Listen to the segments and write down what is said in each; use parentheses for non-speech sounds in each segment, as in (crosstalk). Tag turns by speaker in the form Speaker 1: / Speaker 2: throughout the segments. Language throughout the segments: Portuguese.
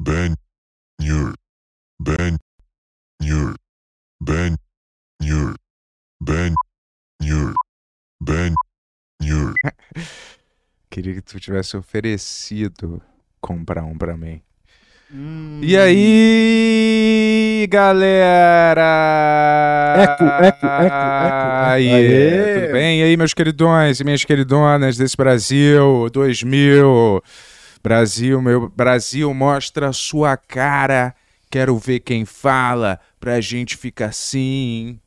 Speaker 1: Ben Nur. Ben Nur. Ben Nur. Ben Nur. Ben Nur.
Speaker 2: Queria que tu tivesse oferecido comprar um pra mim. E aí, galera?
Speaker 3: Eco, eco, eco, eco.
Speaker 2: Aí,
Speaker 3: Aê.
Speaker 2: tudo bem? E aí, meus queridões e minhas queridonas desse Brasil 2000? Brasil, meu Brasil, mostra a sua cara. Quero ver quem fala pra gente ficar assim.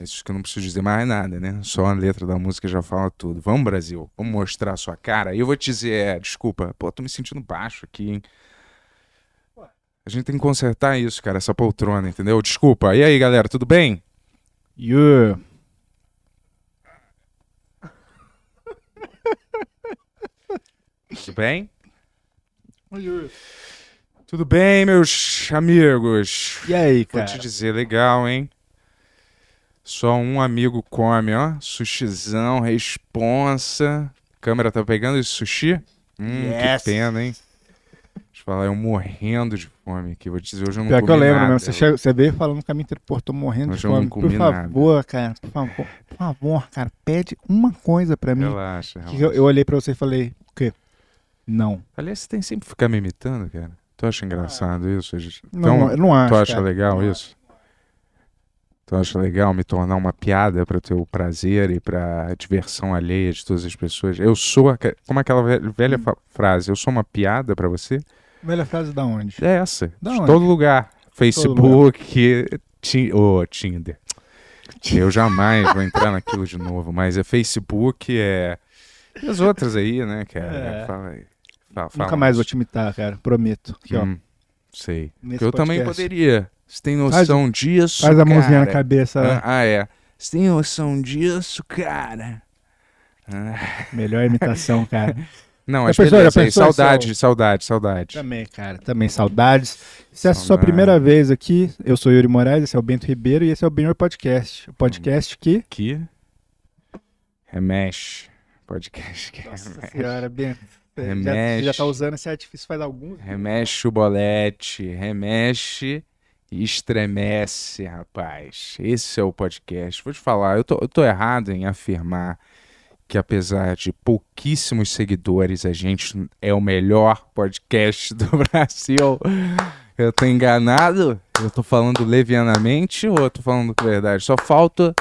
Speaker 2: Isso que eu não preciso dizer mais nada, né? Só a letra da música já fala tudo. Vamos, Brasil, vamos mostrar a sua cara. E eu vou te dizer, é, desculpa, pô, tô me sentindo baixo aqui, hein? A gente tem que consertar isso, cara, essa poltrona, entendeu? Desculpa. E aí, galera, tudo bem?
Speaker 3: Yeah.
Speaker 2: Tudo bem? Tudo bem, meus amigos?
Speaker 3: E aí,
Speaker 2: Vou
Speaker 3: cara?
Speaker 2: te dizer, legal, hein? Só um amigo come, ó. Sushizão, responsa. Câmera tá pegando esse sushi? Hum,
Speaker 3: Yes.
Speaker 2: que pena, hein? Deixa eu falar, eu morrendo de fome aqui. Vou te dizer, hoje eu não
Speaker 3: Pior
Speaker 2: comi
Speaker 3: que eu lembro
Speaker 2: nada.
Speaker 3: mesmo. Você, chega, você veio falando o caminho inteiro, pô, tô morrendo
Speaker 2: Hoje
Speaker 3: de
Speaker 2: eu não
Speaker 3: fome. Por
Speaker 2: comi nada.
Speaker 3: favor, cara, por favor, por favor, cara, pede uma coisa pra mim.
Speaker 2: Relaxa,
Speaker 3: Que
Speaker 2: relaxa.
Speaker 3: eu, eu olhei pra você e falei, o quê? Não.
Speaker 2: Aliás, você tem sempre que ficar me imitando, cara. Tu acha engraçado isso? gente?
Speaker 3: Não,
Speaker 2: Então,
Speaker 3: não, eu não acho.
Speaker 2: Tu acha
Speaker 3: cara.
Speaker 2: legal
Speaker 3: Não
Speaker 2: isso? Tu acha legal me tornar uma piada para o teu prazer e para diversão alheia de todas as pessoas? Eu sou, aque- como aquela ve-
Speaker 3: Hum.
Speaker 2: velha fa- frase, eu sou uma piada para você?
Speaker 3: Melhor frase da onde?
Speaker 2: É essa.
Speaker 3: Da
Speaker 2: de
Speaker 3: onde?
Speaker 2: todo lugar. Facebook, Ti- ô, Tinder. Eu jamais vou entrar naquilo de novo, mas é Facebook, é. E as outras aí, né, cara?
Speaker 3: É.
Speaker 2: Fala aí. Fala-
Speaker 3: Nunca
Speaker 2: fala
Speaker 3: mais vou
Speaker 2: mais.
Speaker 3: te imitar, cara. Prometo. Aqui, ó.
Speaker 2: Hum, sei.
Speaker 3: nesse
Speaker 2: Que eu também
Speaker 3: podcast.
Speaker 2: poderia. Você tem noção disso?
Speaker 3: Faz a mãozinha na
Speaker 2: cara?
Speaker 3: cabeça.
Speaker 2: Ah, ah, é. Você tem noção disso, cara? Ah.
Speaker 3: Melhor imitação, cara.
Speaker 2: Não,
Speaker 3: Já
Speaker 2: mas
Speaker 3: pensou, já
Speaker 2: beleza. aí.
Speaker 3: pensou
Speaker 2: Saudade,
Speaker 3: isso?
Speaker 2: saudade, saudade.
Speaker 3: Também, cara. Também saudades. Se essa é a sua
Speaker 2: Saudades.
Speaker 3: primeira vez aqui, eu sou Yuri Moraes, esse é o Bento Ribeiro e esse é o Benhor Podcast. O podcast que.
Speaker 2: Aqui. Remexe. Podcast que remexe.
Speaker 3: Senhora, Bento.
Speaker 2: Remexe.
Speaker 3: Já, já tá usando esse artifício faz algum.
Speaker 2: Remexe o bolete, remexe e estremece, rapaz. Esse é o podcast. Vou te falar, eu tô, eu tô errado em afirmar que apesar de pouquíssimos seguidores, a gente é o melhor podcast do (laughs) Brasil. Eu tô enganado? Eu tô falando levianamente ou eu tô falando com verdade? Só falta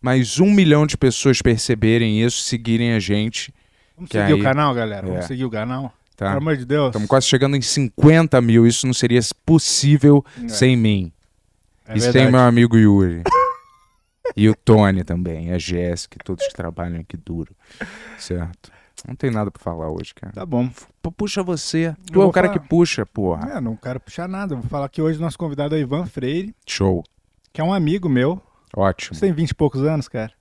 Speaker 2: mais um milhão de pessoas perceberem isso, seguirem a gente,
Speaker 3: Vamos
Speaker 2: Que
Speaker 3: seguir
Speaker 2: aí-
Speaker 3: o canal, galera.
Speaker 2: É.
Speaker 3: Vamos seguir o canal.
Speaker 2: tá?
Speaker 3: Pelo amor de Deus.
Speaker 2: Estamos quase chegando em 50 mil. Isso não seria possível
Speaker 3: É.
Speaker 2: sem mim.
Speaker 3: É
Speaker 2: e sem
Speaker 3: verdade.
Speaker 2: meu amigo Yuri. e o Tony também, a Jéssica, e todos que trabalham aqui duro. Certo? Não tem nada pra falar hoje, cara.
Speaker 3: Tá bom.
Speaker 2: Pô, Puxa você. Tu
Speaker 3: Eu
Speaker 2: é o
Speaker 3: vou
Speaker 2: cara
Speaker 3: falar.
Speaker 2: que puxa, porra.
Speaker 3: É, não quero puxar nada. Vou falar que hoje o nosso convidado é o Ivan Freire,
Speaker 2: Show.
Speaker 3: que é um amigo meu.
Speaker 2: Ótimo.
Speaker 3: Você tem 20 e poucos anos, cara?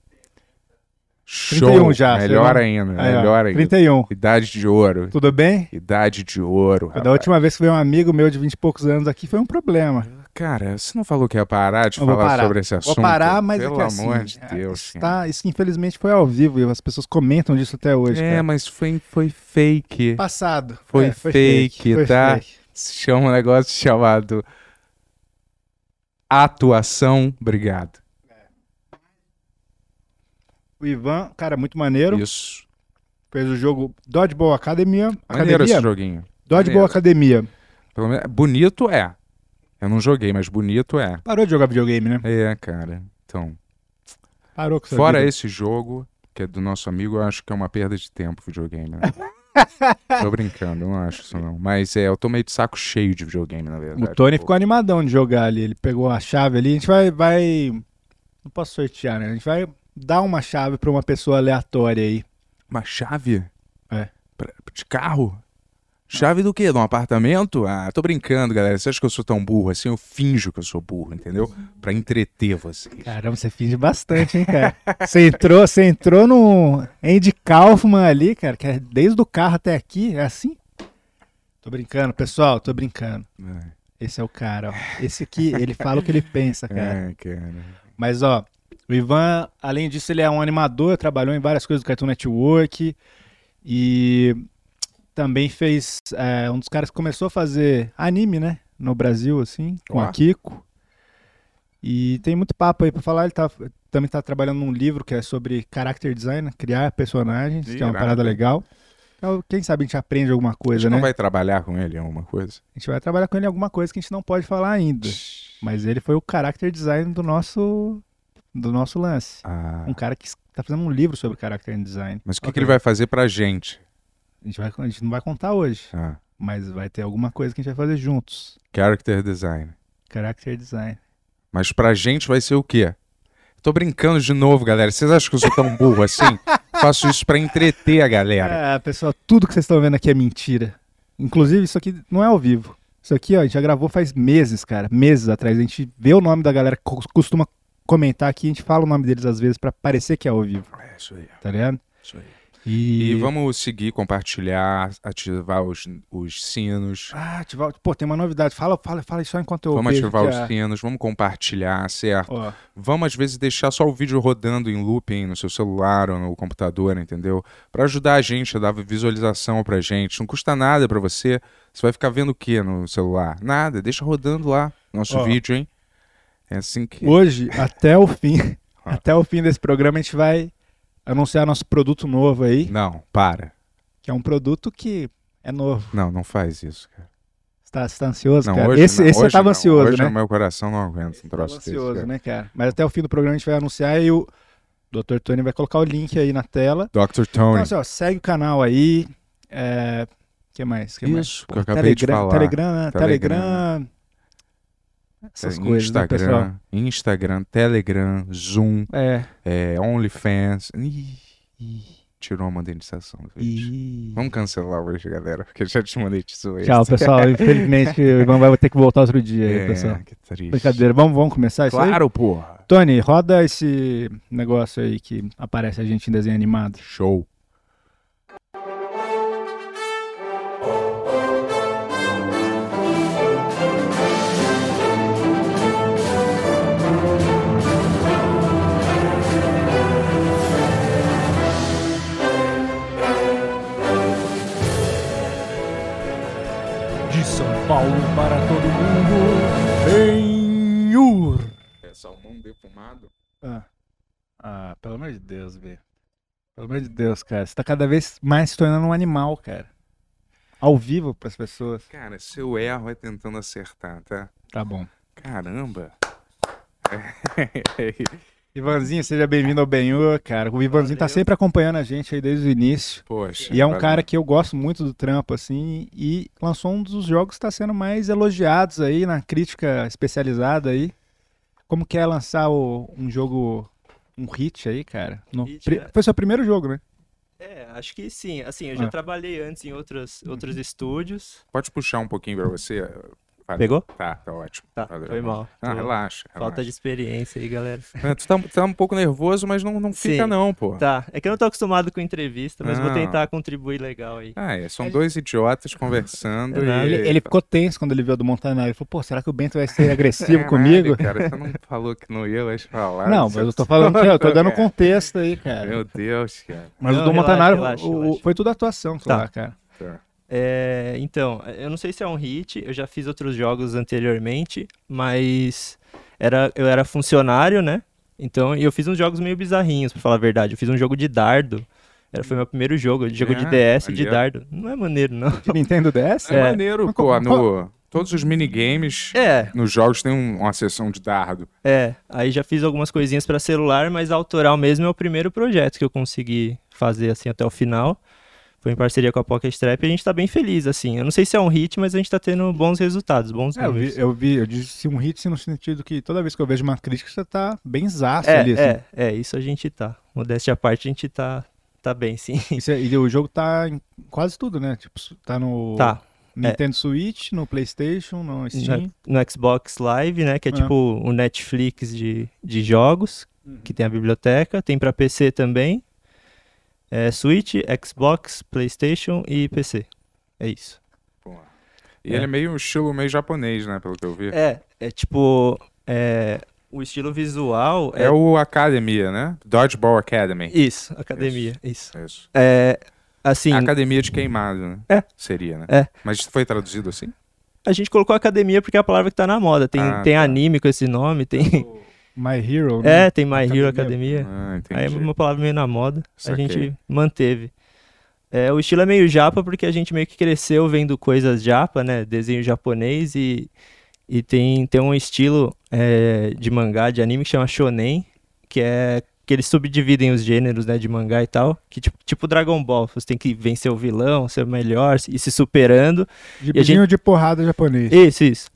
Speaker 2: Show.
Speaker 3: 31 já,
Speaker 2: Melhor
Speaker 3: sei
Speaker 2: ainda,
Speaker 3: Aí, ó,
Speaker 2: É melhor ainda.
Speaker 3: 31.
Speaker 2: Idade de ouro.
Speaker 3: Tudo bem?
Speaker 2: Idade de ouro,
Speaker 3: Da
Speaker 2: rapaz.
Speaker 3: última vez que veio um amigo meu de 20 e poucos anos aqui foi um problema.
Speaker 2: Cara, você não falou que ia parar de
Speaker 3: Eu vou
Speaker 2: falar
Speaker 3: parar.
Speaker 2: sobre esse assunto?
Speaker 3: Vou parar, mas
Speaker 2: Pelo
Speaker 3: é que assim,
Speaker 2: amor de Deus,
Speaker 3: isso,
Speaker 2: cara.
Speaker 3: tá, isso infelizmente foi ao vivo e as pessoas comentam disso até hoje,
Speaker 2: É,
Speaker 3: cara.
Speaker 2: mas foi, foi fake.
Speaker 3: Passado.
Speaker 2: Foi
Speaker 3: É,
Speaker 2: fake,
Speaker 3: foi
Speaker 2: tá?
Speaker 3: fake.
Speaker 2: Se chama um negócio chamado atuação. Obrigado.
Speaker 3: O Ivan, cara, muito maneiro,
Speaker 2: Isso.
Speaker 3: fez o jogo Dodgeball Academia.
Speaker 2: Maneiro esse
Speaker 3: Academia?
Speaker 2: joguinho.
Speaker 3: Dodgeball
Speaker 2: maneiro.
Speaker 3: Academia.
Speaker 2: Pelo menos, bonito é. Eu não joguei, mas bonito é.
Speaker 3: Parou de jogar videogame, né?
Speaker 2: É, cara. Então,
Speaker 3: Parou com essa
Speaker 2: fora
Speaker 3: vida.
Speaker 2: esse jogo, que é do nosso amigo, eu acho que é uma perda de tempo videogame,
Speaker 3: (laughs)
Speaker 2: né? tô brincando, eu não acho isso não. Mas é, eu tô meio de saco cheio de videogame, na verdade.
Speaker 3: O Tony
Speaker 2: pô.
Speaker 3: ficou animadão de jogar ali. Ele pegou a chave ali. A gente vai. vai... Não posso sortear, né? A gente vai dar uma chave pra uma pessoa aleatória aí.
Speaker 2: Uma chave?
Speaker 3: É.
Speaker 2: Pra- de carro? Chave do quê? De um apartamento? Ah, tô brincando, galera. Você acha que eu sou tão burro assim? Eu finjo que eu sou burro, entendeu? Pra entreter vocês.
Speaker 3: Caramba, você finge bastante, hein, cara? Você entrou, você entrou no Andy Kaufman ali, cara, que é desde o carro até aqui, é assim? Tô brincando, pessoal, tô brincando. Esse é o cara, ó. Esse aqui, ele fala o que ele pensa, cara.
Speaker 2: É, cara.
Speaker 3: Mas, ó, o Ivan, além disso, ele é um animador, trabalhou em várias coisas do Cartoon Network. E também fez. é, um dos caras que começou a fazer anime, né? No Brasil, assim, com
Speaker 2: Ó.
Speaker 3: a Kiko. E tem muito papo aí pra falar. Ele tá, também tá trabalhando num livro que é sobre character design, né, criar personagens, que é uma
Speaker 2: Irado.
Speaker 3: parada legal. Então, quem sabe a gente aprende alguma coisa,
Speaker 2: Não
Speaker 3: né?
Speaker 2: vai trabalhar com ele em alguma coisa?
Speaker 3: A gente vai trabalhar com ele em alguma coisa que a gente não pode falar ainda. Mas ele foi o character design do nosso, do nosso lance.
Speaker 2: Ah,
Speaker 3: Um cara que es- tá fazendo um livro sobre character design.
Speaker 2: mas o que, que ele vai fazer pra gente?
Speaker 3: A gente, vai, a gente não vai contar hoje,
Speaker 2: Ah,
Speaker 3: mas vai ter alguma coisa que a gente vai fazer juntos.
Speaker 2: character design.
Speaker 3: Character design.
Speaker 2: Mas pra gente vai ser o quê? Tô brincando de novo, galera. Vocês acham que eu sou tão burro
Speaker 3: (laughs)
Speaker 2: assim? Faço isso pra entreter a galera.
Speaker 3: Ah, pessoal, tudo que vocês estão vendo aqui é mentira. Inclusive, isso aqui não é ao vivo. Isso aqui, ó, a gente já gravou faz meses, cara. Meses atrás. A gente vê o nome da galera que co- costuma comentar aqui, a gente fala o nome deles às vezes pra parecer que é ao vivo,
Speaker 2: É isso aí. é,
Speaker 3: tá ligado?
Speaker 2: Isso aí.
Speaker 3: E,
Speaker 2: E vamos seguir, compartilhar, ativar os, os sinos.
Speaker 3: Ah, ativar. Pô, tem uma novidade. Fala, fala, fala isso só enquanto eu.
Speaker 2: Vamos
Speaker 3: vejo
Speaker 2: ativar
Speaker 3: que é.
Speaker 2: os
Speaker 3: a-
Speaker 2: sinos, vamos compartilhar, certo?
Speaker 3: Ó,
Speaker 2: Vamos, às vezes, deixar só o vídeo rodando em looping no seu celular ou no computador, entendeu? Pra ajudar a gente a dar visualização pra gente. Não custa nada pra você. Você vai ficar vendo o que no celular? Nada, deixa rodando lá nosso
Speaker 3: Ó.
Speaker 2: vídeo, hein? É assim que.
Speaker 3: hoje, até o fim, (laughs) até o fim desse programa, a gente vai anunciar nosso produto novo aí,
Speaker 2: Não, para.
Speaker 3: que é um produto que é novo.
Speaker 2: Não, não faz isso, cara.
Speaker 3: Você tá, você tá ansioso,
Speaker 2: Não,
Speaker 3: cara?
Speaker 2: hoje
Speaker 3: esse
Speaker 2: não,
Speaker 3: esse
Speaker 2: hoje
Speaker 3: eu tava
Speaker 2: não.
Speaker 3: ansioso,
Speaker 2: hoje
Speaker 3: né?
Speaker 2: meu coração não aguenta um troço
Speaker 3: Tava
Speaker 2: desse,
Speaker 3: ansioso,
Speaker 2: cara.
Speaker 3: né, cara? Mas até o fim do programa a gente vai anunciar e o Dr. Tony vai colocar o link aí na tela.
Speaker 2: Dr. Tony.
Speaker 3: Então, assim, ó, segue o canal aí. É... Que mais? Que mais?
Speaker 2: Isso, que eu acabei de
Speaker 3: Telegram,
Speaker 2: falar.
Speaker 3: Telegram, né?
Speaker 2: Telegram.
Speaker 3: Telegram. Essas
Speaker 2: É,
Speaker 3: coisas, né, pessoal?
Speaker 2: Instagram, Instagram, Telegram, Zoom,
Speaker 3: É.
Speaker 2: é, OnlyFans. Ih, ih, tirou a monetização. do vídeo.
Speaker 3: E...
Speaker 2: Vamos cancelar hoje, galera, porque já desmonetizou isso.
Speaker 3: Tchau,
Speaker 2: (laughs)
Speaker 3: pessoal. Infelizmente, o Ivan vai ter que voltar outro dia aí,
Speaker 2: É,
Speaker 3: pessoal.
Speaker 2: que triste.
Speaker 3: Brincadeira. Vamos, vamos começar isso aí?
Speaker 2: Claro, porra.
Speaker 3: Tony, roda esse negócio aí que aparece a gente em desenho animado.
Speaker 2: Show.
Speaker 3: De São Paulo para todo mundo, Benhur.
Speaker 2: É salmão defumado?
Speaker 3: Ah, ah, pelo amor de Deus, B. Pelo amor de Deus, cara. Você tá cada vez mais se tornando um animal, cara. Ao vivo pras pessoas.
Speaker 2: Cara, se eu erro é tentando acertar, tá?
Speaker 3: Tá bom.
Speaker 2: Caramba. É, (laughs)
Speaker 3: Ivanzinho, seja bem-vindo ao Benhur, cara. O Ivanzinho tá sempre acompanhando a gente aí desde o início.
Speaker 2: Poxa.
Speaker 3: E é um
Speaker 2: valeu.
Speaker 3: cara que eu gosto muito do trampo, assim, e lançou um dos jogos que está sendo mais elogiados aí na crítica especializada aí. Como que é lançar o- um jogo, um hit aí, cara? No-
Speaker 4: Hit,
Speaker 3: pri-
Speaker 4: é.
Speaker 3: Foi seu primeiro jogo, né?
Speaker 4: É, acho que sim. Assim, eu já
Speaker 3: Ah.
Speaker 4: trabalhei antes em outros, outros estúdios.
Speaker 2: Pode puxar um pouquinho pra você? Valeu.
Speaker 4: Pegou?
Speaker 2: Tá, tá ótimo.
Speaker 4: Tá,
Speaker 2: Valeu.
Speaker 4: foi mal.
Speaker 2: Ah,
Speaker 4: Tô-
Speaker 2: relaxa.
Speaker 4: Falta
Speaker 2: relaxa.
Speaker 4: de experiência aí, galera.
Speaker 2: É, Tu tá, tu tá um pouco nervoso, mas não, não fica
Speaker 4: Sim.
Speaker 2: não, pô.
Speaker 4: Tá, é que eu não tô acostumado com entrevista, mas vou
Speaker 2: Não.
Speaker 4: tentar contribuir legal aí.
Speaker 2: Ah, é, são dois idiotas conversando e... tá-
Speaker 3: Ele, ele ficou tenso quando ele viu a do Montanari. Ele falou, pô, será que o Bento vai (laughs) ser agressivo
Speaker 2: Caralho,
Speaker 3: comigo?
Speaker 2: cara, você não falou que não ia mais falar.
Speaker 3: Não, mas
Speaker 2: você-
Speaker 3: eu tô falando que eu tô
Speaker 2: (laughs)
Speaker 3: dando
Speaker 2: É.
Speaker 3: contexto aí, cara.
Speaker 2: Meu Deus, cara.
Speaker 3: Mas
Speaker 4: Não,
Speaker 3: o do
Speaker 4: relaxa,
Speaker 3: Montanari
Speaker 4: relaxa,
Speaker 3: o- o-
Speaker 4: relaxa.
Speaker 3: foi tudo atuação, sei
Speaker 4: Tá.
Speaker 3: lá, cara.
Speaker 2: Tá.
Speaker 4: É, então, eu não sei se é um hit, eu já fiz outros jogos anteriormente, mas era, eu era funcionário, né? Então, e eu fiz uns jogos meio bizarrinhos, pra falar a verdade. Eu fiz um jogo de dardo. Era, foi meu primeiro jogo, jogo de
Speaker 2: Ah,
Speaker 4: DS de
Speaker 2: maneiro.
Speaker 4: dardo. Não é maneiro, não.
Speaker 3: De (laughs) Nintendo DS?
Speaker 2: É,
Speaker 4: É.
Speaker 2: maneiro,
Speaker 3: Mas
Speaker 2: pô.
Speaker 3: qual-
Speaker 2: No, todos os minigames
Speaker 4: É,
Speaker 2: nos jogos tem um- uma sessão de dardo.
Speaker 4: É, aí já fiz algumas coisinhas pra celular, mas autoral mesmo é o primeiro projeto que eu consegui fazer assim até o final. Foi em parceria com a Pocket Strap e a gente tá bem feliz assim. Eu não sei se é um hit, mas a gente tá tendo bons resultados, bons
Speaker 3: É, eu vi,
Speaker 4: números.
Speaker 3: eu vi, eu disse um hit no sentido que toda vez que eu vejo uma crítica, você tá bem zaço
Speaker 4: É,
Speaker 3: ali, assim.
Speaker 4: é, é, isso a gente tá. Modéstia à parte, a gente tá tá bem, sim.
Speaker 3: Isso é- e o jogo tá em quase tudo, né? Tipo, tá no
Speaker 4: (laughs) Tá.
Speaker 3: Nintendo Switch, no Playstation, no Steam.
Speaker 4: No, no Xbox Live, né, que é
Speaker 3: É.
Speaker 4: tipo o Netflix de, de jogos,
Speaker 3: Uhum.
Speaker 4: que tem a biblioteca, tem pra PC também. É, Switch, Xbox, PlayStation e PC. É isso.
Speaker 2: Pô. E ele é meio um estilo meio japonês, né, pelo que eu vi. É,
Speaker 4: É, é tipo. é, o estilo visual é,
Speaker 2: o Academia, né? Dodgeball Academy.
Speaker 4: Isso, academia, isso.
Speaker 2: Isso.
Speaker 4: É, Assim,
Speaker 2: Academia de queimado, né?
Speaker 4: É.
Speaker 2: Seria, né?
Speaker 4: É.
Speaker 2: Mas isso foi traduzido assim?
Speaker 4: a gente colocou academia porque é a palavra que tá na moda. Tem,
Speaker 2: Ah,
Speaker 4: tem
Speaker 2: tá.
Speaker 4: anime com esse nome, tem.
Speaker 3: My Hero, né?
Speaker 4: (laughs) É, tem My Hero Academia.
Speaker 2: Ah,
Speaker 4: Aí é
Speaker 2: entendi.
Speaker 4: uma palavra meio na moda.
Speaker 2: Saquei.
Speaker 4: A gente manteve. É, o estilo é meio japa porque a gente meio que cresceu vendo coisas japa, né? Desenho japonês e, e tem, tem um estilo é, de mangá, de anime que chama shonen, que é que eles subdividem os gêneros, né, de mangá e tal, que tipo, tipo Dragon Ball, você tem que vencer o vilão, ser o melhor, e se superando,
Speaker 3: De
Speaker 4: E a gente-
Speaker 3: bichinho de porrada japonês.
Speaker 4: isso, isso.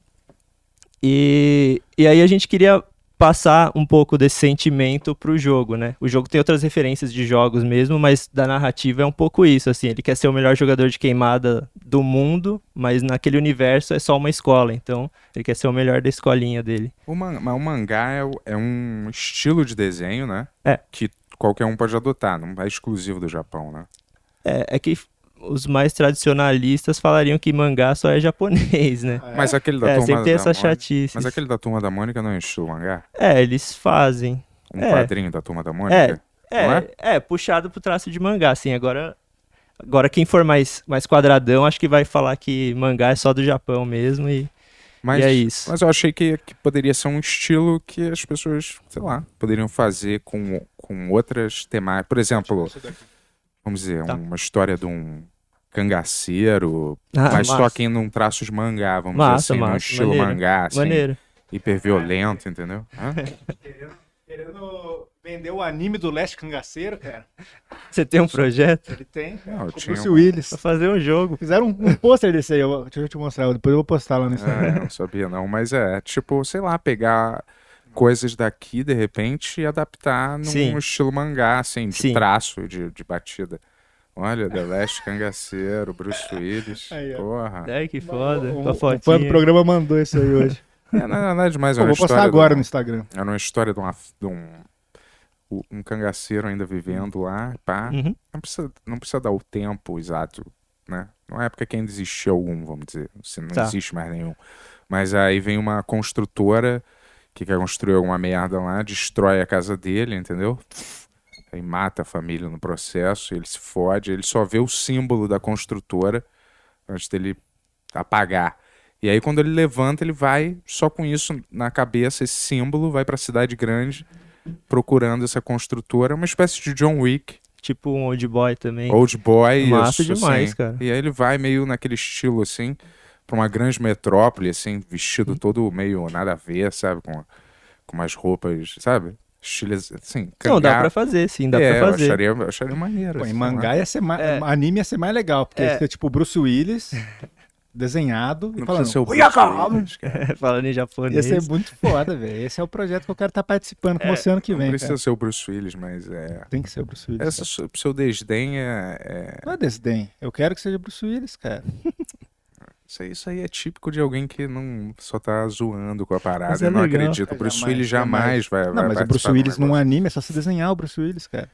Speaker 4: E, e aí a gente queria passar um pouco desse sentimento pro jogo, né? O jogo tem outras referências de jogos mesmo, mas da narrativa é um pouco isso, assim. Ele quer ser o melhor jogador de queimada do mundo, mas naquele universo é só uma escola, então ele quer ser o melhor da escolinha dele.
Speaker 2: O, man- mas o mangá é, o- é um estilo de desenho, né?
Speaker 4: É.
Speaker 2: Que qualquer um pode adotar, não é exclusivo do Japão, né?
Speaker 4: É, é que os mais tradicionalistas falariam que mangá só é japonês, né?
Speaker 2: Mas aquele da
Speaker 4: É,
Speaker 2: turma
Speaker 4: sempre tem
Speaker 2: da
Speaker 4: essa
Speaker 2: Mônica-
Speaker 4: chatice.
Speaker 2: Mas aquele da turma da Mônica não é estilo mangá?
Speaker 4: É, eles fazem.
Speaker 2: Um
Speaker 4: É.
Speaker 2: quadrinho da turma da Mônica? Não é?
Speaker 4: É, é, puxado pro traço de mangá, assim, agora agora quem for mais, mais quadradão, acho que vai falar que mangá é só do Japão mesmo e,
Speaker 2: Mas,
Speaker 4: e é isso.
Speaker 2: mas eu achei que, que poderia ser um estilo que as pessoas, sei lá, poderiam fazer com, com outras temáticas. Por exemplo, vamos dizer,
Speaker 4: Tá.
Speaker 2: uma história de um cangaceiro,
Speaker 4: Ah,
Speaker 2: mas só
Speaker 4: massa.
Speaker 2: que num traço de mangá, vamos dizer
Speaker 4: Massa,
Speaker 2: assim, num
Speaker 4: massa,
Speaker 2: estilo
Speaker 4: maneiro,
Speaker 2: mangá, assim,
Speaker 4: Maneiro.
Speaker 2: hiperviolento, entendeu? Ah, Hã?
Speaker 3: Querendo vender o anime do Leste Cangaceiro, cara.
Speaker 4: Você tem um projeto
Speaker 3: Ele tem.
Speaker 2: Não, eu
Speaker 3: Com o
Speaker 2: tinha
Speaker 3: Bruce
Speaker 2: uma-
Speaker 3: Willis.
Speaker 4: pra fazer um jogo.
Speaker 3: Fizeram um, um pôster desse aí. eu- deixa eu te mostrar. Depois eu vou postar lá no
Speaker 4: É.
Speaker 3: Instagram. (laughs)
Speaker 2: Ah, eu não sabia não, mas é tipo, sei lá, pegar coisas daqui de repente e adaptar num
Speaker 4: Sim.
Speaker 2: estilo mangá, assim, de
Speaker 4: Sim.
Speaker 2: traço, de, de batida. Olha, The Last Cangaceiro, Bruce Willis,
Speaker 3: Aí, ó.
Speaker 2: porra.
Speaker 4: Ai, Né, que foda.
Speaker 3: Um-
Speaker 4: com a
Speaker 3: um fã do
Speaker 4: fotinha.
Speaker 3: programa mandou isso aí hoje.
Speaker 2: É, na- na verdade, mais
Speaker 3: Pô,
Speaker 2: uma
Speaker 3: vou postar
Speaker 2: história
Speaker 3: agora
Speaker 2: do-
Speaker 3: no Instagram.
Speaker 2: Era É uma história de, uma, de um, o- um cangaceiro ainda vivendo lá, pá.
Speaker 4: Uhum.
Speaker 2: Não, precisa, não precisa dar o tempo exato, né? Não é porque quem desistiu algum, vamos dizer. Se não
Speaker 4: Tá.
Speaker 2: existe mais nenhum. Mas aí vem uma construtora que quer construir alguma merda lá, destrói a casa dele, entendeu? Aí mata a família no processo, ele se fode, ele só vê o símbolo da construtora antes dele apagar. E aí quando ele levanta, ele vai só com isso na cabeça, esse símbolo, vai pra cidade grande procurando essa construtora, uma espécie de John Wick,
Speaker 4: Tipo um old boy também.
Speaker 2: Old Boy,
Speaker 4: Massa
Speaker 2: isso,
Speaker 4: demais,
Speaker 2: assim.
Speaker 4: cara.
Speaker 2: E aí ele vai meio naquele estilo assim pra uma grande metrópole assim, vestido todo meio nada a ver, sabe, com com umas roupas, sabe? Estilo assim,
Speaker 4: Não, dá
Speaker 2: cangá.
Speaker 4: pra fazer, sim, dá
Speaker 2: é,
Speaker 4: pra fazer.
Speaker 2: Eu acharia, eu acharia maneiro. assim, né?
Speaker 3: Pô, em
Speaker 2: sei
Speaker 3: mangá
Speaker 2: lá.
Speaker 3: ia ser mais.
Speaker 4: É.
Speaker 3: Anime ia ser mais legal, porque
Speaker 4: É.
Speaker 3: ia ser tipo Bruce Willis (laughs) desenhado e
Speaker 2: não
Speaker 3: falando.
Speaker 2: precisa ser o Bruce Willis, cara.
Speaker 4: (laughs) Falando em japonês.
Speaker 3: Ia ser muito foda, velho. Esse é o projeto que eu quero estar participando
Speaker 4: É.
Speaker 3: com você ano que
Speaker 2: Não
Speaker 3: vem.
Speaker 2: precisa
Speaker 3: cara.
Speaker 2: ser o Bruce Willis, mas é
Speaker 3: Tem que ser o Bruce Willis.
Speaker 2: esse seu- seu desdém é- é
Speaker 3: cara. Não é desdém. Eu quero que seja Bruce Willis, cara.
Speaker 2: Isso aí, isso aí é típico de alguém que não só tá zoando com a
Speaker 4: Mas
Speaker 2: parada.
Speaker 4: é
Speaker 2: eu não
Speaker 4: legal. é
Speaker 2: acredito. O Bruce
Speaker 3: Jamais,
Speaker 2: Willis jamais vai. um
Speaker 3: Não, mas o Bruce Willis num anime é só se desenhar o Bruce Willis, cara.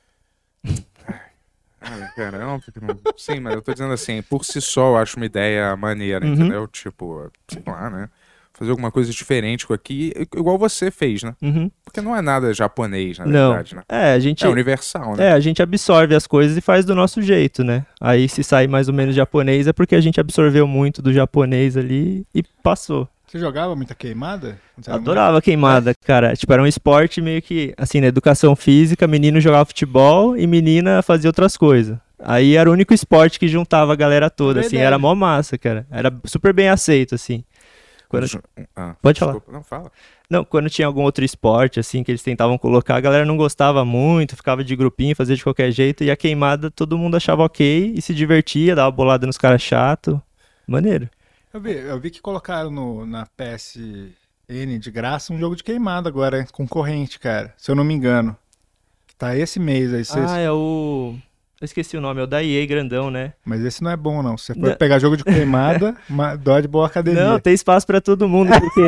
Speaker 2: Ah, cara, não, porque não- Sim, mas eu tô dizendo assim, por si só eu acho uma ideia maneira,
Speaker 4: Uhum.
Speaker 2: entendeu? Tipo, sei lá, né? Fazer alguma coisa diferente com aqui, igual você fez, né?
Speaker 4: Uhum.
Speaker 2: Porque não é nada japonês, na
Speaker 4: Não.
Speaker 2: verdade, né?
Speaker 4: É, a gente.
Speaker 2: É universal, né?
Speaker 4: É, a gente absorve as coisas e faz do nosso jeito, né? Aí se sai mais ou menos japonês é porque a gente absorveu muito do japonês ali e passou.
Speaker 3: Você jogava muita queimada? Quando você era
Speaker 4: Adorava queimada, cara. Tipo, era um esporte meio que, assim, na educação física, menino jogava futebol e menina fazia outras coisas. Aí era o único esporte que juntava a galera toda, assim,
Speaker 3: Verdade.
Speaker 4: era mó massa, cara. Era super bem aceito, assim. Quando-
Speaker 2: Ah,
Speaker 4: Pode falar.
Speaker 2: desculpa. Não, fala.
Speaker 4: não, quando tinha algum outro esporte, assim, que eles tentavam colocar, a galera não gostava muito, ficava de grupinho, fazia de qualquer jeito, e a queimada todo mundo achava ok e se divertia, dava bolada nos caras chato. Maneiro.
Speaker 3: Eu vi, eu vi que colocaram no- na PSN de graça um jogo de queimada agora, hein, concorrente, cara, se eu não me engano. Que tá esse mês aí, sexto.
Speaker 4: Ah, é o. Eu esqueci o nome, é o da EA grandão, né?
Speaker 3: mas esse não é bom, não. Se você for
Speaker 4: Não.
Speaker 3: pegar jogo de
Speaker 4: (laughs)
Speaker 3: queimada, uma Dodgeball Academia.
Speaker 4: Não, tem espaço pra todo mundo, porque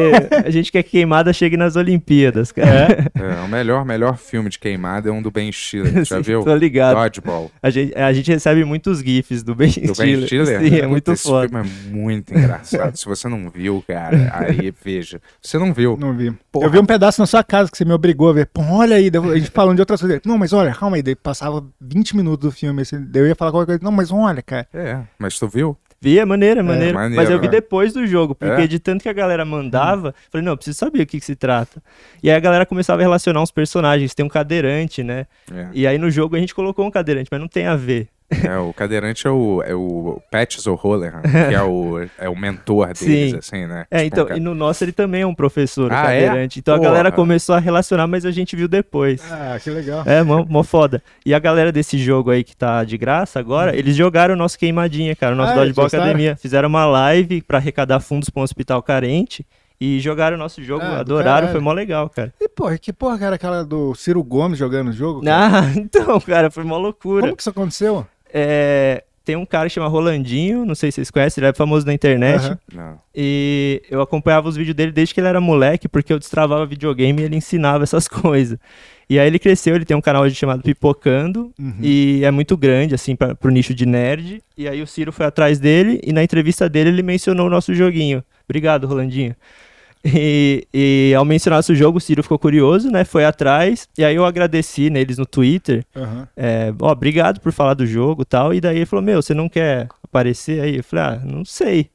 Speaker 4: a gente quer que queimada chegue nas Olimpíadas, cara.
Speaker 2: É, o melhor, melhor filme de queimada é um do Ben
Speaker 4: (laughs)
Speaker 2: Stiller, já
Speaker 4: Sim,
Speaker 2: viu?
Speaker 4: Tô ligado.
Speaker 2: Dodgeball.
Speaker 4: A gente, a gente recebe muitos GIFs do Ben
Speaker 2: Do
Speaker 4: Stiller.
Speaker 2: Ben Stiller?
Speaker 4: Sim, é muito
Speaker 2: Esse
Speaker 4: foda.
Speaker 2: filme é muito engraçado. Se você não viu,
Speaker 4: (laughs)
Speaker 2: cara, aí veja. Você não viu.
Speaker 3: Não vi.
Speaker 2: Porra.
Speaker 3: Eu vi um pedaço na sua casa que você me obrigou a ver. Pô, olha aí, daí a gente falando de outras coisas. Não, mas olha, calma aí. Daí passava 20 minutos do filme. Assim, daí eu ia falar qualquer coisa. Não, mas olha, cara.
Speaker 2: É, mas tu viu?
Speaker 4: Vi, é maneiro, é maneiro.
Speaker 2: maneiro,
Speaker 4: Mas eu vi
Speaker 2: né?
Speaker 4: depois do jogo, porque
Speaker 2: É?
Speaker 4: de tanto que a galera mandava, falei, não, eu preciso saber o que, que se trata. E aí a galera começava a relacionar uns personagens. Tem um cadeirante, né?
Speaker 2: É.
Speaker 4: E aí no jogo a gente colocou um cadeirante, mas não tem a ver.
Speaker 2: É, o cadeirante é o, é o Pat Zoholler, que é o, é o mentor deles,
Speaker 4: (laughs) Sim.
Speaker 2: assim, né?
Speaker 4: É,
Speaker 2: Tipo,
Speaker 4: então,
Speaker 2: um ca-
Speaker 4: e no nosso ele também é um professor, o
Speaker 2: Ah, é?
Speaker 4: cadeirante. Então
Speaker 2: Porra.
Speaker 4: a galera começou a relacionar, mas a gente viu depois.
Speaker 3: Ah, que legal.
Speaker 4: É, mó, mó foda. E a galera desse jogo aí que tá de graça agora, eles jogaram o nosso queimadinha, cara, o nosso
Speaker 3: Hum. Ah,
Speaker 4: Dodgeball
Speaker 3: eles gostaram?
Speaker 4: Academia. Fizeram uma live pra arrecadar fundos pra um hospital carente e jogaram o nosso jogo,
Speaker 3: Ah, do
Speaker 4: adoraram,
Speaker 3: caralho.
Speaker 4: foi mó legal, cara.
Speaker 3: E porra, que porra que era aquela do Ciro Gomes jogando o jogo? cara?
Speaker 4: Ah, (laughs) então, cara, foi mó loucura.
Speaker 3: Como que isso aconteceu?
Speaker 4: É, tem um cara que chama Rolandinho, não sei se vocês conhecem, ele é famoso na internet.
Speaker 3: Aham.
Speaker 2: Não.
Speaker 4: E eu acompanhava os vídeos dele desde que ele era moleque, porque eu destravava videogame e ele ensinava essas (laughs) coisas. E aí ele cresceu, ele tem um canal hoje chamado Pipocando, e é muito grande, assim, pra, pro nicho de nerd. E aí o Ciro foi atrás dele, e na entrevista dele ele mencionou o nosso joguinho. Obrigado, Rolandinho. E, e ao mencionar nosso jogo, o Ciro ficou curioso, né? Foi atrás, e aí eu agradeci neles no Twitter,
Speaker 3: Aham.
Speaker 4: é, ó, obrigado por falar do jogo e tal. E daí ele falou, meu, você não quer aparecer aí? Eu falei, ah, não sei.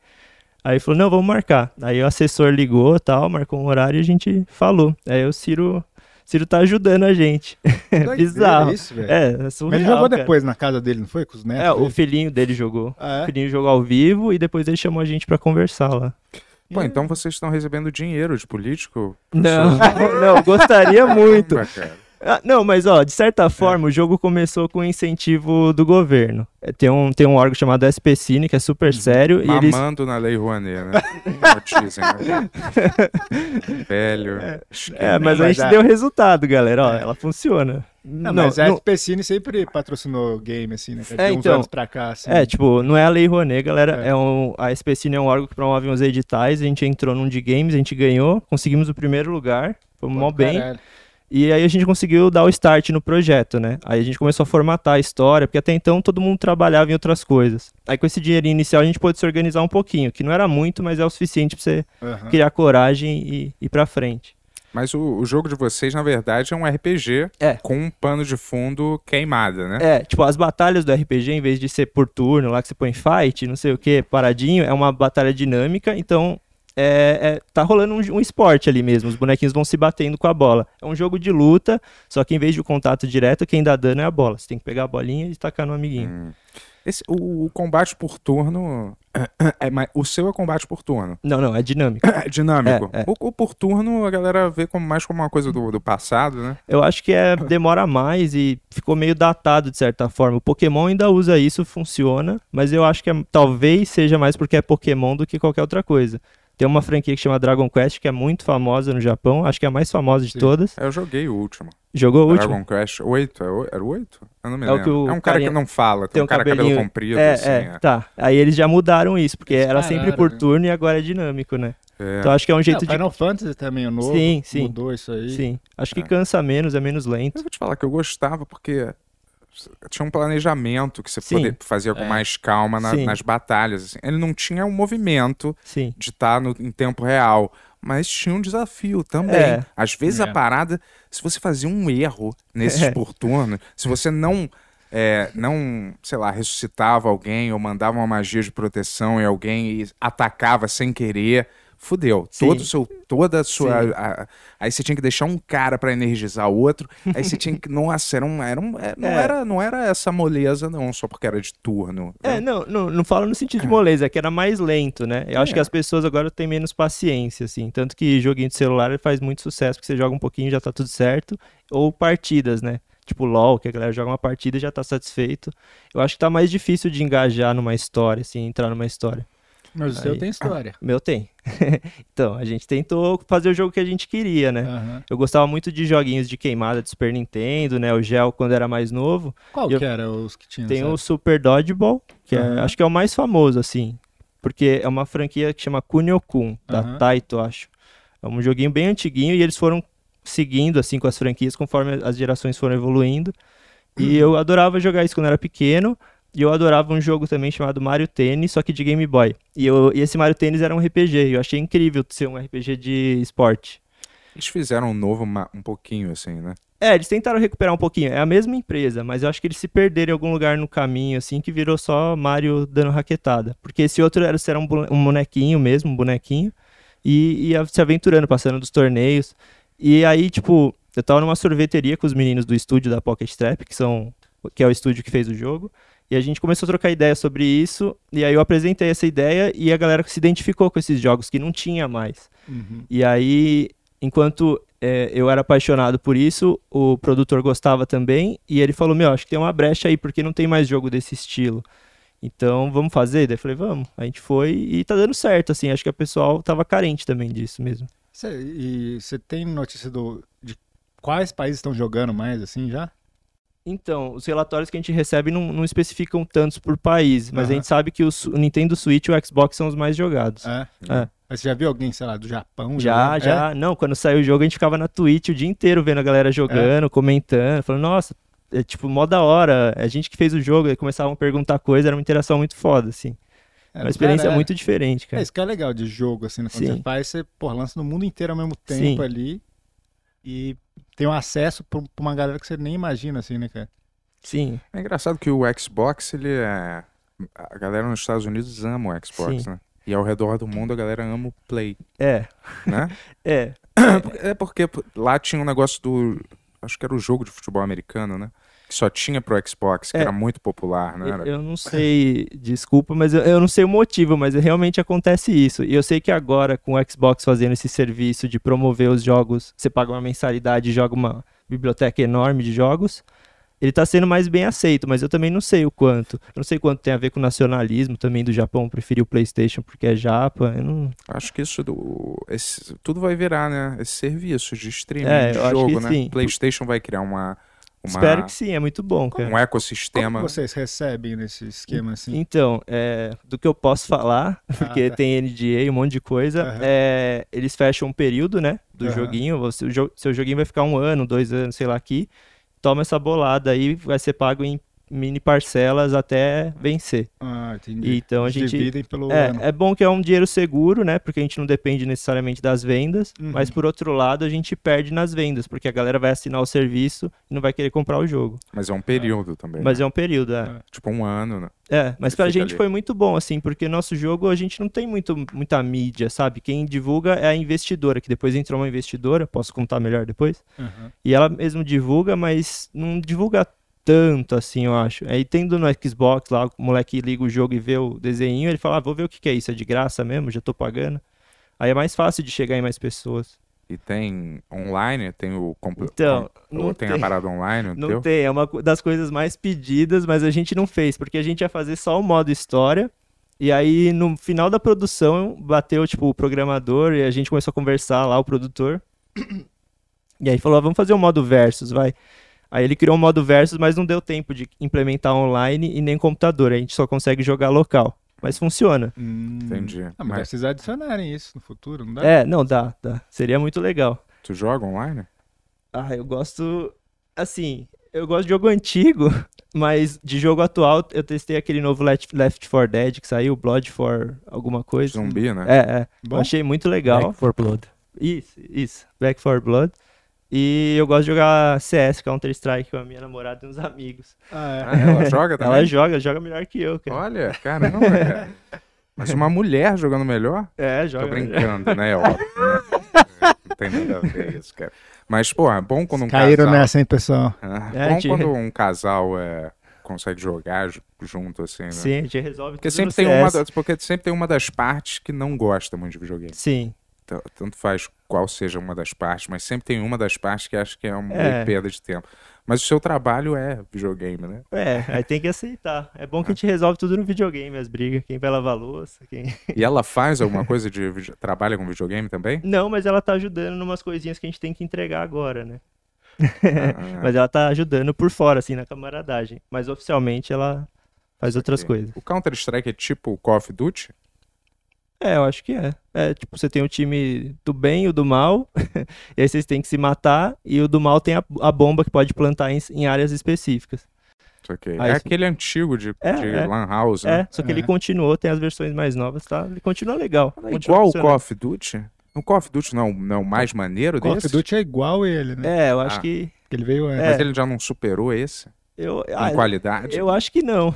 Speaker 4: Aí ele falou, não, vamos marcar. Aí o assessor ligou e tal, marcou um horário e a gente falou. Aí o Ciro, Ciro tá ajudando a gente.
Speaker 3: É Doideira
Speaker 4: (laughs) É bizarro.
Speaker 3: Isso, velho.
Speaker 4: É, é surreal,
Speaker 3: Mas ele jogou
Speaker 4: cara.
Speaker 3: depois na casa dele, não foi? Com os netos?
Speaker 4: É, o
Speaker 3: dele?
Speaker 4: filhinho dele jogou.
Speaker 3: Ah,
Speaker 4: O
Speaker 3: é?
Speaker 4: filhinho jogou ao vivo e depois ele chamou a gente pra conversar lá.
Speaker 2: Pô, então vocês estão recebendo dinheiro de político?
Speaker 4: Não, não, gostaria muito.
Speaker 2: Caramba, cara.
Speaker 4: Ah, não, mas ó, de
Speaker 3: É.
Speaker 4: certa forma, o jogo começou com incentivo do governo. É, tem, um, tem um órgão chamado SPCine, que é super
Speaker 3: Uhum.
Speaker 4: sério, e eles.
Speaker 2: Mamando na Lei Rouanet,
Speaker 4: (laughs)
Speaker 2: né? Como dizem, né? Velho.
Speaker 4: É, mas
Speaker 3: né,
Speaker 4: a
Speaker 3: Mas
Speaker 4: gente
Speaker 3: a-
Speaker 4: deu resultado, galera. Ó, ela funciona.
Speaker 3: Não,
Speaker 4: Não,
Speaker 3: mas é tipo a
Speaker 4: não-
Speaker 3: SPCine sempre patrocinou game, assim, né? cara?
Speaker 4: É,
Speaker 3: De uns
Speaker 4: então.
Speaker 3: anos pra cá, assim.
Speaker 4: É, tipo, não é a Lei Rouanet, galera.
Speaker 3: É.
Speaker 4: É. um, a SPCine é um órgão que promove uns editais. A gente entrou num de games, a gente ganhou, conseguimos o primeiro lugar. Foi mó bem.
Speaker 3: Caralho.
Speaker 4: E aí a gente conseguiu dar o start no projeto, né? Aí a gente começou a formatar a história, porque até então todo mundo trabalhava em outras coisas. Aí com esse dinheirinho inicial a gente pôde se organizar um pouquinho, que não era muito, mas é o suficiente pra você
Speaker 3: Aham.
Speaker 4: criar coragem e ir pra frente.
Speaker 2: Mas o, o jogo de vocês, na verdade, é um RPG
Speaker 4: É.
Speaker 2: com um pano de fundo queimada, né?
Speaker 4: É, tipo, as batalhas do RPG, em vez de ser por turno, lá que você põe fight, não sei o que, paradinho, é uma batalha dinâmica, então é, é- tá rolando um, um esporte ali mesmo, os bonequinhos vão se batendo com a bola. É um jogo de luta, só que em vez de o contato direto, quem dá dano é a bola. Você tem que pegar a bolinha e tacar no amiguinho.
Speaker 2: Esse- o, o combate por turno. (clears throat) é mais- o seu é combate por turno. (clears throat)
Speaker 4: Não, não, é dinâmica.
Speaker 2: É dinâmico.
Speaker 4: É, é.
Speaker 2: O, o por turno a galera vê como, mais como uma coisa do, do passado, né?
Speaker 4: Eu acho
Speaker 3: (laughs)
Speaker 4: que é demora mais e ficou meio datado de certa forma. O Pokémon ainda usa isso, funciona, mas eu acho que é- talvez seja mais porque é Pokémon do que qualquer outra coisa. Tem uma franquia que chama Dragon Quest, que é muito famosa no Japão, acho que é a mais famosa de
Speaker 3: Sim.
Speaker 4: todas.
Speaker 2: Eu joguei o último.
Speaker 4: Jogou o último?
Speaker 2: Dragon Quest 8. É, o- era o 8? Eu não me
Speaker 4: É o
Speaker 2: lembro.
Speaker 4: que o
Speaker 2: é um cara
Speaker 4: carinha-
Speaker 2: que não fala, tem, um cara cabelo
Speaker 4: cabelinho-
Speaker 2: comprido,
Speaker 4: é,
Speaker 2: assim.
Speaker 4: é,
Speaker 2: é.
Speaker 4: tá. Aí eles já mudaram isso, porque
Speaker 3: Eles
Speaker 4: era
Speaker 3: pararam,
Speaker 4: sempre por
Speaker 3: né?
Speaker 4: turno e agora é dinâmico, né?
Speaker 2: É.
Speaker 4: Então acho que é um jeito
Speaker 3: Não, Final Fantasy também, o novo.
Speaker 4: Sim, sim.
Speaker 3: Mudou isso aí.
Speaker 4: de. Sim. Acho que
Speaker 2: É.
Speaker 4: cansa menos, é menos lento.
Speaker 3: Hum.
Speaker 2: Eu vou te falar que eu gostava porque tinha um planejamento que você
Speaker 4: Sim.
Speaker 2: poder- fazia com
Speaker 3: É.
Speaker 2: mais calma na-
Speaker 4: Sim.
Speaker 2: nas batalhas. assim. Ele não tinha um movimento
Speaker 4: Sim.
Speaker 2: de estar no, em tempo real, mas tinha um desafio também.
Speaker 4: É.
Speaker 2: Às vezes
Speaker 3: É.
Speaker 2: a parada, se você fazia um erro nesses
Speaker 4: É.
Speaker 2: por turno, se você não. é, não, sei lá, ressuscitava alguém ou mandava uma magia de proteção em alguém e atacava sem querer, fudeu.
Speaker 4: Sim.
Speaker 2: Todo o seu, toda a sua.
Speaker 4: Sim.
Speaker 2: a- a- aí você tinha que deixar um cara pra energizar o outro. Aí você tinha que. (laughs) Nossa, era um, era um, é, não,
Speaker 4: É.
Speaker 2: Era, não era essa moleza, não, só porque era de turno.
Speaker 4: É, não, não, não falo no sentido de moleza, é que era mais lento, né? Eu acho que as pessoas agora têm menos paciência, assim. Tanto que joguinho de celular ele faz muito sucesso, porque você joga um pouquinho e já tá tudo certo. Ou partidas, né? Tipo LOL, que a galera joga uma partida e já tá satisfeito. Eu acho que tá mais difícil de engajar numa história, assim, entrar numa história.
Speaker 3: Mas o seu
Speaker 4: Aí.
Speaker 3: tem história.
Speaker 4: O Meu tem. (laughs) então, a gente tentou fazer o jogo que a gente queria, né?
Speaker 3: Aham.
Speaker 4: Eu gostava muito de joguinhos de queimada do Super Nintendo, né? O Gel quando era mais novo.
Speaker 3: Qual
Speaker 4: Eu-
Speaker 3: que era os que tinham?
Speaker 4: Tem
Speaker 3: sabe?
Speaker 4: o Super Dodgeball, que é-
Speaker 3: Aham.
Speaker 4: acho que é o mais famoso, assim. Porque é uma franquia que chama Kunio-kun, da
Speaker 3: Aham.
Speaker 4: Taito, acho. É um joguinho bem antiguinho e eles foram seguindo, assim, com as franquias conforme as gerações foram evoluindo.
Speaker 3: Uhum.
Speaker 4: E eu adorava jogar isso quando era pequeno. E eu adorava um jogo também chamado Mario Tennis, só que de Game Boy. E, eu- e esse Mario Tennis era um RPG. E eu achei incrível ser um RPG de esporte.
Speaker 2: Eles fizeram um novo ma- um pouquinho, assim, né?
Speaker 4: É, eles tentaram recuperar um pouquinho. É a mesma empresa, mas eu acho que eles se perderam em algum lugar no caminho, assim, que virou só Mario dando raquetada. Porque esse outro era, era um bone- um bonequinho mesmo, um bonequinho, e ia se aventurando, passando dos torneios. E aí, tipo, eu tava numa sorveteria com os meninos do estúdio da Pocket Trap, que são que é o estúdio que fez o jogo, e a gente começou a trocar ideia sobre isso, e aí eu apresentei essa ideia e a galera se identificou com esses jogos que não tinha mais.
Speaker 3: Uhum.
Speaker 4: E aí, enquanto é, eu era apaixonado por isso, o produtor gostava também, e ele falou, meu, acho que tem uma brecha aí, porque não tem mais jogo desse estilo. Então, vamos fazer? Daí eu falei, vamos. A gente foi e tá dando certo, assim, acho que o pessoal tava carente também disso mesmo.
Speaker 3: Cê- e você tem notícia do, de quais países estão jogando mais, assim, já?
Speaker 4: Então, os relatórios que a gente recebe não, não especificam tantos por país, mas
Speaker 3: Aham.
Speaker 4: a gente sabe que o, Su- o Nintendo Switch e o Xbox são os mais jogados.
Speaker 3: É.
Speaker 4: É.
Speaker 3: Mas você já viu alguém, sei lá, do Japão?
Speaker 4: Já,
Speaker 3: jogando?
Speaker 4: já. Não, quando saiu o jogo, a gente ficava na Twitch o dia inteiro vendo a galera jogando,
Speaker 3: É.
Speaker 4: comentando, falando, nossa, é tipo, mó da hora. A gente que fez o jogo, aí começavam a perguntar coisa, era uma interação muito foda, assim.
Speaker 3: É, É,
Speaker 4: uma experiência
Speaker 3: cara, é-
Speaker 4: muito diferente,
Speaker 3: É,
Speaker 4: cara.
Speaker 3: isso que é legal de jogo, assim, né? Quando
Speaker 4: Sim.
Speaker 3: você faz, você pô, lança no mundo inteiro ao mesmo tempo
Speaker 4: Sim.
Speaker 3: ali e tem um acesso pra pra uma galera que você nem imagina, assim, né, cara?
Speaker 4: Sim,
Speaker 2: É engraçado que o Xbox, ele é. A galera nos Estados Unidos ama o Xbox,
Speaker 4: Sim.
Speaker 2: né? E ao redor do mundo a galera ama o Play,
Speaker 4: é, (laughs)
Speaker 2: né?
Speaker 4: é,
Speaker 2: É porque p- lá tinha um negócio do. Acho que era o jogo de futebol americano, né? Que só tinha pro Xbox, que
Speaker 4: É.
Speaker 2: era muito popular, né?
Speaker 4: Eu-
Speaker 2: Era-
Speaker 4: Eu não sei, desculpa, mas eu, eu não sei o motivo, mas realmente acontece isso. E eu sei que agora, com o Xbox fazendo esse serviço de promover os jogos, você paga uma mensalidade e joga uma biblioteca enorme de jogos, ele tá sendo mais bem aceito, mas eu também não sei o quanto. Eu não sei quanto tem a ver com o nacionalismo também do Japão, preferir o PlayStation porque é japa. Eu não...
Speaker 2: Acho que isso do. esse- tudo vai virar, né? Esse serviço de streaming,
Speaker 4: É,
Speaker 2: de
Speaker 4: eu acho
Speaker 2: jogo,
Speaker 4: que
Speaker 2: né?
Speaker 4: sim.
Speaker 2: PlayStation vai criar uma. uma
Speaker 4: Espero que sim, é muito bom, cara.
Speaker 2: um ecossistema.
Speaker 3: Como que vocês recebem nesse esquema, assim?
Speaker 4: Então, é, do que eu posso falar, (laughs) porque
Speaker 3: tá.
Speaker 4: tem NDA e um monte de coisa,
Speaker 3: Aham.
Speaker 4: é, eles fecham um período, né, do
Speaker 3: Aham.
Speaker 4: joguinho, você, o jo- seu joguinho vai ficar um ano, dois anos, sei lá, aqui, toma essa bolada aí, vai ser pago em mini parcelas até vencer.
Speaker 3: Ah, entendi.
Speaker 4: Então a gente...
Speaker 3: Dividem pelo ano.
Speaker 4: É, é bom que é um dinheiro seguro, né? Porque a gente não depende necessariamente das vendas,
Speaker 3: Uhum.
Speaker 4: mas por outro lado a gente perde nas vendas, porque a galera vai assinar o serviço e não vai querer comprar o jogo.
Speaker 2: Mas é um período também.
Speaker 4: Mas
Speaker 2: né?
Speaker 4: é um período, é.
Speaker 3: É.
Speaker 2: Tipo um ano, né?
Speaker 4: É, mas
Speaker 2: Ele
Speaker 4: pra
Speaker 2: fica
Speaker 4: gente
Speaker 2: ali.
Speaker 4: foi muito bom, assim, porque nosso jogo a gente não tem muito, muita mídia, sabe? Quem divulga é a investidora, que depois entrou uma investidora, posso contar melhor depois.
Speaker 3: Aham.
Speaker 4: E ela mesmo divulga, mas não divulga tanto, assim, eu acho. Aí tendo no Xbox lá, o moleque liga o jogo e vê o desenho, ele fala, ah, vou ver o que que é isso, é de graça mesmo, já tô pagando. Aí é mais fácil de chegar em mais pessoas.
Speaker 2: E tem online, tem o computador.
Speaker 4: Então,
Speaker 2: ou
Speaker 4: não
Speaker 2: tem,
Speaker 4: tem,
Speaker 2: a parada online,
Speaker 4: não
Speaker 2: teu?
Speaker 4: tem, é uma co- das coisas mais pedidas, mas a gente não fez, porque a gente ia fazer só o modo história. E aí, no final da produção, bateu, tipo, o programador e a gente começou a conversar lá, o produtor. E aí falou, "Ah, vamos fazer o modo versus, vai. Aí ele criou um modo versus, mas não deu tempo de implementar online e nem computador. A gente só consegue jogar local. Mas funciona.
Speaker 3: Hum.
Speaker 2: Entendi.
Speaker 3: Ah, mas vai
Speaker 2: Mas
Speaker 3: precisar adicionarem isso no futuro, não dá?
Speaker 4: É, não, dá, dá. Seria muito legal.
Speaker 2: tu joga online?
Speaker 4: Ah, eu gosto. Assim, eu gosto de jogo antigo, (laughs) mas de jogo atual eu testei aquele novo Left, Left 4 Dead que saiu, Blood for alguma coisa.
Speaker 2: Zumbi, né?
Speaker 4: É, é.
Speaker 3: Bom?
Speaker 4: Eu achei muito legal.
Speaker 5: for Blood.
Speaker 4: Isso, isso. Back 4 Blood. E eu gosto de jogar CS, Counter Strike, com a minha namorada e uns amigos.
Speaker 3: Ah,
Speaker 2: Ah,
Speaker 4: (laughs)
Speaker 2: ela joga também?
Speaker 4: Ela joga, joga melhor que eu, cara.
Speaker 2: Olha, caramba, cara. Mas uma mulher jogando melhor?
Speaker 4: É,
Speaker 2: Tô
Speaker 4: joga. melhor.
Speaker 2: brincando, né? É óbvio, né? Não tem nada a ver isso, cara. Mas, porra, é bom quando um
Speaker 3: Caíram
Speaker 2: casal...
Speaker 3: nessa, hein, pessoal?
Speaker 2: Ah,
Speaker 4: É,
Speaker 2: bom
Speaker 4: tio.
Speaker 2: quando um casal é, consegue jogar ju- junto, assim, né?
Speaker 4: Sim, a gente resolve
Speaker 2: Porque
Speaker 4: tudo no
Speaker 2: sempre, tem
Speaker 4: CS.
Speaker 2: uma das, porque sempre tem uma das partes que não gosta muito de videogame.
Speaker 4: Sim,
Speaker 2: T- Tanto faz qual seja uma das partes, mas sempre tem uma das partes que acha que é uma
Speaker 4: É.
Speaker 2: perda de tempo. Mas o seu trabalho é videogame, né?
Speaker 4: é, aí tem que aceitar. É bom que a gente resolve tudo no videogame, as brigas, quem vai lavar a louça, quem...
Speaker 2: E ela faz alguma coisa de... vide- Trabalha com videogame também?
Speaker 4: Não, mas ela tá ajudando numas coisinhas que a gente tem que entregar agora,
Speaker 2: (laughs)
Speaker 4: né?
Speaker 2: Ah,
Speaker 4: Mas ela tá ajudando por fora, assim, na camaradagem. Mas oficialmente ela faz outras
Speaker 2: aqui.
Speaker 4: coisas.
Speaker 2: O Counter-Strike é tipo o Call of Duty?
Speaker 4: É, eu acho que é. É, tipo, você tem o time do bem e o do mal, (laughs) e aí vocês têm que se matar, e o do mal tem a, a bomba que pode plantar em, em áreas específicas.
Speaker 2: Isso aqui. é
Speaker 4: Ah, isso-
Speaker 2: aquele antigo de,
Speaker 4: É,
Speaker 2: de
Speaker 4: é.
Speaker 2: Lan House, né?
Speaker 4: É, só que ele
Speaker 3: É.
Speaker 4: continuou, tem as versões mais novas, tá? Ele continua legal.
Speaker 2: É
Speaker 4: continua
Speaker 2: igual o
Speaker 4: funcionando.
Speaker 2: Call of Duty? O Call of Duty não, é o- não é o mais maneiro
Speaker 3: Call of
Speaker 2: desse?
Speaker 3: Duty é igual ele, né?
Speaker 4: É, eu acho
Speaker 2: Ah.
Speaker 4: que
Speaker 3: Porque ele veio antes.
Speaker 2: Mas ele já não superou esse?
Speaker 4: Eu,
Speaker 2: em
Speaker 4: ah,
Speaker 2: qualidade?
Speaker 4: eu acho que não.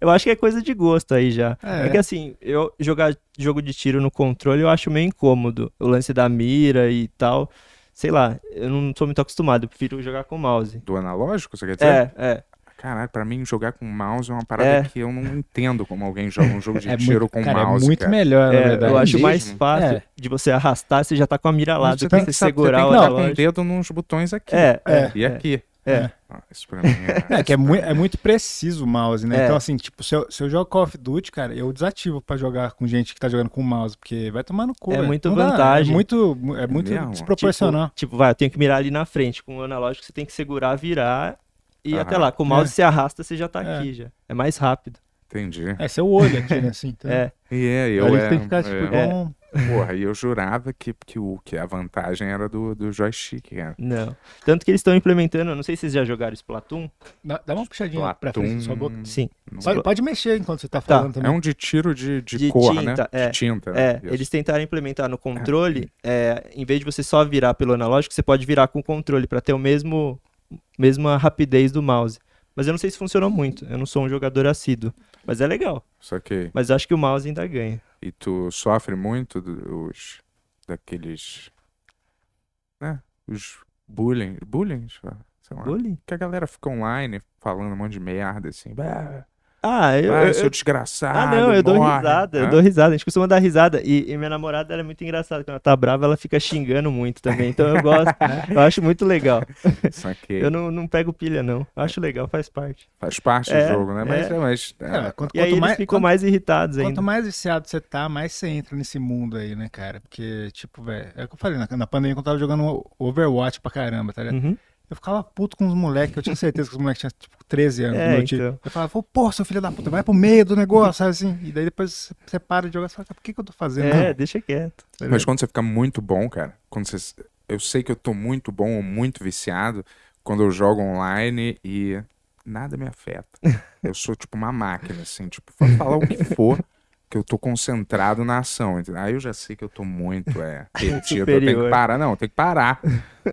Speaker 4: eu acho que é coisa de gosto aí já.
Speaker 3: É.
Speaker 4: É que assim, eu jogar jogo de tiro no controle eu acho meio incômodo. O lance da mira e tal. Sei lá, eu não sou muito acostumado, eu prefiro jogar com mouse.
Speaker 2: Do analógico, você quer dizer?
Speaker 4: É, é.
Speaker 2: Caralho, pra mim jogar com mouse é uma parada
Speaker 4: É.
Speaker 2: que eu não entendo como alguém joga um jogo de
Speaker 3: (laughs) É
Speaker 2: tiro
Speaker 3: muito,
Speaker 2: com
Speaker 3: cara,
Speaker 2: mouse.
Speaker 3: é muito
Speaker 2: cara.
Speaker 3: melhor, na
Speaker 4: É,
Speaker 3: verdade.
Speaker 4: eu acho
Speaker 2: Mesmo?
Speaker 4: mais fácil
Speaker 3: É.
Speaker 4: de você arrastar, você já tá com a mira lá,
Speaker 2: Mas
Speaker 4: do que você
Speaker 2: que saber- você
Speaker 4: segurar
Speaker 2: tem que
Speaker 4: o
Speaker 2: estar com o
Speaker 4: analógico.
Speaker 2: dedo nos botões aqui.
Speaker 4: É, é,
Speaker 2: E aqui.
Speaker 4: é.
Speaker 2: Ah, Isso pra mim é...
Speaker 3: É, que é, mui- é muito preciso o mouse, né?
Speaker 4: É.
Speaker 3: Então, assim, tipo, se eu, se eu jogo Call of Duty, cara, eu desativo pra jogar com gente que tá jogando com mouse, porque vai tomar no cu.
Speaker 4: É
Speaker 3: velho.
Speaker 4: muito
Speaker 3: Não dá,
Speaker 4: vantagem.
Speaker 3: É muito, é muito
Speaker 2: mesmo?
Speaker 3: desproporcional.
Speaker 4: Tipo, tipo, vai, eu tenho que mirar ali na frente. Com o analógico você tem que segurar, virar e
Speaker 2: Aham.
Speaker 4: até lá. Com o mouse
Speaker 3: É.
Speaker 4: você arrasta, você já tá
Speaker 3: É.
Speaker 4: aqui já. É mais rápido.
Speaker 2: Entendi.
Speaker 3: É seu olho aqui, né? Assim, então,
Speaker 4: (laughs) É,
Speaker 2: E é,
Speaker 3: aí
Speaker 2: eu
Speaker 3: você
Speaker 2: é,
Speaker 3: tem que ficar, tipo,
Speaker 2: é,
Speaker 3: igual um-
Speaker 2: Porra, e eu jurava que, que, o, que a vantagem era do, do joystick, é cara.
Speaker 4: não. Tanto que eles estão implementando, eu não sei se vocês já jogaram Splatoon.
Speaker 3: Dá dá uma puxadinha é, pra
Speaker 2: Platum.
Speaker 3: frente na sua boca.
Speaker 4: Sim.
Speaker 2: Não-
Speaker 3: Pode, pode mexer enquanto você tá
Speaker 4: Tá.
Speaker 3: falando
Speaker 2: É
Speaker 3: também.
Speaker 2: um de tiro de, de,
Speaker 4: De
Speaker 2: cor,
Speaker 4: tinta,
Speaker 2: né?
Speaker 4: é.
Speaker 2: De tinta.
Speaker 4: É,
Speaker 2: isso.
Speaker 4: eles tentaram implementar no controle, é, em vez de você só virar pelo analógico, você pode virar com o controle pra ter o mesmo mesma rapidez do mouse. Mas eu não sei se funcionou muito. Eu não sou um jogador assíduo, mas é legal.
Speaker 2: Só que.
Speaker 4: Mas eu acho que o mouse ainda ganha.
Speaker 2: E tu sofre muito dos. daqueles. né? Os bullying. Bullying? Sei lá.
Speaker 4: Bullying?
Speaker 2: Que a galera fica online falando um monte de merda assim. Bah,
Speaker 4: Ah, eu,
Speaker 2: bah,
Speaker 4: eu-
Speaker 2: seu desgraçado.
Speaker 4: Ah, não, eu dou
Speaker 2: morre.
Speaker 4: risada, eu
Speaker 2: Hã?
Speaker 4: dou risada. A gente costuma dar risada. E, e minha namorada, ela é muito engraçada. Quando ela tá brava, ela fica xingando muito também. Então eu (laughs) gosto, eu acho muito legal.
Speaker 2: Saquei.
Speaker 4: Eu não, não pego pilha, não. Eu acho legal, faz parte.
Speaker 2: Faz parte
Speaker 4: É,
Speaker 2: do jogo, né? Mas.
Speaker 4: é.
Speaker 2: mas
Speaker 3: É, quanto,
Speaker 4: E aí
Speaker 3: quanto
Speaker 4: eles
Speaker 3: mais,
Speaker 4: ficam
Speaker 3: quanto,
Speaker 4: mais irritados
Speaker 3: quanto
Speaker 4: ainda.
Speaker 3: mais viciado você tá, mais você entra nesse mundo aí, né, cara? Porque, tipo, velho, é o que eu falei, na, na pandemia quando eu tava jogando Overwatch pra caramba, tá ligado?
Speaker 4: Uhum.
Speaker 3: Eu ficava puto com os moleques, eu tinha certeza que os moleques tinham tipo 13 anos.
Speaker 4: É,
Speaker 3: meu tio.
Speaker 4: então.
Speaker 3: Eu falava, pô, porra, seu filho da puta, vai pro meio do negócio, sabe assim? E daí depois você para de jogar e fala, por que, que eu tô fazendo?
Speaker 4: É, deixa quieto.
Speaker 2: Mas quando você fica muito bom, cara, quando você, eu sei que eu tô muito bom ou muito viciado quando eu jogo online e nada me
Speaker 4: (laughs)
Speaker 2: afeta. Eu sou tipo uma máquina, assim, tipo, pode falar o que for, que eu tô concentrado na ação. entendeu? Aí eu já sei que eu tô muito
Speaker 4: (laughs)
Speaker 2: é, perdido. Eu tenho que
Speaker 4: Superior.
Speaker 2: parar, não, eu tenho que parar.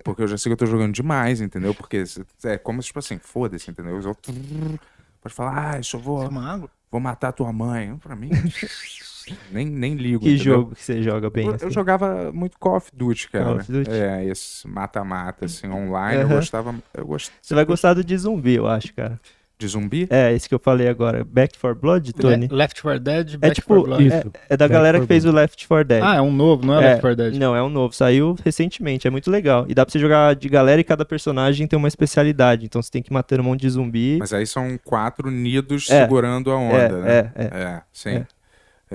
Speaker 2: Porque eu já sei que eu tô jogando demais, entendeu? Porque se- é como se, tipo assim, foda-se, entendeu? Eu só- Pode falar, ah, eu só
Speaker 3: Pô,
Speaker 2: vou,
Speaker 3: uma água?
Speaker 2: vou matar tua mãe. Pra mim, (laughs) nem, nem ligo.
Speaker 4: Que
Speaker 2: entendeu?
Speaker 4: jogo que você joga bem
Speaker 2: Eu, eu
Speaker 4: assim?
Speaker 2: jogava muito Call of Duty, cara.
Speaker 4: Call of Duty.
Speaker 2: É, esse mata-mata, assim, online. Eu
Speaker 4: Aham.
Speaker 2: gostava. Eu gost...
Speaker 4: Você vai gostar do de zumbi, eu acho, cara.
Speaker 2: De zumbi?
Speaker 4: É, esse que eu falei agora. Back for Blood, Tony?
Speaker 3: Le- Left 4 Dead,
Speaker 4: É
Speaker 3: Back 4
Speaker 4: tipo,
Speaker 3: Blood.
Speaker 5: Isso.
Speaker 4: é, é da
Speaker 5: Back
Speaker 4: galera
Speaker 5: 4
Speaker 4: que fez o Left 4 Dead.
Speaker 3: Ah, é um novo, não é,
Speaker 4: É,
Speaker 3: Left 4 Dead.
Speaker 4: Não, é um novo. Saiu recentemente, é muito legal. E dá pra você jogar de galera e cada personagem tem uma especialidade. Então você tem que ir matando um monte de zumbi.
Speaker 2: Mas aí são quatro nidos
Speaker 4: É.
Speaker 2: segurando a
Speaker 4: é,
Speaker 2: onda, né?
Speaker 4: é, é,
Speaker 2: sim.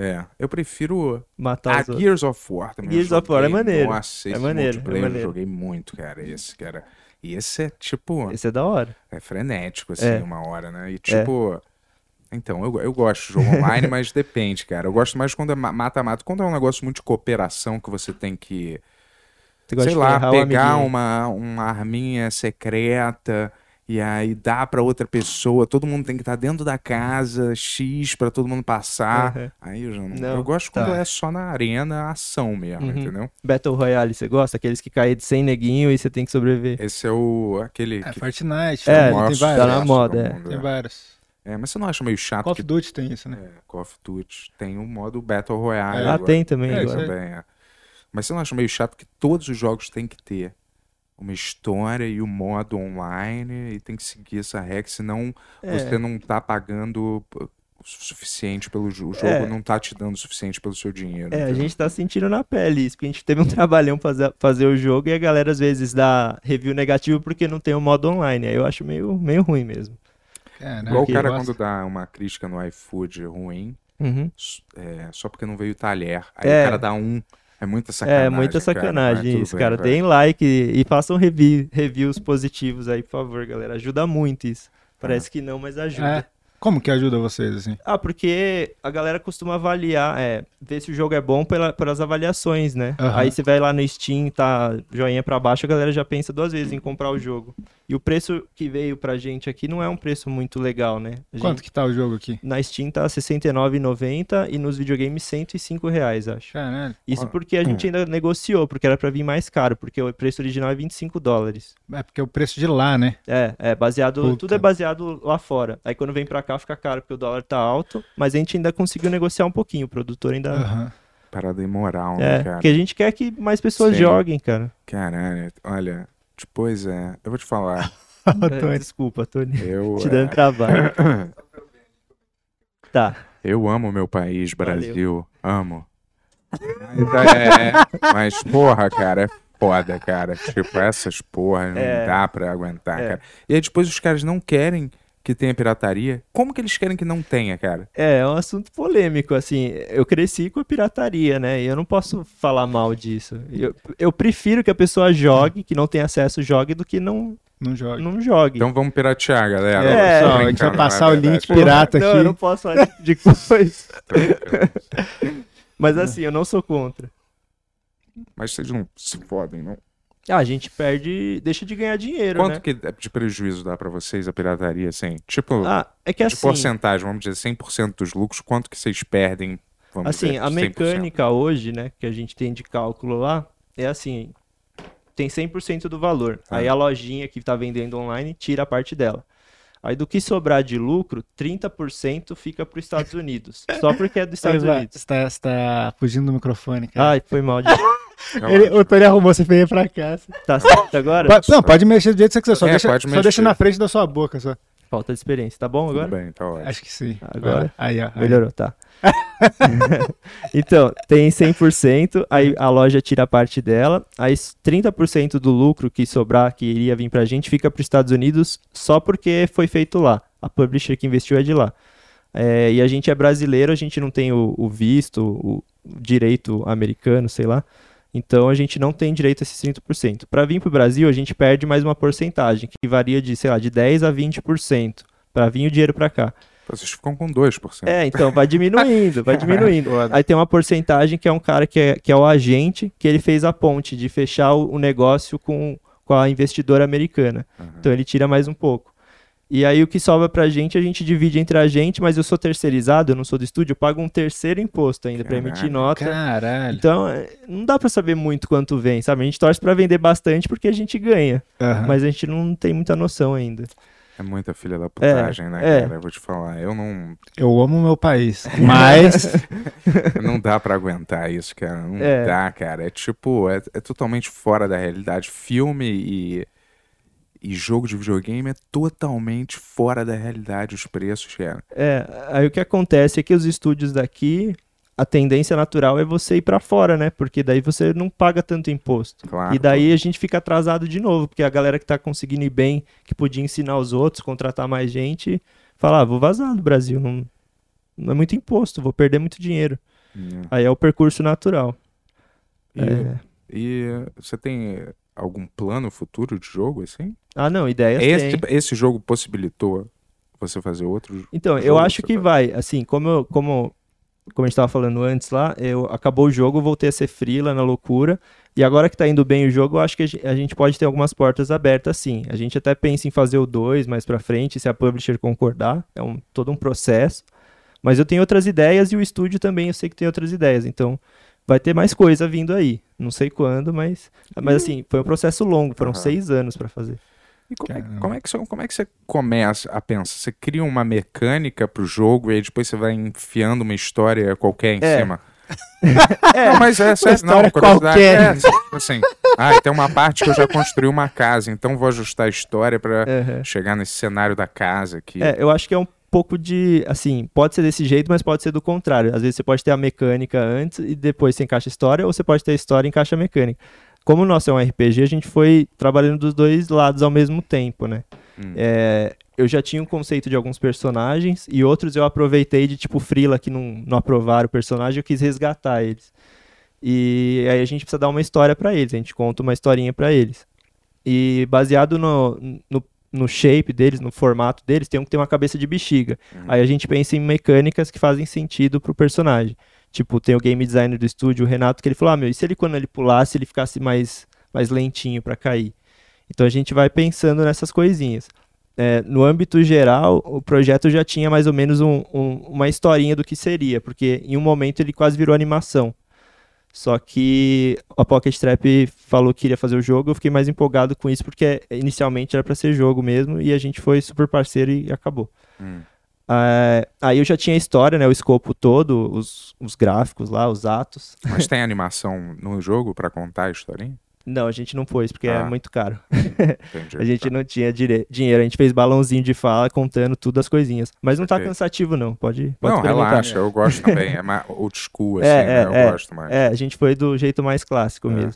Speaker 2: É. Eu prefiro
Speaker 4: Matar
Speaker 2: a
Speaker 4: os outros.
Speaker 2: Gears of War também. eu
Speaker 4: Gears of War é
Speaker 2: joguei.
Speaker 4: maneiro,
Speaker 2: Nossa,
Speaker 4: é
Speaker 2: esse
Speaker 4: maneiro, é
Speaker 2: multiplayer eu
Speaker 4: maneiro.
Speaker 2: joguei muito, cara. Esse, cara. E esse é tipo.
Speaker 4: Esse é da hora.
Speaker 2: É frenético, assim,
Speaker 4: É.
Speaker 2: uma hora, né? E tipo. Então, eu, eu gosto de jogo
Speaker 4: (laughs)
Speaker 2: online, mas depende, cara. Eu gosto mais quando é ma- mata-mata. Quando é um negócio muito de cooperação que você tem que.
Speaker 4: Você gosta
Speaker 2: sei
Speaker 4: de
Speaker 2: lá,
Speaker 4: ferrar o
Speaker 2: pegar um
Speaker 4: amiguinho.
Speaker 2: uma, uma arminha secreta e aí dar pra outra pessoa. Todo mundo tem que estar dentro da casa, X pra todo mundo passar.
Speaker 4: Aham.
Speaker 2: Aí eu já não,
Speaker 4: Não,
Speaker 2: Eu gosto
Speaker 4: tá.
Speaker 2: quando é só na arena, ação mesmo,
Speaker 4: Uhum.
Speaker 2: entendeu?
Speaker 4: Battle Royale, você gosta? Aqueles que caem de 100 neguinho e você tem que sobreviver.
Speaker 2: Esse é o aquele
Speaker 3: É,
Speaker 2: que
Speaker 3: Fortnite,
Speaker 4: É,
Speaker 2: maior
Speaker 3: tem vários. né?
Speaker 4: tá na
Speaker 2: sucesso
Speaker 4: moda, Ah,
Speaker 2: do
Speaker 4: é.
Speaker 2: mundo,
Speaker 3: Tem vários.
Speaker 2: É, mas você não acha meio chato
Speaker 3: Call
Speaker 2: que
Speaker 3: of Duty tem isso, né?
Speaker 2: é, Call of Duty tem o modo Battle Royale
Speaker 4: ah,
Speaker 2: agora
Speaker 4: tem também.
Speaker 3: É,
Speaker 4: agora.
Speaker 3: isso aí.
Speaker 2: também, é. Mas você não acha meio chato que todos os jogos têm que ter uma história e o modo online e tem que seguir essa regra, senão
Speaker 4: É.
Speaker 2: você não tá pagando p- o suficiente pelo jogo, o jogo
Speaker 4: É.
Speaker 2: não tá te dando o suficiente pelo seu dinheiro.
Speaker 4: É, a
Speaker 2: entendeu?
Speaker 4: gente tá sentindo na pele isso, porque a gente teve um (laughs) trabalhão fazer, fazer o jogo e a galera às vezes dá review negativo porque não tem o modo online. Aí eu acho meio, meio ruim mesmo.
Speaker 3: Caralho,
Speaker 2: Igual o
Speaker 3: que
Speaker 2: cara
Speaker 3: bosta.
Speaker 2: quando dá uma crítica no iFood ruim,
Speaker 4: Uhum.
Speaker 2: s- é, só porque não veio o talher, aí
Speaker 4: É.
Speaker 2: o cara dá um, é muita sacanagem.
Speaker 4: É, muita
Speaker 2: cara, mas
Speaker 4: sacanagem
Speaker 2: tudo
Speaker 4: isso,
Speaker 2: bem,
Speaker 4: cara.
Speaker 2: vai.
Speaker 4: Deem like e, e façam revi- reviews positivos aí, por favor, galera. Ajuda muito isso. Parece que não, mas ajuda.
Speaker 3: É. Como que ajuda vocês, assim?
Speaker 4: Ah, porque a galera costuma avaliar, é, ver se o jogo é bom pela, pelas avaliações, né?
Speaker 3: Aham.
Speaker 4: Aí você vai lá no Steam, tá joinha pra baixo, a galera já pensa duas vezes em comprar o jogo. E o preço que veio pra gente aqui não é um preço muito legal, né? A
Speaker 3: Quanto
Speaker 4: gente-
Speaker 3: que tá o jogo aqui?
Speaker 4: Na Steam tá R$ 69,90 e nos videogames R$ 105 reais, acho.
Speaker 3: Caralho.
Speaker 4: Isso porque a gente ainda negociou, porque era pra vir mais caro, porque o preço original é 25 dólares.
Speaker 3: É porque é o preço de lá, né?
Speaker 4: É, é baseado,
Speaker 3: Puta.
Speaker 4: tudo é baseado lá fora. Aí quando vem pra cá fica caro porque o dólar tá alto, mas a gente ainda conseguiu negociar um pouquinho, o produtor ainda
Speaker 3: Aham.
Speaker 2: Parada imoral, né,
Speaker 4: é,
Speaker 2: cara?
Speaker 4: porque a gente quer que mais pessoas
Speaker 2: Sim.
Speaker 4: joguem, cara.
Speaker 2: Caralho, olha, depois é. Eu vou te
Speaker 4: (laughs)
Speaker 2: falar.
Speaker 4: É,
Speaker 3: Tony.
Speaker 4: desculpa, Tony. (laughs)
Speaker 2: Eu,
Speaker 4: Te dando
Speaker 2: é, (coughs)
Speaker 4: trabalho. tá.
Speaker 2: eu amo meu país,
Speaker 4: Valeu.
Speaker 2: Brasil. Amo. Mas, é, (laughs) mas, porra, cara, é foda, cara. Tipo, essas porras não
Speaker 4: É.
Speaker 2: dá pra aguentar,
Speaker 4: É.
Speaker 2: cara. E aí depois os caras não querem que tenha pirataria. Como que eles querem que não tenha, cara?
Speaker 4: É, é um assunto polêmico, assim, eu cresci com a pirataria, né, e eu não posso falar mal disso. Eu, eu prefiro que a pessoa jogue, que não tem acesso, jogue, do que não,
Speaker 3: Não joga.
Speaker 4: não jogue.
Speaker 2: Então vamos piratear, galera. Eu tô
Speaker 4: É, pessoal,
Speaker 3: a gente vai
Speaker 2: brincando,
Speaker 3: passar
Speaker 2: na
Speaker 3: o link
Speaker 2: verdade.
Speaker 3: pirata
Speaker 4: não,
Speaker 3: aqui.
Speaker 4: eu não posso falar
Speaker 3: (laughs)
Speaker 4: de coisa. Mas assim, eu não sou contra.
Speaker 2: Mas vocês não se fodem, não.
Speaker 4: Ah, a gente perde, deixa de ganhar dinheiro,
Speaker 2: Quanto
Speaker 4: né?
Speaker 2: que é de prejuízo dá pra vocês a pirataria, assim? Tipo,
Speaker 4: Ah, é que
Speaker 2: de
Speaker 4: assim,
Speaker 2: porcentagem, vamos dizer, 100% dos lucros, quanto que vocês perdem? Vamos
Speaker 4: assim,
Speaker 2: dizer,
Speaker 4: a
Speaker 2: 100%?
Speaker 4: mecânica hoje, né, que a gente tem de cálculo lá, é assim, tem 100% do valor.
Speaker 2: Tá.
Speaker 4: Aí a lojinha que tá vendendo online tira a parte dela. Aí do que sobrar de lucro, 30% fica para os Estados Unidos. Só porque é dos Estados
Speaker 3: Vai,
Speaker 4: Unidos.
Speaker 3: Você tá, você tá fugindo do microfone, cara.
Speaker 4: Ai, foi mal. De...
Speaker 2: Relaxa.
Speaker 3: Ele, o Tony arrumou, você veio pra cá. Você-
Speaker 4: Tá certo agora?
Speaker 3: Pa- não, pode mexer do jeito que você quiser. Só,
Speaker 2: É,
Speaker 3: deixa,
Speaker 2: pode
Speaker 3: só
Speaker 2: mexer.
Speaker 3: deixa na frente da sua boca. Só.
Speaker 4: Falta de experiência. Tá bom
Speaker 2: Tudo
Speaker 4: agora?
Speaker 2: bem, tá ótimo.
Speaker 3: Acho que sim.
Speaker 4: Agora?
Speaker 3: Aí, ó. Aí.
Speaker 4: Melhorou, tá. (laughs) então, tem 100%, aí a loja tira a parte dela, aí 30% do lucro que sobrar, que iria vir pra gente, fica pros Estados Unidos só porque foi feito lá. A publisher que investiu é de lá. É, e a gente é brasileiro, a gente não tem o, o visto, o direito americano, sei lá. Então a gente não tem direito a esses 30%. Para vir pro Brasil, a gente perde mais uma porcentagem, que varia de, sei lá, de 10 a 20%, para vir o dinheiro pra cá.
Speaker 2: Vocês ficam com 2%.
Speaker 4: É, então vai
Speaker 3: (laughs)
Speaker 4: diminuindo, vai diminuindo.
Speaker 3: Foda.
Speaker 4: Aí tem uma porcentagem que é um cara que é, que é o agente, que ele fez a ponte de fechar o, o negócio com, com a investidora americana. Então ele tira mais um pouco. E aí o que sobra pra gente, a gente divide entre a gente, mas eu sou terceirizado, eu não sou do estúdio, eu pago um terceiro imposto ainda pra emitir
Speaker 2: Caraca,
Speaker 4: nota.
Speaker 3: Caralho.
Speaker 4: Então, é, não dá pra saber muito quanto vem, sabe? A gente torce pra vender bastante porque a gente ganha,
Speaker 3: Aham.
Speaker 4: mas a gente não tem muita noção ainda.
Speaker 2: É muita filha da putagem, né,
Speaker 4: é.
Speaker 2: cara? Eu vou te falar. Eu não.
Speaker 3: Eu amo o meu (laughs) país, mas
Speaker 2: Não dá pra aguentar isso, cara. Não
Speaker 4: É.
Speaker 2: dá, cara. É tipo. É, é totalmente fora da realidade. Filme e. E jogo de videogame é totalmente fora da realidade os preços, cara.
Speaker 4: É, aí o que acontece é que os estúdios daqui, a tendência natural é você ir pra fora, né? Porque daí você não paga tanto imposto.
Speaker 2: Claro.
Speaker 4: E daí a gente fica atrasado de novo, porque a galera que tá conseguindo ir bem, que podia ensinar os outros, contratar mais gente, fala, ah, vou vazar do Brasil, não, não é muito imposto, vou perder muito dinheiro.
Speaker 2: Hum.
Speaker 4: Aí é o percurso natural.
Speaker 2: E,
Speaker 4: É.
Speaker 2: e você tem algum plano futuro de jogo, assim?
Speaker 4: Ah, não, ideias
Speaker 2: Esse, tipo
Speaker 4: tem.
Speaker 2: esse jogo possibilitou você fazer outro?
Speaker 4: Então,
Speaker 2: jogo
Speaker 4: eu acho
Speaker 2: você
Speaker 4: que
Speaker 2: tá?
Speaker 4: vai. Assim, como, eu- como, como a gente tava falando antes lá, eu, acabou o jogo, eu voltei a ser frila na loucura. E agora que tá indo bem o jogo, eu acho que a gen- a gente pode ter algumas portas abertas, sim. A gente até pensa em fazer o 2 mais pra frente, se a publisher concordar. É um, todo um processo. Mas eu tenho outras ideias e o estúdio também eu sei que tem outras ideias. Então, vai ter mais coisa vindo aí. Não sei quando, mas. Mas assim, foi um processo longo, foram
Speaker 2: Hum. Aham.
Speaker 4: seis anos pra fazer.
Speaker 2: E como é,
Speaker 3: Caramba.
Speaker 2: como, é que você, como é que você começa a pensar? Você cria uma mecânica pro jogo e aí depois você vai enfiando uma história qualquer em
Speaker 4: É. (laughs)
Speaker 2: cima? Não, mas é sério, não,
Speaker 3: história
Speaker 2: curiosidade.
Speaker 3: qualquer.
Speaker 2: É, tipo assim, ah, tem uma parte que eu já construí uma casa, então vou ajustar a história pra
Speaker 4: Aham.
Speaker 2: chegar nesse cenário da casa aqui.
Speaker 4: É, eu acho que é um pouco de, assim, pode ser desse jeito, mas pode ser do contrário. Às vezes você pode ter a mecânica antes e depois você encaixa a história, ou você pode ter a história e encaixa a mecânica. Como o nosso é um RPG, a gente foi trabalhando dos dois lados ao mesmo tempo, né?
Speaker 2: Hum.
Speaker 4: É, eu já tinha um conceito de alguns personagens e outros eu aproveitei de, tipo, Frila, que não, não aprovaram o personagem, eu quis resgatar eles. E aí a gente precisa dar uma história pra eles, a gente conta uma historinha pra eles. E baseado no, no, no shape deles, no formato deles, tem um que tem uma cabeça de bexiga. Aí a gente pensa em mecânicas que fazem sentido pro personagem. Tipo, tem o game designer do estúdio, o Renato, que ele falou: ah, meu, e se ele quando ele pulasse, ele ficasse mais, mais lentinho pra cair? Então a gente vai pensando nessas coisinhas. É, no âmbito geral, o projeto já tinha mais ou menos um- um- uma historinha do que seria, porque em um momento ele quase virou animação. Só que a Pocket Trap falou que iria fazer o jogo, eu fiquei mais empolgado com isso, porque inicialmente era pra ser jogo mesmo, e a gente foi super parceiro e acabou.
Speaker 2: Hum.
Speaker 4: Ah, aí eu já tinha a história, né, o escopo todo, os, os gráficos lá, os atos. (laughs)
Speaker 2: Mas tem animação no jogo pra contar a historinha?
Speaker 4: Não, a gente não pôs, porque
Speaker 2: Ah.
Speaker 4: é muito caro.
Speaker 2: Entendi.
Speaker 4: A gente não tinha dire- dinheiro, a gente fez balãozinho de fala contando tudo as coisinhas. Mas não tá
Speaker 2: Perfeito.
Speaker 4: cansativo, não. Pode, pode
Speaker 2: Não,
Speaker 4: experimentar.
Speaker 2: relaxa, eu gosto também. É mais old school, assim,
Speaker 4: É, é,
Speaker 2: né? Eu
Speaker 4: é.
Speaker 2: gosto mais.
Speaker 4: É, a gente foi do jeito mais clássico
Speaker 2: É.
Speaker 4: mesmo.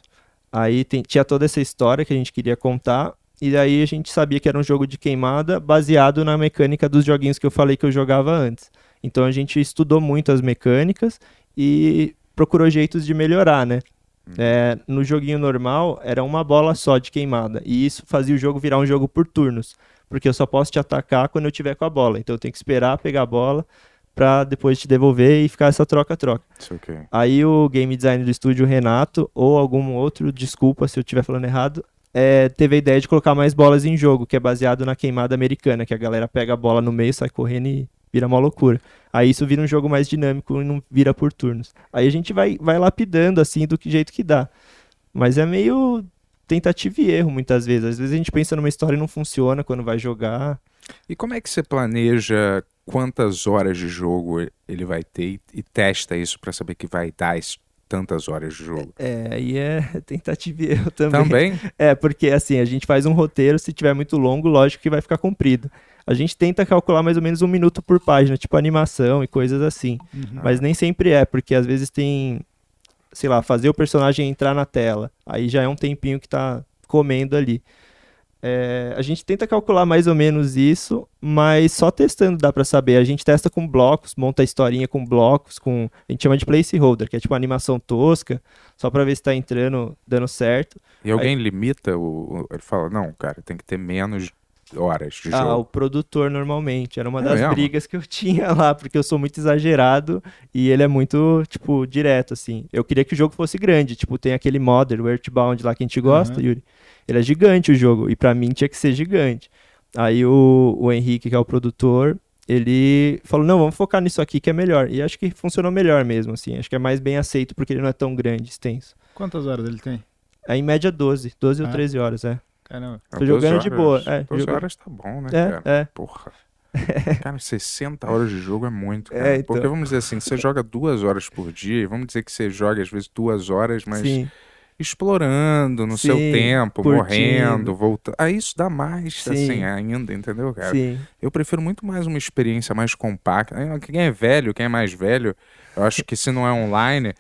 Speaker 4: Aí tem- tinha toda essa história que a gente queria contar. E daí a gente sabia que era um jogo de queimada baseado na mecânica dos joguinhos que eu falei que eu jogava antes. Então a gente estudou muito as mecânicas e procurou jeitos de melhorar, né? É, no joguinho normal era uma bola só de queimada. E isso fazia o jogo virar um jogo por turnos. Porque eu só posso te atacar quando eu tiver com a bola. Então eu tenho que esperar pegar a bola pra depois te devolver e ficar essa troca-troca.
Speaker 2: Isso aqui.
Speaker 4: Aí o game design do estúdio, Renato, ou algum outro, desculpa se eu estiver falando errado, é, teve a ideia de colocar mais bolas em jogo, que é baseado na queimada americana, que a galera pega a bola no meio, sai correndo e vira uma loucura. Aí isso vira um jogo mais dinâmico e não vira por turnos. Aí a gente vai, vai lapidando, assim, do que jeito que dá. Mas é meio tentativa e erro, muitas vezes. Às vezes a gente pensa numa história e não funciona quando vai jogar.
Speaker 2: E como é que você planeja quantas horas de jogo ele vai ter e, e testa isso pra saber que vai dar es- tantas horas de jogo?
Speaker 4: É, aí é tentativa e erro (laughs) também.
Speaker 2: Também?
Speaker 4: É, porque assim, a gente faz um roteiro, se tiver muito longo, lógico que vai ficar comprido. A gente tenta calcular mais ou menos um minuto por página, tipo animação e coisas assim. Mas nem sempre é, porque às vezes tem, sei lá, fazer o personagem entrar na tela. Aí já é um tempinho que tá comendo ali. É, a gente tenta calcular mais ou menos isso, mas só testando dá pra saber. A gente testa com blocos, monta a historinha com blocos, com. A gente chama de placeholder, que é tipo uma animação tosca, só pra ver se tá entrando, dando certo.
Speaker 2: E alguém limita o. o- Ele fala, não, cara, tem que ter menos horas de
Speaker 4: Ah, o
Speaker 2: jogo.
Speaker 4: produtor normalmente. Era uma
Speaker 2: É
Speaker 4: das
Speaker 2: mesmo?
Speaker 4: brigas que eu (laughs) tinha lá, porque eu sou muito exagerado e ele é muito, tipo, direto, assim. Eu queria que o jogo fosse grande, tipo, tem aquele modder, o Earthbound lá que a gente gosta,
Speaker 2: Uhum.
Speaker 3: Aham.
Speaker 4: Yuri. Ele é gigante o jogo, e pra mim tinha que ser gigante. Aí o, o Henrique, que é o produtor, ele falou, não, vamos focar nisso aqui que é melhor. E acho que funcionou melhor mesmo, assim. Acho que é mais bem aceito, porque ele não é tão grande, extenso.
Speaker 3: Quantas horas ele tem?
Speaker 4: É em média 12, 12
Speaker 3: Ah.
Speaker 4: ou 13 horas, é.
Speaker 3: Caramba.
Speaker 2: Ah,
Speaker 4: tô
Speaker 2: 12
Speaker 4: jogando de boa,
Speaker 2: horas-
Speaker 4: é,
Speaker 2: 12
Speaker 4: jogando.
Speaker 2: horas tá bom, né,
Speaker 4: É,
Speaker 2: cara?
Speaker 4: é. (laughs)
Speaker 2: Porra. Cara, 60 horas de jogo é muito.
Speaker 4: É,
Speaker 2: Cara.
Speaker 4: então.
Speaker 2: Porque vamos dizer assim, você joga duas horas por dia, e vamos dizer que você joga às vezes duas horas, mas
Speaker 4: Sim.
Speaker 2: explorando no seu
Speaker 4: Sim,
Speaker 2: tempo,
Speaker 4: curtindo.
Speaker 2: morrendo, voltando. Aí isso dá mais,
Speaker 4: Sim.
Speaker 2: assim, ainda, entendeu, cara?
Speaker 4: Sim.
Speaker 2: Eu prefiro muito mais uma experiência mais compacta. Eh, Quem é velho, quem é mais velho, eu acho que se não é
Speaker 4: (laughs)
Speaker 2: online,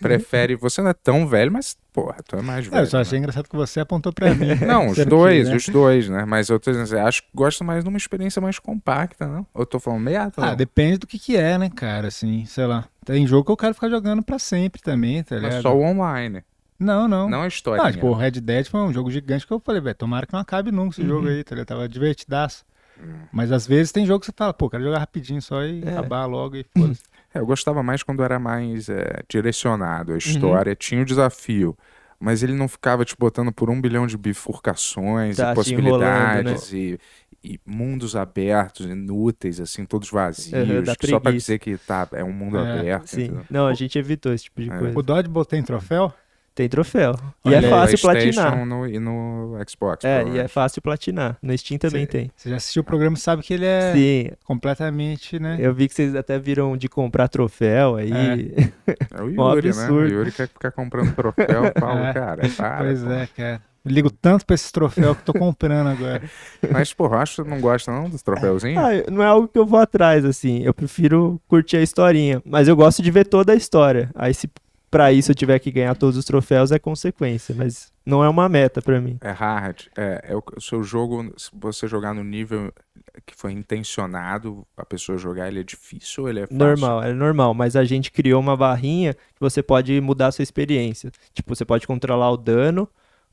Speaker 2: prefere. Você não é tão velho, mas, porra, tu é mais velho.
Speaker 3: eu só achei engraçado que você apontou pra (laughs) mim.
Speaker 2: Não, os
Speaker 3: Sendo que,
Speaker 2: dois,
Speaker 3: né?
Speaker 2: os dois, né? Mas eu tô dizendo, assim, acho que gosto mais de uma experiência mais compacta, não? Eu tô falando meia,
Speaker 3: Ah, depende do que que é, né, cara, assim, sei lá. Tem jogo que eu quero ficar jogando pra sempre também, tá
Speaker 2: mas
Speaker 3: ligado?
Speaker 2: só o online,
Speaker 3: Não, não.
Speaker 2: não a história.
Speaker 3: Ah, tipo, o Red Dead foi um jogo gigante que eu falei, velho, tomara que não acabe nunca esse
Speaker 2: Uhum.
Speaker 3: jogo aí, tá ligado? Tava divertidaço.
Speaker 2: Hum.
Speaker 3: Mas às vezes tem jogo que você fala, pô, quero jogar rapidinho só e
Speaker 4: É.
Speaker 3: acabar
Speaker 2: (laughs)
Speaker 3: logo e foda-se.
Speaker 2: É, eu gostava mais quando era mais é,
Speaker 4: Uhum.
Speaker 2: direcionado a história, tinha o desafio, mas ele não ficava te botando por um bilhão de bifurcações
Speaker 4: Tá, né?
Speaker 2: e
Speaker 4: te
Speaker 2: possibilidades e, e mundos abertos, inúteis, assim, todos vazios,
Speaker 4: Aham, dá
Speaker 2: que só pra
Speaker 4: preguiça.
Speaker 2: dizer que tá, é um mundo
Speaker 3: É,
Speaker 2: aberto.
Speaker 4: Sim.
Speaker 2: entendeu?
Speaker 4: Não, a gente evitou esse tipo de
Speaker 2: É.
Speaker 4: coisa.
Speaker 3: O Dodgeball tem troféu?
Speaker 4: Tem troféu. E
Speaker 3: Olha
Speaker 4: é
Speaker 3: aí,
Speaker 4: fácil
Speaker 2: PlayStation
Speaker 4: platinar.
Speaker 2: no- e no Xbox.
Speaker 4: É, e é
Speaker 2: provavelmente.
Speaker 4: fácil platinar. No Steam também tem.
Speaker 3: Você já assistiu o programa e sabe que ele é
Speaker 4: Sim,
Speaker 3: completamente, né?
Speaker 4: eu vi que vocês até viram de comprar troféu aí. (laughs)
Speaker 2: É o
Speaker 4: um
Speaker 2: Yuri, né? O
Speaker 4: absurdo.
Speaker 2: Yuri quer ficar comprando
Speaker 4: (laughs)
Speaker 2: troféu, eu falo,
Speaker 3: É.
Speaker 2: cara, para.
Speaker 3: Pois
Speaker 2: pô.
Speaker 3: é, cara. Eu ligo tanto pra esse troféu que eu tô
Speaker 2: (laughs)
Speaker 3: comprando agora.
Speaker 2: Mas, porra, acho que tu não gosta não dos troféuzinhos?
Speaker 4: é. Ah, eu- não é algo que eu vou atrás, assim. Eu prefiro curtir a historinha. Mas eu gosto de ver toda a história. Aí se pra isso eu tiver que ganhar todos os troféus é consequência. Mas não é uma meta pra mim.
Speaker 2: É hard. É, é o, o seu jogo, se você jogar no nível que foi intencionado, a pessoa jogar, ele é difícil ou ele é fácil?
Speaker 4: Normal, é normal, mas a gente criou uma barrinha que você pode mudar a sua experiência. Tipo, você pode controlar o dano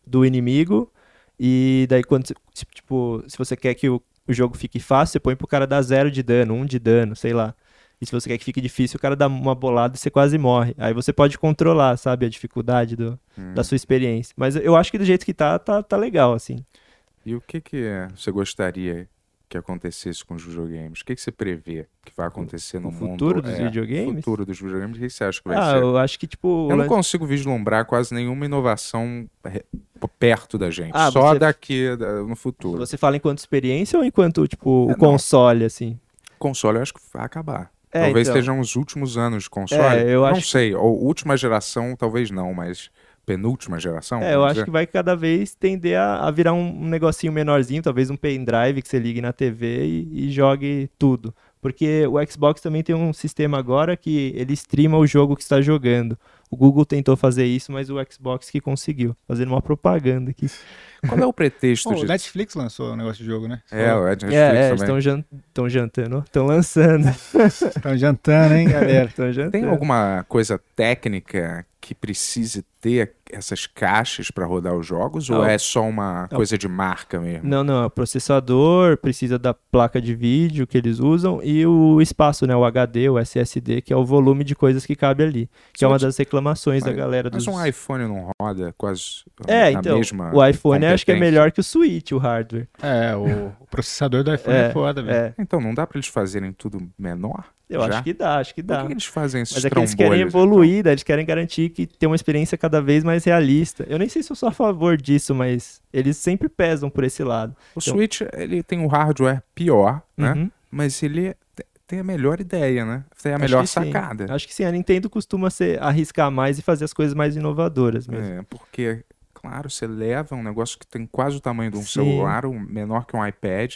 Speaker 4: do inimigo e daí quando, você- se- tipo, se você quer que o, o jogo fique fácil, você põe pro cara dar zero de dano, um de dano, sei lá. E se você quer que fique difícil, o cara dá uma bolada e você quase morre. Aí você pode controlar, sabe, a dificuldade do,
Speaker 2: Hum.
Speaker 4: da sua experiência. Mas eu acho que do jeito que tá, tá, tá legal, assim.
Speaker 2: E o que que eh, você gostaria que acontecesse com os videogames? O que que você prevê que vai acontecer no
Speaker 4: o
Speaker 2: mundo?
Speaker 4: futuro dos
Speaker 2: É,
Speaker 4: videogames?
Speaker 2: O futuro dos videogames, o que você acha que vai
Speaker 4: Ah,
Speaker 2: ser?
Speaker 4: eu acho que, tipo. o
Speaker 2: Eu não
Speaker 4: lance-
Speaker 2: consigo vislumbrar quase nenhuma inovação re- perto da gente.
Speaker 4: Ah,
Speaker 2: Só
Speaker 4: você-
Speaker 2: daqui da- no futuro.
Speaker 4: Você fala enquanto experiência ou enquanto, tipo,
Speaker 2: É,
Speaker 4: o
Speaker 2: não.
Speaker 4: console, assim?
Speaker 2: Console, eu acho que vai acabar.
Speaker 4: É,
Speaker 2: talvez
Speaker 4: então.
Speaker 2: sejam os últimos anos de console.
Speaker 4: É, eu
Speaker 2: não
Speaker 4: acho que-
Speaker 2: sei. Ou última geração, talvez não, mas penúltima geração.
Speaker 4: É, eu
Speaker 2: um, vamos
Speaker 4: acho
Speaker 2: dizer.
Speaker 4: que vai cada vez tender a, a virar um, um negocinho menorzinho, talvez um pendrive que você ligue na TV e, e jogue tudo. Porque o Xbox também tem um sistema agora que ele streama o jogo que está jogando. O Google tentou fazer isso, mas o Xbox que conseguiu. Fazendo uma propaganda aqui.
Speaker 2: Qual é o pretexto
Speaker 3: Pô,
Speaker 2: de.
Speaker 3: o Netflix lançou o negócio de jogo, né?
Speaker 2: É, o Netflix
Speaker 4: é, é,
Speaker 2: também.
Speaker 4: estão jan- estão jantando, estão lançando.
Speaker 3: Estão jantando, hein,
Speaker 4: (laughs)
Speaker 3: galera?
Speaker 4: Estão jantando.
Speaker 2: Tem alguma coisa técnica que precise ter essas caixas para rodar os jogos? Ou
Speaker 4: Não.
Speaker 2: é só uma coisa de marca mesmo?
Speaker 4: Não, não, é o processador, precisa da placa de vídeo que eles usam e o espaço, né, o HD, o SSD, que é o volume de coisas que cabe ali, que é uma das reclamações da galera
Speaker 2: Mas
Speaker 4: dos...
Speaker 2: um iPhone não roda quase
Speaker 4: É,
Speaker 2: na
Speaker 4: então,
Speaker 2: mesma.
Speaker 4: o iPhone acho que é
Speaker 2: competência?
Speaker 4: melhor que o Switch, o hardware.
Speaker 3: É, o, o processador do iPhone é, foda, velho.
Speaker 4: É,
Speaker 2: Então não dá para eles fazerem tudo menor?
Speaker 4: eu
Speaker 2: Já?
Speaker 4: acho que dá, acho que
Speaker 2: Por
Speaker 4: dá.
Speaker 2: que que eles então? fazem esses
Speaker 4: Mas é que eles querem
Speaker 2: trombolhos,
Speaker 4: evoluir, né, eles querem garantir que tem uma experiência cada vez mais realista. Eu nem sei se eu sou a favor disso, mas eles sempre pesam por esse lado.
Speaker 2: então? O Switch, ele tem um hardware pior, né?
Speaker 4: Uhum.
Speaker 2: Mas ele te- tem a melhor ideia, né? Tem a melhor
Speaker 4: Acho que sim.
Speaker 2: sacada.
Speaker 4: Acho que sim, a Nintendo costuma ser, arriscar mais e fazer as coisas mais inovadoras mesmo.
Speaker 2: É, porque, claro, você leva um negócio que tem quase o tamanho de um
Speaker 4: Sim.
Speaker 2: celular, um, menor que um iPad,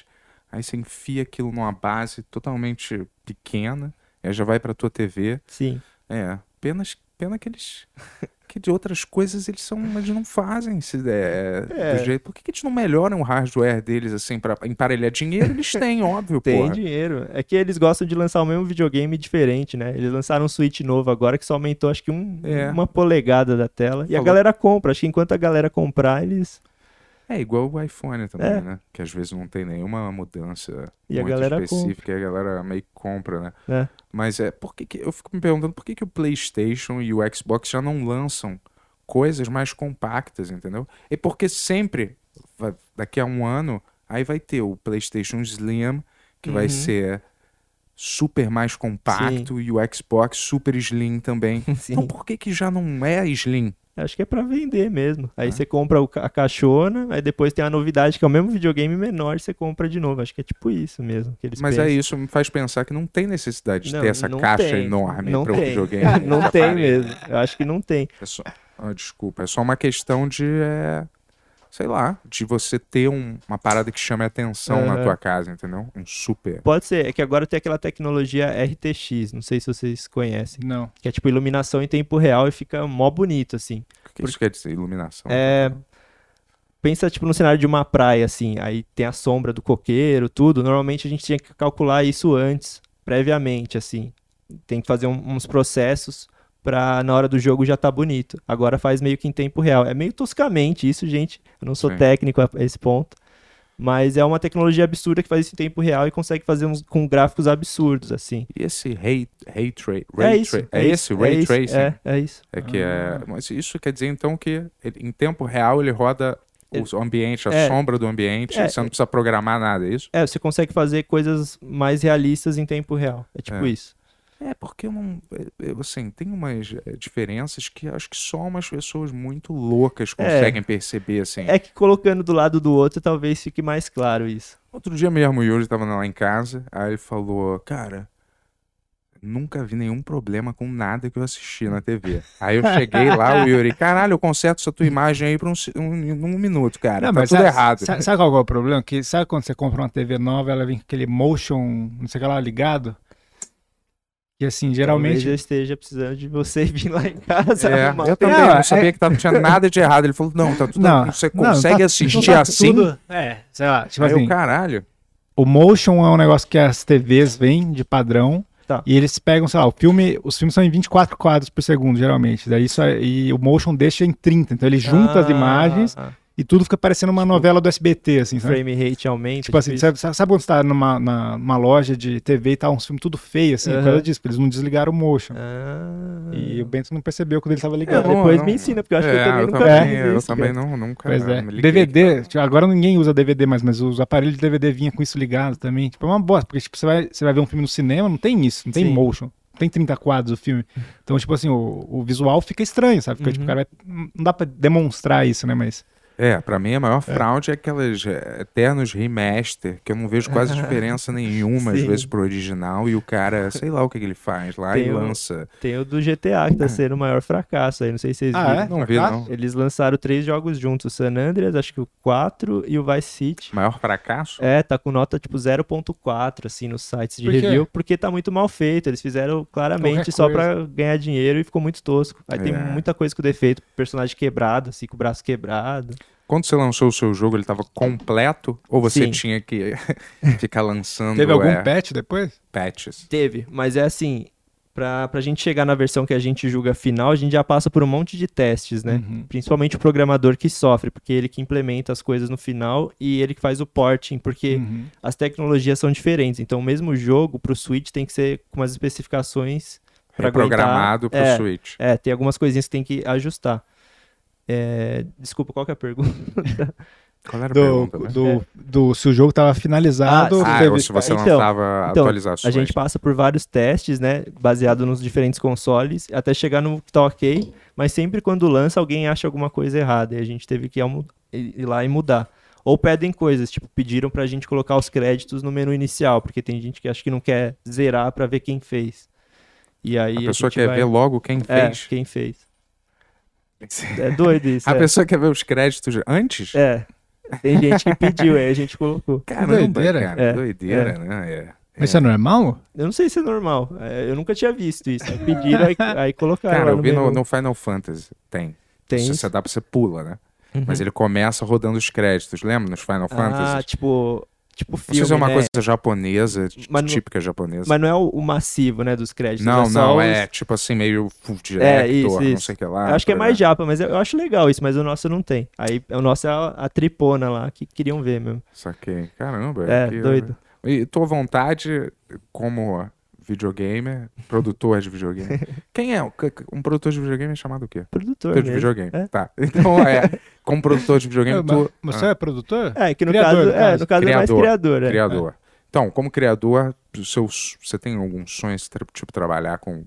Speaker 2: aí você enfia aquilo numa base totalmente pequena, aí já vai pra tua TV.
Speaker 4: Sim.
Speaker 2: É, penas, pena que eles. (laughs) Que de outras coisas eles são, eles não fazem se é,
Speaker 4: É.
Speaker 2: do jeito. Por que, que eles não melhoram o hardware deles assim para emparelhar dinheiro? Eles têm, óbvio,
Speaker 4: Tem
Speaker 2: porra.
Speaker 4: dinheiro. É que eles gostam de lançar o mesmo videogame diferente, né? Eles lançaram um Switch novo agora que só aumentou, acho que um-
Speaker 2: É.
Speaker 4: uma polegada da tela. E a
Speaker 2: Falou.
Speaker 4: galera compra. Acho que enquanto a galera comprar, eles.
Speaker 2: É igual o iPhone também,
Speaker 4: É.
Speaker 2: né? Que às vezes não tem nenhuma mudança
Speaker 4: E a
Speaker 2: muito
Speaker 4: galera
Speaker 2: específica e a galera meio que compra, né? (laughs)
Speaker 4: né?
Speaker 2: Mas é, por que, que eu fico me perguntando por que, que o PlayStation e o Xbox já não lançam coisas mais compactas, entendeu? É porque sempre, va- daqui a um ano, aí vai ter o PlayStation Slim, que vai
Speaker 4: Uhum.
Speaker 2: ser super mais compacto, e o Xbox super slim também.
Speaker 4: (laughs) Sim.
Speaker 2: Então por que, que já não é slim?
Speaker 4: Acho que é pra vender mesmo. Aí
Speaker 2: Ah.
Speaker 4: você compra o ca- a caixona, aí depois tem a novidade que é o mesmo videogame menor e você compra de novo. Acho que é tipo isso mesmo. Que eles
Speaker 2: Mas
Speaker 4: pensam.
Speaker 2: aí isso me faz pensar que não tem necessidade de
Speaker 4: Não,
Speaker 2: ter essa
Speaker 4: não
Speaker 2: caixa
Speaker 4: tem.
Speaker 2: enorme
Speaker 4: Não
Speaker 2: para o
Speaker 4: tem.
Speaker 2: videogame.
Speaker 4: (laughs) Não
Speaker 2: Já
Speaker 4: tem
Speaker 2: parei.
Speaker 4: mesmo. Eu acho que não tem.
Speaker 2: É só, ah, desculpa, é só uma questão de, é, sei lá, de você ter um- uma parada que chame a atenção na
Speaker 4: Aham.
Speaker 2: tua casa, entendeu? Um super.
Speaker 4: Pode ser. É que agora tem aquela tecnologia RTX. Não sei se vocês conhecem.
Speaker 3: Não.
Speaker 4: Que é tipo iluminação em tempo real e fica mó bonito, assim.
Speaker 2: O que isso quer dizer? Iluminação.
Speaker 4: É. Pensa, tipo, no cenário de uma praia, assim, aí tem a sombra do coqueiro, tudo. Normalmente a gente tinha que calcular isso antes, previamente, assim. Tem que fazer um- uns processos pra na hora do jogo já tá bonito. Agora faz meio que em tempo real. É meio toscamente isso, gente. Eu não sou
Speaker 2: Sim.
Speaker 4: técnico a a esse ponto. Mas é uma tecnologia absurda que faz isso em tempo real e consegue fazer uns, com gráficos absurdos, assim.
Speaker 2: E esse ray, ray, tra-
Speaker 4: é
Speaker 2: ray
Speaker 4: isso.
Speaker 2: tra- é esse ray
Speaker 4: isso,
Speaker 2: tracing?
Speaker 4: É, é isso.
Speaker 2: É que é. Mas isso quer dizer então que ele- em tempo real ele roda o ambiente, a
Speaker 4: é.
Speaker 2: sombra do ambiente,
Speaker 4: É.
Speaker 2: você não precisa programar nada, é isso?
Speaker 4: É, você consegue fazer coisas mais realistas em tempo real. É tipo
Speaker 2: É.
Speaker 4: isso.
Speaker 2: É, porque eu não. eu, Assim, tem umas eh, diferenças que acho que só umas pessoas muito loucas
Speaker 3: É.
Speaker 2: conseguem perceber, assim.
Speaker 4: É que colocando do lado do outro talvez fique mais claro isso.
Speaker 2: Outro dia mesmo, o Yuri tava lá em casa, aí ele falou, cara, nunca vi nenhum problema com nada que eu assisti na TV. Aí eu cheguei lá, o Yuri, caralho, eu conserto essa tua imagem aí pra um, se- um, um minuto, cara. tá tudo
Speaker 3: sabe,
Speaker 2: errado.
Speaker 3: Sabe, sabe qual é o problema? Que, sabe quando você compra uma TV nova, ela vem com aquele motion, não sei o que lá, ligado? E
Speaker 2: Então,
Speaker 3: assim,
Speaker 4: Talvez
Speaker 3: geralmente.
Speaker 4: eu esteja precisando de você (laughs) vir lá em casa.
Speaker 2: É,
Speaker 4: arrumar.
Speaker 2: eu também
Speaker 3: Não,
Speaker 2: não
Speaker 3: é-
Speaker 2: sabia que tava- não tinha nada de errado. Ele falou, não, tá tudo.
Speaker 3: Não,
Speaker 2: você
Speaker 3: não,
Speaker 2: consegue
Speaker 3: tá-
Speaker 2: assistir
Speaker 3: não tá
Speaker 2: assim?
Speaker 3: tudo- É, sei lá, tipo
Speaker 2: aí
Speaker 3: assim,
Speaker 2: eu, caralho.
Speaker 3: o motion é um negócio que as TVs vêm de padrão.
Speaker 4: Tá.
Speaker 3: E eles pegam, sei lá, o filme, os filmes são em 24 quadros por segundo, geralmente. Daí isso é- e o motion deixa em 30. Então ele junta as
Speaker 4: Ah,
Speaker 3: imagens
Speaker 4: ah.
Speaker 3: e e tudo fica parecendo
Speaker 2: Tipo-
Speaker 3: uma novela do SBT, assim, sabe?
Speaker 4: Frame rate
Speaker 2: É
Speaker 4: aumenta.
Speaker 3: Tipo assim,
Speaker 4: isso.
Speaker 3: sabe, sabe quando você tá numa, na- numa loja de TV e tá uns filmes tudo feio, assim, por
Speaker 4: Aham.
Speaker 3: causa disso, porque eles não desligaram o motion.
Speaker 4: Ah.
Speaker 2: É.
Speaker 3: E o Bento não percebeu quando ele tava
Speaker 4: É,
Speaker 3: ligado.
Speaker 2: Não,
Speaker 4: depois
Speaker 2: não-
Speaker 4: me ensina, porque eu acho que
Speaker 2: É,
Speaker 4: eu também nunca
Speaker 2: também,
Speaker 4: fiz
Speaker 2: eu
Speaker 4: isso,
Speaker 2: também
Speaker 4: cara.
Speaker 2: não, nunca.
Speaker 3: Pois é.
Speaker 2: me liguei.
Speaker 3: DVD, tipo, agora ninguém usa DVD mais, mas os aparelhos de DVD vinha com isso ligado também. Tipo, é uma bosta, porque tipo, você, vai, você vai ver um filme no cinema, não tem isso, não tem
Speaker 4: Sim.
Speaker 3: motion. Não tem 30 quadros o filme. Então, tipo assim, o, o visual fica estranho, sabe? Fica, tipo,
Speaker 4: Uhum.
Speaker 3: cara, não dá pra demonstrar isso, né? Mas.
Speaker 2: É, pra mim a maior fraude é aquelas é, eternos remaster, que eu não vejo
Speaker 4: (laughs)
Speaker 2: quase diferença nenhuma, às
Speaker 4: Sim.
Speaker 2: vezes, pro original, e o cara, sei lá o que, que ele faz lá e
Speaker 4: Tem um- o-
Speaker 2: lança.
Speaker 4: Tem o do GTA, que tá sendo o maior fracasso aí, não sei se vocês
Speaker 3: Ah,
Speaker 4: viram.
Speaker 3: é?
Speaker 2: Não vi, não.
Speaker 4: Eles lançaram três jogos juntos, o San Andreas, acho que o 4 e o Vice City.
Speaker 2: Maior fracasso?
Speaker 4: É, tá com nota tipo 0.4 assim nos sites de
Speaker 3: Por quê?
Speaker 4: review, porque tá muito mal feito. Eles fizeram claramente
Speaker 3: Qualquer
Speaker 4: só
Speaker 3: coisa.
Speaker 4: pra ganhar dinheiro e ficou muito tosco. Aí tem
Speaker 2: É.
Speaker 4: muita coisa com defeito, personagem quebrado, assim, com o braço quebrado.
Speaker 2: Quando você lançou o seu jogo, ele tava completo? Ou você
Speaker 4: Sim.
Speaker 2: tinha que (laughs) ficar lançando
Speaker 3: Teve algum
Speaker 2: é,
Speaker 3: patch depois?
Speaker 2: patches?
Speaker 4: Teve, mas é assim, pra, pra gente chegar na versão que a gente julga final, a gente já passa por um monte de testes, né?
Speaker 3: Uhum.
Speaker 4: Principalmente o programador que sofre, porque ele que implementa as coisas no final e ele que faz o porting, porque
Speaker 3: Uhum.
Speaker 4: as tecnologias são diferentes. Então, o mesmo jogo pro Switch tem que ser com umas especificações pra aguentar-
Speaker 2: Reprogramado pro
Speaker 4: é,
Speaker 2: Switch.
Speaker 4: É, tem algumas coisinhas que tem que ajustar. É, desculpa, qual que é a pergunta?
Speaker 2: Qual era a
Speaker 3: Do,
Speaker 2: pergunta, né?
Speaker 3: do, do- se o jogo tava finalizado,
Speaker 2: Ah,
Speaker 3: teve-
Speaker 2: ou se você
Speaker 4: Então,
Speaker 2: lançava
Speaker 4: então,
Speaker 2: atualizações.
Speaker 4: A gente passa por vários testes, né? Baseado nos diferentes consoles, até chegar no que tá ok. Mas sempre quando lança, alguém acha alguma coisa errada. E a gente teve que almo- ir ir lá e mudar. Ou pedem coisas, tipo, pediram pra gente colocar os créditos no menu inicial, porque tem gente que acha que não quer zerar pra ver quem fez. E aí
Speaker 2: a
Speaker 4: a,
Speaker 2: pessoa
Speaker 4: gente
Speaker 2: quer
Speaker 4: vai-
Speaker 2: ver logo quem
Speaker 4: É,
Speaker 2: fez.
Speaker 4: quem fez. (laughs) É
Speaker 2: (laughs)
Speaker 4: doido isso.
Speaker 2: A
Speaker 4: é.
Speaker 2: pessoa quer ver os créditos antes?
Speaker 4: É. Tem gente que pediu, aí a gente colocou.
Speaker 2: Caramba,
Speaker 3: doideira.
Speaker 2: cara.
Speaker 4: É,
Speaker 2: Doideira, né? É.
Speaker 3: Mas isso é normal?
Speaker 4: Eu não sei se é normal. é, Eu nunca tinha visto isso. Aí
Speaker 3: (laughs)
Speaker 4: Pediram, aí, aí colocaram.
Speaker 2: Cara,
Speaker 4: lá
Speaker 2: eu vi no,
Speaker 4: menu.
Speaker 2: no Final Fantasy. Tem.
Speaker 4: Tem
Speaker 2: Se
Speaker 4: isso? Uhum.
Speaker 2: você dá pra você pula, né? Mas ele começa rodando os créditos, lembra? Nos Final
Speaker 4: Ah,
Speaker 2: Fantasy?
Speaker 4: tipo, tipo
Speaker 2: Não sei
Speaker 4: filme,
Speaker 2: se é uma
Speaker 4: né?
Speaker 2: coisa japonesa, t-
Speaker 4: Mas não-
Speaker 2: típica japonesa.
Speaker 4: Mas não é o, o massivo, né, dos créditos.
Speaker 2: não,
Speaker 4: é só
Speaker 2: não,
Speaker 4: os- É,
Speaker 2: é tipo assim, meio full director,
Speaker 4: isso,
Speaker 2: não
Speaker 4: isso.
Speaker 2: sei o que lá.
Speaker 4: Eu acho que é mais
Speaker 2: já.
Speaker 4: japa, mas eu, eu acho legal isso, mas o nosso não tem. Aí o nosso é a, a tripona lá, que queriam ver mesmo.
Speaker 2: Saquei. Caramba.
Speaker 4: É,
Speaker 2: que-
Speaker 4: doido.
Speaker 2: E tua vontade, como videogamer, produtor de
Speaker 4: (laughs)
Speaker 2: videogame. Quem é? o- Um produtor de videogame é chamado o quê?
Speaker 4: Produtor
Speaker 2: Produtor de
Speaker 4: mesmo.
Speaker 2: videogame.
Speaker 4: É.
Speaker 2: Tá. Então é.
Speaker 4: (laughs)
Speaker 2: Como produtor de videogame,
Speaker 3: É,
Speaker 2: tu.
Speaker 3: mas- mas Você é produtor?
Speaker 4: É, que no
Speaker 3: Criador,
Speaker 4: caso,
Speaker 3: no
Speaker 4: é,
Speaker 3: caso.
Speaker 4: no caso é mais
Speaker 2: Criador.
Speaker 4: criador. é.
Speaker 2: Criador. Então, como criador, os seus, você tem algum sonho, esse tra- tipo, trabalhar com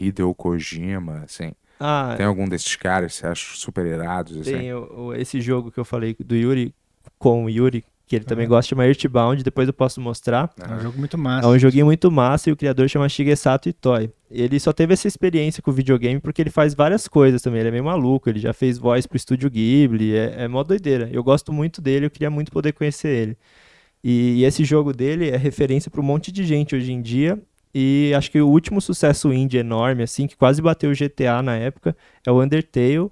Speaker 2: Hideo Kojima, assim?
Speaker 4: Ah,
Speaker 2: Tem algum desses caras que você acha super irados, assim?
Speaker 4: Tem o- o- esse jogo que eu falei do Yuri, com o Yuri, que ele também gosta, chama Earthbound, depois eu posso mostrar.
Speaker 3: É um
Speaker 2: Ah,
Speaker 3: jogo muito massa.
Speaker 4: É um joguinho muito massa e o criador chama Shigesato Itoi. Ele só teve essa experiência com videogame porque ele faz várias coisas também, ele é meio maluco, ele já fez voz pro estúdio Ghibli, é, é mó doideira. Eu gosto muito dele, eu queria muito poder conhecer ele. E, e esse jogo dele é referência pra um monte de gente hoje em dia. E acho que o último sucesso indie enorme, assim, que quase bateu o GTA na época, é o Undertale.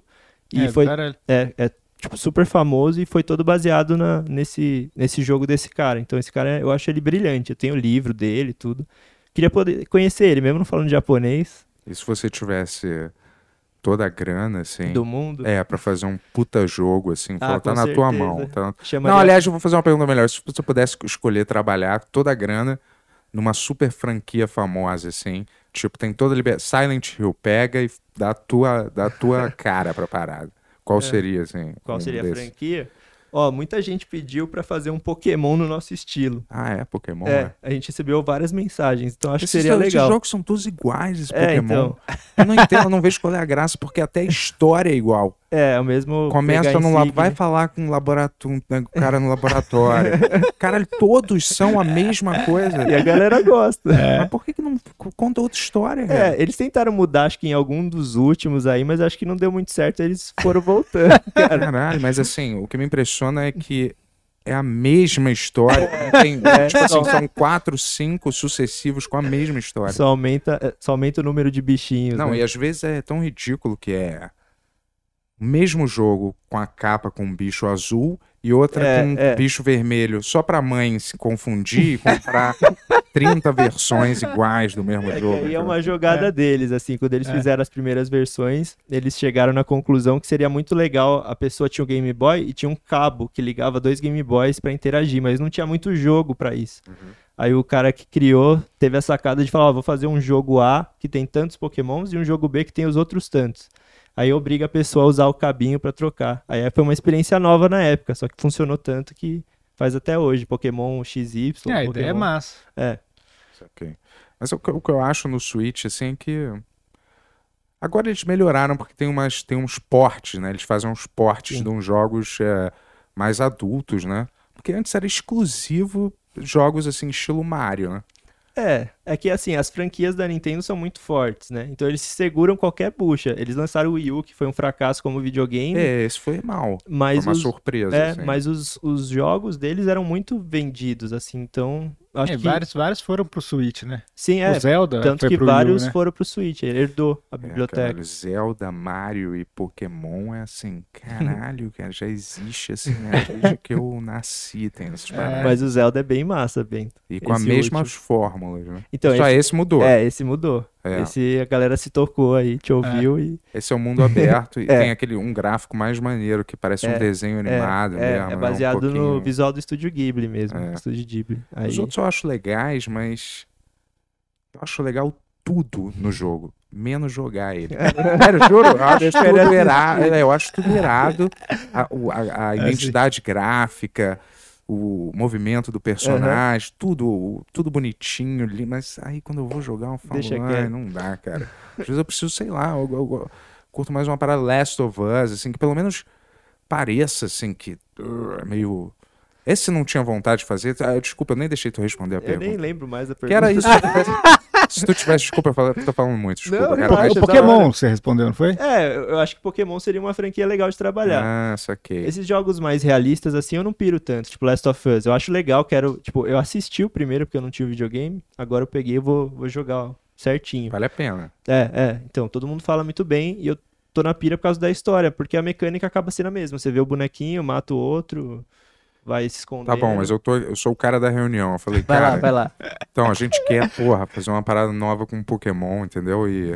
Speaker 4: E
Speaker 3: É,
Speaker 4: foi
Speaker 3: caralho.
Speaker 4: é, é tipo, super famoso e foi todo baseado na- nesse, nesse jogo desse cara. Então esse cara, é- eu acho ele brilhante. Eu tenho o livro dele, tudo. Queria poder conhecer ele, mesmo não falando japonês
Speaker 2: E se você tivesse toda a grana, assim?
Speaker 4: do mundo.
Speaker 2: É, pra fazer um puta jogo, assim,
Speaker 4: Ah,
Speaker 2: fala, tá
Speaker 4: com
Speaker 2: na tua
Speaker 4: certeza.
Speaker 2: mão. tá na-
Speaker 4: Chamaria...
Speaker 2: Não, aliás, eu vou fazer uma pergunta melhor. Se você pudesse escolher trabalhar toda a grana numa super franquia famosa, assim, tipo, tem toda a liberdade. Silent Hill pega e dá a tua, dá a
Speaker 4: (laughs)
Speaker 2: tua cara pra parada. Qual seria, assim?
Speaker 4: É. Qual
Speaker 2: um
Speaker 4: seria a
Speaker 2: desses?
Speaker 4: franquia? Ó, muita gente pediu pra fazer um Pokémon no nosso estilo.
Speaker 2: Ah, é, Pokémon.
Speaker 4: é,
Speaker 2: né?
Speaker 4: a gente recebeu várias mensagens, então acho
Speaker 2: Esses
Speaker 4: que seria
Speaker 2: jogos- esses
Speaker 4: legal.
Speaker 2: jogos são todos iguais, esse
Speaker 4: É,
Speaker 2: Pokémon.
Speaker 4: então.
Speaker 2: Eu não entendo, eu não vejo qual é a graça, porque até a história é igual.
Speaker 4: É, o mesmo.
Speaker 2: Começa
Speaker 4: pegar
Speaker 2: no lab...
Speaker 4: insígnia.
Speaker 2: vai falar com o laboratório, né, o cara no
Speaker 4: (laughs)
Speaker 2: laboratório. Caralho, todos são a mesma coisa.
Speaker 4: E a
Speaker 2: (laughs)
Speaker 4: galera gosta.
Speaker 2: Mas por que, que não c- conta outra história? cara?
Speaker 4: É, eles tentaram mudar, acho que em algum dos últimos aí, mas acho que não deu muito certo, eles
Speaker 2: (laughs)
Speaker 4: foram voltando.
Speaker 2: Caralho, mas assim, o que me impressiona é que é a mesma história.
Speaker 4: É.
Speaker 2: Não tem- tipo assim, são quatro, cinco sucessivos com a mesma história.
Speaker 4: Só aumenta, é, só aumenta o número de bichinhos.
Speaker 2: Não,
Speaker 4: né?
Speaker 2: e às vezes é tão ridículo que é o mesmo jogo com a capa com um bicho azul e outra
Speaker 4: É,
Speaker 2: com um
Speaker 4: é.
Speaker 2: bicho vermelho, só pra mãe se confundir e comprar
Speaker 4: (laughs)
Speaker 2: 30 versões iguais do mesmo
Speaker 4: É que
Speaker 2: jogo.
Speaker 4: aí é uma jogada deles, assim, quando eles
Speaker 3: É.
Speaker 4: fizeram as primeiras versões, eles chegaram na conclusão que seria muito legal, a pessoa tinha um Game Boy e tinha um cabo que ligava dois Game Boys pra interagir, mas não tinha muito jogo pra isso. Aí o cara que criou teve a sacada de falar, ó, vou fazer um jogo A que tem tantos pokémons e um jogo B que tem os outros tantos. Aí obriga a pessoa a usar o cabinho pra trocar. Aí foi uma experiência nova na época, só que funcionou tanto que faz até hoje, Pokémon XY,
Speaker 3: É, a ideia é
Speaker 4: Pokémon
Speaker 3: massa.
Speaker 2: Ok. Mas o que, o que eu acho no Switch, assim, é que. Agora eles melhoraram porque tem, umas, tem uns portes, né? Eles fazem uns portes
Speaker 4: Sim.
Speaker 2: de uns jogos é, mais adultos, né? Porque antes era exclusivo jogos, assim, estilo Mario, né?
Speaker 4: É, é que assim, as franquias da Nintendo são muito fortes, né? Então eles seguram qualquer bucha. Eles lançaram o Wii U, que foi um fracasso como videogame,
Speaker 2: É, esse foi mal. Foi
Speaker 4: mas,
Speaker 2: uma
Speaker 4: os,
Speaker 2: surpresa,
Speaker 4: é,
Speaker 2: assim.
Speaker 4: mas os, os jogos deles eram muito vendidos, assim. Então, acho
Speaker 3: É,
Speaker 4: que.
Speaker 3: vários, vários foram pro Switch, né?
Speaker 4: Sim, é.
Speaker 3: o Zelda
Speaker 4: Tanto
Speaker 3: foi
Speaker 4: que
Speaker 3: pro Wii U,
Speaker 4: vários
Speaker 3: né?
Speaker 4: foram pro Switch, ele herdou a
Speaker 2: É,
Speaker 4: biblioteca.
Speaker 2: caralho, Zelda, Mario e Pokémon é assim,
Speaker 4: (laughs)
Speaker 2: caralho, cara, já existe assim, né? Desde que eu nasci tem essas paradas.
Speaker 4: Mas o Zelda é bem massa, bem.
Speaker 2: E com as
Speaker 4: esse
Speaker 2: mesmas
Speaker 4: último.
Speaker 2: fórmulas, né?
Speaker 4: Então,
Speaker 2: Só
Speaker 4: esse-
Speaker 2: esse, mudou.
Speaker 4: É, esse mudou.
Speaker 2: É.
Speaker 4: Esse a galera se tocou aí, te ouviu e.
Speaker 2: Esse é o
Speaker 4: (laughs)
Speaker 2: mundo aberto e tem aquele um gráfico mais maneiro que parece um
Speaker 4: É,
Speaker 2: desenho animado
Speaker 4: é,
Speaker 2: mesmo.
Speaker 4: é
Speaker 2: né? Um
Speaker 4: baseado no
Speaker 2: pouquinho-
Speaker 4: visual do estúdio Ghibli mesmo.
Speaker 2: É.
Speaker 4: Estúdio Ghibli. Aí...
Speaker 2: Os outros eu acho legais, mas eu acho legal tudo no jogo, menos jogar
Speaker 4: (laughs)
Speaker 2: ele. Sério, juro, eu acho tudo irado, é, eu acho tudo irado. A, o- a- a identidade gráfica, o movimento do personagem, tudo, tudo bonitinho ali, mas aí quando eu vou jogar eu falo,
Speaker 4: Deixa
Speaker 2: ai,
Speaker 4: quieto."
Speaker 2: não dá, cara. Às vezes eu preciso, sei lá, eu, eu- eu curto mais uma parada Last of Us, assim, que pelo menos pareça, assim, que uh, é meio... Esse não tinha vontade de fazer. Ah, desculpa, eu nem deixei tu responder a
Speaker 4: Eu
Speaker 2: pergunta.
Speaker 4: nem lembro mais a
Speaker 2: Que
Speaker 4: pergunta.
Speaker 2: era isso. (laughs) Se tu tivesse, desculpa, eu falo- tô falando muito. Desculpa,
Speaker 4: Não,
Speaker 2: cara,
Speaker 4: relaxa,
Speaker 2: mas-
Speaker 4: da
Speaker 3: O Pokémon, você respondeu, não foi?
Speaker 4: (laughs) É, eu acho que Pokémon seria uma franquia legal de trabalhar.
Speaker 2: Ah, saquei.
Speaker 4: Esses jogos mais realistas, assim, eu não piro tanto, tipo Last of Us. Eu acho legal, quero. Tipo, eu assisti o primeiro porque eu não tinha videogame. Agora eu peguei e vou, vou jogar ó, certinho.
Speaker 2: Vale a pena.
Speaker 4: É, é. Então, todo mundo fala muito bem e eu tô na pira por causa da história, porque a mecânica acaba sendo a mesma. Você vê o bonequinho, mata o outro, vai se esconder.
Speaker 2: Tá bom, mas eu, tô, eu sou o cara da reunião. Eu falei,
Speaker 4: Vai
Speaker 2: cara,
Speaker 4: lá, vai lá.
Speaker 2: então a gente quer, porra, fazer uma parada nova com Pokémon, entendeu? E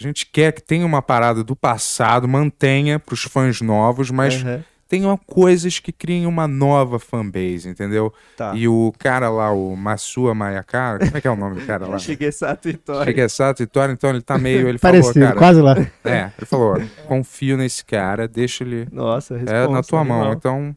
Speaker 2: a gente quer que tenha uma parada do passado, mantenha pros fãs novos, mas
Speaker 4: Aham,
Speaker 2: tenham coisas que criem uma nova fanbase, entendeu?
Speaker 4: Tá.
Speaker 2: E o cara lá, o Masua Mayakara, como é que é o nome do cara lá? é
Speaker 4: Cheguei Sato e Tori.
Speaker 2: Cheguei essa vitória, então ele tá meio. Ele
Speaker 3: Parecido,
Speaker 2: falou, cara.
Speaker 3: quase lá.
Speaker 2: É, ele falou: ó, confio nesse cara, deixa ele.
Speaker 4: Nossa,
Speaker 2: É
Speaker 4: resposta,
Speaker 2: na tua mão.
Speaker 4: animal.
Speaker 2: Então,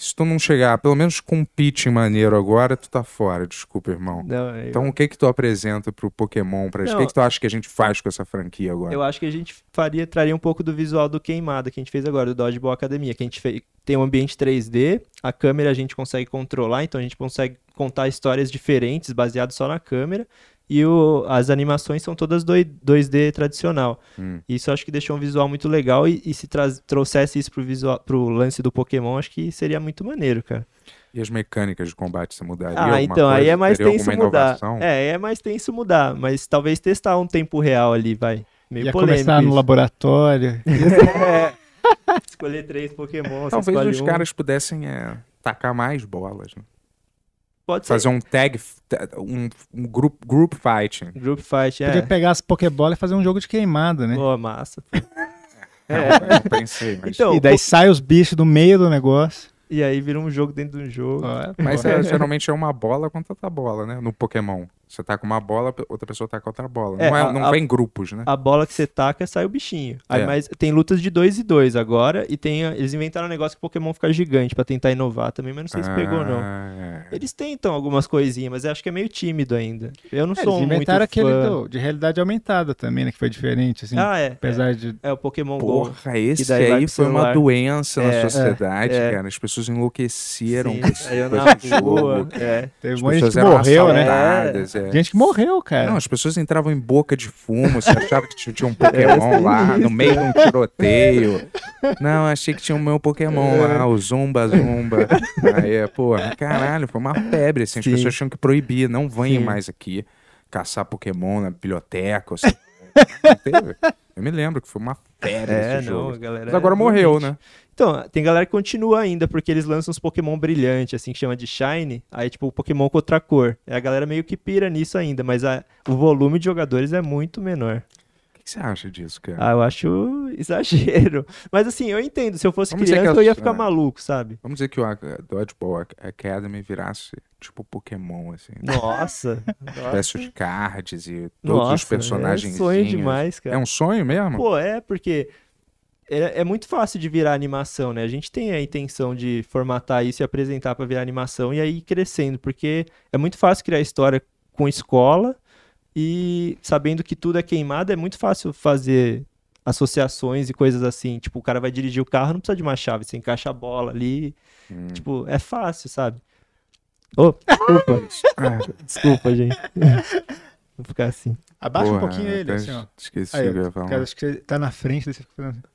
Speaker 2: se tu não chegar, pelo menos com um pitch maneiro agora, tu tá fora. Desculpa, irmão.
Speaker 4: Não, é eu-
Speaker 2: Então, o que que tu apresenta pro Pokémon pra gente? O
Speaker 4: Não.
Speaker 2: que que tu acha que a gente faz com essa franquia agora?
Speaker 4: Eu acho que a gente faria, traria um pouco do visual do queimado que a gente fez agora, do Dodgeball Academia, que a gente fez, tem um ambiente 3D, a câmera a gente consegue controlar, então a gente consegue contar histórias diferentes baseado só na câmera, e o- as animações são todas doi- 2D tradicional.
Speaker 2: Hum.
Speaker 4: Isso eu acho que deixou um visual muito legal, e, e se traz- trouxesse isso pro, visual, pro lance do Pokémon, acho que seria muito maneiro, cara.
Speaker 2: E as mecânicas de combate se mudariam?
Speaker 4: Ah,
Speaker 2: alguma
Speaker 4: então, aí
Speaker 2: coisa?
Speaker 4: é mais
Speaker 2: Teria
Speaker 4: tenso
Speaker 2: alguma
Speaker 4: mudar.
Speaker 2: inovação?
Speaker 4: É, é mais tenso mudar, mas talvez testar um tempo real ali, vai. Meio
Speaker 3: Ia
Speaker 4: polêmico
Speaker 3: começar no
Speaker 2: (laughs)
Speaker 4: isso.
Speaker 3: laboratório.
Speaker 4: É. Escolher três Pokémon. você
Speaker 2: Talvez
Speaker 4: escolhe
Speaker 2: os
Speaker 4: um.
Speaker 2: caras pudessem é, tacar mais bolas, né?
Speaker 4: Pode ser.
Speaker 2: Fazer um tag, f- ta- um, um group, group fighting.
Speaker 4: Group Fight,
Speaker 3: Podia
Speaker 4: é.
Speaker 3: pegar as Pokébolas e fazer um jogo de queimada, né?
Speaker 4: Boa, massa.
Speaker 2: Não, É, eu pensei, mas...
Speaker 4: É. Então,
Speaker 3: e daí sai os bichos do meio do negócio.
Speaker 4: e aí vira um jogo dentro de um jogo.
Speaker 3: Ó,
Speaker 2: Mas
Speaker 3: pô.
Speaker 2: é, geralmente é uma bola contra outra bola, né? No Pokémon. Você tá com uma bola, pe- outra pessoa tá com outra bola.
Speaker 4: É,
Speaker 2: não é,
Speaker 4: a-
Speaker 2: não
Speaker 4: a- Ah,
Speaker 2: vem em grupos, né?
Speaker 4: A bola que você taca sai o bichinho. Aí,
Speaker 2: É.
Speaker 4: Mas tem lutas de dois e dois agora. E tem, a- eles inventaram um negócio que o Pokémon fica gigante pra tentar inovar também, mas não sei se pegou ou não.
Speaker 2: Ah, é.
Speaker 4: Eles tentam algumas coisinhas, mas eu acho que é meio tímido ainda. Eu não
Speaker 3: É,
Speaker 4: sou
Speaker 3: eles inventaram
Speaker 4: muito
Speaker 3: aquele
Speaker 4: fã.
Speaker 3: do- de realidade aumentada também, né? Que foi diferente, assim.
Speaker 4: Ah, é.
Speaker 3: apesar de.
Speaker 4: É, é o Pokémon Go.
Speaker 2: Porra, esse
Speaker 4: daí vai
Speaker 2: aí
Speaker 4: pro
Speaker 2: foi uma
Speaker 4: celular.
Speaker 2: doença na
Speaker 4: É,
Speaker 2: sociedade,
Speaker 4: é.
Speaker 2: cara. As pessoas enlouqueceram
Speaker 4: Sim,
Speaker 2: com esse
Speaker 4: saiu
Speaker 2: com
Speaker 4: é, na
Speaker 2: esse jogo.
Speaker 4: rua. É.
Speaker 3: Teve
Speaker 2: As
Speaker 3: um monte de
Speaker 2: pessoas
Speaker 3: gente que
Speaker 2: eram
Speaker 3: morreu, né?
Speaker 2: assaltadas, é.
Speaker 3: Gente que morreu, cara.
Speaker 2: Não, as pessoas entravam em boca de fumo, você achava que tinha
Speaker 4: (laughs) É,
Speaker 2: tinha um Pokémon lá, no meio de um tiroteio. Não, achei que tinha o meu Pokémon
Speaker 4: É.
Speaker 2: lá, o Zumba Zumba. Aí, porra, caralho, foi uma febre, assim, as
Speaker 4: Sim.
Speaker 2: pessoas tinham que proibir, não venham
Speaker 4: Sim.
Speaker 2: mais aqui
Speaker 4: (laughs)
Speaker 2: caçar Pokémon na biblioteca, assim. Não teve. Eu me lembro que foi uma férias
Speaker 4: É,
Speaker 2: do
Speaker 4: não,
Speaker 2: jogo.
Speaker 4: a galera.
Speaker 2: Mas agora
Speaker 4: é
Speaker 2: morreu,
Speaker 4: doente.
Speaker 2: né?
Speaker 4: Então, tem galera que continua ainda, porque eles lançam uns Pokémon brilhante, assim, que chama de Shine. Aí, tipo, o Pokémon com outra cor. É a galera meio que pira nisso ainda, mas a- o volume de jogadores é muito menor.
Speaker 2: O que você acha disso, cara?
Speaker 4: Ah, eu acho (laughs) exagero. Mas assim, eu entendo. Se eu fosse
Speaker 2: Vamos dizer
Speaker 4: criança,
Speaker 2: que
Speaker 4: eu
Speaker 2: as-
Speaker 4: ia ficar
Speaker 2: é.
Speaker 4: maluco, sabe?
Speaker 2: Vamos dizer que tipo, o a- Dodgeball Ac- Academy virasse tipo Pokémon, assim. né?
Speaker 4: Nossa.
Speaker 2: Tivesse os cards e todos os
Speaker 4: Nossa,
Speaker 2: personagens.
Speaker 4: É sonho demais, cara.
Speaker 2: É um sonho mesmo?
Speaker 4: Pô, é, porque é, é muito fácil de virar animação, né? A gente tem a intenção de formatar isso e apresentar pra virar animação e aí ir crescendo, porque é muito fácil criar história com escola e sabendo que tudo é queimado, é muito fácil fazer associações e coisas assim. Tipo, o cara vai dirigir o carro, não precisa de uma chave, você encaixa a bola ali.
Speaker 2: Hum.
Speaker 4: Tipo, é fácil, sabe? (laughs) Ô, desculpa, (laughs)
Speaker 2: Ah,
Speaker 4: desculpa, gente. Vou ficar assim.
Speaker 3: Abaixa um
Speaker 2: porra,
Speaker 3: pouquinho ele,
Speaker 2: até
Speaker 3: assim, ó.
Speaker 2: Esqueci
Speaker 3: Aí,
Speaker 2: o que eu ia falar.
Speaker 3: Cara, acho que você tá na frente desse.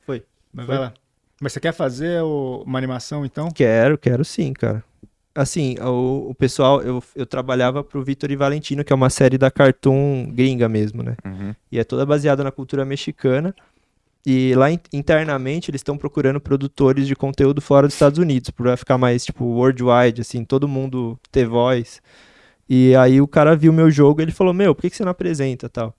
Speaker 4: Foi.
Speaker 3: Mas
Speaker 4: Foi.
Speaker 3: vai lá. Mas você quer fazer o- uma animação, então?
Speaker 4: Quero, quero sim, cara. Assim, o, o pessoal, eu, eu trabalhava pro Vitor e Valentino, que é uma série da Cartoon gringa mesmo, né?
Speaker 2: Uhum.
Speaker 4: E é toda baseada na cultura mexicana. E lá in- internamente eles estão procurando produtores de conteúdo fora dos Estados Unidos, pra ficar mais, tipo, worldwide, assim, todo mundo ter voz. E aí o cara viu meu jogo e ele falou, meu, por que, que você não apresenta tal?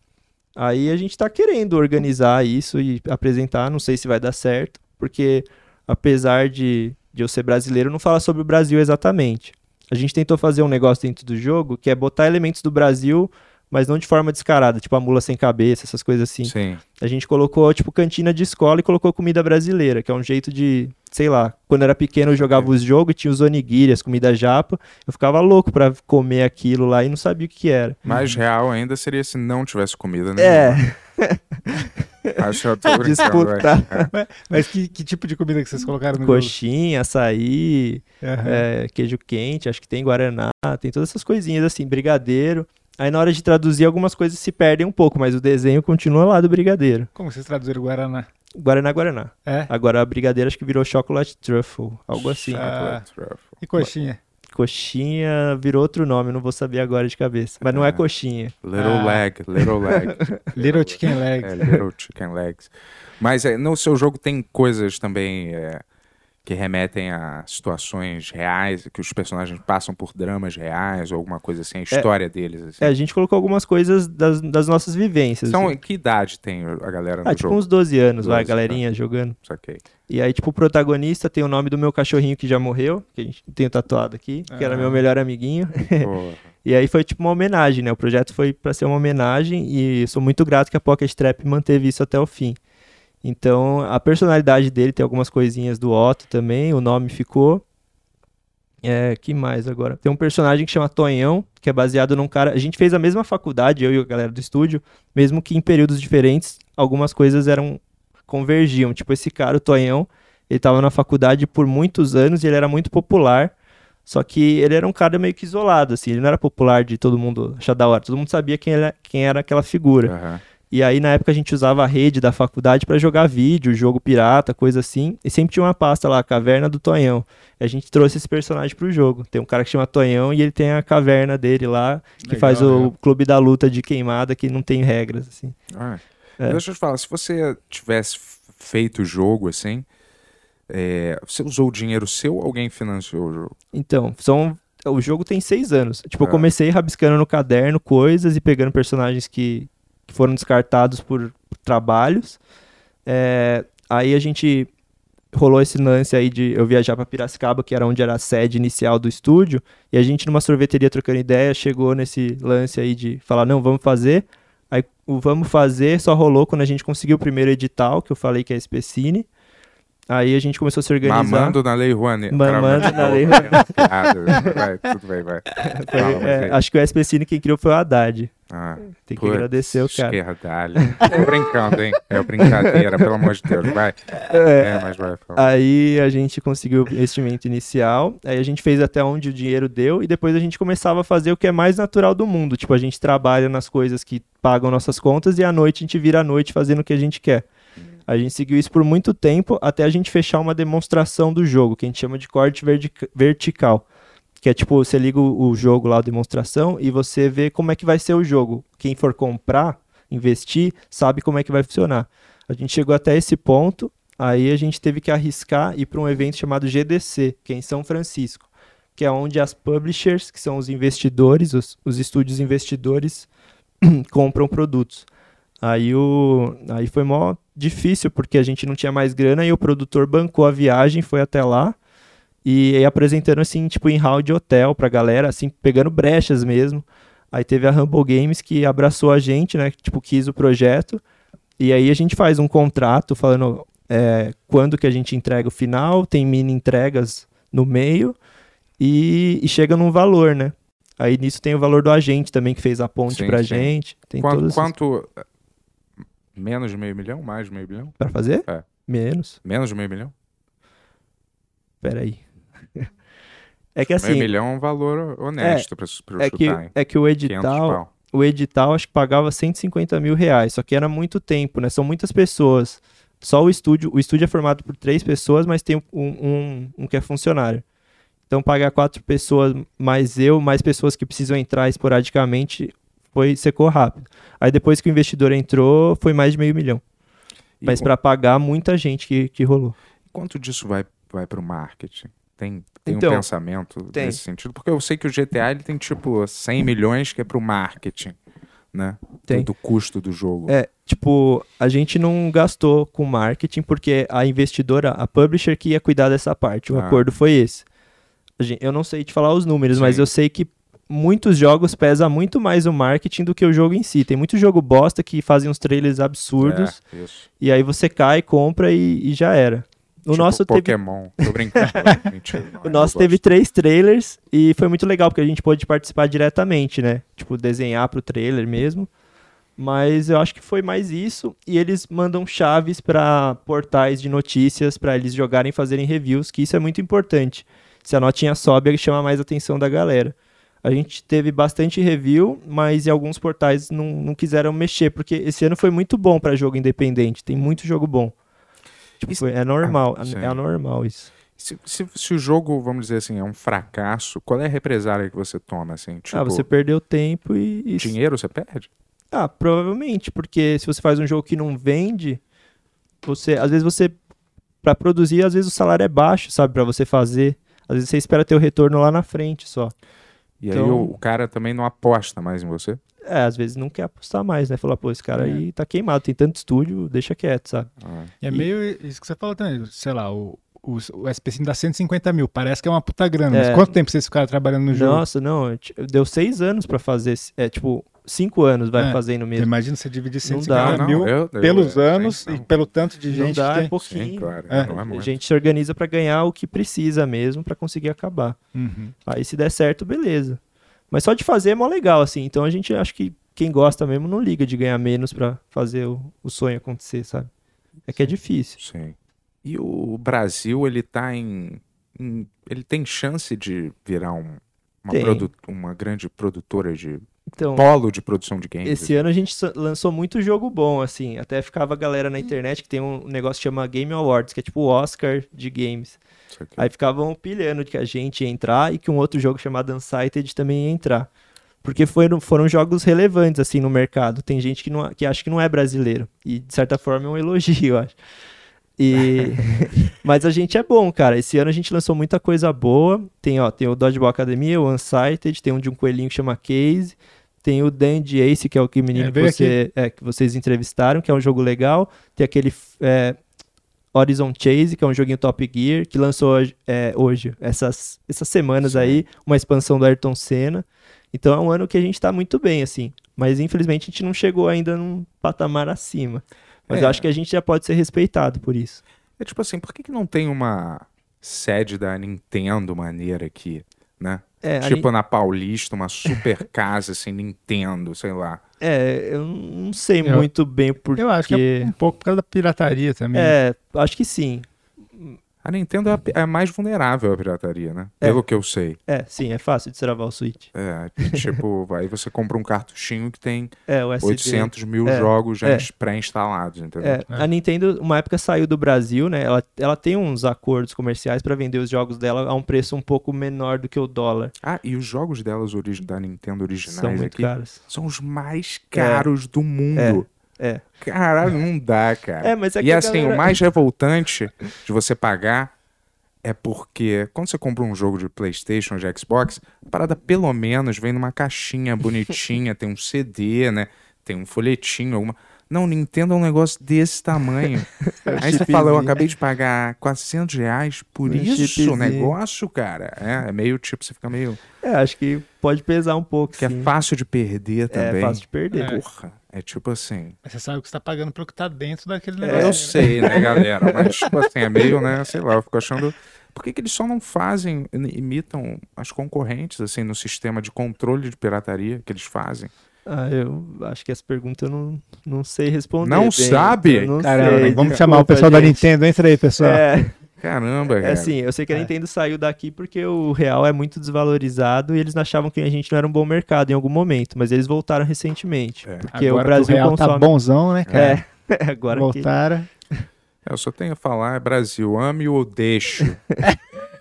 Speaker 4: Aí a gente tá querendo organizar isso e apresentar, não sei se vai dar certo, porque apesar de, de eu ser brasileiro, não fala sobre o Brasil exatamente. A gente tentou fazer um negócio dentro do jogo que é botar elementos do Brasil, mas não de forma descarada, tipo a mula sem cabeça, essas coisas assim.
Speaker 2: Sim.
Speaker 4: A gente colocou, tipo, cantina de escola e colocou comida brasileira, que é um jeito de, sei lá, quando eu era pequeno eu jogava os jogos e tinha os onigiri, as comida japa. Eu ficava louco pra comer aquilo lá e não sabia o que que era.
Speaker 2: Mais real ainda seria se não tivesse comida, né?
Speaker 4: É,
Speaker 2: (laughs) Acho que eu
Speaker 4: (laughs)
Speaker 2: tô brincando, vai.
Speaker 4: disputar.
Speaker 3: Mas que, que tipo de comida que vocês colocaram no
Speaker 4: Coxinha, açaí,
Speaker 3: jogo? Aham.
Speaker 4: é, queijo quente, acho que tem guaraná, tem todas essas coisinhas assim, brigadeiro. Aí na hora de traduzir algumas coisas se perdem um pouco, mas o desenho continua lá do brigadeiro.
Speaker 3: Como vocês traduziram Guaraná?
Speaker 4: Guaraná, Guaraná.
Speaker 3: É?
Speaker 4: Agora a brigadeiro acho que virou chocolate truffle, (laughs) algo assim.
Speaker 3: Ah.
Speaker 2: Truffle.
Speaker 3: E coxinha?
Speaker 4: Coxinha virou outro nome, não vou saber agora de cabeça. Mas não é coxinha.
Speaker 2: Little
Speaker 3: Ah.
Speaker 2: leg, little leg.
Speaker 4: (laughs)
Speaker 3: Little Chicken Legs.
Speaker 2: É, Little Chicken Legs. Mas é, no seu jogo tem coisas também é, que remetem a situações reais, que os personagens passam por dramas reais ou alguma coisa assim, a história deles. Assim.
Speaker 4: É, a gente colocou algumas coisas das, das nossas vivências.
Speaker 2: São,
Speaker 4: assim.
Speaker 2: Então, em que idade tem a galera no
Speaker 4: Ah, tipo
Speaker 2: jogo?
Speaker 4: uns 12 anos, vai,
Speaker 2: 12,
Speaker 4: galerinha jogando. (laughs)
Speaker 2: Saquei.
Speaker 4: E aí, tipo, o protagonista tem o nome do meu cachorrinho que já morreu, que a gente tem tatuado aqui, que era
Speaker 3: Ah.
Speaker 4: meu melhor amiguinho.
Speaker 2: Porra.
Speaker 4: E aí foi tipo uma homenagem, né? O projeto foi pra ser uma homenagem e eu sou muito grato que a Pocket Trap manteve isso até o fim. Então, a personalidade dele tem algumas coisinhas do Otto também, o nome ficou. É, que mais agora? Tem um personagem que chama Tonhão, que é baseado num cara. A gente fez a mesma faculdade, eu e a galera do estúdio, mesmo que em períodos diferentes, algumas coisas eram convergiam. Tipo, esse cara, o Tonhão, ele tava na faculdade por muitos anos e ele era muito popular. Só que ele era um cara meio que isolado, assim, ele não era popular de todo mundo achar da hora, todo mundo sabia quem era, quem era aquela figura.
Speaker 2: Aham.
Speaker 4: E aí, na época, a gente usava a rede da faculdade pra jogar vídeo, jogo pirata, coisa assim. E sempre tinha uma pasta lá, Caverna do Tonhão. E a gente trouxe esse personagem pro jogo. Tem um cara que chama Tonhão e ele tem a caverna dele lá, que
Speaker 3: Legal,
Speaker 4: faz o
Speaker 3: legal.
Speaker 4: clube da luta de queimada, que não tem regras, assim.
Speaker 2: Ah.
Speaker 4: É.
Speaker 2: Deixa eu te falar, se você tivesse feito o jogo assim, é, você usou o dinheiro seu ou alguém financiou o jogo?
Speaker 4: Então, são. O jogo tem seis anos. Tipo, eu
Speaker 2: Ah.
Speaker 4: comecei rabiscando no caderno coisas e pegando personagens que, que foram descartados por, por trabalhos. É, aí a gente rolou esse lance aí de eu viajar pra Piracicaba, que era onde era a sede inicial do estúdio, e a gente numa sorveteria trocando ideia, chegou nesse lance aí de falar, não, vamos fazer. Aí o vamos fazer só rolou quando a gente conseguiu o primeiro edital, que eu falei que é a Especine. Aí a gente começou a se organizar.
Speaker 2: Mamando na Lei Rouanet.
Speaker 4: Mamando
Speaker 2: Cara,
Speaker 4: na Lei
Speaker 2: Piada. Vai, tudo bem, vai.
Speaker 4: (laughs) Foi-
Speaker 2: Fala, mas
Speaker 4: é,
Speaker 2: aí.
Speaker 4: acho que o SPCine quem criou foi o Haddad.
Speaker 2: Ah.
Speaker 4: Tem que
Speaker 2: Putz,
Speaker 4: agradecer o cara.
Speaker 2: Esquerdalha. Tô brincando, hein? É brincadeira, pelo amor de Deus. Vai. É, mas vai. fala.
Speaker 4: Aí a gente conseguiu o investimento inicial, aí a gente fez até onde o dinheiro deu e depois a gente começava a fazer o que é mais natural do mundo. Tipo, a gente trabalha nas coisas que pagam nossas contas e à noite a gente vira à noite fazendo o que a gente quer. A gente seguiu isso por muito tempo até a gente fechar uma demonstração do jogo, que a gente chama de corte vertic- vertical. Que é tipo, você liga o o jogo lá, a demonstração, e você vê como é que vai ser o jogo. Quem for comprar, investir, sabe como é que vai funcionar. A gente chegou até esse ponto, aí a gente teve que arriscar ir para um evento chamado GDC, que é em São Francisco, que é onde as publishers, que são os investidores, os, os estúdios investidores, compram produtos. Aí, o, aí foi mó difícil, porque a gente não tinha mais grana e o produtor bancou a viagem, foi até lá e aí apresentando assim, tipo, em hall de hotel pra galera, assim, pegando brechas mesmo. Aí teve a Rumble Games que abraçou a gente, né? que, Tipo, quis o projeto. E aí a gente faz um contrato falando é, quando que a gente entrega o final, tem mini entregas no meio e, e chega num valor, né? Aí nisso tem o valor do agente também que fez a ponte
Speaker 2: Sim,
Speaker 4: pra
Speaker 2: sim.
Speaker 4: gente. Tem
Speaker 2: Quan-
Speaker 4: todos
Speaker 2: quanto. Menos de meio milhão? Mais de meio milhão?
Speaker 4: para fazer?
Speaker 2: É.
Speaker 4: Menos.
Speaker 2: Menos de meio milhão?
Speaker 4: Peraí. (laughs) é que
Speaker 2: meio
Speaker 4: assim,
Speaker 2: milhão é um valor honesto pra, pra eu
Speaker 4: é que,
Speaker 2: chutar, hein?
Speaker 4: é que o
Speaker 2: 500
Speaker 4: edital,
Speaker 2: pau.
Speaker 4: o edital acho que pagava 150 mil reais, só que era muito tempo, né? São muitas pessoas. Só o estúdio, o estúdio é formado por três pessoas, mas tem um, um, um que é funcionário. Então pagar quatro pessoas mais eu, mais pessoas que precisam entrar esporadicamente, foi secou rápido. Aí depois que o investidor entrou, foi mais de meio milhão.
Speaker 2: E
Speaker 4: mas
Speaker 2: qu-
Speaker 4: para pagar muita gente que, que rolou.
Speaker 2: Quanto disso vai, vai pro marketing? Tem, tem
Speaker 4: Então,
Speaker 2: um pensamento
Speaker 4: tem.
Speaker 2: nesse sentido? Porque eu sei que o GTA ele tem tipo 100 milhões que é pro marketing, né?
Speaker 4: Tem.
Speaker 2: Do custo do jogo.
Speaker 4: É, tipo, a gente não gastou com marketing porque a investidora, a publisher que ia cuidar dessa parte. O
Speaker 2: Ah.
Speaker 4: acordo foi esse. A gen- Eu não sei te falar os números, mas
Speaker 2: Sim.
Speaker 4: eu sei que muitos jogos pesa muito mais o marketing do que o jogo em si. Tem muito jogo bosta que fazem uns trailers absurdos
Speaker 2: É, isso.
Speaker 4: e aí você cai, compra e, e já era. O
Speaker 2: Tipo
Speaker 4: nosso teve
Speaker 2: Pokémon. Tô
Speaker 4: (laughs)
Speaker 2: brincando. Mentira, não, é
Speaker 4: o
Speaker 2: eu
Speaker 4: nosso
Speaker 2: gosto.
Speaker 4: teve três trailers e foi muito legal, porque a gente pôde participar diretamente, né? Tipo, desenhar pro trailer mesmo. Mas eu acho que foi mais isso. E eles mandam chaves para portais de notícias para eles jogarem e fazerem reviews, que isso é muito importante. Se a notinha sobe, é chama mais atenção da galera. A gente teve bastante review, mas em alguns portais não, não quiseram mexer, porque esse ano foi muito bom para jogo independente. Tem muito jogo bom. Tipo,
Speaker 2: Isso-
Speaker 4: foi- é normal,
Speaker 2: Ah, sim.
Speaker 4: é anormal isso.
Speaker 2: Se, se- se o jogo, vamos dizer assim, é um fracasso, qual é a represália que você toma, assim? Tipo,
Speaker 4: ah, você perdeu tempo e. e-
Speaker 2: dinheiro você perde?
Speaker 4: Ah, provavelmente, porque se você faz um jogo que não vende, você. Às vezes você. Pra produzir, às vezes o salário é baixo, sabe? Pra você fazer. Às vezes você espera ter o retorno lá na frente só.
Speaker 2: E aí
Speaker 4: Então-
Speaker 2: o, o cara também não aposta mais em você?
Speaker 4: É, às vezes não quer apostar mais, né? Falar, pô, esse
Speaker 3: É.
Speaker 4: cara aí tá queimado, tem tanto estúdio, deixa quieto, sabe?
Speaker 2: Ah,
Speaker 3: E é
Speaker 4: E-
Speaker 3: meio isso que você falou também, sei lá, o, o, o SPC dá 150 mil, parece que é uma puta grana,
Speaker 4: É.
Speaker 3: mas quanto tempo vocês ficaram trabalhando no jogo?
Speaker 4: Nossa, não, eu te- deu seis anos pra fazer. esse- É, tipo, cinco anos vai
Speaker 3: É,
Speaker 4: fazendo
Speaker 3: Eu
Speaker 4: mesmo.
Speaker 3: imagino você dividir
Speaker 4: Não
Speaker 3: 150
Speaker 4: dá,
Speaker 3: mil
Speaker 2: eu- eu-
Speaker 3: pelos
Speaker 2: eu-
Speaker 3: anos
Speaker 2: sim,
Speaker 3: e
Speaker 2: não.
Speaker 3: pelo tanto de
Speaker 4: Não
Speaker 3: gente
Speaker 4: dá, é
Speaker 3: que...
Speaker 4: pouquinho.
Speaker 2: Sim, claro.
Speaker 3: É.
Speaker 2: Não é muito.
Speaker 4: A gente se organiza pra ganhar o que precisa mesmo pra conseguir acabar.
Speaker 3: Uhum.
Speaker 4: Aí se der certo, beleza. Mas só de fazer é mó legal, assim. Então a gente acho que quem gosta mesmo não liga de ganhar menos pra fazer o, o sonho acontecer, sabe? É que é difícil.
Speaker 2: Sim. E o Brasil, ele tá em. em- ele tem chance de virar um- uma,
Speaker 4: Tem.
Speaker 2: produ- uma grande produtora de.
Speaker 4: Então,
Speaker 2: polo de produção de games.
Speaker 4: esse ano a gente sa- lançou muito jogo bom, assim. Até ficava a galera na internet que tem um negócio que chama Game Awards, que é tipo o Oscar de games.
Speaker 2: Isso aqui.
Speaker 4: Aí ficavam pilhando que a gente ia entrar e que um outro jogo chamado Unsighted também ia entrar. Porque foram, foram jogos relevantes, assim, no mercado. Tem gente que, não, que acha que não é brasileiro. E, de certa forma, é um elogio, eu acho. E...
Speaker 3: (laughs)
Speaker 4: Mas a gente é bom, cara. Esse ano a gente lançou muita coisa boa. Tem, ó, tem o Dodgeball Academia, o Unsighted, tem um de um coelhinho que chama Case. Tem o Dandy Ace, que é o que menino
Speaker 3: É,
Speaker 4: que,
Speaker 3: veio
Speaker 4: você- é, que vocês entrevistaram, que é um jogo legal. Tem aquele é, Horizon Chase, que é um joguinho Top Gear, que lançou é, hoje, essas, essas semanas
Speaker 2: Sim.
Speaker 4: aí, uma expansão do Ayrton Senna. Então é um ano que a gente tá muito bem, assim. Mas infelizmente a gente não chegou ainda num patamar acima. Mas
Speaker 2: É.
Speaker 4: eu acho que a gente já pode ser respeitado por isso.
Speaker 2: É tipo assim, por que, que não tem uma sede da Nintendo maneira aqui, né?
Speaker 4: É, a
Speaker 2: tipo na Paulista, uma
Speaker 4: (laughs)
Speaker 2: super casa assim, Nintendo, sei lá.
Speaker 4: É, eu não sei
Speaker 3: Eu-
Speaker 4: muito bem porque.
Speaker 3: Eu acho que é um pouco por causa da pirataria também.
Speaker 4: é, acho que sim.
Speaker 2: A Nintendo é a, é a mais vulnerável à pirataria, né?
Speaker 4: É.
Speaker 2: Pelo que eu sei.
Speaker 4: É, sim, é fácil de travar o Switch.
Speaker 2: É,
Speaker 4: (laughs)
Speaker 2: tipo, aí você compra um cartuchinho que tem
Speaker 4: É, o SD.
Speaker 2: 800 mil
Speaker 4: É,
Speaker 2: jogos já
Speaker 4: é.
Speaker 2: pré-instalados, entendeu?
Speaker 4: É, a Nintendo, uma época saiu do Brasil, né? Ela, ela tem uns acordos comerciais pra vender os jogos dela a um preço um pouco menor do que o dólar.
Speaker 2: Ah, e os jogos delas origi- da Nintendo
Speaker 4: São
Speaker 2: originais
Speaker 4: muito
Speaker 2: aqui
Speaker 4: caros.
Speaker 2: são os mais caros do mundo.
Speaker 4: É.
Speaker 2: Caralho, não dá, cara.
Speaker 4: É, mas é que
Speaker 2: e
Speaker 4: a
Speaker 2: assim,
Speaker 4: galera-
Speaker 2: o mais revoltante de você pagar é porque quando você compra um jogo de PlayStation, de Xbox, a parada pelo menos vem numa caixinha
Speaker 4: (laughs)
Speaker 2: bonitinha, tem um CD, né? Tem um folhetinho, alguma. Não, Nintendo é um negócio desse
Speaker 4: (laughs)
Speaker 2: tamanho. Aí você fala, eu
Speaker 4: É um chipzinho.
Speaker 2: acabei de pagar 400 reais por
Speaker 4: Um
Speaker 2: isso, o
Speaker 4: chipzinho.
Speaker 2: negócio, cara. É, é meio tipo, você fica meio.
Speaker 4: É, acho que pode pesar um pouco,
Speaker 2: Que é
Speaker 4: sim.
Speaker 2: fácil de perder também.
Speaker 4: É, fácil de perder.
Speaker 2: Porra. É tipo assim.
Speaker 5: Mas você sabe que você tá pagando pelo que tá dentro daquele
Speaker 2: É,
Speaker 5: negócio.
Speaker 2: eu sei,
Speaker 4: (laughs)
Speaker 2: né, galera? Mas, tipo assim, é meio, né? Sei lá, eu fico achando. Por que, que eles só não fazem, imitam as concorrentes, assim, no sistema de controle de pirataria que eles fazem?
Speaker 4: Ah, eu acho que essa pergunta eu não, não sei responder.
Speaker 2: Não
Speaker 4: bem. então
Speaker 2: sabe?
Speaker 4: Eu não
Speaker 3: Caramba,
Speaker 4: sei,
Speaker 3: vamos
Speaker 4: desculpa,
Speaker 3: chamar o pessoal da
Speaker 4: gente.
Speaker 3: Nintendo, entra aí, pessoal.
Speaker 4: (laughs) É,
Speaker 2: Caramba,
Speaker 4: é
Speaker 2: cara.
Speaker 4: assim, eu sei que a
Speaker 3: É.
Speaker 4: Nintendo saiu daqui porque o real é muito desvalorizado e eles achavam que a gente não era um bom mercado em algum momento, mas eles voltaram recentemente.
Speaker 2: É.
Speaker 4: Porque
Speaker 3: Agora
Speaker 4: o Brasil
Speaker 3: que o real
Speaker 4: consome.
Speaker 3: tá bonzão, né, cara?
Speaker 4: É, (laughs) agora que.
Speaker 3: Voltaram.
Speaker 2: Eu só tenho a falar, é Brasil, ame ou
Speaker 4: (laughs)
Speaker 2: deixo.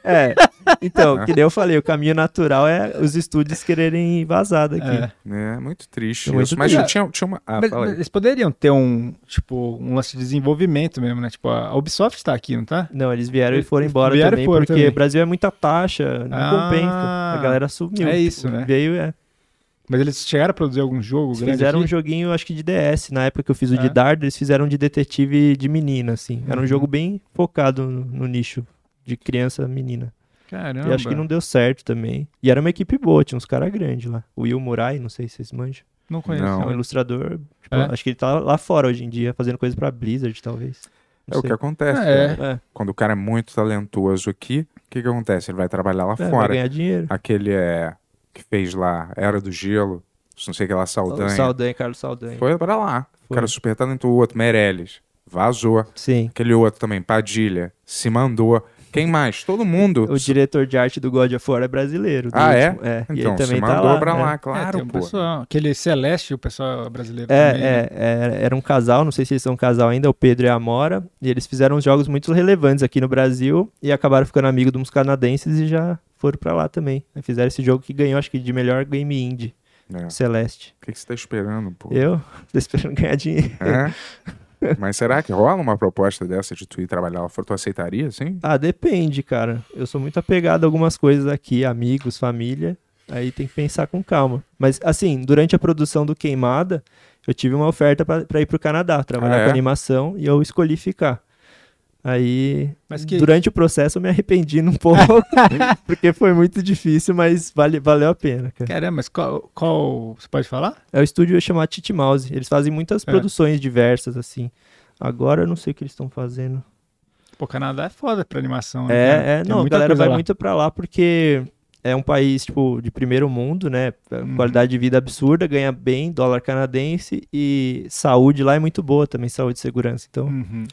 Speaker 4: É.
Speaker 3: (laughs)
Speaker 4: Então, que nem eu falei, o caminho natural é os estúdios quererem vazar daqui.
Speaker 3: É.
Speaker 2: né? Muito triste
Speaker 4: É Muito
Speaker 2: isso. Mas
Speaker 3: triste.
Speaker 2: tinha, tinha uma. Ah,
Speaker 3: Mas,
Speaker 2: fala
Speaker 3: mas
Speaker 2: aí.
Speaker 3: eles poderiam ter um, tipo, um lance de desenvolvimento mesmo, né? Tipo, a Ubisoft tá aqui, não tá?
Speaker 4: Não, eles vieram e
Speaker 3: Eles
Speaker 4: foram embora
Speaker 3: vieram e
Speaker 4: também,
Speaker 3: foram
Speaker 4: porque
Speaker 3: também.
Speaker 4: Brasil é muita taxa, não
Speaker 3: Ah,
Speaker 4: compensa. A galera sumiu.
Speaker 3: é isso, né?
Speaker 4: Veio, é.
Speaker 3: Mas eles chegaram a produzir algum jogo
Speaker 4: Eles
Speaker 3: grande
Speaker 4: fizeram
Speaker 3: aqui?
Speaker 4: um joguinho, acho que de DS. Na época que eu fiz o
Speaker 3: É. Uhum.
Speaker 4: de dardo, eles fizeram de detetive de menina, assim. Era um jogo bem focado no, no nicho de criança menina.
Speaker 3: Caramba.
Speaker 4: E acho que não deu certo também. E era uma equipe boa, tinha uns caras grandes lá. O Will Murai, não sei se vocês manjam.
Speaker 3: Não conheço.
Speaker 2: Não.
Speaker 4: É um ilustrador. tipo,
Speaker 3: É?
Speaker 4: Acho que ele tá lá fora hoje em dia, fazendo coisa pra Blizzard, talvez.
Speaker 2: É o que acontece.
Speaker 3: Ah,
Speaker 2: né?
Speaker 3: é.
Speaker 4: é,
Speaker 2: Quando o cara é muito talentoso aqui, o que, que acontece? Ele vai trabalhar lá
Speaker 4: é, vai
Speaker 2: fora.
Speaker 4: ganhar dinheiro.
Speaker 2: Aquele é, que fez lá Era do Gelo, não sei o que lá,
Speaker 4: O
Speaker 2: Saldanha.
Speaker 4: Saldanha, Carlos Saldanha.
Speaker 2: Foi pra lá. O
Speaker 4: Foi.
Speaker 2: cara super talentoso. O outro, Meirelles. Vazou.
Speaker 4: Sim.
Speaker 2: Aquele outro também, Padilha. Se mandou. Quem mais? Todo mundo.
Speaker 4: O diretor de arte do God of War é brasileiro. do
Speaker 2: Ah, é?
Speaker 4: último. É. e
Speaker 2: Então,
Speaker 4: ele
Speaker 2: se
Speaker 4: também
Speaker 2: mandou
Speaker 4: tá lá,
Speaker 2: pra
Speaker 4: né?
Speaker 2: lá,
Speaker 5: É,
Speaker 2: claro,
Speaker 5: tem um
Speaker 2: pô.
Speaker 5: pessoal, aquele Celeste, o pessoal brasileiro também.
Speaker 3: né?
Speaker 4: É, é, é, era um casal, não sei se eles são um casal ainda, o Pedro e a Amora, e eles fizeram uns jogos muito relevantes aqui no Brasil e acabaram ficando amigos de uns canadenses e já foram pra lá também. Aí Fizeram esse jogo que ganhou, acho que de melhor game indie,
Speaker 2: É.
Speaker 4: Celeste.
Speaker 2: O que que você tá esperando, pô? É.
Speaker 4: Eu (laughs) tô esperando ganhar dinheiro.
Speaker 2: Hã? Mas será que rola uma proposta dessa de tu ir trabalhar lá fora? Tu aceitaria, sim?
Speaker 4: Ah, depende, cara. Eu sou muito apegado a algumas coisas aqui, amigos, família. Aí tem que pensar com calma. Mas, assim, durante a produção do Queimada, eu tive uma oferta pra pra ir pro Canadá, trabalhar
Speaker 2: Ah, é?
Speaker 4: com animação, e eu escolhi ficar. Aí,
Speaker 3: Mas que-
Speaker 4: durante o processo, eu me arrependi um pouco,
Speaker 3: (laughs)
Speaker 4: (laughs) porque foi muito difícil, mas vale, valeu a pena, cara.
Speaker 3: Caramba, mas qual, qual- Você pode falar?
Speaker 4: É o estúdio chamado Titi Mouse. Eles fazem muitas
Speaker 3: É.
Speaker 4: produções diversas, assim. Agora eu não sei o que eles estão fazendo.
Speaker 5: Pô, Canadá é foda pra animação. né, cara?
Speaker 4: É, é,
Speaker 3: Tem
Speaker 4: não, a
Speaker 3: muita
Speaker 4: galera
Speaker 3: coisa
Speaker 4: vai
Speaker 3: lá.
Speaker 4: muito pra lá porque é um país, tipo, de primeiro mundo, né?
Speaker 5: Uhum.
Speaker 4: Qualidade de vida absurda, ganha bem, dólar canadense e saúde lá é muito boa também, saúde e segurança. Então,
Speaker 3: Uhum.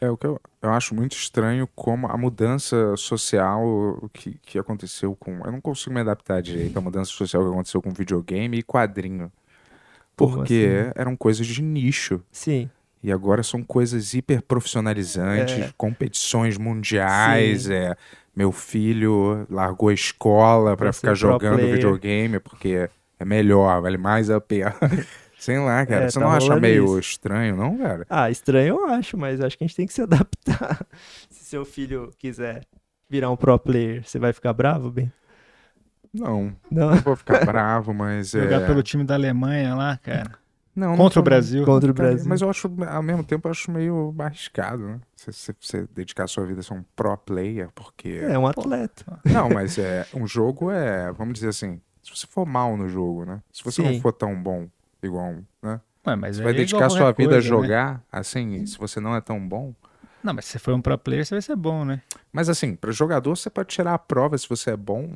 Speaker 2: É o que eu, eu acho muito estranho como a mudança social que, que aconteceu com. Eu não consigo me adaptar direito à mudança social que aconteceu com videogame e quadrinho.
Speaker 4: Como
Speaker 2: Porque eram coisas de nicho.
Speaker 4: assim, sim,
Speaker 2: E agora são coisas hiper profissionalizantes,
Speaker 4: É.
Speaker 2: competições mundiais. É, meu filho largou a escola pra
Speaker 4: Pra ser
Speaker 2: ficar
Speaker 4: pro
Speaker 2: jogando
Speaker 4: player.
Speaker 2: videogame porque é melhor, vale mais a pena. (laughs) Sei lá, cara.
Speaker 4: É,
Speaker 2: Você
Speaker 4: tá
Speaker 2: não acha
Speaker 4: rolando
Speaker 2: meio
Speaker 4: isso.
Speaker 2: estranho, não, cara?
Speaker 4: ah, estranho eu acho, mas acho que a gente tem que se (laughs) adaptar. Se seu filho quiser virar um pro player, você vai ficar bravo, bem?
Speaker 2: Não,
Speaker 4: Não.
Speaker 5: (laughs)
Speaker 2: não vou
Speaker 4: (laughs)
Speaker 2: ficar bravo, mas. é...
Speaker 5: Jogar pelo time da Alemanha lá, cara.
Speaker 2: Não, não
Speaker 5: Contra o
Speaker 2: tô-
Speaker 5: Brasil.
Speaker 4: Contra é o Brasil.
Speaker 2: Mas eu acho, ao mesmo tempo, eu acho meio arriscado, né? Você, você- você dedicar sua vida a ser um pro player, porque.
Speaker 4: É um atleta.
Speaker 2: Não, mas é. Um jogo é. Vamos dizer assim. Se você for mal no jogo, né? Se você não
Speaker 4: Sim.
Speaker 2: for tão bom igual. um, Né?
Speaker 5: Ué, mas
Speaker 2: Você
Speaker 5: aí
Speaker 2: vai
Speaker 5: é
Speaker 2: dedicar
Speaker 5: igual
Speaker 2: sua
Speaker 5: qualquer
Speaker 2: vida a
Speaker 5: coisa, né?
Speaker 2: jogar, assim, e se você não é tão bom.
Speaker 5: Não, mas se você for um pro player, você vai ser bom, né?
Speaker 2: Mas assim, pra jogador, você pode tirar a prova se você é bom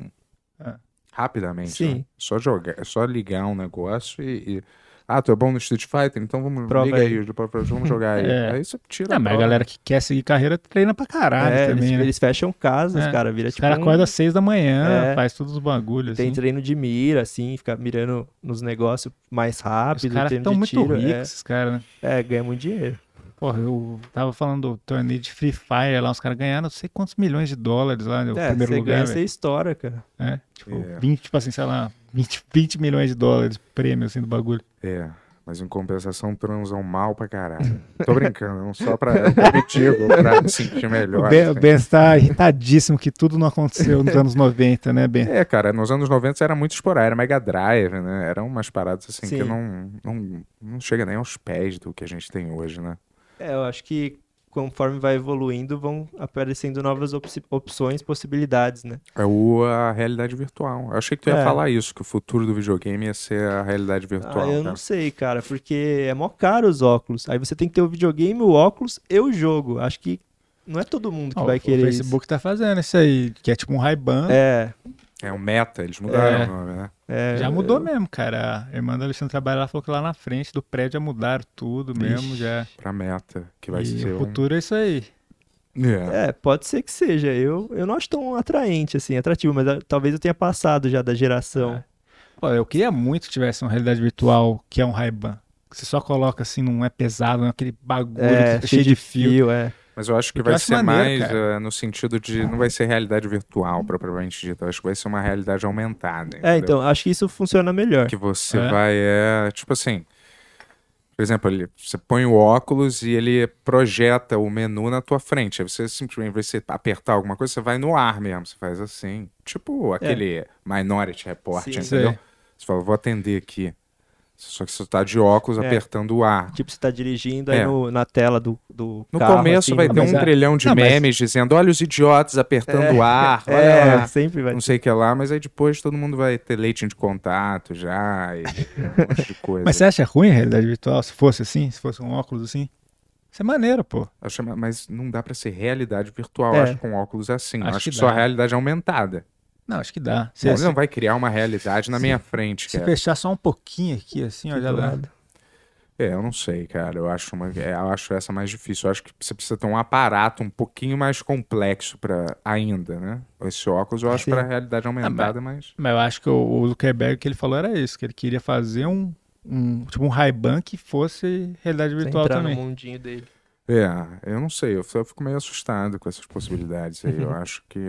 Speaker 5: Ah.
Speaker 2: rapidamente.
Speaker 4: Sim.
Speaker 2: né? Só jogar, é só ligar um negócio e. e- Ah, tu é bom no Street Fighter? Então vamos
Speaker 4: Prova
Speaker 2: liga
Speaker 4: aí.
Speaker 2: aí, vamos jogar
Speaker 5: (laughs)
Speaker 2: aí.
Speaker 5: É.
Speaker 2: Aí você tira
Speaker 5: Não,
Speaker 2: a
Speaker 5: mas a
Speaker 2: prova.
Speaker 5: galera que quer seguir carreira treina pra caralho
Speaker 4: tá É,
Speaker 5: também,
Speaker 4: eles,
Speaker 5: né?
Speaker 4: eles fecham casas,
Speaker 5: É.
Speaker 4: cara, vira
Speaker 5: Os
Speaker 4: tipo
Speaker 5: caras
Speaker 4: um-
Speaker 5: acordam às seis da manhã,
Speaker 4: É.
Speaker 5: faz todos os bagulhos,
Speaker 4: Tem
Speaker 5: assim.
Speaker 4: treino de mira, assim, fica mirando nos negócios mais
Speaker 5: Os
Speaker 4: rápido.
Speaker 5: caras
Speaker 4: treino
Speaker 5: estão
Speaker 4: de
Speaker 5: muito
Speaker 4: tiro,
Speaker 5: ricos,
Speaker 4: é.
Speaker 5: esses caras, né?
Speaker 4: É, ganha muito dinheiro.
Speaker 5: Porra, eu tava falando do torneio de Free Fire lá, os caras ganharam não sei quantos milhões de dólares lá no
Speaker 4: é,
Speaker 5: primeiro
Speaker 4: você
Speaker 5: lugar,
Speaker 3: né?
Speaker 4: ganha, você
Speaker 5: velho.
Speaker 4: estoura, cara.
Speaker 5: É, tipo,
Speaker 2: É.
Speaker 5: 20, tipo assim, sei lá, 20, 20 milhões de dólares prêmio, assim, do bagulho.
Speaker 2: É. Mas em compensação, transam mal pra caralho. Tô brincando, não só pra (laughs) é um competitivo, pra me sentir
Speaker 6: O
Speaker 2: melhor.
Speaker 6: Ben, o
Speaker 2: assim.
Speaker 6: Ben
Speaker 5: tá
Speaker 6: está irritadíssimo que tudo não aconteceu
Speaker 4: (laughs)
Speaker 6: nos anos 90, né, Ben?
Speaker 2: É, cara, nos anos 90 era muito explorar, era Mega Drive, né? Eram umas paradas assim que
Speaker 4: Sim.
Speaker 2: não, não, não chega nem aos pés do que a gente tem hoje, né?
Speaker 4: É, eu acho que conforme vai evoluindo, vão aparecendo novas opci- opções, possibilidades, né?
Speaker 2: É o, a realidade virtual. Eu achei que tu ia
Speaker 4: É.
Speaker 2: falar isso, que o futuro do videogame ia ser a realidade
Speaker 3: É
Speaker 2: virtual.
Speaker 4: Ah, eu
Speaker 2: né?
Speaker 4: não sei, cara, porque é mó caro os óculos. Aí você tem que ter o videogame, o óculos e o jogo. Acho que não é todo mundo que
Speaker 3: Ó,
Speaker 4: vai
Speaker 3: o
Speaker 4: querer isso.
Speaker 3: Facebook tá fazendo isso aí, que é tipo um Ray-Ban.
Speaker 4: É,
Speaker 2: É o meta, eles mudaram
Speaker 3: É.
Speaker 2: o nome, né?
Speaker 4: é,
Speaker 3: Já mudou mesmo, cara. A irmã do Alexandre trabalha lá, falou que lá na frente do prédio já mudaram tudo mesmo, já.
Speaker 2: Pra meta, que vai
Speaker 3: e
Speaker 2: ser.
Speaker 3: o
Speaker 2: um-
Speaker 3: futuro é isso aí.
Speaker 2: É.
Speaker 4: É, pode ser que seja. Eu, eu não acho tão atraente, assim, atrativo, mas ah, talvez eu tenha passado já da geração.
Speaker 3: É. Pô, eu queria muito que tivesse uma realidade virtual que é um Ray-Ban. Que você só coloca assim, não é pesado, não é aquele bagulho
Speaker 4: É,
Speaker 3: que- cheio de fio.
Speaker 4: é.
Speaker 2: Mas eu acho que
Speaker 3: Eu
Speaker 2: vai
Speaker 3: acho
Speaker 2: ser
Speaker 3: maneiro,
Speaker 2: mais
Speaker 3: cara.
Speaker 2: eh, no sentido de. Não vai ser realidade virtual, propriamente dita. Eu Acho que vai ser uma realidade aumentada. entendeu?
Speaker 4: É, então, acho que isso funciona melhor.
Speaker 2: Que você
Speaker 3: É.
Speaker 2: vai. É, tipo assim. Por exemplo, ele, você põe o óculos e ele projeta o menu na tua frente. Aí você simplesmente, em vez de você apertar alguma coisa, você vai no ar mesmo. Você faz assim. Tipo aquele Minority Report,
Speaker 4: Sim.
Speaker 2: entendeu?
Speaker 3: É. Sei.
Speaker 2: Você fala, vou atender aqui. Só que você tá de óculos
Speaker 4: É.
Speaker 2: apertando o ar.
Speaker 4: Tipo, você tá dirigindo
Speaker 2: É.
Speaker 4: aí no- na tela do, do
Speaker 2: No
Speaker 4: carro,
Speaker 2: começo
Speaker 4: assim,
Speaker 2: vai
Speaker 4: no-
Speaker 2: ter um
Speaker 3: mas é-
Speaker 2: trilhão de
Speaker 3: Não, mas-
Speaker 2: memes dizendo: olha os idiotas apertando o ar,
Speaker 3: (laughs)
Speaker 2: olha
Speaker 4: É,
Speaker 2: lá,
Speaker 4: sempre vai
Speaker 3: Um
Speaker 2: não sei o que lá, mas aí depois todo mundo vai ter leite de contato já, e um monte
Speaker 3: (laughs)
Speaker 2: de coisa.
Speaker 3: Mas você acha ruim a realidade virtual, se fosse assim, se fosse um óculos assim? Isso é maneiro, pô.
Speaker 2: Eu chamo- Mas não dá pra ser realidade virtual,
Speaker 4: É.
Speaker 2: acho, com óculos assim. Eu Acho,
Speaker 3: Acho
Speaker 2: que,
Speaker 3: que
Speaker 2: só
Speaker 3: dá.
Speaker 2: realidade aumentada.
Speaker 3: Não, acho que dá. Se,
Speaker 2: Você
Speaker 3: se-
Speaker 2: não vai criar uma realidade na minha frente,
Speaker 3: se
Speaker 2: cara.
Speaker 3: fechar só um pouquinho aqui, assim, ó, já
Speaker 4: do
Speaker 3: dá.
Speaker 4: lado.
Speaker 2: É, eu não sei, cara. Eu acho, uma, é, eu acho essa mais difícil. Eu acho que você precisa ter um aparato um pouquinho mais complexo para ainda, né? Esse óculos eu acho
Speaker 4: Sim.
Speaker 2: pra realidade aumentada, mas...
Speaker 3: Mas eu acho que o, o Zuckerberg que ele falou era isso, que ele queria fazer um, um tipo um Ray-Ban que fosse realidade
Speaker 4: Pra
Speaker 3: virtual
Speaker 4: entrar
Speaker 3: também.
Speaker 4: no tipo, mundinho dele.
Speaker 2: É, eu não sei, eu f- eu fico meio assustado com essas possibilidades aí. Eu
Speaker 4: Uhum.
Speaker 2: acho que.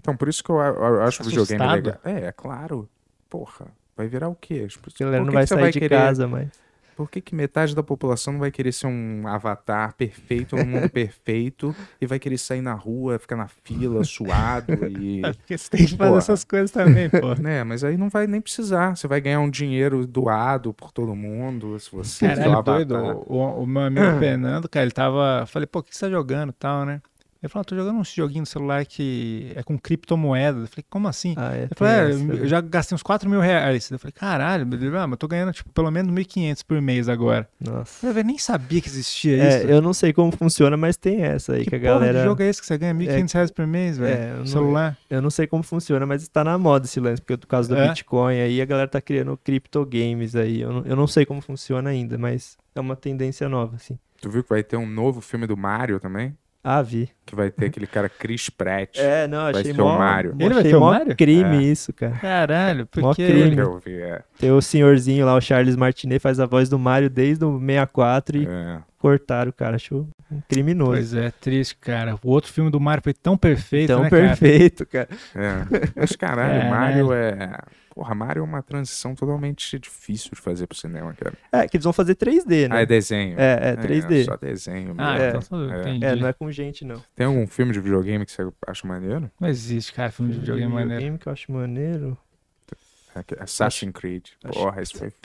Speaker 2: Então, por isso que eu, a- eu acho o videogame legal.
Speaker 3: Assustado?
Speaker 2: É, é claro. Porra, vai virar o quê? As pessoas-
Speaker 4: A galera
Speaker 2: por
Speaker 4: não
Speaker 2: que
Speaker 4: vai
Speaker 2: que você
Speaker 4: sair de
Speaker 2: querer-
Speaker 4: casa, mas...
Speaker 2: Por que, que metade da população não vai querer ser um avatar perfeito, um mundo perfeito, e vai querer sair na rua, ficar na fila, suado e.
Speaker 3: É (laughs) porque você tem que fazer
Speaker 2: Porra.
Speaker 3: essas
Speaker 2: (laughs)
Speaker 3: coisas também, pô.
Speaker 2: Né, mas aí não vai nem precisar. Você vai ganhar um dinheiro doado por todo mundo, se você fizer
Speaker 3: Caralho,
Speaker 2: o
Speaker 3: doido.
Speaker 2: avatar. né?
Speaker 3: O, o
Speaker 2: (laughs)
Speaker 3: meu amigo Fernando, cara, ele tava. eu Falei, pô, o que você tá jogando e tal, né? Ele falou, ah, tô jogando um joguinho no celular que é com criptomoedas. Eu falei, como assim?
Speaker 4: Ah, é,
Speaker 3: Ele falou, é,
Speaker 4: tem essa.
Speaker 3: eu já gastei uns 4 mil reais. Eu falei, caralho, meu Deus, ah, mas eu tô ganhando tipo, pelo menos 1.500 por mês agora. Eu
Speaker 4: Nossa.
Speaker 3: falei, "Eu nem sabia que existia
Speaker 4: É,
Speaker 3: isso.
Speaker 4: eu não sei como funciona, mas tem essa aí que, a
Speaker 3: porra
Speaker 4: galera... é,
Speaker 3: de jogo é esse que você ganha 1.500 reais por mês, velho?
Speaker 4: eu não-
Speaker 3: no celular?
Speaker 4: Eu não sei como funciona, mas está na moda esse lance, porque por causa do
Speaker 3: É?
Speaker 4: Bitcoin aí, a galera tá criando criptogames aí. Eu não, eu não sei como funciona ainda, mas é uma tendência nova, assim.
Speaker 2: Tu viu que vai ter um novo filme do Mario também?
Speaker 4: Ah, vi.
Speaker 2: Que vai ter aquele cara Chris Pratt.
Speaker 4: É, não,
Speaker 2: Vai
Speaker 4: achei
Speaker 2: ser o
Speaker 4: mó,
Speaker 2: Mario.
Speaker 4: mó-
Speaker 3: Ele vai
Speaker 4: achei
Speaker 3: ter o
Speaker 4: mó
Speaker 3: Mario?
Speaker 4: crime
Speaker 2: É.
Speaker 4: isso, cara.
Speaker 3: Caralho,
Speaker 4: Mó
Speaker 3: porque...
Speaker 4: crime.
Speaker 2: que eu vi, é.
Speaker 4: Tem o senhorzinho lá, o Charles Martinet, faz a voz do Mario desde o 64 e
Speaker 2: É.
Speaker 4: cortaram o cara. Achou um criminoso.
Speaker 3: Pois é, triste, cara. O outro filme do Mario foi tão perfeito,
Speaker 4: Tão
Speaker 3: né, cara?
Speaker 4: perfeito, cara.
Speaker 2: É. Mas caralho,
Speaker 3: Caralho.
Speaker 2: Mario é. Porra, Mario é uma transição totalmente difícil de fazer pro cinema, cara.
Speaker 4: É, que eles vão fazer 3D,
Speaker 2: Ah, é
Speaker 4: né?
Speaker 2: desenho.
Speaker 4: É, é 3D.
Speaker 2: só desenho.
Speaker 3: Ah,
Speaker 2: mesmo.
Speaker 3: então tudo,
Speaker 2: É.
Speaker 3: entendi.
Speaker 4: É, não é com gente, não.
Speaker 2: Tem algum filme de videogame que você acha maneiro?
Speaker 3: Não existe, cara,
Speaker 2: Um
Speaker 3: filme de videogame maneiro.
Speaker 4: Game que eu acho maneiro. (laughs)
Speaker 2: É que- Assassin's Creed. Porra, esse
Speaker 5: é
Speaker 2: foi foda.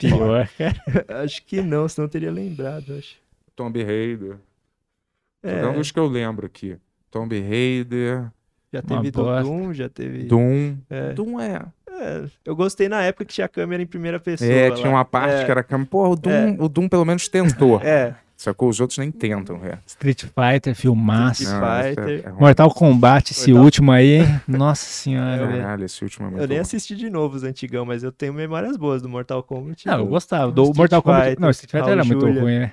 Speaker 3: Pior, cara.
Speaker 4: acho que não, senão eu teria lembrado, eu acho.
Speaker 2: Tomb Raider. É.
Speaker 4: É,
Speaker 2: um dos que eu lembro aqui. Tomb Raider,
Speaker 4: já
Speaker 3: uma
Speaker 4: teve do
Speaker 3: bosta.
Speaker 4: Doom, já teve.
Speaker 2: Doom.
Speaker 4: É,
Speaker 2: Doom é.
Speaker 4: é, eu gostei na época que tinha a câmera em primeira pessoa.
Speaker 2: É,
Speaker 4: lá.
Speaker 2: tinha uma parte
Speaker 4: É,
Speaker 2: que era câmera. Porra, o Doom,
Speaker 4: É.
Speaker 2: o Doom pelo menos tentou.
Speaker 4: (laughs) É,
Speaker 2: Sacou? Os outros nem tentam, é.
Speaker 3: Street Fighter, filmaço.
Speaker 4: Street
Speaker 2: Não, esse é-
Speaker 4: Fighter.
Speaker 2: é ruim.
Speaker 3: Mortal Kombat, esse
Speaker 4: Mortal-
Speaker 3: último aí, hein? Nossa senhora.
Speaker 4: Eu-
Speaker 2: Caralho, esse último é muito
Speaker 4: eu nem
Speaker 2: bom.
Speaker 4: assisti de novo os antigão, mas eu tenho memórias boas do Mortal Kombat.
Speaker 3: Não, eu
Speaker 4: do-
Speaker 3: gostava. Do
Speaker 4: Street
Speaker 3: Mortal Kombat.
Speaker 4: Fighter,
Speaker 3: não, Street Fighter
Speaker 4: Raul
Speaker 3: era muito
Speaker 4: Julia.
Speaker 3: ruim, né?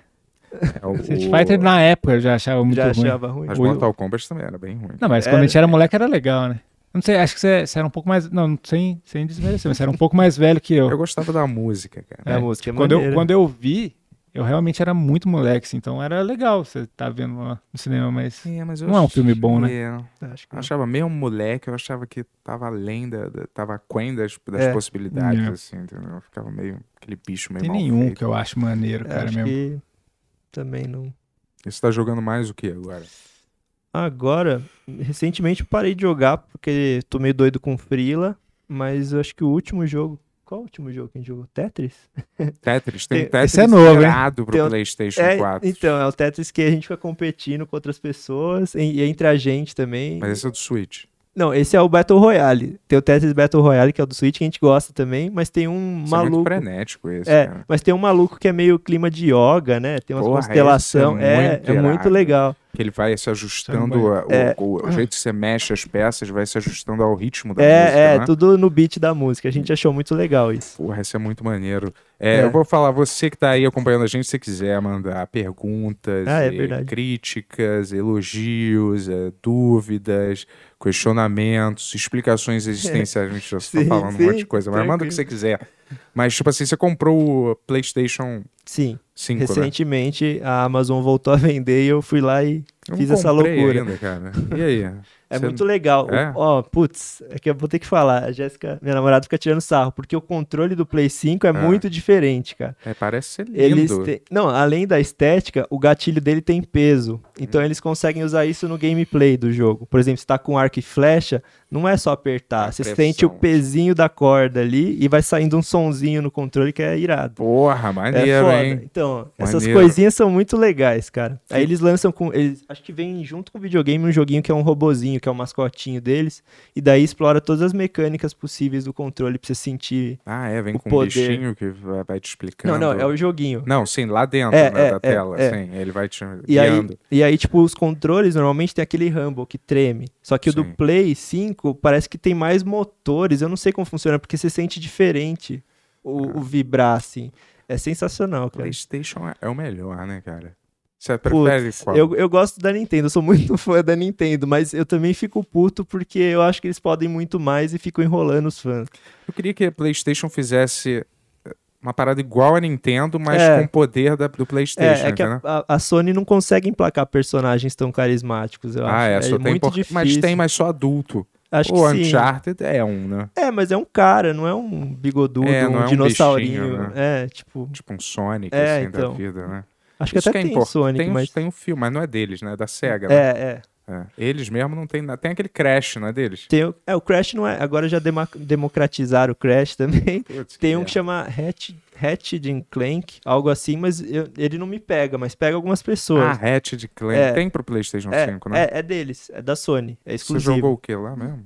Speaker 2: É,
Speaker 4: (laughs)
Speaker 2: o-
Speaker 3: Street Fighter na época eu já achava muito
Speaker 4: já
Speaker 3: ruim.
Speaker 4: achava é ruim.
Speaker 2: Mas
Speaker 3: O-
Speaker 2: Mortal Kombat também era bem ruim.
Speaker 3: Não, mas
Speaker 4: Era.
Speaker 3: quando a gente era moleque era legal, né? Eu Não sei, acho que você, você era um pouco mais. Não, sem, sem desmerecer, mas você era um pouco mais velho que eu.
Speaker 2: Eu gostava da música, cara.
Speaker 4: É, a música é
Speaker 3: tipo, quando, eu
Speaker 4: maneira.
Speaker 3: quando eu vi,
Speaker 5: Eu realmente era muito moleque, assim, então era legal você tá vendo lá no cinema, mas
Speaker 2: É, mas eu
Speaker 5: não é um
Speaker 2: ach-
Speaker 5: filme bom, né?
Speaker 2: É,
Speaker 4: Acho que
Speaker 2: eu achava mesmo moleque, eu achava que tava além da, da- tava aquém das, das
Speaker 4: É.
Speaker 2: possibilidades,
Speaker 5: É.
Speaker 2: assim, entendeu? Eu ficava meio, aquele bicho
Speaker 5: Não
Speaker 2: meio
Speaker 5: tem
Speaker 2: mal
Speaker 5: nenhum
Speaker 2: feito.
Speaker 5: que eu acho maneiro,
Speaker 4: É,
Speaker 5: cara,
Speaker 4: acho
Speaker 5: mesmo.
Speaker 4: que também não.
Speaker 2: E você tá jogando mais o que agora?
Speaker 4: Agora, recentemente eu parei de jogar porque tô meio doido com Frila, mas eu acho que o último jogo. Qual o último jogo que a gente jogou? Tetris?
Speaker 2: Tetris, tem um
Speaker 4: Tem-
Speaker 2: Tetris
Speaker 5: esse é novo, hein?
Speaker 2: zerado pro
Speaker 4: Tem o-
Speaker 2: Playstation
Speaker 4: É,
Speaker 2: 4.
Speaker 4: então, é o Tetris que a gente fica competindo com outras pessoas e, e entre a gente também.
Speaker 2: Mas esse é do Switch.
Speaker 4: Não, esse é o Battle Royale. Tem o Tetris Battle Royale, que é o do Switch, que a gente gosta também, mas tem um
Speaker 2: Isso é muito
Speaker 4: maluco.
Speaker 2: frenético esse,
Speaker 4: É,
Speaker 2: cara.
Speaker 4: mas tem um maluco que é meio clima de yoga, né? Tem umas
Speaker 2: Porra,
Speaker 4: constelação.
Speaker 2: esse é
Speaker 4: É,
Speaker 2: muito
Speaker 4: é, muito
Speaker 2: irado.
Speaker 4: legal.
Speaker 2: Que ele vai se ajustando, a- o,
Speaker 4: É.
Speaker 2: o- o jeito que você mexe as peças vai se ajustando ao ritmo da música,
Speaker 4: É, é,
Speaker 2: né?
Speaker 4: tudo no beat da música. A gente achou muito legal isso.
Speaker 2: Porra, isso é muito maneiro. É,
Speaker 4: É.
Speaker 2: Eu vou falar, você que tá aí acompanhando a gente, se quiser mandar perguntas,
Speaker 4: Ah, é
Speaker 2: e
Speaker 4: verdade.
Speaker 2: críticas, elogios, é, dúvidas, questionamentos, explicações existenciais. A gente
Speaker 4: (laughs)
Speaker 2: já
Speaker 4: Sim,
Speaker 2: tá falando um
Speaker 4: sim,
Speaker 2: monte de coisa, mas manda o
Speaker 4: tranquilo.
Speaker 2: que você quiser. Mas, tipo assim, você comprou o PlayStation
Speaker 4: Sim.
Speaker 2: 5, né?
Speaker 4: Recentemente a Amazon voltou a vender e eu fui lá e
Speaker 2: Eu não
Speaker 4: fiz essa
Speaker 2: comprei
Speaker 4: loucura.
Speaker 2: Ainda, cara. E aí?
Speaker 4: (laughs) É
Speaker 2: Você-
Speaker 4: muito legal. O-
Speaker 2: É?
Speaker 4: Ó, putz, é que eu vou ter que falar. A Jéssica, minha namorada, fica tirando sarro, porque o controle do Play 5 é
Speaker 2: Ah.
Speaker 4: muito diferente, cara.
Speaker 2: É, parece ser
Speaker 4: Eles
Speaker 2: lindo.
Speaker 4: têm- Não, além da estética, o gatilho dele tem peso. Então eles conseguem usar isso no gameplay do jogo. Por exemplo, se tá com arco e flecha, não é só apertar.
Speaker 2: A
Speaker 4: você
Speaker 2: pressão.
Speaker 4: sente o pezinho da corda ali e vai saindo um sonzinho no controle que é irado.
Speaker 2: Porra,
Speaker 4: É
Speaker 2: maneiro,
Speaker 4: foda.
Speaker 2: hein?
Speaker 4: Então, essas
Speaker 2: Maneiro.
Speaker 4: coisinhas são muito legais, cara. Aí eles lançam com. Eles, acho que vem junto com o videogame um joguinho que é um robozinho, que é o mascotinho deles. E daí explora todas as mecânicas possíveis do controle pra você sentir.
Speaker 2: Ah, é, vem
Speaker 4: O
Speaker 2: com um
Speaker 4: poder.
Speaker 2: bichinho que vai vai te explicando.
Speaker 4: Não, não, é o joguinho.
Speaker 2: Não, sim, lá dentro
Speaker 4: É,
Speaker 2: né,
Speaker 4: é,
Speaker 2: da
Speaker 4: é,
Speaker 2: tela,
Speaker 4: é.
Speaker 2: sim. Ele vai te
Speaker 4: E aí,
Speaker 2: guiando.
Speaker 4: e aí, tipo, os controles normalmente tem aquele rumble que treme. Só que o
Speaker 2: Sim.
Speaker 4: do Play 5 parece que tem mais motores. Eu não sei como funciona, porque você sente diferente o, o vibrar, assim. É sensacional, cara.
Speaker 2: PlayStation é- é o melhor, né, cara? Você prefere qual?
Speaker 4: Eu, eu gosto da Nintendo, eu sou muito (laughs) fã da Nintendo, mas eu também fico puto porque eu acho que eles podem muito mais e ficam enrolando os fãs.
Speaker 2: Eu queria que a PlayStation fizesse eh, uma parada igual a Nintendo, mas
Speaker 4: É.
Speaker 2: com o poder da- do PlayStation,
Speaker 4: É, é que a,
Speaker 2: entendeu?
Speaker 4: a- a Sony não consegue emplacar personagens tão carismáticos, eu
Speaker 2: Ah,
Speaker 4: acho.
Speaker 2: é, só tem
Speaker 4: muito
Speaker 2: por-
Speaker 4: difícil.
Speaker 2: Mas tem, mas só adulto.
Speaker 4: acho
Speaker 2: o
Speaker 4: que sim.
Speaker 2: Uncharted é um, né?
Speaker 4: É, mas é um cara, não é um bigodudo,
Speaker 2: É, não
Speaker 4: um
Speaker 2: é um
Speaker 4: dinossaurinho.
Speaker 2: bichinho,
Speaker 4: É, tipo,
Speaker 2: Tipo um Sonic,
Speaker 4: É,
Speaker 2: assim, da
Speaker 4: então.
Speaker 2: vida, né?
Speaker 4: acho que
Speaker 2: Isso
Speaker 4: até
Speaker 2: é
Speaker 4: tem
Speaker 2: importante.
Speaker 4: Sonic,
Speaker 2: tem,
Speaker 4: mas.
Speaker 2: Tem um filme, mas não é deles, né? É da SEGA, né?
Speaker 4: É, é.
Speaker 2: É. Eles mesmo não tem nada. Tem aquele Crash, não é deles?
Speaker 4: Tem, o- é, o Crash não é. Agora já dema- democratizaram o Crash (laughs) também.
Speaker 2: Putz,
Speaker 4: Tem um
Speaker 2: é.
Speaker 4: que chama Hatch- Hatched and Clank, algo assim, mas eu- ele não me pega, mas pega algumas
Speaker 2: Ah,
Speaker 4: pessoas.
Speaker 2: Ratchet Clank.
Speaker 4: É.
Speaker 2: Tem pro PlayStation
Speaker 4: é,
Speaker 2: 5, né?
Speaker 4: é, é deles, é da Sony, é
Speaker 2: Você
Speaker 4: exclusivo.
Speaker 2: jogou o que lá mesmo?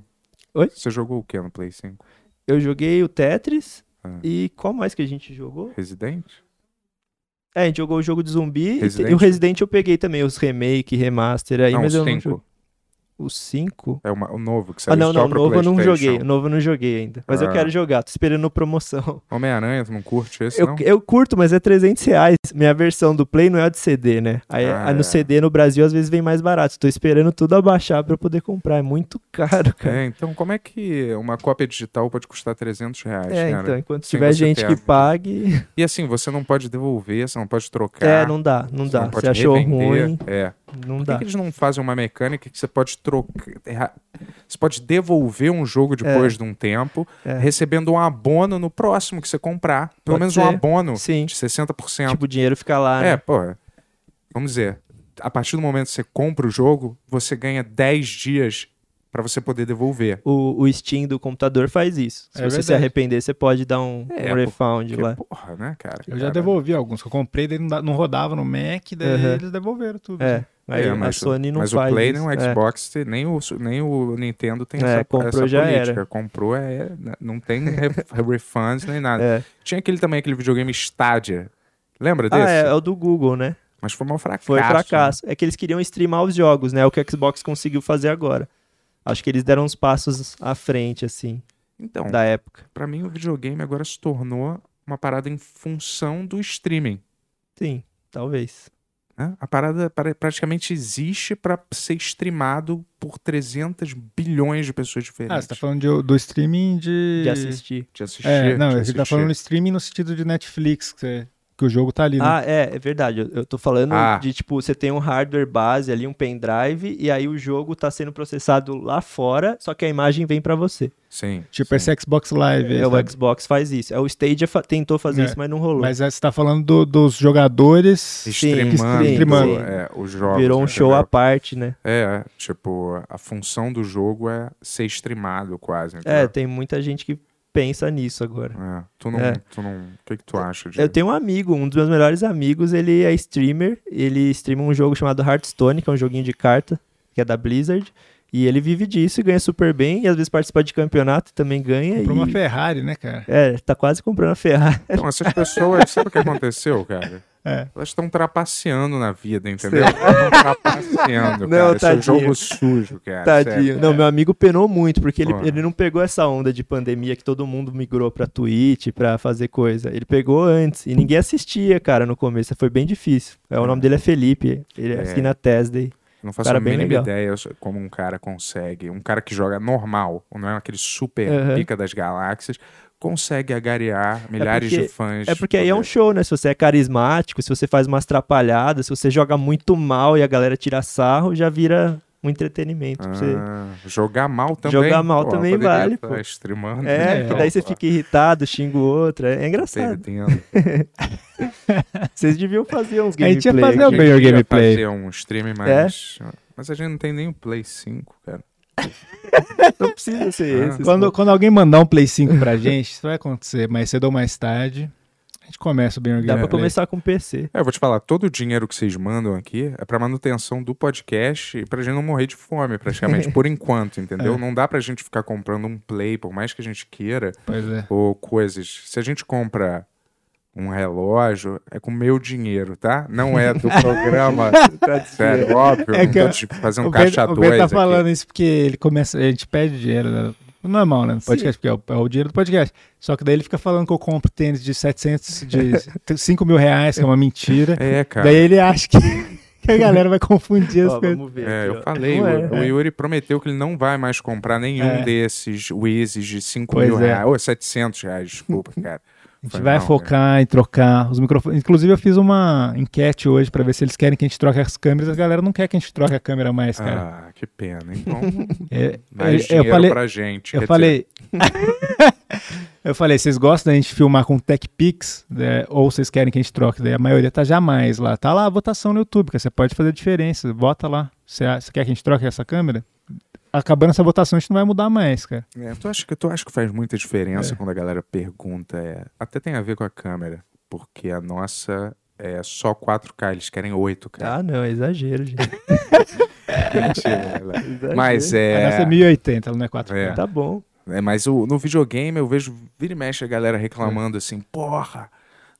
Speaker 4: Oi?
Speaker 2: Você jogou o que no Play 5?
Speaker 4: Eu joguei o Tetris
Speaker 2: Ah.
Speaker 4: e qual mais que a gente jogou?
Speaker 2: Resident?
Speaker 4: É, a gente jogou o jogo de zumbi e te-
Speaker 2: Resident?
Speaker 4: e, o Resident eu peguei também, os remake, remaster aí,
Speaker 2: não,
Speaker 4: mas
Speaker 2: o
Speaker 4: eu não
Speaker 2: 5.
Speaker 4: joguei. O 5?
Speaker 2: É uma- o novo que saiu
Speaker 4: Ah, não,
Speaker 2: só
Speaker 4: não, o
Speaker 2: pro
Speaker 4: novo eu não
Speaker 2: PlayStation.
Speaker 4: joguei, o novo eu não joguei ainda, mas eu
Speaker 2: Ah.
Speaker 4: quero jogar, tô esperando promoção.
Speaker 2: Homem-Aranha, tu não curte esse,
Speaker 4: Eu,
Speaker 2: não?
Speaker 4: eu curto, mas é 300 reais. Minha versão do Play não é a de CD, né? Aí,
Speaker 2: Ah,
Speaker 4: aí
Speaker 2: é.
Speaker 4: no CD no Brasil às vezes vem mais barato. Tô esperando tudo abaixar pra eu poder comprar. É muito caro, cara.
Speaker 2: É, então como é que uma cópia digital pode custar 300 reais,
Speaker 4: É,
Speaker 2: cara?
Speaker 4: então, enquanto
Speaker 2: Sim,
Speaker 4: tiver
Speaker 2: você
Speaker 4: gente
Speaker 2: tem
Speaker 4: que
Speaker 2: a-
Speaker 4: pague.
Speaker 2: E assim, você não pode devolver, você não pode trocar.
Speaker 4: É, não dá, não
Speaker 2: você
Speaker 4: dá.
Speaker 2: pode
Speaker 4: Você achou
Speaker 2: revender.
Speaker 4: ruim,
Speaker 2: É.
Speaker 4: não
Speaker 2: Por que,
Speaker 4: dá.
Speaker 2: que eles não fazem uma mecânica que você pode trocar... erra- Você pode devolver um jogo depois de um tempo,
Speaker 4: É.
Speaker 2: recebendo um abono no próximo que você comprar. Pelo
Speaker 4: Pode
Speaker 2: menos um
Speaker 4: ser.
Speaker 2: abono
Speaker 4: Sim.
Speaker 2: de 60%.
Speaker 4: Tipo, o dinheiro fica lá,
Speaker 2: um É,
Speaker 4: né?
Speaker 2: pô. Vamos dizer, a partir do momento que você compra o jogo, você ganha 10 dias pra você poder devolver.
Speaker 4: O, o Steam do computador faz isso. Se
Speaker 5: É
Speaker 4: você se
Speaker 5: verdade.
Speaker 4: arrepender, você pode dar um,
Speaker 2: É,
Speaker 4: um refund
Speaker 2: Que
Speaker 4: lá.
Speaker 2: porra, né, cara?
Speaker 5: Eu já
Speaker 2: Cara,
Speaker 5: devolvi alguns que eu comprei, daí não, da- não rodava no Mac, daí
Speaker 4: Uhum.
Speaker 5: eles devolveram tudo. assim.
Speaker 4: É. Aí
Speaker 2: é,
Speaker 4: a Sony não
Speaker 2: mas
Speaker 4: faz
Speaker 2: o Play,
Speaker 4: isso.
Speaker 2: nem o
Speaker 4: É.
Speaker 2: Xbox, nem, o, nem o Nintendo tem
Speaker 4: É,
Speaker 2: essa,
Speaker 4: comprou
Speaker 2: essa
Speaker 4: já
Speaker 2: política.
Speaker 4: era.
Speaker 2: Comprou, é, não tem re- (laughs) refunds nem nada.
Speaker 4: É.
Speaker 2: Tinha aquele também, aquele videogame Stadia. Lembra
Speaker 4: Ah,
Speaker 2: desse?
Speaker 4: é, é o do Google, né?
Speaker 2: Mas foi um fracasso.
Speaker 4: Foi
Speaker 2: né?
Speaker 4: fracasso. É que eles queriam streamar os jogos, né? O que o Xbox conseguiu fazer agora. Acho que eles deram uns passos à frente, assim,
Speaker 2: Então,
Speaker 4: da época.
Speaker 2: pra mim o videogame agora se tornou uma parada em função do streaming.
Speaker 4: Sim, talvez.
Speaker 2: né? A parada pra- praticamente existe pra ser streamado por 300 bilhões de pessoas diferentes.
Speaker 5: Ah, você tá falando de- do streaming de.
Speaker 4: De assistir.
Speaker 2: de assistir.
Speaker 5: É, não,
Speaker 2: de
Speaker 5: você tá
Speaker 2: assistir.
Speaker 5: falando de streaming no sentido de Netflix, que você
Speaker 3: Que o jogo tá ali, né?
Speaker 4: Ah, é, é verdade. Eu, eu tô falando
Speaker 2: Ah.
Speaker 4: de tipo, você tem um hardware base ali, um pendrive, e aí o jogo tá sendo processado lá fora, só que a imagem vem pra você.
Speaker 2: Sim.
Speaker 3: tipo
Speaker 2: sim.
Speaker 3: esse Xbox Live.
Speaker 4: É,
Speaker 3: sabe?
Speaker 4: o Xbox faz isso. É, o Stadia fa- tentou fazer
Speaker 3: É,
Speaker 4: isso, mas não rolou.
Speaker 3: Mas aí você tá falando do- dos jogadores.
Speaker 2: Streamando,
Speaker 3: sim, streamando.
Speaker 2: é, os jogos.
Speaker 4: Virou um
Speaker 2: né?
Speaker 4: show à parte, né?
Speaker 2: É, tipo, a função do jogo é ser streamado quase.
Speaker 4: É,
Speaker 2: entendeu?
Speaker 4: tem muita gente que pensa nisso agora.
Speaker 2: É. Tu não.
Speaker 4: É.
Speaker 2: Tu não. O que, que tu acha de.
Speaker 4: Eu tenho um amigo, um dos meus melhores amigos, ele é streamer, ele streama um jogo chamado Hearthstone, que é um joguinho de carta, que é da Blizzard, e ele vive disso e ganha super bem, e às vezes participa de campeonato e também ganha.
Speaker 3: Comprou
Speaker 4: e-
Speaker 3: uma Ferrari, né, cara?
Speaker 4: É, tá quase comprando a Ferrari.
Speaker 2: Então, essas pessoas, sabe o que aconteceu, cara?
Speaker 3: É.
Speaker 2: Elas estão trapaceando na vida, entendeu? Estão trapaceando,
Speaker 4: (laughs)
Speaker 2: cara.
Speaker 4: Não,
Speaker 2: Esse é um
Speaker 4: tadinho.
Speaker 2: jogo sujo, cara.
Speaker 4: (laughs)
Speaker 2: é.
Speaker 4: Tadinho. Não, meu amigo penou muito, porque ele,
Speaker 2: Porra.
Speaker 4: ele não pegou essa onda de pandemia que todo mundo migrou pra Twitch, pra fazer coisa. Ele pegou antes. E ninguém assistia, cara, no começo. Foi bem difícil. É, O nome dele é Felipe. Ele
Speaker 2: É.
Speaker 4: assina a Tesday.
Speaker 2: Eu Não faço
Speaker 4: Cara,
Speaker 2: a
Speaker 4: bem
Speaker 2: mínima
Speaker 4: legal.
Speaker 2: ideia so- como um cara consegue, um cara que joga normal, não é aquele super
Speaker 4: Aham.
Speaker 2: pica das galáxias, consegue agariar milhares
Speaker 4: porque-
Speaker 2: de fãs.
Speaker 4: É porque aí é um
Speaker 2: poder.
Speaker 4: show, né? Se você é carismático, se você faz umas atrapalhadas, se você joga muito mal e a galera tira sarro, já vira um entretenimento. pra você...
Speaker 2: Ah, jogar mal também.
Speaker 4: Jogar mal também
Speaker 2: eu poderia
Speaker 4: vale,
Speaker 2: tá
Speaker 4: pô.
Speaker 2: streamando. né?
Speaker 4: É, que daí você fica irritado, xinga o outro. É, é engraçado.
Speaker 2: perdendo.
Speaker 4: Vocês deviam fazer uns
Speaker 3: (laughs) A gente ia
Speaker 4: gameplay.
Speaker 3: fazer
Speaker 4: aqui.
Speaker 3: o (laughs) Melhor
Speaker 2: Queria
Speaker 3: gameplay.
Speaker 2: fazer um
Speaker 4: É?
Speaker 2: stream, mas... Mas a gente não tem nem o Play 5, cara.
Speaker 4: Não precisa ser
Speaker 2: Ah.
Speaker 4: esse.
Speaker 3: Quando, quando alguém mandar um Play 5 pra gente, isso vai acontecer mais cedo ou mais tarde. A gente começa o Bem
Speaker 4: Dá pra
Speaker 2: né?
Speaker 3: Orgulho.
Speaker 4: começar com PC.
Speaker 2: É, eu vou te falar, todo o dinheiro que vocês mandam aqui é pra manutenção do podcast e pra gente não morrer de fome,
Speaker 3: (laughs)
Speaker 2: praticamente, por enquanto,
Speaker 3: É.
Speaker 2: entendeu? Não dá pra gente ficar comprando um Play, por mais que a gente queira,
Speaker 3: Pois é.
Speaker 2: ou coisas. Se a gente compra um relógio, é com meu dinheiro, tá? Não é
Speaker 3: (laughs)
Speaker 2: do programa. Sério, óbvio.
Speaker 3: É
Speaker 2: não
Speaker 3: que
Speaker 2: tô
Speaker 3: eu-
Speaker 2: te fazendo
Speaker 3: O
Speaker 2: um
Speaker 3: Ben,
Speaker 2: caixa
Speaker 3: o Ben
Speaker 2: dois
Speaker 3: tá
Speaker 2: aqui.
Speaker 3: falando isso porque ele começa, a gente pede dinheiro, né? normal, né? No podcast, porque é o, é o dinheiro do podcast. Só que daí ele fica falando que eu compro tênis de 700, de 5 mil reais, que é uma mentira.
Speaker 2: É, cara.
Speaker 3: Daí ele acha que, que a galera vai confundir as
Speaker 4: Ó,
Speaker 3: coisas.
Speaker 4: vamos ver.
Speaker 2: É,
Speaker 4: aqui,
Speaker 2: eu
Speaker 4: ó.
Speaker 2: falei,
Speaker 4: Não
Speaker 2: o,
Speaker 4: é.
Speaker 2: o Yuri prometeu que ele não vai mais comprar nenhum
Speaker 3: É.
Speaker 2: desses Wizes de 5
Speaker 3: Pois
Speaker 2: mil
Speaker 3: é.
Speaker 2: reais, ou 700 reais,
Speaker 3: (laughs)
Speaker 2: desculpa, cara. né?
Speaker 3: A gente vai focar em trocar os microfones. Inclusive, eu fiz uma enquete hoje pra ver se eles querem que a gente troque as câmeras. A galera não quer que a gente troque a câmera mais, cara.
Speaker 2: Ah, que pena. Então,
Speaker 3: (laughs) É,
Speaker 2: mais
Speaker 3: eu, eu
Speaker 2: dinheiro
Speaker 3: falei,
Speaker 2: pra gente.
Speaker 3: eu
Speaker 2: quer
Speaker 3: falei, (laughs) eu falei, vocês gostam da gente filmar com Tech Pix, né? ou vocês querem que a gente troque? Daí a maioria tá jamais lá. Tá lá a votação no YouTube, cara. Você pode fazer diferença. Bota lá. Você a- você quer que a gente troque essa câmera? Acabando essa votação, a gente não vai mudar mais, cara.
Speaker 2: dizer, é, tu, acha que, tu acha que faz muita
Speaker 3: É.
Speaker 2: diferença quando a galera pergunta? é, até tem a ver com a câmera, porque a nossa é só 4K, eles querem 8K.
Speaker 4: Ah, não, é exagero, gente.
Speaker 2: (laughs)
Speaker 3: (laughs)
Speaker 2: Mentira, galera.
Speaker 4: Exagero.
Speaker 2: Mas
Speaker 3: A nossa é
Speaker 2: é.
Speaker 3: 1080, ela não é 4K.
Speaker 2: É.
Speaker 4: Tá bom.
Speaker 2: É, mas o- no videogame eu vejo vira e mexe a galera
Speaker 4: É.
Speaker 2: reclamando assim, porra,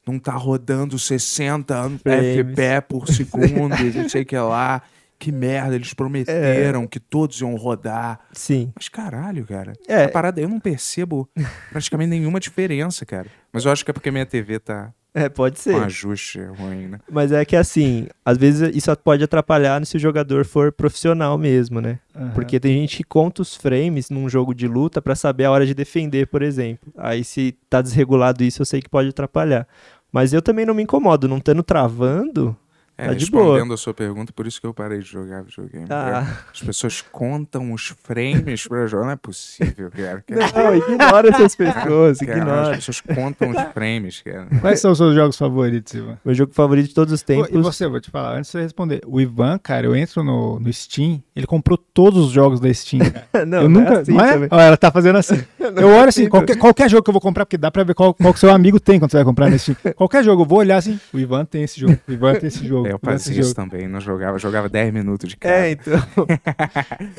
Speaker 2: não tá rodando 60
Speaker 4: Frames.
Speaker 2: FP por segundo, e não sei o que lá. Que merda, eles
Speaker 4: É.
Speaker 2: prometeram que todos iam rodar.
Speaker 4: Sim.
Speaker 2: Mas caralho, cara.
Speaker 4: É.
Speaker 2: A parada, eu não percebo praticamente nenhuma diferença, cara. Mas eu acho que é porque minha TV tá
Speaker 4: É, pode
Speaker 2: com
Speaker 4: ser.
Speaker 2: um ajuste ruim, né?
Speaker 4: Mas é que assim, às vezes isso pode atrapalhar se o jogador for profissional mesmo, né?
Speaker 2: É.
Speaker 3: Aham.
Speaker 4: Porque tem gente que conta os frames num jogo de luta pra saber a hora de defender, por exemplo. Aí se tá desregulado isso, eu sei que pode atrapalhar. Mas eu também não me incomodo, não tendo travando.
Speaker 2: É,
Speaker 4: Tá de
Speaker 2: respondendo
Speaker 4: boa.
Speaker 2: a sua pergunta, por isso que eu parei de jogar videogame.
Speaker 4: Ah.
Speaker 2: cara. As pessoas contam os frames pra jogar. Não é possível,
Speaker 4: (laughs)
Speaker 2: cara. cara.
Speaker 4: Não, ignora essas pessoas,
Speaker 2: Cara, é, As
Speaker 4: ignora.
Speaker 2: pessoas contam
Speaker 4: (laughs)
Speaker 2: os frames, é, cara.
Speaker 3: Quais são os seus jogos favoritos, Ivan?
Speaker 4: Meu jogo favorito de todos os
Speaker 3: Pô, E
Speaker 4: tempos.
Speaker 3: você, eu vou te falar, antes de você responder. O Ivan, cara, eu entro no, no Steam, ele comprou todos os jogos da
Speaker 4: (laughs)
Speaker 3: Steam, cara.
Speaker 4: (laughs) Não,
Speaker 3: eu
Speaker 4: não é
Speaker 3: nunca.
Speaker 4: assim
Speaker 3: não é?
Speaker 4: também.
Speaker 3: Ó, ela tá fazendo assim.
Speaker 4: (laughs)
Speaker 3: eu olho assim,
Speaker 4: possível.
Speaker 3: qualquer, qualquer jogo que eu vou comprar, porque dá pra ver qual, qual que seu amigo tem quando você vai comprar no Steam.
Speaker 4: (laughs)
Speaker 3: Qualquer jogo, eu vou olhar assim, o Ivan tem esse jogo, o Ivan tem esse jogo.
Speaker 2: É, eu
Speaker 3: o Ivan tem esse
Speaker 2: fazia isso também, não jogava, jogava 10 minutos de cara.
Speaker 4: É, então.
Speaker 2: (laughs)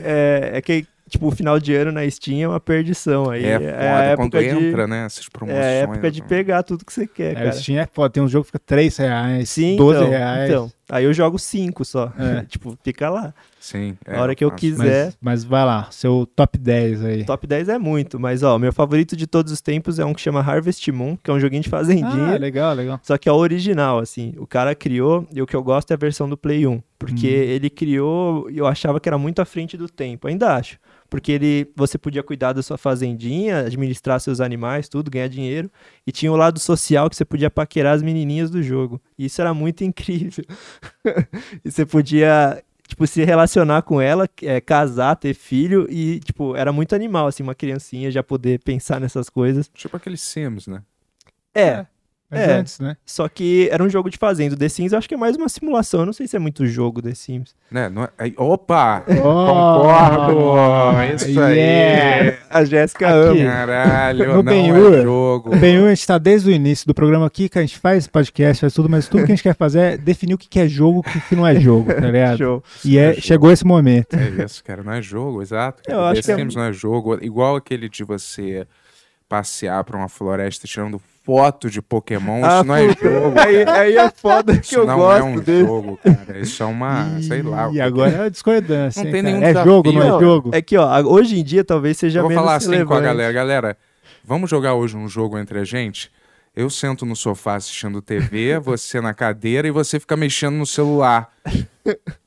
Speaker 4: é, é que, tipo, o final de ano na Steam é uma perdição. Aí
Speaker 2: É
Speaker 4: é,
Speaker 2: foda
Speaker 4: a
Speaker 2: quando
Speaker 4: época de,
Speaker 2: entra, né? Essas
Speaker 4: é
Speaker 2: promoções.
Speaker 4: a época de
Speaker 2: né?
Speaker 4: pegar tudo que você quer,
Speaker 3: jogo. É,
Speaker 4: cara.
Speaker 3: o Steam é foda, tem uns jogos que fica 3 reais,
Speaker 4: Sim,
Speaker 3: 12
Speaker 4: então,
Speaker 3: reais.
Speaker 4: então. Aí eu jogo cinco só.
Speaker 3: É.
Speaker 4: (laughs) tipo, fica lá.
Speaker 2: Sim. é,
Speaker 4: Na hora que eu
Speaker 2: nossa.
Speaker 3: mas,
Speaker 4: quiser.
Speaker 3: mas vai lá, seu top 10 aí.
Speaker 4: Top 10 é muito, mas ó, meu favorito de todos os tempos é um que chama Harvest Moon, que é um joguinho de fazendinha.
Speaker 3: Ah, legal, legal.
Speaker 4: Só que é o original, assim. O cara criou, e o que eu gosto um, é a versão do Play 1. Porque ele criou, e eu achava que era muito à frente do tempo. Ainda acho. porque ele você podia cuidar da sua fazendinha, administrar seus animais, tudo, ganhar dinheiro, e tinha o lado social que você podia paquerar as menininhas do jogo. E isso era muito (laughs) incrível. e você podia tipo se relacionar com ela, é, casar, ter filho e tipo, era muito animal assim, uma criancinha já poder pensar nessas coisas.
Speaker 2: Tipo aquele Sims, né?
Speaker 4: É,
Speaker 5: Mas
Speaker 4: É.
Speaker 5: antes,
Speaker 4: (laughs)
Speaker 5: né?
Speaker 4: só que era um jogo de fazenda. O The Sims eu acho que é mais uma simulação, eu não sei se é muito jogo The Sims.
Speaker 2: né? Não é- aí-
Speaker 4: (laughs)
Speaker 2: opa!
Speaker 3: Oh,
Speaker 2: Concordo!
Speaker 4: Ah,
Speaker 2: É Isso
Speaker 3: yeah.
Speaker 4: A Jéssica
Speaker 3: Aqui.
Speaker 2: aí!
Speaker 4: ama.
Speaker 2: Caralho,
Speaker 3: No
Speaker 2: não
Speaker 3: Ben-Hur.
Speaker 2: é jogo.
Speaker 3: Bem, a gente tá desde o início do programa aqui, que a gente faz podcast, faz tudo, mas tudo que a gente quer fazer é definir o que que é jogo e o que que não é jogo,
Speaker 4: (laughs)
Speaker 3: tá ligado?
Speaker 4: Show.
Speaker 3: E é, chegou esse momento.
Speaker 2: É isso, cara, não é jogo, exato. cara.
Speaker 4: Eu
Speaker 2: The
Speaker 4: acho que é
Speaker 2: Sims não é jogo. Igual aquele de você passear pra uma floresta tirando foto de Pokémon, isso não é
Speaker 4: Ah, puta.
Speaker 2: jogo.
Speaker 4: Aí, aí é foda que
Speaker 2: Isso
Speaker 4: eu
Speaker 2: não
Speaker 4: gosto
Speaker 2: é um
Speaker 4: desse.
Speaker 2: jogo, cara. Isso é uma,
Speaker 4: (laughs)
Speaker 2: sei lá. o que
Speaker 3: E
Speaker 2: que
Speaker 3: agora é a discordância.
Speaker 2: Não
Speaker 3: hein,
Speaker 2: tem
Speaker 3: cara?
Speaker 2: nenhum
Speaker 3: É jogo, não
Speaker 4: desafio.
Speaker 3: é jogo?
Speaker 4: É que, ó, a- hoje em dia talvez seja
Speaker 2: Eu vou
Speaker 4: menos
Speaker 2: falar assim com a
Speaker 4: relevante.
Speaker 2: galera. Galera, vamos jogar hoje um jogo entre a gente? Eu sento no sofá assistindo
Speaker 4: (laughs)
Speaker 2: TV, você na cadeira e você fica mexendo no celular.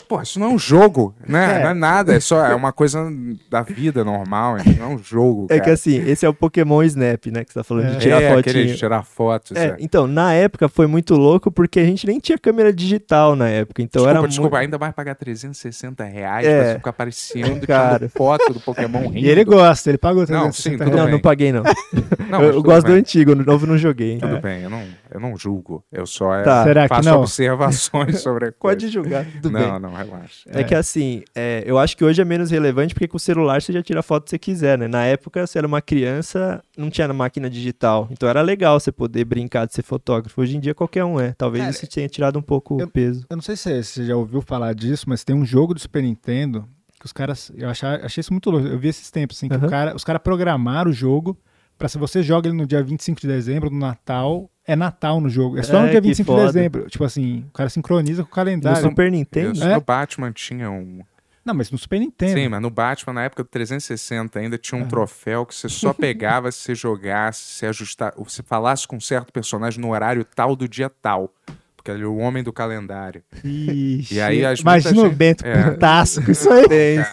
Speaker 2: Pô, isso não é um jogo, né?
Speaker 3: É.
Speaker 2: Não é nada, é só é uma coisa da vida normal, isso não é um jogo,
Speaker 4: É que
Speaker 2: cara.
Speaker 4: assim, esse é o Pokémon Snap, né? Que você tá falando de tirar
Speaker 2: é, aquele de
Speaker 4: fotinho.
Speaker 2: tirar fotos.
Speaker 4: É,
Speaker 2: é.
Speaker 4: então, na época foi muito louco porque a gente nem tinha câmera digital na época. Então
Speaker 2: desculpa,
Speaker 4: era
Speaker 2: desculpa,
Speaker 4: muito...
Speaker 2: ainda mais pagar 360 reais
Speaker 4: É.
Speaker 2: pra você ficar aparecendo,
Speaker 4: Cara.
Speaker 2: tirando foto do Pokémon rindo.
Speaker 3: E ele gosta, ele pagou
Speaker 2: Não, sim,
Speaker 3: 360
Speaker 2: tudo
Speaker 3: reais.
Speaker 4: Não,
Speaker 2: bem.
Speaker 4: não paguei não.
Speaker 2: Não,
Speaker 4: eu
Speaker 2: mas
Speaker 4: eu
Speaker 2: tudo
Speaker 4: gosto do
Speaker 2: bem,
Speaker 4: antigo, no novo não joguei. É.
Speaker 2: Tudo bem, eu não, eu não julgo. Eu só é,
Speaker 4: Tá.
Speaker 3: Será que
Speaker 2: faço
Speaker 3: não? (laughs)
Speaker 2: observações sobre a coisa.
Speaker 4: Pode julgar, tudo
Speaker 2: não,
Speaker 4: bem.
Speaker 2: não, relaxa.
Speaker 4: É que assim, é, eu acho que hoje é menos relevante porque com o celular você já tira a foto que você quiser, né? Na época, você era uma criança, não tinha máquina digital. Então era legal você poder brincar de ser fotógrafo. Hoje em dia qualquer um é. Talvez
Speaker 5: Cara,
Speaker 4: isso tenha tirado um pouco
Speaker 3: eu-
Speaker 4: o peso.
Speaker 3: Eu não sei se você já ouviu falar disso, mas tem um jogo do Super Nintendo que os caras. Eu achar, achei isso muito louco. Eu vi esses tempos, assim, que o
Speaker 4: Aham.
Speaker 3: cara- os caras programaram o jogo pra se você joga ele no dia 25 de dezembro, no Natal, é Natal no jogo. É só
Speaker 4: É,
Speaker 3: no dia
Speaker 4: que
Speaker 3: 25
Speaker 4: foda.
Speaker 3: de dezembro. Tipo assim, o cara sincroniza com o calendário.
Speaker 4: no Super Nintendo?
Speaker 2: Isso,
Speaker 3: É?
Speaker 2: No Batman tinha um.
Speaker 3: Não, mas no Super Nintendo.
Speaker 2: Sim, mas no Batman, na época do 360, ainda tinha um troféu que você
Speaker 3: (laughs)
Speaker 2: só pegava se você jogasse, se ajustar, ou se falasse com um certo personagem no horário tal do dia tal. Porque ele é o homem do calendário.
Speaker 3: Ixi,
Speaker 2: E aí, as
Speaker 3: Imagina
Speaker 2: muita
Speaker 3: o Bento
Speaker 2: É.
Speaker 3: putaço com isso aí.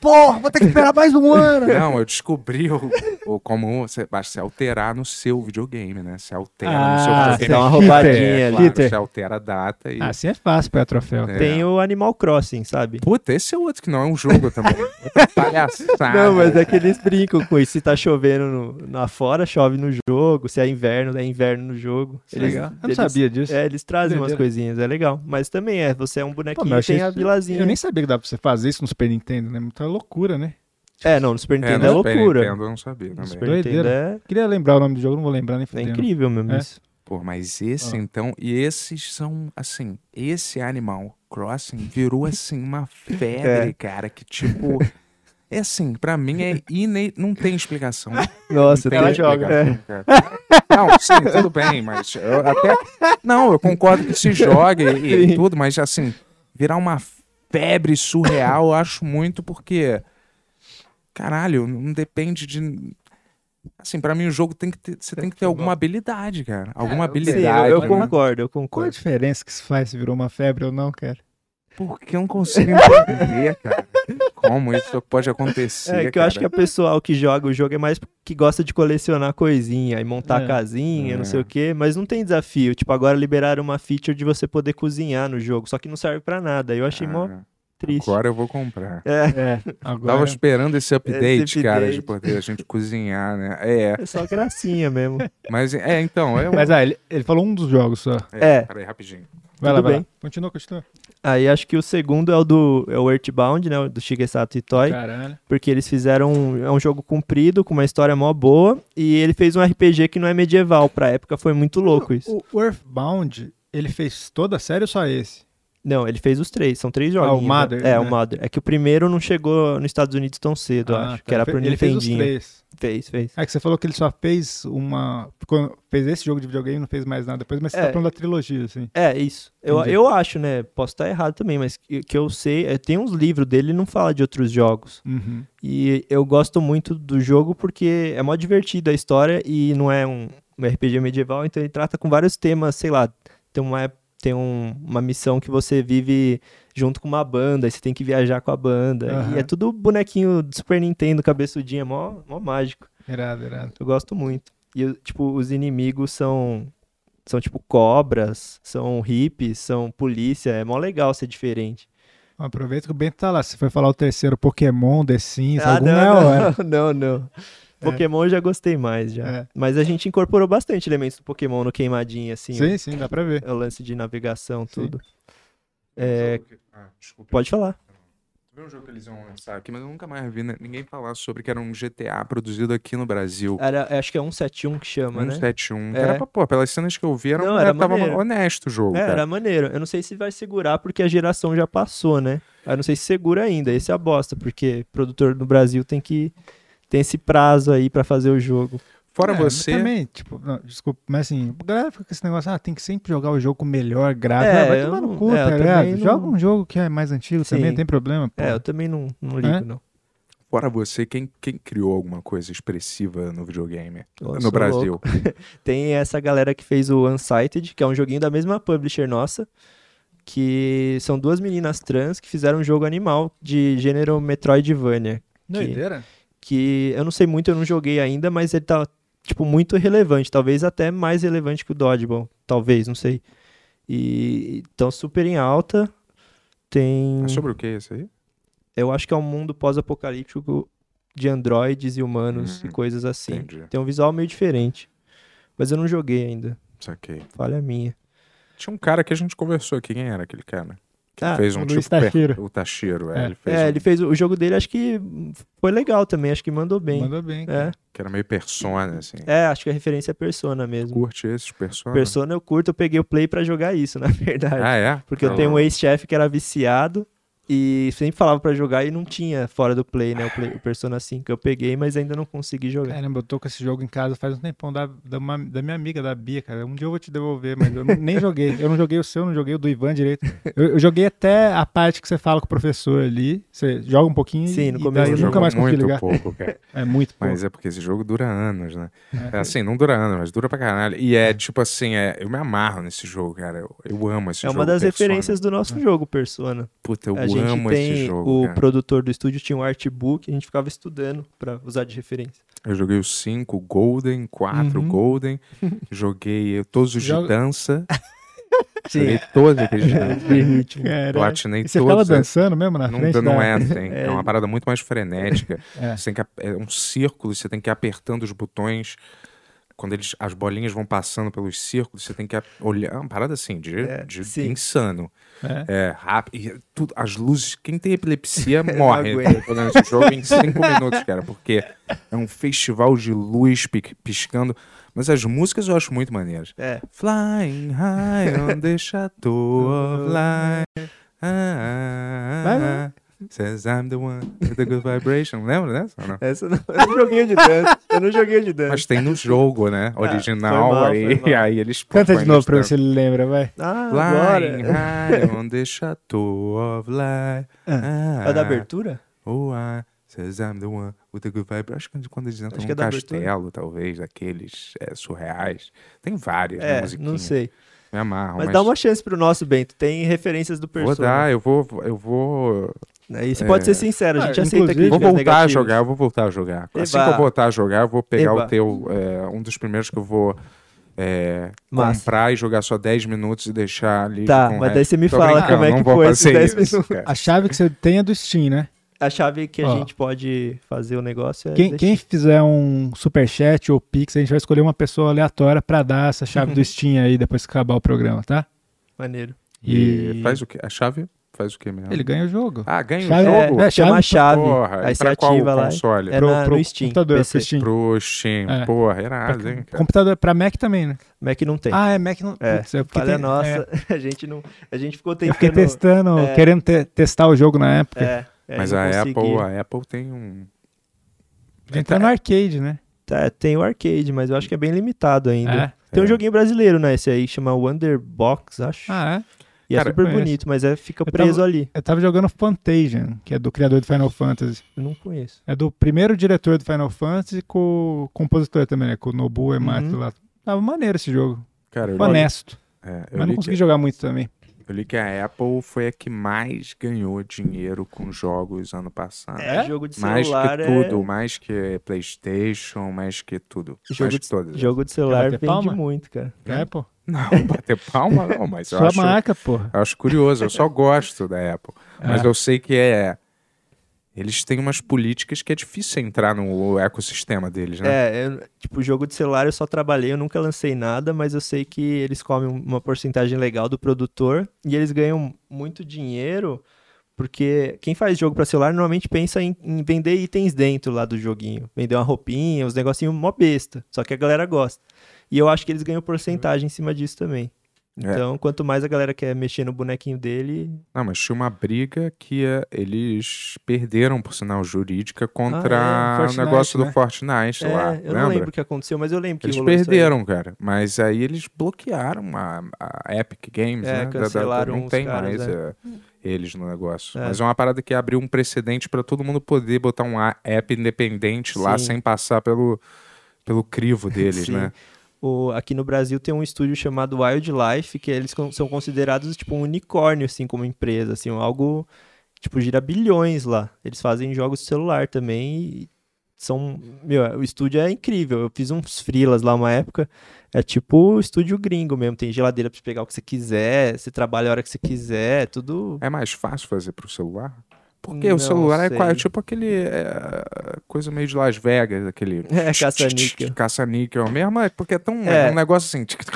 Speaker 3: Porra, vou ter que esperar mais um ano.
Speaker 2: Não, eu descobri o, o- como você, basta se alterar no seu videogame, né? Se altera no seu
Speaker 3: Ah, É,
Speaker 2: videogame. é
Speaker 4: Dá uma
Speaker 3: Peter,
Speaker 4: roubadinha ali.
Speaker 2: claro,
Speaker 3: Peter.
Speaker 2: você altera a data e.
Speaker 3: Assim é fácil pegar troféu.
Speaker 2: É.
Speaker 4: Tem o Animal Crossing, sabe?
Speaker 2: Puta, esse é outro que não é um jogo também. Outra palhaçada.
Speaker 4: Não, mas é que eles brincam com isso. Se tá chovendo no, lá fora, chove no jogo. Se é inverno, é inverno no jogo. Eles,
Speaker 5: Legal. Eu não
Speaker 4: eles-
Speaker 5: sabia disso.
Speaker 4: É, eles trazem umas
Speaker 5: Doideira.
Speaker 4: coisinhas, é legal. Mas também é, você é um
Speaker 3: Pô,
Speaker 4: bonequinho
Speaker 3: mas eu
Speaker 4: e tem
Speaker 3: achei
Speaker 4: a
Speaker 3: isso-
Speaker 4: vilazinha.
Speaker 3: Eu nem sabia que dava pra você fazer isso no Super Nintendo, né? Muita loucura, né?
Speaker 4: É, não, no Super
Speaker 2: É,
Speaker 4: Nintendo
Speaker 2: no
Speaker 4: é,
Speaker 2: Super
Speaker 4: loucura.
Speaker 2: Nintendo eu não sabia também.
Speaker 4: Super Nintendo é,
Speaker 3: Queria lembrar o nome do jogo, não vou lembrar nem
Speaker 4: é
Speaker 3: fudendo.
Speaker 4: incrível mesmo
Speaker 3: É.
Speaker 4: isso.
Speaker 2: Pô, mas
Speaker 4: Ah.
Speaker 2: esse então, e esses são, assim, esse Animal Crossing virou, assim, uma febre,
Speaker 4: É.
Speaker 2: cara, que tipo. É assim, pra mim é ine... Não tem explicação.
Speaker 4: Nossa,
Speaker 2: Não tem
Speaker 4: É.
Speaker 2: explicação, cara. Não, sim, tudo bem, mas eu até. Não, eu concordo que se jogue e, e tudo, mas assim, virar uma febre surreal, eu acho muito porque. Caralho, não depende de. Assim, pra mim o jogo tem que ter. Você tem que ter alguma habilidade, cara. Alguma
Speaker 4: Sim,
Speaker 2: habilidade.
Speaker 4: É, eu, eu
Speaker 2: né?
Speaker 4: concordo, eu
Speaker 3: Qual a
Speaker 4: concordo.
Speaker 3: diferença que isso faz se virou uma febre ou não, cara?
Speaker 2: Porque eu não consigo entender, cara. Como isso pode acontecer?
Speaker 4: É que eu acho que a pessoal que joga o jogo é mais que gosta de colecionar coisinha e montar
Speaker 3: É.
Speaker 4: casinha,
Speaker 2: É.
Speaker 4: não sei o quê, mas não tem desafio. Tipo, agora liberaram uma feature de você poder cozinhar no jogo, só que não serve pra nada. Eu achei mó
Speaker 2: Ah,
Speaker 4: triste.
Speaker 2: Agora eu vou comprar.
Speaker 4: É,
Speaker 3: É,
Speaker 2: Tava
Speaker 3: (laughs) agora...
Speaker 2: esperando esse update,
Speaker 4: Esse
Speaker 2: cara, de
Speaker 4: update.
Speaker 2: poder a gente cozinhar, né? É,
Speaker 4: é só gracinha mesmo.
Speaker 2: mas é, então, é.
Speaker 3: Mas ah, ele, ele falou um dos jogos só.
Speaker 4: É.
Speaker 2: Peraí, rapidinho.
Speaker 3: Vai lá,
Speaker 4: Tudo
Speaker 3: vai
Speaker 4: bem.
Speaker 3: lá. Continua, continua.
Speaker 4: Aí acho que o segundo é o do é o Earthbound, né, o do Shigesato Itoi.
Speaker 5: Caralho.
Speaker 4: Porque eles fizeram um, é um jogo comprido, com uma história mó boa, e ele fez um RPG que não é medieval. Pra época foi muito louco isso.
Speaker 3: O Earthbound, ele fez toda a série ou só esse?
Speaker 4: Não, ele fez os três, são três jogos.
Speaker 3: Mother,
Speaker 4: É,
Speaker 3: né?
Speaker 4: o Mother. É que o primeiro não chegou nos Estados Unidos tão cedo, eu
Speaker 3: Ah,
Speaker 4: acho. Que
Speaker 3: cara,
Speaker 4: era
Speaker 3: fe-
Speaker 4: pro
Speaker 3: Ele fez os
Speaker 4: Nintendinho.
Speaker 3: três.
Speaker 4: Fez, fez.
Speaker 3: É que você falou que ele só fez uma... ficou- Fez esse jogo de videogame, não fez mais nada depois, mas você
Speaker 4: É.
Speaker 3: tá falando da trilogia, assim.
Speaker 4: É, isso. Eu,
Speaker 3: Entendi.
Speaker 4: eu acho, né? Posso estar errado também, mas que, que eu sei. é, tem uns livros dele e não fala de outros jogos.
Speaker 3: Uhum.
Speaker 4: E eu gosto muito do jogo porque é mó divertido a história e não é um, um RPG medieval, então ele trata com vários temas, sei lá, tem uma, ép- tem um- uma missão que você vive junto com uma banda, aí você tem que viajar com a banda.
Speaker 3: Aham.
Speaker 4: E é tudo bonequinho do Super Nintendo, cabeçudinho, é mó, mó mágico.
Speaker 3: Irado, irado.
Speaker 4: Eu gosto muito. E, eu, tipo, os inimigos são. São tipo cobras, são hippies, são polícia. É mó legal ser diferente.
Speaker 3: Aproveita que o Bento tá lá. Você foi falar o terceiro Pokémon, The Sims,
Speaker 4: Ah,
Speaker 3: algum é hora.
Speaker 4: (laughs) não, não. Pokémon eu já gostei mais já.
Speaker 3: É.
Speaker 4: Mas a gente incorporou bastante elementos do Pokémon no queimadinho, assim.
Speaker 3: Sim, sim, dá pra ver.
Speaker 4: o, o lance de navegação,
Speaker 3: Sim.
Speaker 4: tudo. É,
Speaker 2: Ah, desculpa.
Speaker 4: pode falar.
Speaker 2: Tu viu um jogo que eles iam lançar aqui, mas eu nunca mais vi né, ninguém falar sobre que era um GTA produzido aqui no Brasil.
Speaker 4: Era, acho que é 171 que chama,
Speaker 3: Um
Speaker 4: né?
Speaker 2: 171. que
Speaker 4: É.
Speaker 2: Era pra, pô, pelas cenas que eu vi, era,
Speaker 4: Não,
Speaker 2: um-
Speaker 4: era
Speaker 2: tava
Speaker 4: maneiro.
Speaker 2: honesto o jogo.
Speaker 3: um,
Speaker 4: É,
Speaker 2: cara.
Speaker 4: era maneiro. Eu não sei se vai segurar porque a geração já passou, né? Eu não sei se segura ainda. Esse é a bosta, porque produtor no Brasil tem que tem esse prazo aí pra fazer o jogo.
Speaker 2: Fora
Speaker 3: É, mas
Speaker 2: você.
Speaker 3: Também, tipo, não, desculpa, mas assim, a galera fica com esse negócio, ah, tem que sempre jogar o jogo com o melhor gráfico.
Speaker 4: É,
Speaker 3: Ah, vai
Speaker 4: eu
Speaker 3: tomar no
Speaker 4: não-
Speaker 3: cu,
Speaker 4: é, eu
Speaker 3: tá
Speaker 4: também
Speaker 3: ligado?
Speaker 4: não-
Speaker 3: Joga um jogo que é mais antigo
Speaker 4: Sim.
Speaker 3: também, tem problema. pô.
Speaker 4: É, eu também não, não ligo,
Speaker 3: É?
Speaker 4: não.
Speaker 2: Fora você, quem, quem criou alguma coisa expressiva no videogame?
Speaker 4: Eu
Speaker 2: no
Speaker 4: sou
Speaker 2: Brasil.
Speaker 4: louco. Tem essa galera que fez o Unsighted, que é um joguinho da mesma publisher nossa, que são duas meninas trans que fizeram um jogo animal de gênero Metroidvania. Que, que eu não sei muito, eu não joguei ainda, mas ele tá, tipo, muito relevante. Talvez até mais relevante que o Dodgeball. Talvez, não sei. E estão super em alta. Tem.
Speaker 2: É sobre o que isso aí?
Speaker 4: Eu acho que é um mundo pós-apocalíptico de androides e humanos
Speaker 2: Hum,
Speaker 4: e coisas assim.
Speaker 2: Entendi.
Speaker 4: Tem um visual meio diferente. Mas eu não joguei ainda.
Speaker 2: Saquei.
Speaker 4: Falha minha.
Speaker 2: Tinha um cara que a gente conversou aqui. Quem era aquele cara? Que
Speaker 4: Ah,
Speaker 2: fez um
Speaker 3: o
Speaker 2: tipo.
Speaker 3: Luiz Tashiro.
Speaker 2: per- O Tashiro, é.
Speaker 3: É.
Speaker 2: Ele fez
Speaker 4: É,
Speaker 2: um
Speaker 4: ele fez. O jogo dele acho que foi legal também, acho que mandou bem.
Speaker 3: Mandou bem. cara.
Speaker 4: É.
Speaker 2: que era meio persona, assim.
Speaker 4: é, acho que a referência é Persona mesmo.
Speaker 2: Curte esses persona?
Speaker 4: Persona eu curto, eu peguei o play pra jogar isso, (laughs) na verdade.
Speaker 2: Ah, é?
Speaker 4: Porque eu
Speaker 2: Ah,
Speaker 4: tenho um ex-chefe que era viciado e sempre falava pra jogar e não tinha fora do Play, né? O, Play- o Persona 5 eu peguei, mas ainda não consegui
Speaker 2: É,
Speaker 4: jogar.
Speaker 3: Caramba, eu tô com esse jogo em casa faz um tempão da, da, uma- da minha amiga, da Bia, cara. Um dia eu vou te devolver, mas eu não- nem (laughs) joguei. Eu não joguei o seu, não joguei o do Ivan direito. Eu, eu joguei até a parte que você fala com o professor ali. Você joga um pouquinho
Speaker 4: Sim,
Speaker 3: e,
Speaker 4: no
Speaker 3: e
Speaker 4: começo
Speaker 3: daí eu
Speaker 4: do
Speaker 3: nunca
Speaker 2: jogo
Speaker 3: mais consegui
Speaker 2: muito
Speaker 3: ligar.
Speaker 2: pouco,
Speaker 4: (laughs)
Speaker 2: cara.
Speaker 3: É muito pouco.
Speaker 2: Mas é porque esse jogo dura anos, né?
Speaker 4: É.
Speaker 2: Assim, não dura anos, mas dura pra caralho. E é tipo assim, é, eu me amarro nesse jogo, cara. Eu, eu amo esse
Speaker 4: é
Speaker 2: jogo.
Speaker 4: uma das
Speaker 2: Persona.
Speaker 4: referências do nosso jogo, Persona.
Speaker 2: Puta, eu
Speaker 4: a gente
Speaker 2: amo esse
Speaker 4: tem
Speaker 2: jogo.
Speaker 4: o
Speaker 2: cara.
Speaker 4: produtor do estúdio tinha um artbook, a gente ficava estudando pra usar de referência.
Speaker 2: Eu joguei os 5 Golden, 4
Speaker 4: Uhum. (laughs)
Speaker 2: Golden. Joguei todos os de
Speaker 3: Joga-
Speaker 2: dança. Joguei todos aqueles
Speaker 4: (laughs)
Speaker 2: de dança.
Speaker 3: Caraca.
Speaker 2: Platinei
Speaker 3: E você
Speaker 2: todos.
Speaker 3: ficava
Speaker 2: né?
Speaker 3: dançando mesmo na
Speaker 2: Não,
Speaker 3: frente?
Speaker 2: não
Speaker 3: da-
Speaker 2: é assim.
Speaker 3: (laughs)
Speaker 2: É uma parada muito mais frenética.
Speaker 3: É.
Speaker 2: Você tem que, ap- é um círculo, você tem que ir apertando os botões. Quando eles, as bolinhas vão passando pelos círculos, você tem que ap- olhar. É uma parada assim, de, de
Speaker 4: sim.
Speaker 2: insano.
Speaker 3: É.
Speaker 2: É, rápido. e tudo- as luzes. Quem tem epilepsia
Speaker 4: Não
Speaker 2: morre
Speaker 4: aguento.
Speaker 2: jogando esse jogo em cinco minutos, cara, porque é um festival de luz pic- piscando. Mas as músicas eu acho muito maneiras.
Speaker 4: É.
Speaker 2: Flying high on
Speaker 4: (laughs)
Speaker 2: the shadow of light. Ah,
Speaker 3: Vai,
Speaker 2: ah, ah,
Speaker 3: vai.
Speaker 2: says I'm the one with the good vibration. Lembra dessa? ou não?
Speaker 4: Essa não, (laughs) eu não joguei de dança. Eu não joguei de dança.
Speaker 2: Mas tem no jogo, né? Original.
Speaker 4: Ah, foi mal,
Speaker 2: aí,
Speaker 4: foi mal.
Speaker 2: aí eles
Speaker 3: Canta de
Speaker 2: põem
Speaker 3: novo pra
Speaker 2: no-
Speaker 3: ver se ele lembra, vai.
Speaker 4: Ah,
Speaker 2: Flying
Speaker 4: agora.
Speaker 2: high on the shadow of light.
Speaker 4: É
Speaker 2: Ah,
Speaker 4: da abertura?
Speaker 2: Oh, I says I'm the one with the good vibe. Acho que quando eles entram
Speaker 4: Acho
Speaker 2: num
Speaker 4: que é da abertura.
Speaker 2: castelo, talvez, daqueles é, surreais. Tem várias né,
Speaker 4: É, não
Speaker 2: musiquinhas.
Speaker 4: sei.
Speaker 2: Me amarram.
Speaker 4: Mas, dá uma chance pro nosso Bento. Tem referências do
Speaker 2: Vou
Speaker 4: Persona.
Speaker 2: dar, eu vou, eu vou,
Speaker 4: Né? E você pode
Speaker 2: É.
Speaker 4: ser sincero, a gente
Speaker 3: Ah,
Speaker 4: aceita
Speaker 3: inclusive-
Speaker 4: aqui.
Speaker 2: vou voltar a jogar, eu vou voltar a jogar. Assim
Speaker 4: Eba.
Speaker 2: que eu voltar a jogar, eu vou pegar
Speaker 4: Eba.
Speaker 2: o teu, é, um dos primeiros que eu vou é,
Speaker 4: Massa.
Speaker 2: comprar e jogar só 10 minutos e deixar ali.
Speaker 4: Tá,
Speaker 2: com o
Speaker 4: mas
Speaker 2: resto.
Speaker 4: daí você me
Speaker 2: Tô
Speaker 4: fala
Speaker 2: brincando,
Speaker 4: como é
Speaker 2: não
Speaker 4: que
Speaker 2: vou
Speaker 4: foi esses
Speaker 2: fazer
Speaker 4: 10
Speaker 2: isso,
Speaker 4: minutos. (laughs)
Speaker 2: cara.
Speaker 3: A chave que você tem é do Steam, né?
Speaker 4: A chave que a
Speaker 3: Ó.
Speaker 4: gente pode fazer o negócio é.
Speaker 3: Quem,
Speaker 4: deixar-
Speaker 3: quem fizer um superchat ou pix, a gente vai escolher uma pessoa aleatória pra dar essa
Speaker 2: (laughs)
Speaker 3: chave do Steam aí depois que acabar o programa, tá?
Speaker 4: Maneiro.
Speaker 2: E faz o quê? A chave faz o quê mesmo?
Speaker 3: Ele ganha o jogo.
Speaker 2: Ah, ganha
Speaker 3: Chave-
Speaker 2: o jogo?
Speaker 3: é,
Speaker 4: É, chama a chave.
Speaker 2: Porra, e
Speaker 4: aí você
Speaker 2: pra qual
Speaker 4: ativa lá.
Speaker 2: console?
Speaker 4: É
Speaker 3: Pro-
Speaker 4: na,
Speaker 3: pro
Speaker 4: no Steam.
Speaker 3: computador, pro
Speaker 4: PC.
Speaker 3: Steam.
Speaker 2: Pro Steam,
Speaker 3: É.
Speaker 2: porra, irado, hein, cara.
Speaker 3: Computador pra Mac também, né?
Speaker 4: Mac não tem.
Speaker 3: Ah, é Mac não.
Speaker 4: É,
Speaker 3: Putz, é porque
Speaker 4: Falha
Speaker 3: tem-
Speaker 4: nossa,
Speaker 3: é.
Speaker 4: (laughs) a gente não. A gente ficou
Speaker 3: eu fiquei
Speaker 4: tentando.
Speaker 3: testando,
Speaker 4: é.
Speaker 3: querendo te- testar o jogo na época.
Speaker 4: É, é,
Speaker 2: Mas
Speaker 4: não
Speaker 2: a
Speaker 4: consegui.
Speaker 2: Apple, a Apple tem um... É,
Speaker 3: A gente tá
Speaker 4: É.
Speaker 3: no arcade, né?
Speaker 4: Tá, tem o arcade, mas eu acho que é bem limitado ainda.
Speaker 3: É.
Speaker 4: Tem um
Speaker 2: É.
Speaker 4: joguinho brasileiro, né? Esse aí chama Wonder Box, acho.
Speaker 3: Ah, é.
Speaker 4: e
Speaker 3: cara,
Speaker 4: é super
Speaker 3: conheço.
Speaker 4: bonito, mas é, fica
Speaker 3: Eu
Speaker 4: preso
Speaker 3: tava-
Speaker 4: ali.
Speaker 3: Eu tava jogando Fantasia, que é do criador do Final Fantasy.
Speaker 4: Eu não conheço.
Speaker 3: É do primeiro diretor do Final Fantasy com o compositor também, né? Com o Nobu Ematsu
Speaker 4: Uhum.
Speaker 3: lá. Tava maneiro esse jogo.
Speaker 2: Cara, eu
Speaker 3: Honesto.
Speaker 2: É, eu,
Speaker 3: Mas não
Speaker 2: li
Speaker 3: consegui
Speaker 2: que,
Speaker 3: jogar muito também.
Speaker 2: eu li que a Apple foi a que mais ganhou dinheiro com jogos ano passado.
Speaker 4: É, jogo de
Speaker 2: Mais
Speaker 4: celular
Speaker 2: que
Speaker 4: é-
Speaker 2: tudo, mais que PlayStation, mais que tudo.
Speaker 4: Jogo
Speaker 2: mais
Speaker 4: de-
Speaker 2: que todas. é.
Speaker 4: Jogo de celular
Speaker 3: Bater
Speaker 4: vende
Speaker 3: palma?
Speaker 4: muito, cara.
Speaker 3: É, pô.
Speaker 2: (laughs) Não, bater palma não, mas eu
Speaker 3: Sua
Speaker 2: acho,
Speaker 3: marca, porra.
Speaker 2: eu acho curioso. Eu só gosto da Apple. Mas eu sei que é. Eles têm umas políticas que é difícil entrar no ecossistema deles, né?
Speaker 4: É, eu- tipo, jogo de celular eu só trabalhei, eu nunca lancei nada, mas eu sei que eles comem uma porcentagem legal do produtor e eles ganham muito dinheiro, porque quem faz jogo pra celular normalmente pensa em, em vender itens dentro lá do joguinho. Vender uma roupinha, uns negocinhos mó besta, só que a galera gosta. E eu acho que eles ganham porcentagem em cima disso também.
Speaker 2: É.
Speaker 4: Então, quanto mais a galera quer mexer no bonequinho dele,
Speaker 2: Não, mas tinha uma briga que eh, eles perderam, por sinal, jurídica contra
Speaker 3: Ah, é,
Speaker 2: o
Speaker 3: Fortnite,
Speaker 2: negócio do
Speaker 3: né?
Speaker 2: Fortnite
Speaker 4: é,
Speaker 2: lá,
Speaker 4: eu
Speaker 2: lembra?
Speaker 4: não lembro o que aconteceu, mas eu lembro que
Speaker 2: Eles
Speaker 4: rolou né, isso aí.
Speaker 2: perderam, cara. Mas aí eles bloquearam a, a Epic Games,
Speaker 4: É,
Speaker 2: né? Da- da-
Speaker 4: cancelaram
Speaker 2: não
Speaker 4: os
Speaker 2: tem
Speaker 4: caras,
Speaker 2: mais
Speaker 4: é.
Speaker 2: eh, eles no negócio.
Speaker 4: É.
Speaker 2: Mas é uma parada que abriu um precedente pra todo mundo poder botar um a- app independente lá
Speaker 4: Sim.
Speaker 2: sem passar pelo, pelo
Speaker 4: (laughs)
Speaker 2: crivo deles,
Speaker 4: Sim.
Speaker 2: né?
Speaker 4: O- aqui no Brasil tem um estúdio chamado Wildlife, que eles con- são considerados tipo um unicórnio, assim, como empresa, assim, algo tipo gira bilhões lá. Eles fazem jogos de celular também e são, meu, o estúdio é incrível. Eu fiz uns frilas lá uma época, é tipo estúdio gringo mesmo, tem geladeira pra você pegar o que você quiser, você trabalha a hora que você quiser, tudo
Speaker 2: É mais fácil fazer pro celular? Porque
Speaker 4: Não
Speaker 2: o celular é
Speaker 4: sei.
Speaker 2: quase tipo aquele. é, coisa meio de Las Vegas, aquele.
Speaker 4: (laughs) É, caça-níquel.
Speaker 2: Caça-níquel mesmo, é porque é tão.
Speaker 4: É.
Speaker 2: É. um negócio assim. tic, tic,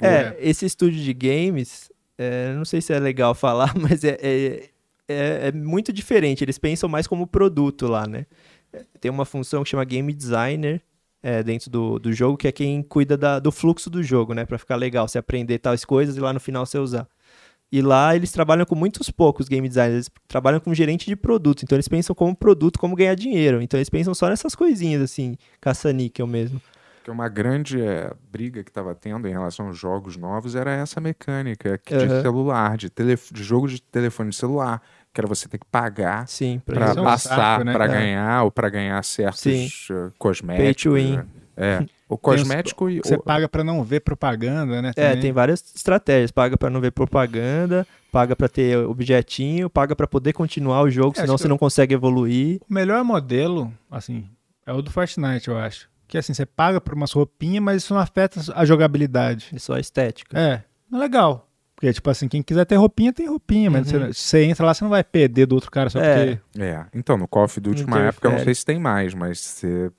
Speaker 4: É, esse estúdio de games, é, não sei se é legal (laughs) falar, mas é, é, é- é muito diferente. Eles pensam mais como produto lá, né? É, Tem uma função que chama game designer é, dentro do, do jogo, que é quem cuida da- do fluxo do jogo, né? Pra ficar legal, você aprender tais coisas e lá no final você usar. E lá eles trabalham com muitos poucos game designers, eles trabalham com gerente de produto, então eles pensam como produto, como ganhar dinheiro. Então eles pensam só nessas coisinhas, assim, caça-níquel mesmo.
Speaker 2: Que uma grande eh, briga que estava tendo em relação aos jogos novos era essa mecânica que de
Speaker 4: Aham.
Speaker 2: celular, de, tele, de jogo de telefone de celular, que era você ter que pagar
Speaker 4: Sim, pra
Speaker 2: para
Speaker 3: isso é um
Speaker 2: passar,
Speaker 3: saco, né,
Speaker 2: para
Speaker 4: cara?
Speaker 2: ganhar ou para ganhar certos
Speaker 4: Sim.
Speaker 2: eh,
Speaker 4: Pay to
Speaker 2: cosméticos.
Speaker 4: win.
Speaker 2: né?
Speaker 4: (laughs)
Speaker 2: É, o cosmético e
Speaker 3: Você
Speaker 2: o-
Speaker 3: paga pra não ver propaganda, né?
Speaker 4: É,
Speaker 3: também.
Speaker 4: tem várias estratégias. Paga pra não ver propaganda, paga pra ter objetinho, paga pra poder continuar o jogo,
Speaker 3: É,
Speaker 4: senão
Speaker 3: acho
Speaker 4: você
Speaker 3: que-
Speaker 4: não consegue evoluir.
Speaker 3: O melhor modelo, assim, é o do Fortnite, eu acho. Que assim, você paga por umas roupinhas, mas isso não afeta a jogabilidade.
Speaker 4: É só estética.
Speaker 3: É, não é legal. Porque, tipo assim, quem quiser ter roupinha, tem roupinha, mas
Speaker 4: Uhum.
Speaker 3: você, você entra lá, você não vai perder do outro cara só
Speaker 4: É.
Speaker 3: porque.
Speaker 2: É, então no Call of Duty,
Speaker 4: Não
Speaker 2: uma época, eu não
Speaker 4: interfere.
Speaker 2: sei se tem mais, mas você,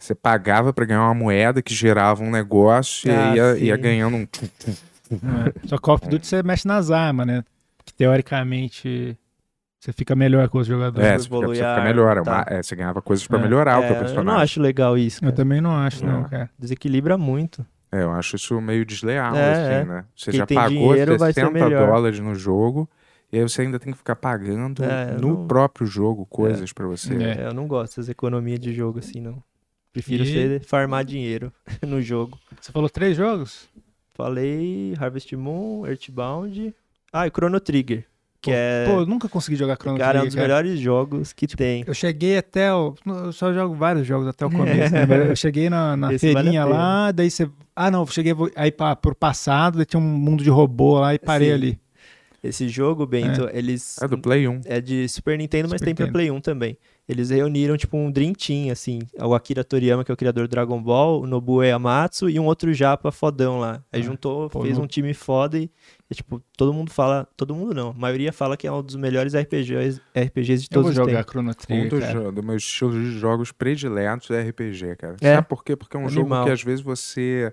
Speaker 2: você pagava para ganhar uma moeda que gerava um negócio
Speaker 4: Ah,
Speaker 2: e ia, ia
Speaker 4: sim.
Speaker 2: ganhando um.
Speaker 3: né? Só Call of Duty você mexe nas armas, né? Que teoricamente você fica melhor com os jogadores.
Speaker 2: É, você fica, você
Speaker 4: evoluir a
Speaker 2: fica
Speaker 4: arma,
Speaker 2: melhor. é uma-
Speaker 4: tá.
Speaker 2: é, você ganhava coisas para
Speaker 3: É.
Speaker 2: melhorar o teu
Speaker 4: É, eu
Speaker 2: personagem.
Speaker 4: não acho legal isso.
Speaker 3: Eu
Speaker 4: cara.
Speaker 3: também não acho, não,
Speaker 2: Não.
Speaker 3: cara.
Speaker 4: Desequilibra muito.
Speaker 2: É, eu acho isso meio desleal,
Speaker 4: É,
Speaker 2: assim,
Speaker 4: é.
Speaker 2: né? Você
Speaker 4: Quem
Speaker 2: já
Speaker 4: tem
Speaker 2: pagou
Speaker 4: dinheiro vai ser
Speaker 2: 60
Speaker 4: melhor.
Speaker 2: dólares no jogo, e aí você ainda tem que ficar pagando
Speaker 4: É, eu
Speaker 2: no
Speaker 4: não-
Speaker 2: próprio jogo coisas pra você.
Speaker 3: É.
Speaker 4: É, eu não gosto dessas economias de jogo assim, não. Prefiro
Speaker 3: E-
Speaker 4: você farmar dinheiro (laughs) no jogo.
Speaker 3: Você falou três jogos?
Speaker 4: Falei Harvest Moon, Earthbound. Ah, e Chrono Trigger. Que é,
Speaker 3: Pô, eu nunca consegui jogar Chrono
Speaker 4: cara, é um
Speaker 3: Trigger, Tipo,
Speaker 4: dos melhores jogos que tem.
Speaker 3: Eu cheguei até o. Eu só jogo vários jogos até o começo.
Speaker 4: (laughs)
Speaker 3: né? Eu cheguei na, na
Speaker 4: Esse vale a
Speaker 3: feirinha
Speaker 4: pena.
Speaker 3: lá, daí você. Ah, não, eu cheguei vo- aí pra, pro passado, daí tinha um mundo de robô lá e parei
Speaker 4: Sim.
Speaker 3: ali.
Speaker 4: Esse jogo, Bento, eles
Speaker 2: É do Play 1.
Speaker 4: É de Super Nintendo, mas
Speaker 3: Super
Speaker 4: tem pra
Speaker 3: Nintendo.
Speaker 4: Play 1 também. Eles reuniram, tipo, um Dream Team, assim. O Akira Toriyama, que é o criador do Dragon Ball, o Nobu Eamatsu e um outro japa fodão lá. Aí
Speaker 3: Ah,
Speaker 4: juntou,
Speaker 3: pô,
Speaker 4: fez
Speaker 3: no-
Speaker 4: um time foda e, e, tipo, todo mundo fala... Todo mundo não. A maioria fala que é um dos melhores RPGs, RPGs de
Speaker 3: Eu vou
Speaker 4: todos os
Speaker 3: jogar
Speaker 4: tempos.
Speaker 3: Chrono
Speaker 2: Um
Speaker 3: Trigger.
Speaker 2: dos
Speaker 3: cara.
Speaker 2: jo- dos meus estilos de jogos prediletos é RPG, cara.
Speaker 4: É.
Speaker 2: Sabe por quê? Porque é um jogo
Speaker 4: Animal.
Speaker 2: que às vezes você.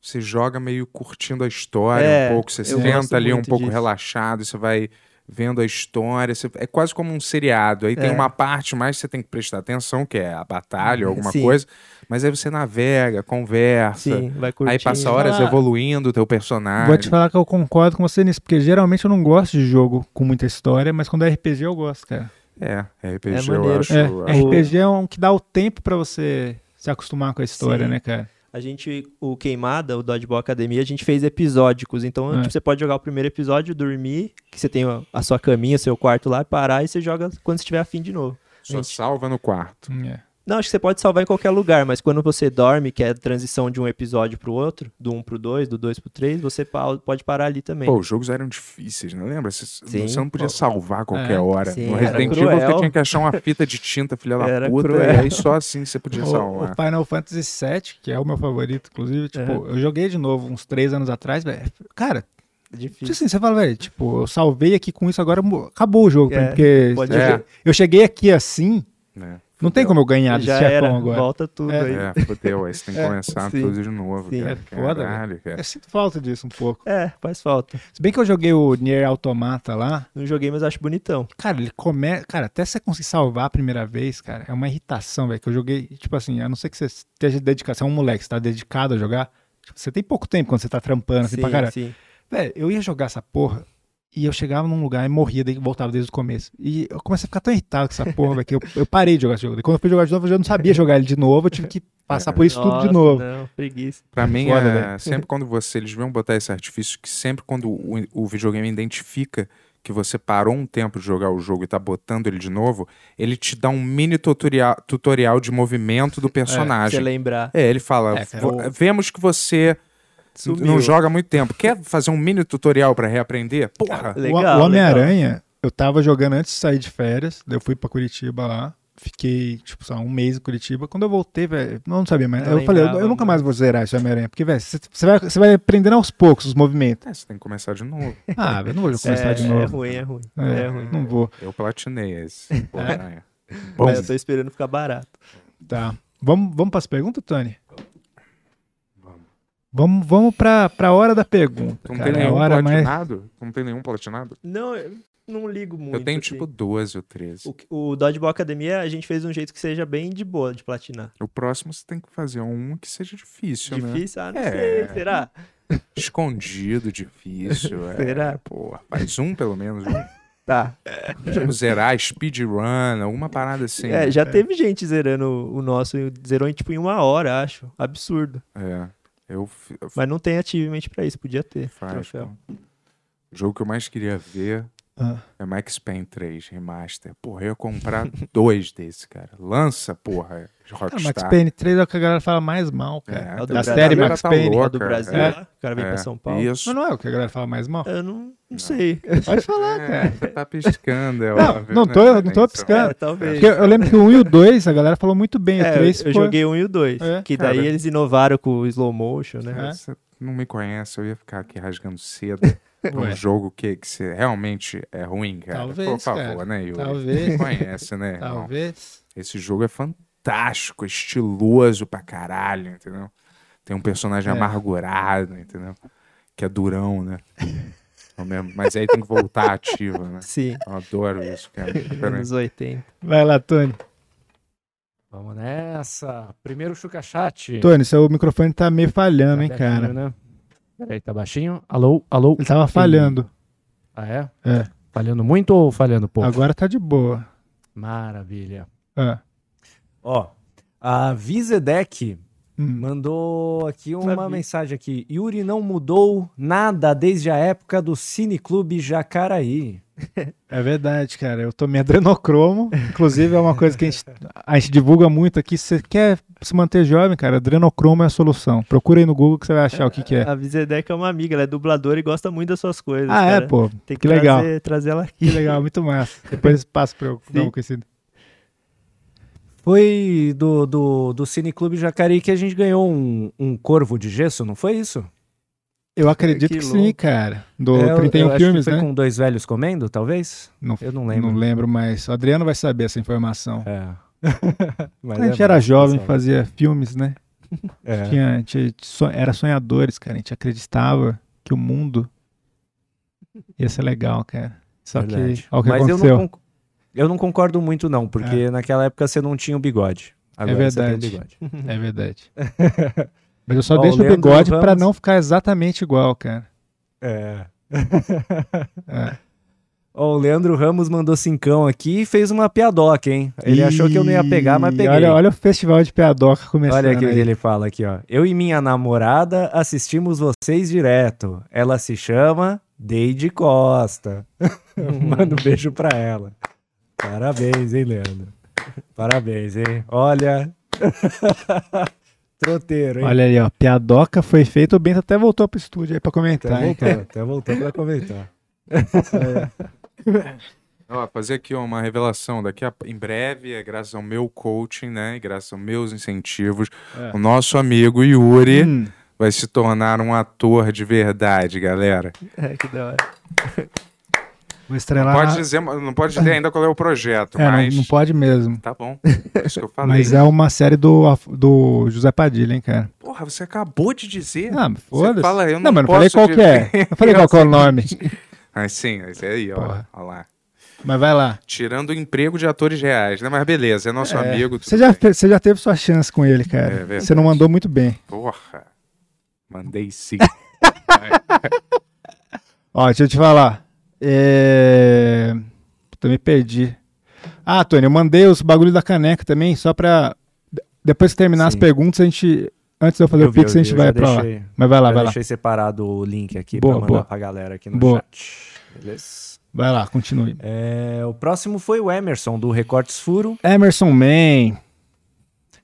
Speaker 2: Você joga meio curtindo a história
Speaker 4: É,
Speaker 2: um pouco, você
Speaker 4: eu
Speaker 2: senta
Speaker 4: gosto
Speaker 2: ali um
Speaker 4: muito
Speaker 2: pouco
Speaker 4: disso.
Speaker 2: relaxado, você vai vendo a história, você- é quase como um seriado. Aí tem
Speaker 4: É.
Speaker 2: uma parte mais que você tem que prestar atenção, que é a batalha, alguma
Speaker 4: Sim.
Speaker 2: coisa, mas aí você navega, conversa,
Speaker 4: Sim, vai curtir.
Speaker 2: aí passa horas
Speaker 3: Ah.
Speaker 2: evoluindo o teu
Speaker 3: Vou te
Speaker 2: personagem.
Speaker 3: falar que eu concordo com você nisso, porque geralmente eu não gosto de jogo com muita história, mas quando é RPG eu gosto, cara.
Speaker 2: É, RPG
Speaker 4: É maneiro.
Speaker 2: eu acho.
Speaker 3: É,
Speaker 2: acho-
Speaker 3: RPG é um que dá o tempo pra você se acostumar com a história,
Speaker 4: Sim.
Speaker 3: né, cara?
Speaker 4: A gente, o Queimada, o Dodgeball Academia, a gente fez episódicos. Então,
Speaker 3: É.
Speaker 4: tipo, você pode jogar o primeiro episódio, dormir, que você tem a- a sua caminha, seu quarto lá, parar e você joga quando você estiver afim de novo.
Speaker 2: Só salva no quarto.
Speaker 3: É.
Speaker 4: Não, acho que você pode salvar em qualquer lugar, mas quando você dorme, que é a transição de um episódio pro outro, do 1 pro 2, do 2 pro 3, você pa- pode parar ali também.
Speaker 2: Pô, os jogos eram difíceis, não lembra? Você,
Speaker 4: Sim,
Speaker 2: você não podia
Speaker 4: pô.
Speaker 2: salvar a qualquer
Speaker 3: É,
Speaker 2: hora.
Speaker 4: sim,
Speaker 2: no
Speaker 4: era
Speaker 2: Resident Evil
Speaker 4: cruel.
Speaker 2: você tinha que achar uma fita de tinta, filha da
Speaker 4: Era
Speaker 2: puta,
Speaker 4: cruel.
Speaker 2: e aí só assim você
Speaker 3: (laughs)
Speaker 2: podia
Speaker 3: Tipo, O,
Speaker 4: é.
Speaker 2: salvar.
Speaker 3: o Final Fantasy VII, que é o meu favorito, inclusive, tipo, eu joguei de novo uns três anos atrás, velho. Cara,
Speaker 4: É difícil.
Speaker 3: assim, você fala, velho, tipo, eu salvei aqui com isso, agora mo- acabou o jogo, pra
Speaker 4: É,
Speaker 3: mim, porque
Speaker 4: pode
Speaker 3: eu,
Speaker 2: ver.
Speaker 3: che- eu cheguei aqui assim,
Speaker 2: né?
Speaker 3: não tem É. como eu ganhar desse
Speaker 4: Já
Speaker 3: chefão
Speaker 4: era,
Speaker 3: agora.
Speaker 4: volta tudo
Speaker 3: É.
Speaker 4: aí.
Speaker 2: É, fodeu, aí você tem que começar
Speaker 4: sim.
Speaker 2: tudo de novo.
Speaker 4: Sim.
Speaker 2: cara.
Speaker 3: É foda,
Speaker 2: Caralho, cara.
Speaker 3: Eu sinto falta disso um pouco.
Speaker 4: É, faz falta.
Speaker 3: Se bem que eu joguei o Nier Automata lá,
Speaker 4: Não joguei, mas acho bonitão.
Speaker 3: Cara, ele começa. Cara, até você conseguir salvar a primeira vez, cara, é uma irritação, velho. Que eu joguei, tipo assim, a não ser que você esteja dedicado, você é um moleque, você tá dedicado a jogar. tipo, você tem pouco tempo quando você tá trampando, assim, pra caralho.
Speaker 4: sim.
Speaker 3: Velho, eu ia jogar essa porra e eu chegava num lugar e morria, daí voltava desde o começo. E eu comecei a ficar tão irritado com essa porra, velho, que eu, eu parei de jogar esse jogo. Daí quando eu fui jogar de novo, eu já não sabia jogar ele de novo, eu tive que passar por isso tudo
Speaker 4: Nossa, né?
Speaker 3: de novo.
Speaker 4: Não, preguiça.
Speaker 2: Pra mim,
Speaker 3: Foda,
Speaker 2: é,
Speaker 3: velho.
Speaker 2: sempre quando você. Eles vão botar esse artifício que sempre quando o, o videogame identifica que você parou um tempo de jogar o jogo e tá botando ele de novo, ele te dá um mini tutorial, tutorial de movimento do
Speaker 4: Você
Speaker 2: personagem.
Speaker 4: lembrar.
Speaker 2: É, ele fala:
Speaker 3: É, cara,
Speaker 2: "Vo-
Speaker 3: o-
Speaker 2: vemos que você
Speaker 4: Sumiu.
Speaker 2: não joga há muito tempo. Quer fazer um mini tutorial pra reaprender? Porra!
Speaker 3: O-
Speaker 4: Legal,
Speaker 3: o Homem-Aranha, eu tava jogando antes de sair de férias, daí eu fui pra Curitiba lá, fiquei, tipo, só um mês em Curitiba. Quando eu voltei, velho, não não sabia mais.
Speaker 4: Não
Speaker 3: eu falei, eu,
Speaker 4: lembrava
Speaker 3: eu nunca mais
Speaker 4: mais.
Speaker 3: vou zerar esse Homem-Aranha, porque, velho, você vai, cê vai aprendendo aos poucos os movimentos.
Speaker 2: É, você tem que começar de novo.
Speaker 3: Ah, velho, não vou começar
Speaker 4: (laughs) é,
Speaker 3: de
Speaker 4: é
Speaker 3: novo.
Speaker 4: ruim, é ruim.
Speaker 3: É,
Speaker 4: É, ruim.
Speaker 3: não vou.
Speaker 2: Eu platinei esse. Homem-Aranha. Bom,
Speaker 4: Mas eu tô esperando ficar barato.
Speaker 3: Tá. Vamos, vamos pras perguntas, Tony? Vamos, vamos pra, pra hora da pergunta.
Speaker 2: não
Speaker 3: cara.
Speaker 2: tem
Speaker 3: É a
Speaker 2: nenhum
Speaker 3: hora mais...
Speaker 2: platinado? Não tem nenhum platinado?
Speaker 4: Não, eu não ligo muito.
Speaker 2: eu tenho
Speaker 4: assim.
Speaker 2: tipo 12 ou 13.
Speaker 4: O, que- o Dodgeball Academia a gente fez de um jeito que seja bem de boa de platinar.
Speaker 2: O próximo você tem que fazer um que seja difícil, né?
Speaker 4: Difícil? Ah, não
Speaker 2: É.
Speaker 4: sei, será?
Speaker 2: Escondido, difícil. é.
Speaker 4: Será?
Speaker 2: Porra, faz um pelo menos. né?
Speaker 4: Tá.
Speaker 2: Tipo, zerar, speedrun, alguma parada assim.
Speaker 4: É, já teve gente zerando o o nosso, e zerou em tipo em uma hora, acho. Absurdo.
Speaker 2: É. Eu, fi- eu
Speaker 4: Mas não tem achievement pra isso, podia ter.
Speaker 2: faz,
Speaker 4: troféu.
Speaker 2: pô. O jogo que eu mais queria ver
Speaker 3: Ah.
Speaker 2: é Max Payne 3 Remaster. Porra, eu ia comprar (laughs) dois desse, cara. Lança, porra.
Speaker 3: Cara,
Speaker 2: Rockstar.
Speaker 3: Ah, Max Payne 3 é o que a galera fala mais mal, cara.
Speaker 2: É,
Speaker 4: É o do
Speaker 2: a
Speaker 4: Brasil.
Speaker 2: série
Speaker 3: Tá
Speaker 2: Max Payne.
Speaker 3: louca,
Speaker 4: É do Brasil,
Speaker 2: É.
Speaker 4: lá, o cara vem pra São Paulo.
Speaker 2: Isso.
Speaker 3: Mas não é o que a galera fala mais
Speaker 4: (laughs)
Speaker 3: mal?
Speaker 4: Eu não, não
Speaker 3: (laughs)
Speaker 4: sei.
Speaker 3: Pode falar,
Speaker 2: É,
Speaker 3: cara.
Speaker 2: Você tá piscando, é
Speaker 3: Não,
Speaker 2: óbvio,
Speaker 3: não
Speaker 2: né?
Speaker 3: tô- não
Speaker 2: Tem
Speaker 3: tô
Speaker 2: isso.
Speaker 3: piscando.
Speaker 4: É, talvez.
Speaker 3: Porque eu lembro que o 1 e o 2, a galera falou muito bem.
Speaker 4: É,
Speaker 3: o 3
Speaker 4: eu, eu
Speaker 3: foi...
Speaker 4: joguei um e o dois.
Speaker 3: É,
Speaker 4: que daí
Speaker 2: cara.
Speaker 4: eles inovaram com o slow motion, né?
Speaker 3: É.
Speaker 2: Cara, Você não me conhece, eu ia ficar aqui rasgando cedo. um
Speaker 3: Ué.
Speaker 2: jogo que, que você realmente é ruim, cara.
Speaker 3: Talvez,
Speaker 2: Por favor,
Speaker 3: cara.
Speaker 2: né, Yuri?
Speaker 3: Talvez.
Speaker 2: Conhece, né? irmão?
Speaker 3: Talvez.
Speaker 2: Esse jogo é fantástico, estiloso pra caralho, entendeu? Tem um personagem
Speaker 3: É.
Speaker 2: amargurado, entendeu? Que é durão, né? (laughs) É o mesmo, Mas aí tem que voltar ativo, né?
Speaker 4: Sim,
Speaker 2: Eu adoro isso, é cara. Pera
Speaker 3: (laughs)
Speaker 2: aí.
Speaker 4: anos 80.
Speaker 3: Vai lá, Tony.
Speaker 7: Vamos nessa. Primeiro o ChucaChat.
Speaker 3: Tony, seu microfone tá meio
Speaker 7: Tá
Speaker 3: falhando, hein,
Speaker 7: baixinho,
Speaker 3: cara.
Speaker 7: Né? Peraí, tá baixinho? Alô, alô.
Speaker 3: Ele tava falhando.
Speaker 7: Ah, é?
Speaker 3: É.
Speaker 7: Falhando muito ou falhando pouco?
Speaker 3: Agora tá de boa.
Speaker 7: Maravilha.
Speaker 3: Ah.
Speaker 8: Ó, a Vizedec
Speaker 3: Hum.
Speaker 8: mandou aqui uma
Speaker 4: Sabia.
Speaker 8: mensagem aqui. Yuri não mudou nada desde a época do Cineclube Jacaraí.
Speaker 3: É verdade, cara. Eu tomei adrenocromo. Inclusive, é uma coisa que a gente, a gente divulga muito aqui. Se você quer se manter jovem, cara, adrenocromo é a solução. Procura aí no Google que você vai achar o que, que é.
Speaker 4: A Vizedec é uma amiga, ela é dubladora e gosta muito das suas coisas.
Speaker 3: Ah, é,
Speaker 4: cara.
Speaker 3: pô.
Speaker 4: Tem que,
Speaker 3: que
Speaker 4: trazer,
Speaker 3: legal.
Speaker 4: trazer ela aqui.
Speaker 3: Que legal, muito massa. Depois passa pra eu dar uma conhecida.
Speaker 8: Foi do, do, do Cineclube Jacareí que a gente ganhou um, um corvo de gesso, não foi isso?
Speaker 3: Eu acredito que,
Speaker 4: Que
Speaker 3: sim,
Speaker 4: louco.
Speaker 3: cara. Do
Speaker 8: É,
Speaker 3: 31
Speaker 8: eu- eu acho que
Speaker 3: Filmes,
Speaker 8: foi
Speaker 3: né?
Speaker 8: com dois velhos comendo, talvez?
Speaker 3: Não,
Speaker 8: Eu não lembro.
Speaker 3: Não lembro, mas o Adriano vai saber essa informação. (laughs)
Speaker 8: É. Mas
Speaker 3: Quando a
Speaker 8: é
Speaker 3: gente era
Speaker 8: bom,
Speaker 3: jovem,
Speaker 8: pessoal.
Speaker 3: fazia filmes, né?
Speaker 8: É.
Speaker 3: Tinha- a gente so- era sonhadores, cara. A gente acreditava que o mundo ia ser legal, cara. Só
Speaker 8: Verdade.
Speaker 3: que olha o que
Speaker 8: Mas eu não,
Speaker 3: aconteceu. É.
Speaker 8: conc- eu não concordo muito, não, porque naquela época você não tinha o bigode. Agora Você
Speaker 3: verdade.
Speaker 8: tem o bigode.
Speaker 3: É verdade.
Speaker 8: (laughs)
Speaker 3: Mas eu só
Speaker 8: Ó, o
Speaker 3: deixo o
Speaker 8: Leandro
Speaker 3: bigode pra
Speaker 8: Ramos-
Speaker 3: não ficar exatamente igual, cara.
Speaker 8: É.
Speaker 3: É.
Speaker 8: Ó, o Leandro Ramos mandou cincão aqui e fez uma piadoca, hein? Ele achou que eu não ia pegar, mas
Speaker 3: E
Speaker 8: peguei.
Speaker 3: Olha, olha o festival de piadoca começando. né?
Speaker 8: Olha aqui o que
Speaker 3: aí.
Speaker 8: ele fala aqui, ó. Eu e minha namorada assistimos vocês direto. Ela se chama Deide (laughs) Costa. Manda um beijo pra ela. Parabéns, hein, Leandro? Parabéns, hein? Olha. (laughs) Troteiro, hein?
Speaker 3: Olha aí, ó. Piadoca foi feita, o Bento até voltou pro estúdio aí pra
Speaker 8: até
Speaker 3: comentar, tá, hein, É.
Speaker 8: voltou,
Speaker 3: cara.
Speaker 8: até voltou pra comentar.
Speaker 2: Ó, fazer aqui ó, uma revelação. Daqui a, em breve, é graças ao meu coaching, né? E graças aos meus incentivos, o nosso amigo Yuri
Speaker 3: É. Hum,
Speaker 2: vai se tornar um ator de verdade, galera.
Speaker 4: É, que da hora.
Speaker 3: vou estrelar.
Speaker 2: Pode
Speaker 3: na-
Speaker 2: dizer, não pode dizer ainda qual é o projeto,
Speaker 3: Ah. É, não-
Speaker 2: mas.
Speaker 3: não pode mesmo.
Speaker 2: Tá
Speaker 3: (laughs)
Speaker 2: bom. É isso que eu
Speaker 8: Ah,
Speaker 2: falei.
Speaker 3: Mas é uma série do, Af- do José Padilha, hein, cara?
Speaker 2: Porra, você acabou de dizer.
Speaker 3: Ah, foda-se.
Speaker 2: fala, eu
Speaker 3: não,
Speaker 2: não
Speaker 3: mas não falei
Speaker 2: posso
Speaker 3: qual
Speaker 2: te-
Speaker 3: que é. Não falei
Speaker 2: (laughs)
Speaker 3: qual que é o nome.
Speaker 2: Mas sim, mas é aí, ó.
Speaker 3: Porra.
Speaker 2: Ó lá.
Speaker 3: Mas vai lá.
Speaker 2: Tirando o emprego de atores reais, né? Mas beleza, é nosso amigo. tudo
Speaker 3: Você já,
Speaker 2: bem.
Speaker 3: fe- você já teve sua chance com ele,
Speaker 2: É
Speaker 3: cara.
Speaker 2: verdade.
Speaker 3: você não mandou muito bem.
Speaker 2: Porra. Mandei
Speaker 4: (laughs)
Speaker 2: sim.
Speaker 3: Ó, deixa eu te falar. É... Puta, me perdi. Ah, Tony, eu mandei os bagulhos da caneca também, só pra. de- Depois que terminar as
Speaker 8: Sim.
Speaker 3: perguntas, a gente. Antes de eu fazer
Speaker 8: Eu
Speaker 3: o
Speaker 8: vi,
Speaker 3: pix,
Speaker 8: eu
Speaker 3: a
Speaker 8: vi,
Speaker 3: gente
Speaker 8: eu
Speaker 3: vai
Speaker 8: já
Speaker 3: pra lá.
Speaker 8: deixei.
Speaker 3: Mas vai lá,
Speaker 8: Já
Speaker 3: vai lá.
Speaker 8: deixei separado o link aqui
Speaker 3: Boa,
Speaker 8: pra mandar
Speaker 3: boa.
Speaker 8: pra galera aqui no
Speaker 3: Boa.
Speaker 8: chat. Beleza?
Speaker 3: Vai lá, continue.
Speaker 8: É, o próximo foi o Emerson, do Recortes Furo.
Speaker 3: Emerson Man.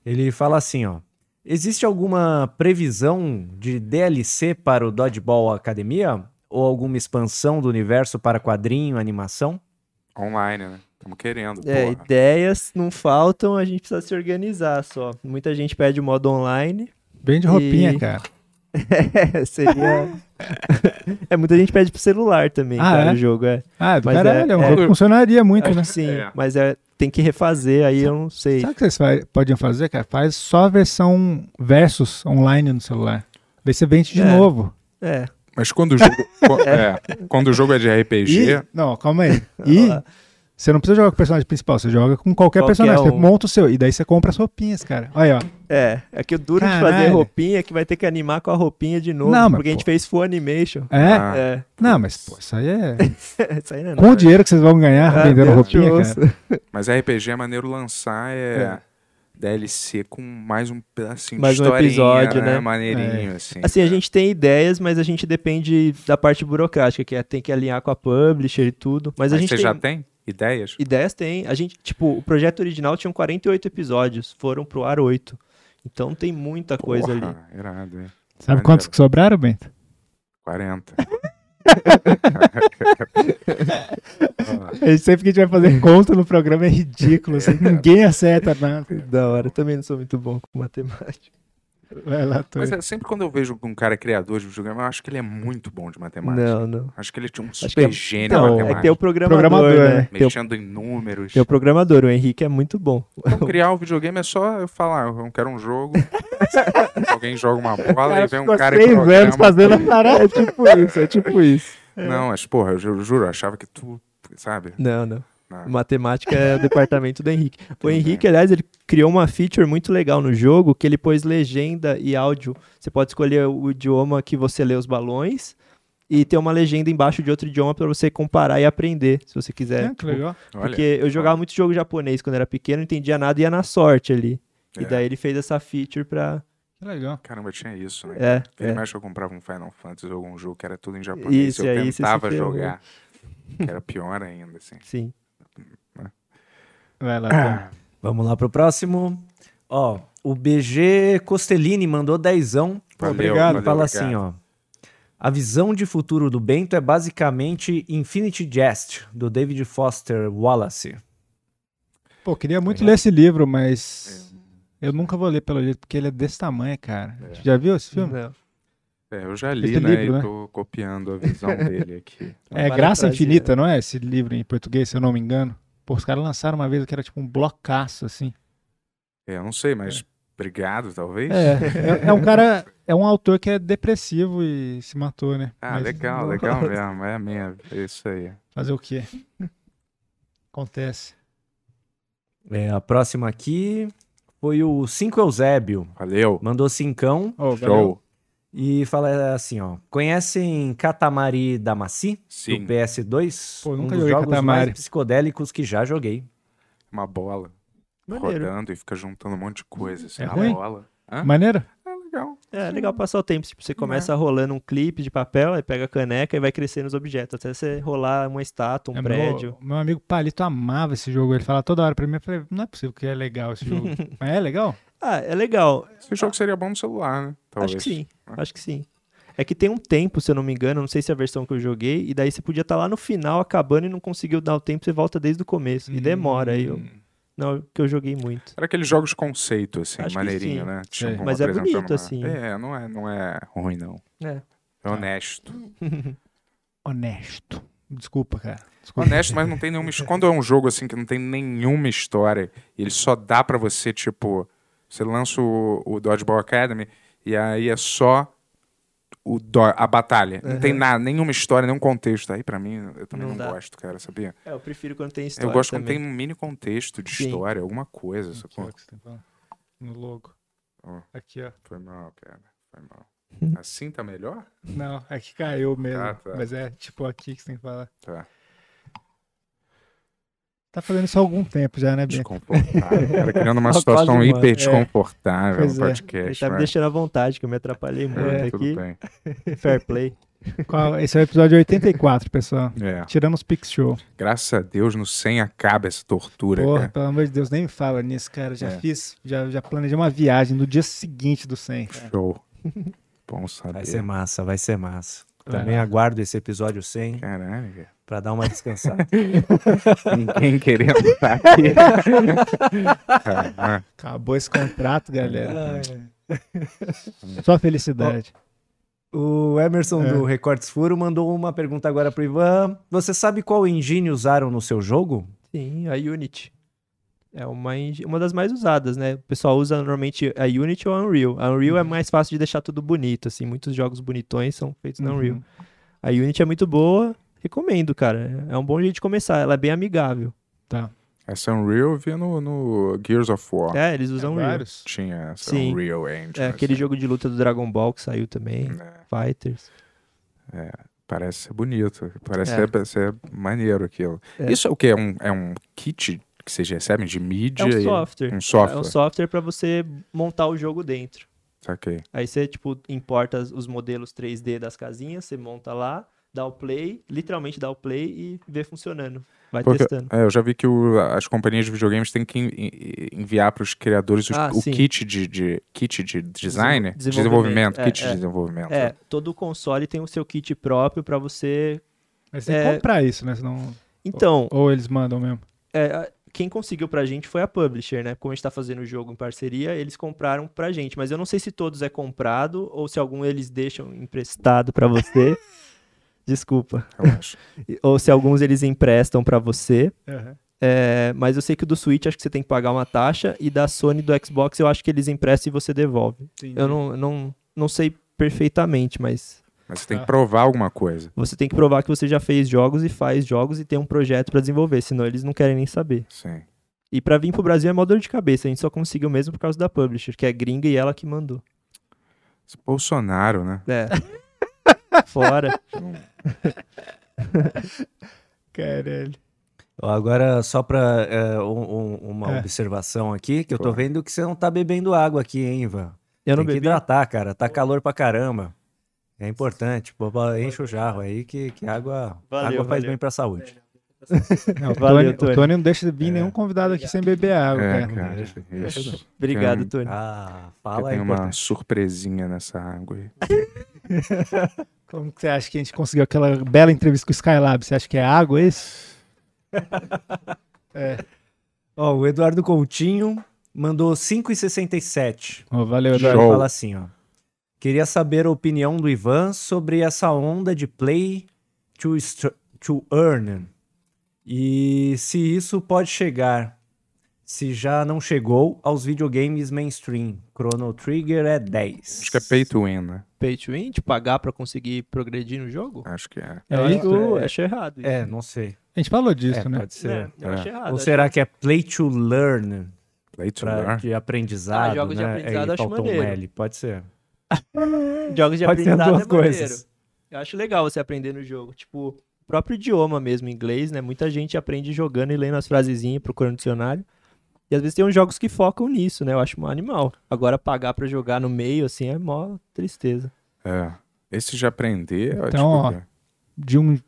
Speaker 8: Ele fala assim, ó. Existe alguma previsão de DLC para o Dodgeball Academia? Ou alguma expansão do universo para quadrinho, animação?
Speaker 2: Online, né? Estamos querendo.
Speaker 4: É,
Speaker 2: porra.
Speaker 4: ideias não faltam, a gente precisa se organizar só. Muita gente pede o modo online. (laughs)
Speaker 3: Bem de roupinha,
Speaker 4: E-
Speaker 3: cara.
Speaker 4: É, seria. (laughs) é, muita gente pede pro celular também,
Speaker 3: Ah,
Speaker 4: cara,
Speaker 3: é?
Speaker 4: o jogo. É.
Speaker 3: Ah, do
Speaker 4: Mas
Speaker 3: caralho, é,
Speaker 4: é-
Speaker 3: um
Speaker 4: é-
Speaker 3: jogo que funcionaria muito, né?
Speaker 4: Sim,
Speaker 2: É.
Speaker 4: mas é, tem que refazer, aí eu não sei.
Speaker 3: Sabe o que vocês fa- podiam fazer, cara? Faz só a versão versus online no celular. Daí você vende de
Speaker 4: É.
Speaker 3: novo.
Speaker 4: É.
Speaker 2: Mas quando o
Speaker 4: (laughs)
Speaker 2: jogo. co- é, quando o jogo é de RPG.
Speaker 3: E, não, calma (laughs) aí. E você não precisa jogar com o personagem principal, você joga com qualquer,
Speaker 4: Qualquer
Speaker 3: personagem. Você
Speaker 4: um.
Speaker 3: monta o seu. E daí você compra as roupinhas, cara. Olha, aí, ó.
Speaker 4: É, é que o duro de fazer
Speaker 3: Caralho.
Speaker 4: roupinha é que vai ter que animar com a roupinha de novo,
Speaker 3: Não, mas,
Speaker 4: porque a gente
Speaker 3: pô.
Speaker 4: fez full animation.
Speaker 3: É?
Speaker 2: Ah.
Speaker 4: É, (laughs)
Speaker 3: Não, mas, pô, isso (laughs) aí é.
Speaker 4: isso aí não é
Speaker 3: Com o dinheiro que vocês vão ganhar
Speaker 4: Ah,
Speaker 3: vendendo
Speaker 4: Deus te
Speaker 3: roupinha,
Speaker 4: ouça.
Speaker 3: cara.
Speaker 2: Mas RPG é maneiro lançar é, DLC com mais um pedacinho
Speaker 4: Mais
Speaker 2: de
Speaker 4: um
Speaker 2: historinha,
Speaker 4: episódio, né?
Speaker 2: Maneirinho, assim.
Speaker 4: Assim, a gente tem ideias, mas a gente depende da parte burocrática, que é tem que alinhar com a publisher e tudo. Mas,
Speaker 2: Mas
Speaker 4: a gente
Speaker 2: você
Speaker 4: tem
Speaker 2: já tem ideias?
Speaker 4: ideias, tem. A gente, tipo, o projeto original tinha 48 episódios, foram pro ar 8. Então tem muita coisa
Speaker 2: Porra,
Speaker 4: ali.
Speaker 2: irado, hein?
Speaker 3: Sabe
Speaker 2: Maneiro.
Speaker 3: quantos que sobraram, Bento?
Speaker 4: (laughs)
Speaker 2: 40.
Speaker 3: A gente sempre que a gente vai fazer conta no programa é ridículo, assim, ninguém acerta nada.
Speaker 4: Da hora, eu também não sou muito bom com matemática.
Speaker 3: Vai lá,
Speaker 2: Mas
Speaker 3: Tony.
Speaker 2: é, sempre quando eu vejo um cara criador de videogame, eu acho que ele é muito bom de matemática.
Speaker 4: Não, não.
Speaker 2: Acho que ele tinha um
Speaker 4: Acho
Speaker 2: super
Speaker 4: que é-
Speaker 2: gênio em
Speaker 4: Não, é que
Speaker 2: matemática.
Speaker 4: tem o programador,
Speaker 3: Programador,
Speaker 4: né?
Speaker 3: né?
Speaker 4: Tem o,
Speaker 2: Mexendo em números.
Speaker 4: tem o programador, o Henrique é muito bom.
Speaker 2: Então, criar o videogame é só eu falar, eu quero um
Speaker 4: (laughs)
Speaker 2: jogo. alguém joga uma bola e vem um
Speaker 3: ficou
Speaker 2: cara e
Speaker 3: seis
Speaker 2: programa.
Speaker 3: anos fazendo a parada.
Speaker 4: tipo isso, é tipo isso.
Speaker 2: Não, mas porra, eu ju- eu juro, eu achava que tu, sabe?
Speaker 4: Não, não.
Speaker 2: Ah.
Speaker 4: Matemática é o departamento do
Speaker 2: (laughs)
Speaker 4: Henrique. O Henrique, aliás, ele criou uma feature muito legal no jogo que ele pôs legenda e áudio. Você pode escolher o idioma que você lê os balões e ter uma legenda embaixo de outro idioma para você comparar e aprender, se você quiser.
Speaker 3: Ah, que legal.
Speaker 2: Olha,
Speaker 4: Porque eu jogava muito jogo japonês quando era pequeno, não entendia nada e ia na sorte ali. E
Speaker 2: É.
Speaker 4: daí ele fez essa feature pra.
Speaker 3: Que legal.
Speaker 2: caramba, tinha isso, né?
Speaker 4: É,
Speaker 2: Vira
Speaker 4: é.
Speaker 2: e mexe, eu comprava um Final Fantasy ou algum jogo que era tudo em japonês. eu
Speaker 4: Isso, e aí você se
Speaker 2: tentava
Speaker 4: ferrou.
Speaker 2: jogar. Que era pior ainda, assim.
Speaker 4: Sim.
Speaker 3: Vai lá,
Speaker 2: Ah.
Speaker 3: Tony.
Speaker 8: Vamos lá pro próximo. Ó, o BG Costellini mandou dezão.
Speaker 2: Valeu,
Speaker 3: obrigado.
Speaker 2: valeu,
Speaker 8: Ele fala
Speaker 2: obrigado.
Speaker 8: assim, ó. A visão de futuro do Bento é basicamente Infinity Jest, do David Foster Wallace.
Speaker 3: Pô, queria muito
Speaker 2: É.
Speaker 3: ler esse livro, mas eu nunca vou ler pelo jeito, porque ele é desse tamanho, cara.
Speaker 2: É.
Speaker 3: Já viu esse filme?
Speaker 4: Não.
Speaker 2: É, eu já li,
Speaker 3: Esse
Speaker 2: né?
Speaker 3: livro,
Speaker 2: e
Speaker 3: né?
Speaker 2: tô copiando a visão dele aqui.
Speaker 3: É Graça
Speaker 4: Uma parafraseia.
Speaker 3: Infinita, não é? Esse livro em português, se eu não me engano. Pô, os caras lançaram uma vez que era tipo um blocaço, assim.
Speaker 2: É, eu não sei, mas obrigado, talvez.
Speaker 3: É, é, um cara, é um autor que é depressivo e se matou, né?
Speaker 2: Ah,
Speaker 3: Mas
Speaker 2: legal, legal mesmo. É mesmo, é isso aí.
Speaker 3: Fazer o quê? Acontece.
Speaker 8: É, a próxima aqui foi o 5 Eusébio.
Speaker 2: Valeu.
Speaker 8: Mandou cincão
Speaker 3: Ô, valeu.
Speaker 2: Show.
Speaker 8: e fala assim, ó. Conhecem Katamari Damacy?
Speaker 2: Sim,
Speaker 8: Do PS2?
Speaker 3: Pô,
Speaker 8: um
Speaker 3: nunca
Speaker 8: dos
Speaker 3: joguei
Speaker 8: jogos
Speaker 3: Katamari.
Speaker 8: mais psicodélicos que já joguei.
Speaker 2: uma bola
Speaker 4: Maneiro.
Speaker 2: rodando e fica juntando um monte de coisa. Assim,
Speaker 3: É
Speaker 2: na
Speaker 3: ruim?
Speaker 2: bola. Hã?
Speaker 3: Maneiro?
Speaker 2: É legal.
Speaker 4: É legal passar o tempo. Tipo, você começa rolando um clipe de papel, aí pega a caneca e vai crescendo os objetos. Até você rolar uma estátua, um
Speaker 5: É,
Speaker 4: prédio.
Speaker 5: Meu, meu amigo Palito amava esse jogo. Ele falava toda hora pra mim. Eu falei, não é possível que é legal esse
Speaker 3: (laughs)
Speaker 5: jogo. Mas é legal?
Speaker 4: Ah, é legal.
Speaker 2: Esse jogo seria bom no celular, né? Talvez.
Speaker 4: Acho que sim. Acho que sim. É que tem um tempo, se eu não me engano, não sei se é a versão que eu joguei, e daí você podia estar lá no final acabando e não conseguiu dar o tempo, você volta desde o começo. E demora. Aí
Speaker 5: Hum.
Speaker 4: eu. Não, que eu joguei muito.
Speaker 2: Era aqueles jogos conceito, assim,
Speaker 4: Acho que
Speaker 2: maneirinho,
Speaker 4: sim.
Speaker 2: né? Tinha
Speaker 5: Sei.
Speaker 2: um
Speaker 4: Mas é
Speaker 2: apresentando
Speaker 4: bonito,
Speaker 2: uma-
Speaker 4: assim.
Speaker 2: É, não é, não é ruim, não.
Speaker 4: É.
Speaker 2: É honesto.
Speaker 5: Honesto. Desculpa, cara. Desculpa.
Speaker 2: Honesto, mas não tem nenhuma. his- Quando é um jogo assim que não tem nenhuma história, e ele só dá pra você, tipo. Você lança o, o Dodgeball Academy e aí é só o do- a batalha. Não tem nada, nenhuma história, nenhum contexto. Aí pra mim, eu também
Speaker 4: Não
Speaker 2: não,
Speaker 4: dá.
Speaker 2: gosto, cara, sabia?
Speaker 4: É, eu prefiro quando tem história.
Speaker 2: eu gosto
Speaker 4: também.
Speaker 2: quando tem um mini contexto de
Speaker 4: Sim.
Speaker 2: história, alguma coisa.
Speaker 5: Aqui, ó,
Speaker 2: Sacou?
Speaker 5: é que você tem falando. No logo.
Speaker 2: Ó.
Speaker 5: Aqui, ó.
Speaker 2: Foi mal, cara. Foi mal.
Speaker 4: Uhum.
Speaker 2: Assim tá melhor?
Speaker 5: Não, é que caiu mesmo.
Speaker 2: Ah, tá.
Speaker 5: Mas é tipo aqui que você tem que falar.
Speaker 2: Tá.
Speaker 5: Tá fazendo isso há algum tempo já, né, Bia?
Speaker 2: (laughs) Desconfortável. Cara, criando
Speaker 4: (laughs)
Speaker 2: uma
Speaker 8: Quase
Speaker 2: situação
Speaker 8: uma-
Speaker 2: hiper desconfortável no
Speaker 5: Pois é.
Speaker 4: é. Ele
Speaker 2: podcast.
Speaker 4: tá me
Speaker 2: mas-
Speaker 4: deixando à vontade, que eu me atrapalhei muito
Speaker 2: né? É,
Speaker 4: aqui.
Speaker 2: tudo bem.
Speaker 4: (laughs) Fair play.
Speaker 5: Qual- Esse é o episódio 84, pessoal.
Speaker 2: É.
Speaker 5: Tirando os Pix Show.
Speaker 2: Graças a Deus, no 100 acaba essa tortura,
Speaker 5: Porra,
Speaker 2: cara.
Speaker 5: pelo amor de Deus, nem me fala nisso, cara. Já
Speaker 2: É.
Speaker 5: fiz, já, já planejei uma viagem no dia seguinte do 100.
Speaker 2: Show. Bom saber.
Speaker 8: Vai ser massa, vai ser massa.
Speaker 3: É.
Speaker 5: Vai
Speaker 8: Também aguardo esse episódio 100
Speaker 2: Caralho, cara.
Speaker 8: pra dar
Speaker 3: (laughs)
Speaker 8: uma descansada.
Speaker 2: Ninguém querendo (laughs) estar aqui. Caralho.
Speaker 5: Acabou esse contrato, galera. (laughs) Só felicidade.
Speaker 8: O Emerson
Speaker 5: É.
Speaker 8: do Recortes Furo mandou uma pergunta agora pro Ivan. Você sabe qual engine usaram no seu jogo?
Speaker 4: Sim, a Unity. É uma, eng- uma das mais usadas, né? O pessoal usa normalmente a Unity ou a Unreal. A Unreal é mais fácil de deixar tudo bonito, assim. Muitos jogos bonitões são feitos na Unreal. A Unity é muito boa, recomendo, cara. É um bom jeito de começar, ela é bem amigável.
Speaker 2: Essa Unreal eu via no, no Gears of War.
Speaker 4: É, eles usam Unreal.
Speaker 5: vários.
Speaker 2: Tinha essa
Speaker 4: Sim.
Speaker 2: Unreal Engine.
Speaker 4: É, aquele
Speaker 2: assim.
Speaker 4: jogo de luta do Dragon Ball que saiu também,
Speaker 2: É,
Speaker 4: Fighters.
Speaker 2: Parece ser bonito. Parece
Speaker 4: É.
Speaker 2: ser, ser maneiro aquilo.
Speaker 4: É.
Speaker 2: Isso é o quê? É um, é um kit que vocês recebem de mídia?
Speaker 4: É um
Speaker 2: e-
Speaker 4: software.
Speaker 2: Um
Speaker 4: É
Speaker 2: software.
Speaker 4: um software pra você montar o jogo dentro.
Speaker 2: Saquei.
Speaker 4: Aí você, tipo, importa as- os modelos 3D das casinhas, você monta lá, dá o play, literalmente dá o play e vê funcionando. Vai
Speaker 2: Porque-
Speaker 4: testando.
Speaker 2: é, eu já vi que o- as companhias de videogames têm que en- en- enviar para os criadores os-
Speaker 4: Ah,
Speaker 2: o
Speaker 4: sim.
Speaker 2: kit de, de- kit de design,
Speaker 4: Desenvol-
Speaker 2: desenvolvimento,
Speaker 4: desenvolvimento, é,
Speaker 2: kit
Speaker 4: é.
Speaker 2: de desenvolvimento.
Speaker 4: É, todo console tem o seu kit próprio pra você.
Speaker 5: Mas tem que
Speaker 4: É.
Speaker 5: comprar isso, né? Senão,
Speaker 4: Então,
Speaker 5: ou eles mandam mesmo.
Speaker 4: é, a- quem conseguiu pra gente foi a publisher, né? Como a gente tá fazendo o jogo em parceria, eles compraram pra gente. Mas eu não sei se todos é comprado ou se algum eles deixam emprestado pra você. Desculpa.
Speaker 2: Eu acho.
Speaker 4: Ou se alguns eles emprestam pra você. É, mas eu sei que o do Switch acho que você tem que pagar uma taxa e da Sony e do Xbox eu acho que eles emprestam e você devolve. Eu não, não, não sei perfeitamente, mas
Speaker 2: Mas você tem que
Speaker 5: Ah.
Speaker 2: provar alguma coisa.
Speaker 4: você tem que provar que você já fez jogos e faz jogos e tem um projeto pra desenvolver, senão eles não querem nem saber.
Speaker 2: Sim.
Speaker 4: E pra vir pro Brasil é mó dor de cabeça, a gente só conseguiu mesmo por causa da publisher, que é gringa e ela que mandou.
Speaker 2: Esse Bolsonaro, né?
Speaker 4: (laughs) É. Fora.
Speaker 5: Caralho.
Speaker 8: Ó, Agora, só para um, uma
Speaker 5: É.
Speaker 8: observação aqui, que eu tô
Speaker 2: Claro.
Speaker 8: vendo que você não tá bebendo água aqui, hein, Ivan?
Speaker 4: Eu não
Speaker 8: Tem que
Speaker 4: bebi.
Speaker 8: hidratar, cara. Tá calor pra caramba. É importante. Pô, pô, enche o jarro aí que, que água,
Speaker 4: Valeu,
Speaker 8: água faz
Speaker 4: valeu.
Speaker 8: bem pra saúde.
Speaker 5: Não, o,
Speaker 4: Valeu,
Speaker 5: Tony,
Speaker 4: Tony.
Speaker 5: o Tony não deixa de
Speaker 3: É.
Speaker 5: vir nenhum convidado aqui sem beber água,
Speaker 2: é,
Speaker 5: cara.
Speaker 2: cara.
Speaker 8: deixa.
Speaker 2: Isso.
Speaker 4: Obrigado,
Speaker 2: Tem-
Speaker 4: Tony.
Speaker 8: Ah,
Speaker 2: Porque
Speaker 8: fala aí.
Speaker 2: tem uma surpresinha nessa água aí.
Speaker 5: Como que você acha que a gente conseguiu aquela bela entrevista com o Skylab? Você acha que é água isso?
Speaker 8: Ó, o Eduardo Coutinho mandou 5,67.
Speaker 5: Ô, valeu,
Speaker 8: Ele
Speaker 5: Eduardo.
Speaker 2: Show.
Speaker 8: fala assim, ó. Queria saber a opinião do Ivan sobre essa onda de play to, str- to earn. E se isso pode chegar, se já não chegou, aos videogames mainstream. Chrono Trigger é 10.
Speaker 2: Acho que é pay to win, né?
Speaker 4: Pay to win, de pagar pra conseguir progredir no jogo?
Speaker 2: Acho que é.
Speaker 5: É
Speaker 4: eu
Speaker 5: isso,
Speaker 4: acho,
Speaker 5: é.
Speaker 4: acho errado.
Speaker 8: É, não sei.
Speaker 5: A gente falou disso,
Speaker 8: É,
Speaker 5: né?
Speaker 8: pode ser.
Speaker 4: eu acho errado.
Speaker 8: Ou será que é play to learn?
Speaker 2: Play to
Speaker 8: Pra,
Speaker 2: learn.
Speaker 8: de aprendizado,
Speaker 4: Ah, jogos de
Speaker 8: né?
Speaker 4: aprendizado
Speaker 8: Aí
Speaker 4: eu acho
Speaker 8: faltou um
Speaker 4: maneiro.
Speaker 8: L, Pode ser.
Speaker 4: Jogos de
Speaker 8: Pode ser as
Speaker 4: aprendizado
Speaker 8: duas
Speaker 4: é maneiro.
Speaker 8: coisas.
Speaker 4: Eu acho legal você aprender no jogo. Tipo, o próprio idioma mesmo, inglês, né? Muita gente aprende jogando e lendo as frasezinhas, procurando dicionário. E às vezes tem uns jogos que focam nisso, né? Eu acho um animal. Agora pagar pra jogar no meio, assim, é mó tristeza.
Speaker 2: É. Esse de aprender, é tipo, eu
Speaker 3: Então, ó,
Speaker 2: acho que-
Speaker 3: de um,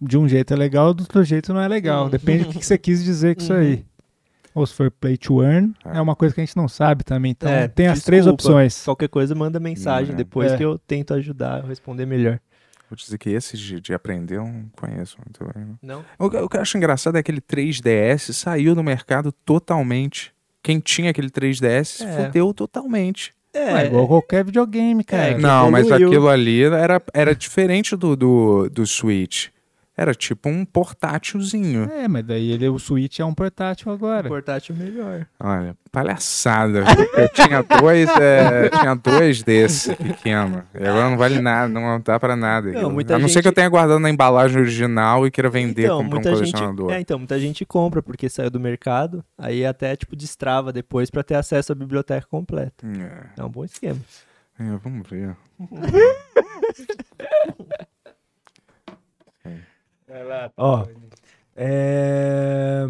Speaker 3: de um jeito é legal, do outro jeito não é legal. Depende do que que você quis dizer com isso aí. Uhum. Ou se for play to earn,
Speaker 2: É.
Speaker 3: é, uma coisa que a gente não sabe também. Então
Speaker 4: É,
Speaker 3: tem as três
Speaker 4: desculpa.
Speaker 3: opções.
Speaker 4: Qualquer coisa, manda mensagem
Speaker 2: Hum, é.
Speaker 4: depois
Speaker 3: É.
Speaker 4: que eu tento ajudar, eu responder melhor.
Speaker 2: vou dizer que esse de, de aprender eu não conheço muito bem. não.
Speaker 4: Não?
Speaker 2: O, que- o que eu acho engraçado é que aquele 3DS saiu no mercado totalmente. Quem tinha aquele 3DS se
Speaker 4: É.
Speaker 2: fudeu totalmente.
Speaker 4: É,
Speaker 3: É, igual qualquer videogame, cara.
Speaker 4: É, que
Speaker 2: não, mas
Speaker 4: evoluiu.
Speaker 2: aquilo ali era, era diferente do, do, do Switch. Era tipo um portátilzinho.
Speaker 3: É, mas daí ele, o Switch é um portátil agora.
Speaker 4: portátil melhor.
Speaker 2: Olha, palhaçada. Eu tinha dois, é, tinha dois desse pequeno. E agora não vale nada, não dá pra nada. aquilo.
Speaker 4: muita
Speaker 2: a não ser
Speaker 4: gente-
Speaker 2: que eu tenha guardado na embalagem original e queira vender como um colecionador.
Speaker 4: Então, gente, é, então, muita gente compra porque saiu do mercado, aí até tipo destrava depois pra ter acesso à biblioteca completa.
Speaker 2: É,
Speaker 4: É um bom esquema.
Speaker 2: é, vamos ver.
Speaker 8: Ó, é,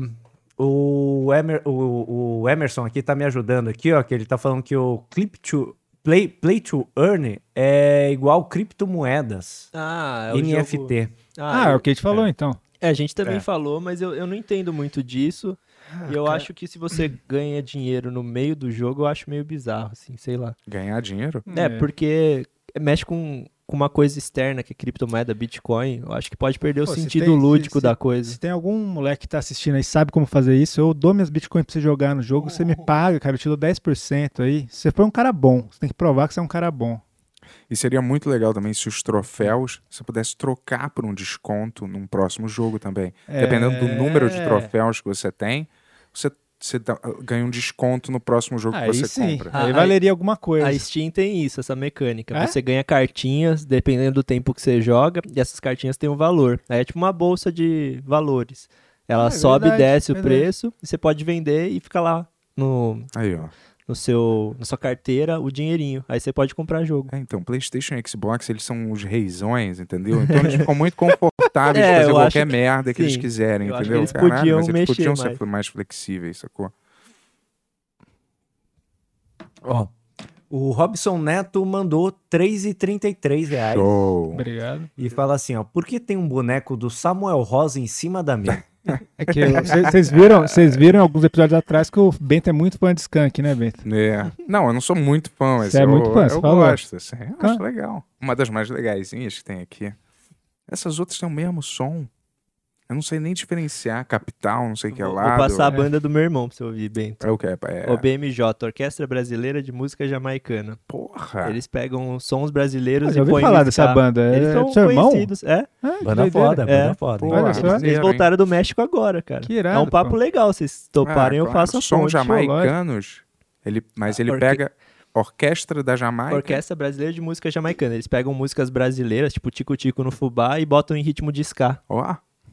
Speaker 8: o, Emer- o- o Emerson aqui tá me ajudando aqui, ó, que ele tá falando que o clip to play, play to earn é igual criptomoedas,
Speaker 4: Ah,
Speaker 8: NFT.
Speaker 3: é Ah, é o que a gente falou, então.
Speaker 4: É, a gente também
Speaker 8: É.
Speaker 4: falou, mas eu, eu não entendo muito disso.
Speaker 3: Ah,
Speaker 4: e eu acho que se
Speaker 3: (clears throat)
Speaker 4: você ganha dinheiro no meio do jogo, eu acho meio bizarro, assim, sei lá.
Speaker 2: Ganhar dinheiro?
Speaker 4: É, porque mexe com, com uma coisa externa, que é criptomoeda, Bitcoin. Eu acho que pode perder
Speaker 3: Pô,
Speaker 4: o
Speaker 3: se
Speaker 4: sentido
Speaker 3: tem- se-
Speaker 4: lúdico
Speaker 3: se-
Speaker 4: da coisa.
Speaker 3: Se tem algum moleque que tá assistindo aí e sabe como fazer isso, eu dou minhas bitcoins pra você jogar no jogo, você me paga, cara, eu te dou 10% aí. Se Você foi um cara bom, você tem que provar que você é um cara bom.
Speaker 2: E seria muito legal também se os troféus você pudesse trocar por um desconto num próximo jogo também. Dependendo do número
Speaker 4: É.
Speaker 2: de troféus que você tem, você, você dá- ganha um desconto no próximo jogo
Speaker 3: Aí
Speaker 2: que você
Speaker 3: sim,
Speaker 2: compra.
Speaker 3: aí
Speaker 4: Ah,
Speaker 3: valeria alguma coisa.
Speaker 4: A Steam tem isso, essa mecânica.
Speaker 3: É?
Speaker 4: Você ganha cartinhas, dependendo do tempo que você joga, e essas cartinhas têm um valor. Aí é tipo uma bolsa de valores. Ela
Speaker 3: Ah, é
Speaker 4: sobe e
Speaker 3: verdade,
Speaker 4: desce
Speaker 3: verdade.
Speaker 4: o preço, e você pode vender e fica lá no,
Speaker 2: Aí, ó.
Speaker 4: no seu, na sua carteira o dinheirinho. Aí você pode comprar jogo.
Speaker 2: É, então, PlayStation e Xbox, eles são os reizões, entendeu? Então eles ficam muito
Speaker 4: (laughs)
Speaker 2: confortáveis de
Speaker 4: É,
Speaker 2: fazer
Speaker 4: eu
Speaker 2: qualquer
Speaker 4: acho que-
Speaker 2: merda que eles
Speaker 4: sim.
Speaker 2: quiserem,
Speaker 4: Eu acho
Speaker 2: entendeu?
Speaker 4: que eles podiam
Speaker 2: mas eles
Speaker 4: mexer
Speaker 2: podiam ser
Speaker 4: mais.
Speaker 2: fl- mais flexíveis, sacou?
Speaker 8: Ó, o Robson Neto mandou 3,33 reais
Speaker 2: Show!
Speaker 3: Obrigado.
Speaker 8: e fala assim, ó, por que tem um boneco do Samuel Rosa em cima da mesa?
Speaker 3: É que vocês viram, vocês viram alguns episódios atrás que o Bento é muito fã de Skunk, né, Bento?
Speaker 2: É. Não, eu não sou muito fã, mas
Speaker 3: Você é
Speaker 2: eu,
Speaker 3: muito fã,
Speaker 2: eu
Speaker 3: você falou. Tá.
Speaker 2: gosto. Assim, eu
Speaker 3: Claro.
Speaker 2: acho legal. Uma das mais legaisinhas que tem aqui. Essas outras têm o mesmo som. Eu não sei nem diferenciar capital, não sei o que
Speaker 4: vou,
Speaker 2: lá.
Speaker 4: vou passar a banda do meu irmão pra você ouvir bem.
Speaker 2: É o que? É,
Speaker 4: O BMJ, Orquestra Brasileira de Música Jamaicana.
Speaker 2: porra!
Speaker 4: Eles pegam sons brasileiros
Speaker 3: Eu
Speaker 4: e
Speaker 3: já ouvi
Speaker 4: põem no
Speaker 3: falar dessa
Speaker 4: ska.
Speaker 3: banda.
Speaker 4: Eles
Speaker 3: é
Speaker 4: são
Speaker 3: do seu irmão?
Speaker 4: conhecidos. É,
Speaker 3: Ah, que
Speaker 8: (laughs) Banda
Speaker 3: doideira.
Speaker 8: foda,
Speaker 4: É.
Speaker 8: banda foda.
Speaker 2: Porra,
Speaker 3: Olha só.
Speaker 2: maneiro,
Speaker 4: eles
Speaker 2: hein?
Speaker 4: voltaram do México agora, cara.
Speaker 3: Que irado,
Speaker 4: é um papo
Speaker 3: pô.
Speaker 4: legal. Vocês toparem,
Speaker 2: Ah,
Speaker 4: eu
Speaker 2: claro,
Speaker 4: faço a
Speaker 2: São
Speaker 4: ponte. tipo,
Speaker 2: jamaicanos. Ele, mas ele
Speaker 4: orque-
Speaker 2: pega orquestra da Jamaica.
Speaker 4: Orquestra Brasileira de Música Jamaicana. Eles pegam músicas brasileiras, tipo Tico Tico no Fubá, e botam em ritmo de ska.
Speaker 2: Ó,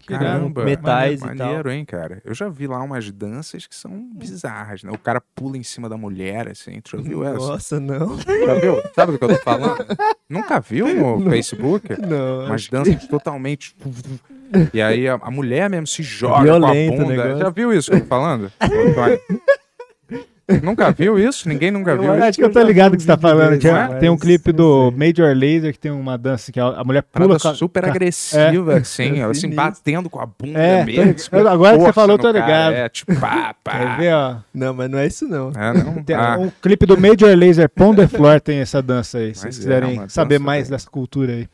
Speaker 3: irado.
Speaker 2: caramba.
Speaker 4: Metais
Speaker 2: maneiro,
Speaker 4: e tal.
Speaker 2: maneiro, hein, cara? Eu já vi lá umas danças que são bizarras, né? O cara pula em cima da mulher, assim. Tu já viu essa?
Speaker 4: Nossa, não.
Speaker 2: Já viu? Sabe do que eu tô falando? Nunca viu no Facebook?
Speaker 4: Não.
Speaker 2: Umas danças totalmente. E aí a, a mulher mesmo se joga
Speaker 4: Violento o
Speaker 2: com a bunda.
Speaker 4: negócio.
Speaker 2: Já viu isso que eu tô
Speaker 3: (laughs)
Speaker 2: falando? Antônio? nunca viu isso? Ninguém nunca viu isso?
Speaker 3: É, Acho que eu tô ligado que você tá falando. Tem,
Speaker 2: desse,
Speaker 3: tem um clipe do Major Laser que tem uma dança que a a mulher pula
Speaker 2: Parada
Speaker 3: com a-
Speaker 2: super
Speaker 3: com a-
Speaker 2: agressiva, assim, ela assim,
Speaker 4: sinistro.
Speaker 2: batendo com a bunda
Speaker 3: É, tô
Speaker 2: mesmo.
Speaker 3: ligado.
Speaker 2: super
Speaker 3: (laughs) Agora que você
Speaker 2: força
Speaker 3: falou,
Speaker 2: no
Speaker 3: tô
Speaker 2: cara,
Speaker 3: ligado.
Speaker 2: É, tipo, pá, pá.
Speaker 3: Quer ver, ó?
Speaker 4: Não, mas não é isso, não.
Speaker 2: É, não,
Speaker 3: Tem
Speaker 2: ah,
Speaker 3: Um clipe do Major Laser Pão de Flor tem essa dança aí. Se
Speaker 2: Mas
Speaker 3: vocês
Speaker 2: é
Speaker 3: quiserem
Speaker 2: uma
Speaker 3: saber
Speaker 2: dança
Speaker 3: mais
Speaker 2: bem.
Speaker 3: dessa cultura aí.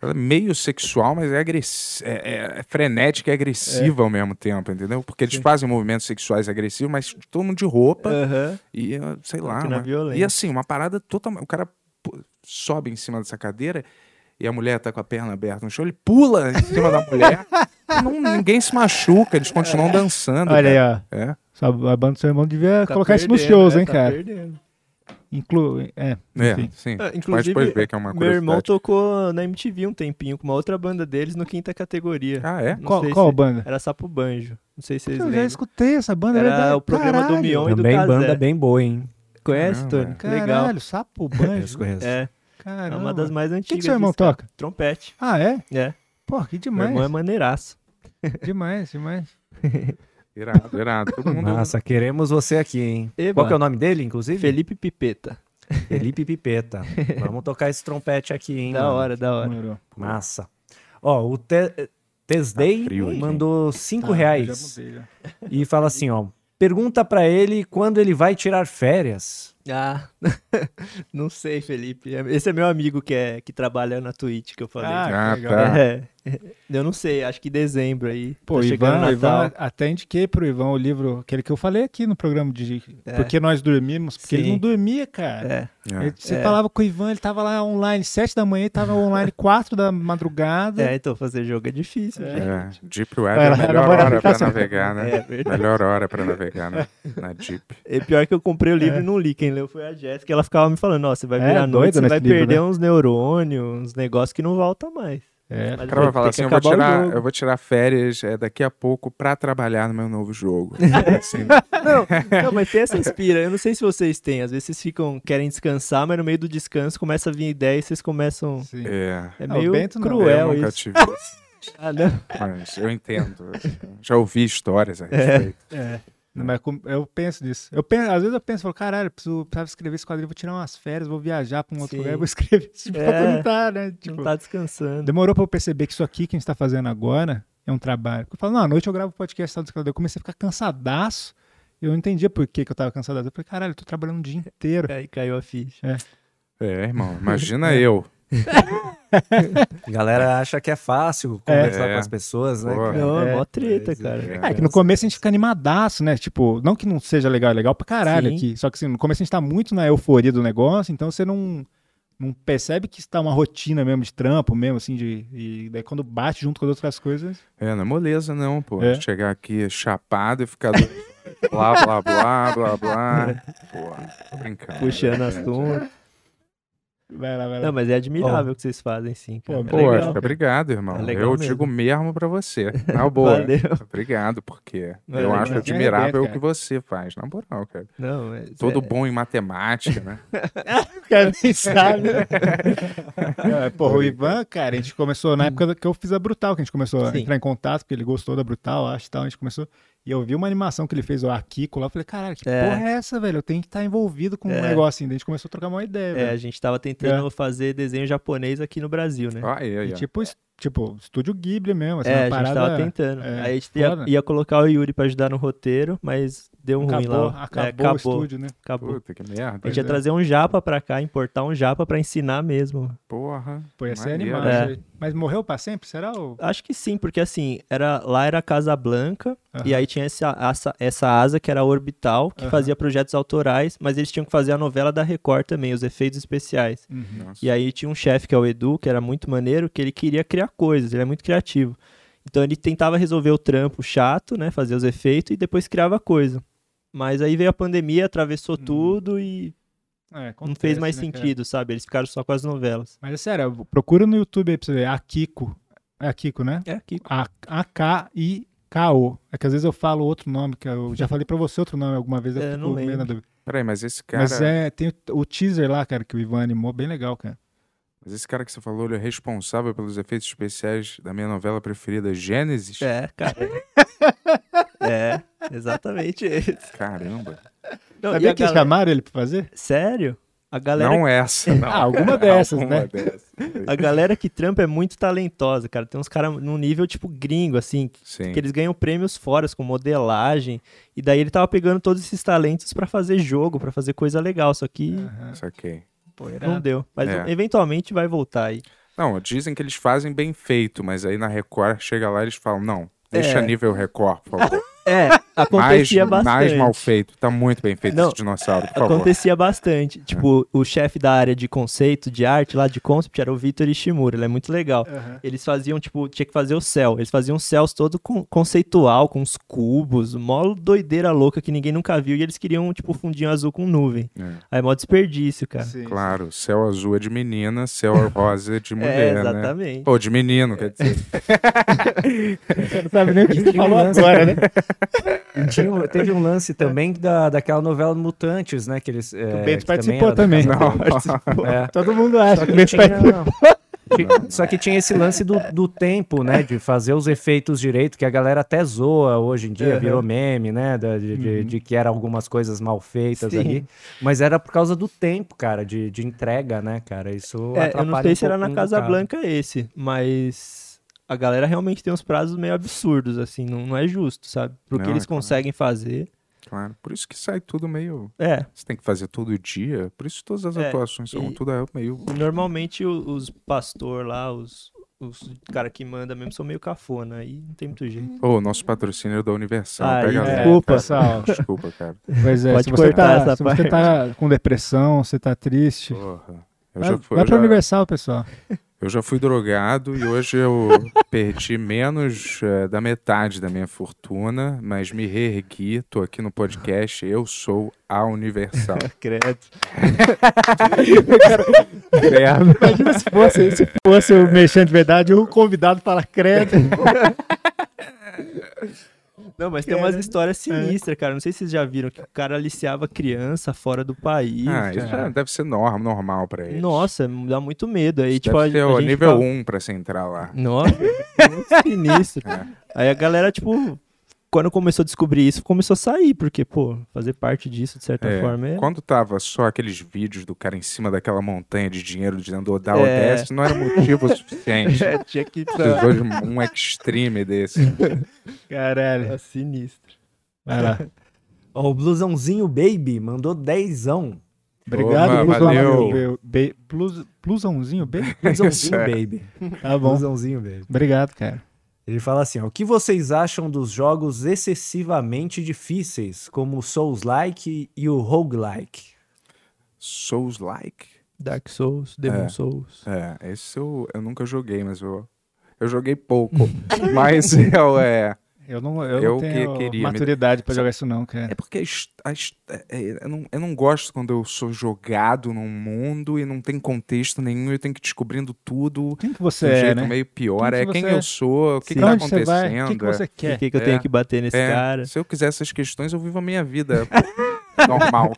Speaker 2: ela é meio sexual, mas é, agress... é, é- é frenética e agressiva ao mesmo tempo, entendeu? Porque eles fazem movimentos sexuais agressivos, mas todo mundo de roupa
Speaker 4: Aham.
Speaker 2: e, eh, sei lá.
Speaker 4: Aqui na
Speaker 2: uma-
Speaker 4: violência.
Speaker 2: E assim, uma parada totalmente... O cara pô, sobe em cima dessa cadeira e a mulher tá com a perna aberta no chão, ele pula em cima da
Speaker 4: (laughs)
Speaker 2: mulher. Não- ninguém se machuca, eles continuam dançando.
Speaker 3: Olha aí,
Speaker 2: cara.
Speaker 3: ó.
Speaker 2: É.
Speaker 3: Só A banda do seu irmão devia
Speaker 4: Tá
Speaker 3: colocar isso nos
Speaker 4: perdendo,
Speaker 3: shows,
Speaker 4: né?
Speaker 3: hein,
Speaker 4: Tá
Speaker 3: cara?
Speaker 4: perdendo.
Speaker 3: Inclu... É,
Speaker 2: É,
Speaker 3: enfim.
Speaker 2: sim.
Speaker 4: Ah,
Speaker 2: Mas
Speaker 4: inclusive,
Speaker 2: depois ver que é uma
Speaker 4: meu irmão
Speaker 2: curiosidade.
Speaker 4: tocou na MTV um tempinho com uma outra banda deles no quinta categoria.
Speaker 2: Ah, é?
Speaker 4: Não
Speaker 3: Qual,
Speaker 4: sei
Speaker 3: qual
Speaker 4: se-
Speaker 3: banda?
Speaker 4: Era Sapo Banjo. Não sei se vocês
Speaker 3: Eu já
Speaker 4: lembram.
Speaker 3: escutei essa banda. é verdade.
Speaker 4: Era o programa
Speaker 3: Caralho.
Speaker 4: do Mion e do
Speaker 8: Também
Speaker 4: Cazé.
Speaker 8: banda bem boa, hein?
Speaker 4: Conhece,
Speaker 2: Caramba.
Speaker 4: Tony? Legal.
Speaker 3: Caralho,
Speaker 4: (laughs)
Speaker 3: sapo banjo.
Speaker 8: conheço.
Speaker 4: É, é
Speaker 3: Caramba.
Speaker 4: uma das mais
Speaker 3: O que,
Speaker 4: antigas.
Speaker 3: que seu irmão
Speaker 4: disso, cara.
Speaker 3: toca? é?
Speaker 4: Trompete.
Speaker 3: Ah, é?
Speaker 4: É.
Speaker 3: Pô, que
Speaker 4: Meu é
Speaker 3: demais.
Speaker 4: irmão é maneiraço.
Speaker 3: Demais, demais.
Speaker 2: Irado, irado. Todo mundo.
Speaker 8: Nossa, queremos você aqui, hein?
Speaker 4: Eba.
Speaker 8: Qual que é o nome dele, inclusive?
Speaker 4: Felipe Pipeta.
Speaker 8: Felipe Pipeta. Vamos tocar esse trompete aqui, hein?
Speaker 4: Da
Speaker 8: mano?
Speaker 4: hora, da hora.
Speaker 3: Demorou.
Speaker 8: Massa. Ó, o Te- Tesday
Speaker 2: frio hoje, hein?
Speaker 8: mandou 5
Speaker 3: Ah, já
Speaker 8: reais
Speaker 3: mudei, já.
Speaker 8: e fala assim, ó. Pergunta pra ele quando ele vai tirar férias.
Speaker 4: Ah, (laughs) não sei, Felipe. Esse é meu amigo que, é, que trabalha na Twitch que eu falei.
Speaker 3: Ah,
Speaker 2: Ah,
Speaker 3: que legal.
Speaker 2: tá.
Speaker 4: É, (laughs) eu não sei, acho que dezembro aí.
Speaker 3: Pô,
Speaker 4: tá chegando
Speaker 3: Ivan,
Speaker 4: o Natal.
Speaker 3: Ivan, até indiquei pro Ivan o livro, aquele que eu falei aqui no programa de
Speaker 4: É.
Speaker 3: Porque Nós Dormimos, porque ele
Speaker 4: Sim.
Speaker 3: não dormia, cara.
Speaker 4: É.
Speaker 2: É.
Speaker 3: Ele- Você
Speaker 4: É.
Speaker 3: falava com o Ivan, ele tava lá online 7 da manhã, ele tava online
Speaker 4: (laughs)
Speaker 3: 4 da madrugada.
Speaker 4: é, então fazer jogo é difícil.
Speaker 2: É,
Speaker 4: né?
Speaker 2: Deep Web é
Speaker 3: Ela-
Speaker 2: a
Speaker 3: ela
Speaker 2: melhor
Speaker 3: mora-
Speaker 2: hora
Speaker 3: tá
Speaker 2: pra
Speaker 3: certo.
Speaker 2: navegar,
Speaker 4: É,
Speaker 2: né?
Speaker 4: verdade.
Speaker 2: Melhor hora pra navegar na, na Deep.
Speaker 4: E pior que eu comprei o livro e não li. Quem leu foi a Jéssica. Ela ficava me falando: Nossa, você vai
Speaker 3: É,
Speaker 4: virar noite,
Speaker 3: doida
Speaker 4: você
Speaker 3: nesse
Speaker 4: vai
Speaker 3: livro,
Speaker 4: perder
Speaker 3: né?
Speaker 4: uns neurônios, uns negócios que não volta mais.
Speaker 3: É.
Speaker 2: O cara
Speaker 4: Mas
Speaker 2: vai
Speaker 4: tem
Speaker 2: falar
Speaker 4: que
Speaker 2: assim, eu vou,
Speaker 4: acabar o
Speaker 2: tirar,
Speaker 4: jogo.
Speaker 2: eu vou tirar férias é, daqui a pouco pra trabalhar no meu novo
Speaker 4: (laughs)
Speaker 2: jogo. Assim,
Speaker 4: Não, mas tem essa inspira. Eu não sei se vocês têm. Às vezes vocês ficam, querem descansar, mas no meio do descanso começa a vir ideia e vocês começam.
Speaker 3: Sim.
Speaker 2: é,
Speaker 4: É
Speaker 3: Ah, o
Speaker 4: meio
Speaker 3: Bento não.
Speaker 4: cruel
Speaker 2: eu nunca
Speaker 4: isso.
Speaker 2: tive
Speaker 3: (laughs)
Speaker 4: Ah, não.
Speaker 2: Mas eu entendo. assim, Já ouvi histórias
Speaker 4: (laughs)
Speaker 2: a respeito.
Speaker 3: É. Não, mas com- eu penso nisso. Eu penso, às vezes eu penso, falo, caralho, eu preciso, precisava escrever esse quadrinho, vou tirar umas férias, vou viajar pra um outro
Speaker 4: Sim.
Speaker 3: lugar, vou escrever. Tipo,
Speaker 4: É.
Speaker 3: pra não tá, né? Tipo,
Speaker 4: Não tá descansando.
Speaker 3: Demorou pra eu perceber que isso aqui que a gente tá fazendo agora é um trabalho. Eu falo, não, à noite eu gravo podcast, tal, não sei o que lá. eu comecei a ficar cansadaço. Eu não entendia por que, que eu tava cansadaço. Eu falei, caralho, eu tô trabalhando o dia inteiro.
Speaker 4: Aí caiu a ficha.
Speaker 2: É, irmão, imagina eu.
Speaker 8: A galera acha que é fácil conversar
Speaker 2: É.
Speaker 8: com as pessoas, né?
Speaker 2: Pô,
Speaker 8: cara?
Speaker 4: Não, é
Speaker 3: É.
Speaker 4: mó treta,
Speaker 8: Pois é,
Speaker 4: cara.
Speaker 3: É que no começo a gente fica animadaço, né? Tipo, não que não seja legal, é legal pra caralho
Speaker 4: Sim.
Speaker 3: aqui. Só que assim, no começo a gente tá muito na euforia do negócio, então você não, não percebe que está uma rotina mesmo de trampo, mesmo assim, de, e daí quando bate junto com as outras coisas.
Speaker 2: É, não é moleza não, pô.
Speaker 3: É.
Speaker 2: Chegar aqui chapado e
Speaker 4: (laughs)
Speaker 2: ficar... doido. blá, blá, blá, blá, blá. Pô, tô brincando.
Speaker 4: É.
Speaker 2: né,
Speaker 4: Puxando assunto.
Speaker 3: Vai lá, vai lá.
Speaker 4: Não, mas é admirável o que vocês fazem, sim. É Cara.
Speaker 3: Pô,
Speaker 2: Pô,
Speaker 3: legal,
Speaker 2: acho que
Speaker 3: cara.
Speaker 2: obrigado, irmão.
Speaker 4: É legal
Speaker 2: eu
Speaker 4: mesmo.
Speaker 2: digo mesmo pra você. Na boa.
Speaker 4: Valeu. (laughs)
Speaker 2: Obrigado, porque
Speaker 4: Valeu,
Speaker 2: eu acho
Speaker 3: mas me
Speaker 2: admirável
Speaker 3: arrebenta,
Speaker 2: o que você faz, na moral, cara.
Speaker 4: Não, mas
Speaker 2: Todo
Speaker 4: é...
Speaker 2: bom em matemática, né?
Speaker 3: O cara nem sabe.
Speaker 4: (laughs)
Speaker 3: Não, é, Porra, o Ivan, cara, a gente começou na época que eu fiz a Brutal, que a gente começou
Speaker 4: Sim.
Speaker 3: a entrar em contato, porque ele gostou da Brutal, acho e tal. A gente começou. E eu vi uma animação que ele fez, o Akiko lá. Eu falei, caralho, que
Speaker 4: É.
Speaker 3: porra é essa, velho? Eu tenho que estar envolvido com um
Speaker 4: É.
Speaker 3: negócio assim. Daí a gente começou a trocar uma ideia,
Speaker 4: é, a
Speaker 3: velho.
Speaker 4: gente tava
Speaker 3: É.
Speaker 4: tentando fazer desenho japonês aqui no Brasil, né?
Speaker 2: Ó, aí, aí,
Speaker 3: E
Speaker 2: ó.
Speaker 3: tipo, es- tipo, estúdio Ghibli mesmo. Assim,
Speaker 4: é,
Speaker 3: uma
Speaker 4: a gente
Speaker 3: parada.
Speaker 4: tava tentando.
Speaker 3: é,
Speaker 4: Aí a gente ia,
Speaker 3: foda.
Speaker 4: ia colocar o Yuri pra ajudar no roteiro, mas deu um ruim
Speaker 3: Acabou,
Speaker 4: lá. ó.
Speaker 3: acabou,
Speaker 4: É,
Speaker 3: o estúdio, né?
Speaker 4: acabou.
Speaker 2: Puta, que merda.
Speaker 4: A gente ia
Speaker 3: é.
Speaker 4: trazer um japa pra cá, importar um japa pra ensinar mesmo.
Speaker 2: Porra.
Speaker 3: Pô, ia ser
Speaker 2: maneiro.
Speaker 3: animal.
Speaker 4: É.
Speaker 3: isso aí. Mas morreu pra sempre? Será? Ou...
Speaker 4: Acho que sim, porque assim, era, lá era a Casa Blanca, e
Speaker 3: Aham.
Speaker 4: aí tinha essa, essa, essa asa que era a Orbital, que
Speaker 3: Aham.
Speaker 4: fazia projetos autorais, mas eles tinham que fazer a novela da Record também, os efeitos especiais.
Speaker 3: Uhum.
Speaker 2: Nossa.
Speaker 4: E aí tinha um chefe que é o Edu, que era muito maneiro, que ele queria criar coisas, ele é muito criativo. Então ele tentava resolver o trampo chato, né, fazer os efeitos e depois criava coisa. Mas aí veio a pandemia, atravessou tudo e
Speaker 3: É,
Speaker 4: não
Speaker 3: Hum. acontece,
Speaker 4: fez mais
Speaker 3: né, cara?
Speaker 4: sentido, sabe? Eles ficaram só com as novelas.
Speaker 3: Mas é sério, procura no YouTube aí pra você ver. Akiko. É Akiko, né?
Speaker 4: É aqui.
Speaker 3: A- A-K-I-K-O. É que às vezes eu falo outro nome, que eu já falei pra você outro nome alguma vez. Eu
Speaker 4: É, não
Speaker 3: fico meio
Speaker 4: lembro.
Speaker 3: na dúvida.
Speaker 2: Peraí, mas esse cara.
Speaker 3: Mas é, tem o, o teaser lá, cara, que o Ivan animou, bem legal, cara.
Speaker 2: Mas esse cara que você falou, ele é responsável pelos efeitos especiais da minha novela preferida, Gênesis?
Speaker 4: É,
Speaker 3: (laughs)
Speaker 4: cara. é, exatamente esse.
Speaker 2: Caramba.
Speaker 4: Não, e
Speaker 3: Sabia
Speaker 4: a
Speaker 3: que
Speaker 4: galera-
Speaker 3: chamaram ele pra fazer?
Speaker 4: Sério? A galera
Speaker 2: Não essa,
Speaker 3: (laughs)
Speaker 2: não.
Speaker 3: Ah, alguma dessas,
Speaker 2: Alguma
Speaker 3: né?
Speaker 2: dessas.
Speaker 4: A galera que trampa é muito talentosa, cara. Tem uns caras num nível, tipo, gringo, assim, que-
Speaker 2: Sim.
Speaker 4: que eles ganham prêmios fora, com modelagem. E daí ele tava pegando todos esses talentos pra fazer jogo, pra fazer coisa legal. Só que
Speaker 2: Saquei.
Speaker 3: Pô,
Speaker 4: não deu. Mas
Speaker 2: É.
Speaker 4: eventualmente vai voltar aí.
Speaker 2: Não, dizem que eles fazem bem feito, mas aí na Record chega lá e eles falam: não, deixa
Speaker 4: É.
Speaker 2: nível Record, por favor.
Speaker 4: É,
Speaker 2: mais,
Speaker 4: (laughs) acontecia bastante.
Speaker 2: mais mal feito. Tá muito bem feito
Speaker 4: Não,
Speaker 2: esse dinossauro, por favor.
Speaker 4: Acontecia bastante.
Speaker 2: É.
Speaker 4: Tipo, o chefe da área de conceito, de arte lá, de concept, era o Vitor Ishimura. Ele é muito legal. Eles faziam, tipo, tinha que fazer o céu. Eles faziam céus todo con- conceitual, com os cubos, mó doideira louca que ninguém nunca viu. E eles queriam, tipo, fundinho azul com nuvem.
Speaker 2: É.
Speaker 4: Aí mó desperdício, cara.
Speaker 3: Sim.
Speaker 2: Claro, céu azul é de menina,
Speaker 4: (laughs)
Speaker 2: céu rosa é de mulher,
Speaker 4: é,
Speaker 2: né?
Speaker 4: exatamente. É.
Speaker 2: Ou de menino, quer dizer.
Speaker 3: Não sabe nem o que você
Speaker 4: um
Speaker 3: falou agora, né?
Speaker 8: Tinha um- teve um lance também da, daquela novela Mutantes, né? Que eles, é,
Speaker 3: O Bento
Speaker 8: que também
Speaker 3: participou
Speaker 8: era da
Speaker 3: também.
Speaker 8: Casa
Speaker 2: Não.
Speaker 8: Blanca. (laughs) É.
Speaker 3: Todo mundo acha
Speaker 8: Só
Speaker 3: que
Speaker 8: que
Speaker 3: ele
Speaker 8: tinha,
Speaker 3: participou.
Speaker 8: Ti- Só que tinha esse lance do, do tempo, né? De fazer os efeitos direito, que a galera até zoa hoje em dia, virou meme, né? da- De, de-
Speaker 3: Uhum.
Speaker 8: de que eram algumas coisas mal feitas
Speaker 4: Sim.
Speaker 8: ali. Mas era por causa do tempo, cara, de, de entrega, né, cara? Isso
Speaker 4: É, eu
Speaker 8: atrapalha
Speaker 4: não sei
Speaker 8: um
Speaker 4: se era na
Speaker 8: pouquinho do
Speaker 4: Casa
Speaker 8: cara.
Speaker 4: Blanca esse, mas a galera realmente tem uns prazos meio absurdos, assim, não, não é justo, sabe? Pro
Speaker 2: Não,
Speaker 4: que eles
Speaker 2: é claro.
Speaker 4: conseguem fazer.
Speaker 2: Claro. Por isso que sai tudo meio.
Speaker 4: É,
Speaker 2: Você tem que fazer todo dia. Por isso todas as
Speaker 4: É,
Speaker 2: atuações são
Speaker 4: e-
Speaker 2: tudo é meio.
Speaker 4: normalmente o- os pastor lá, os, os cara que manda mesmo, são meio cafona, aí não tem muito jeito.
Speaker 2: Ô, nosso patrocínio é da Universal.
Speaker 4: Aí,
Speaker 2: pega
Speaker 4: é.
Speaker 2: leve,
Speaker 3: Desculpa,
Speaker 2: cara.
Speaker 3: Sal.
Speaker 2: Desculpa,
Speaker 3: (laughs)
Speaker 2: cara.
Speaker 3: Pois é,
Speaker 4: Pode
Speaker 3: se você,
Speaker 4: cortar
Speaker 3: tá,
Speaker 4: essa
Speaker 3: se você
Speaker 4: parte.
Speaker 3: tá com depressão, você tá triste,
Speaker 2: Porra. Eu
Speaker 3: vai,
Speaker 2: já, fui,
Speaker 3: vai
Speaker 2: eu,
Speaker 3: pra
Speaker 2: já,
Speaker 3: Universal, pessoal.
Speaker 2: eu já fui drogado e hoje
Speaker 4: (laughs)
Speaker 2: eu perdi menos eh, da metade da minha fortuna, mas me reergui, tô aqui no podcast, eu sou a
Speaker 4: (laughs)
Speaker 2: Universal.
Speaker 4: Credo.
Speaker 2: Credo.
Speaker 3: Imagina se fosse, se fosse o mexendo de verdade, o convidado fala credo.
Speaker 4: Não, mas tem é, umas histórias sinistras, cara. Não sei se vocês já viram que o cara aliciava criança fora do país.
Speaker 2: Ah, isso
Speaker 4: cara.
Speaker 2: é- deve ser norma, normal pra eles.
Speaker 4: Nossa, dá muito medo. Aí,
Speaker 2: Deve
Speaker 4: tipo, a,
Speaker 2: ser
Speaker 4: a
Speaker 2: o
Speaker 4: gente
Speaker 2: nível
Speaker 4: fala-
Speaker 2: 1 pra você entrar lá.
Speaker 4: Nossa, muito sinistro.
Speaker 2: É.
Speaker 4: Aí a galera, tipo, quando começou a descobrir isso, começou a sair, porque, pô, fazer parte disso, de certa
Speaker 2: É,
Speaker 4: forma, é...
Speaker 2: Quando tava só aqueles vídeos do cara em cima daquela montanha de dinheiro dizendo dá ou
Speaker 4: É.
Speaker 2: desce, não era
Speaker 4: (laughs)
Speaker 2: motivo suficiente.
Speaker 4: É, tinha que tá
Speaker 2: Precisou de um extreme desse.
Speaker 3: Caralho.
Speaker 4: sinistro.
Speaker 3: Vai lá.
Speaker 8: Ó, o blusãozinho baby mandou dezão.
Speaker 3: (laughs) Obrigado,
Speaker 2: Opa,
Speaker 3: blusãozinho
Speaker 2: valeu.
Speaker 3: B. B- blus- Blusãozinho B?
Speaker 8: Blusãozinho
Speaker 2: Sério.
Speaker 8: baby.
Speaker 3: É Tá bom.
Speaker 8: Blusãozinho baby.
Speaker 3: Obrigado, cara.
Speaker 8: Ele fala assim: ó, o que vocês acham dos jogos excessivamente difíceis, como o Souls-like e o Roguelike?
Speaker 2: Souls like.
Speaker 4: Dark Souls, Demon Souls.
Speaker 2: É, esse eu, eu nunca joguei, mas eu, eu joguei pouco. (laughs) mas eu é.
Speaker 3: Eu não, eu
Speaker 2: Eu
Speaker 3: não tenho
Speaker 2: que queria, me-
Speaker 3: maturidade pra jogar isso não, cara.
Speaker 2: É porque a his- a his- é- é, eu, não, eu não gosto quando eu sou jogado num mundo e não tem contexto nenhum, eu tenho que ir descobrindo tudo.
Speaker 3: Quem que
Speaker 2: de
Speaker 3: você
Speaker 2: um
Speaker 3: é,
Speaker 2: jeito
Speaker 3: né?
Speaker 2: meio pior,
Speaker 3: Quem que
Speaker 2: é quem
Speaker 3: você é?
Speaker 2: eu sou, o que,
Speaker 3: Pra
Speaker 2: que tá
Speaker 3: onde você vai?
Speaker 2: acontecendo.
Speaker 3: O que, que você
Speaker 4: Por
Speaker 3: quer?
Speaker 4: que, que eu
Speaker 2: É.
Speaker 4: tenho que bater nesse
Speaker 2: É,
Speaker 4: cara?
Speaker 2: Se eu quiser essas questões, eu vivo a minha vida
Speaker 3: (laughs)
Speaker 2: normal.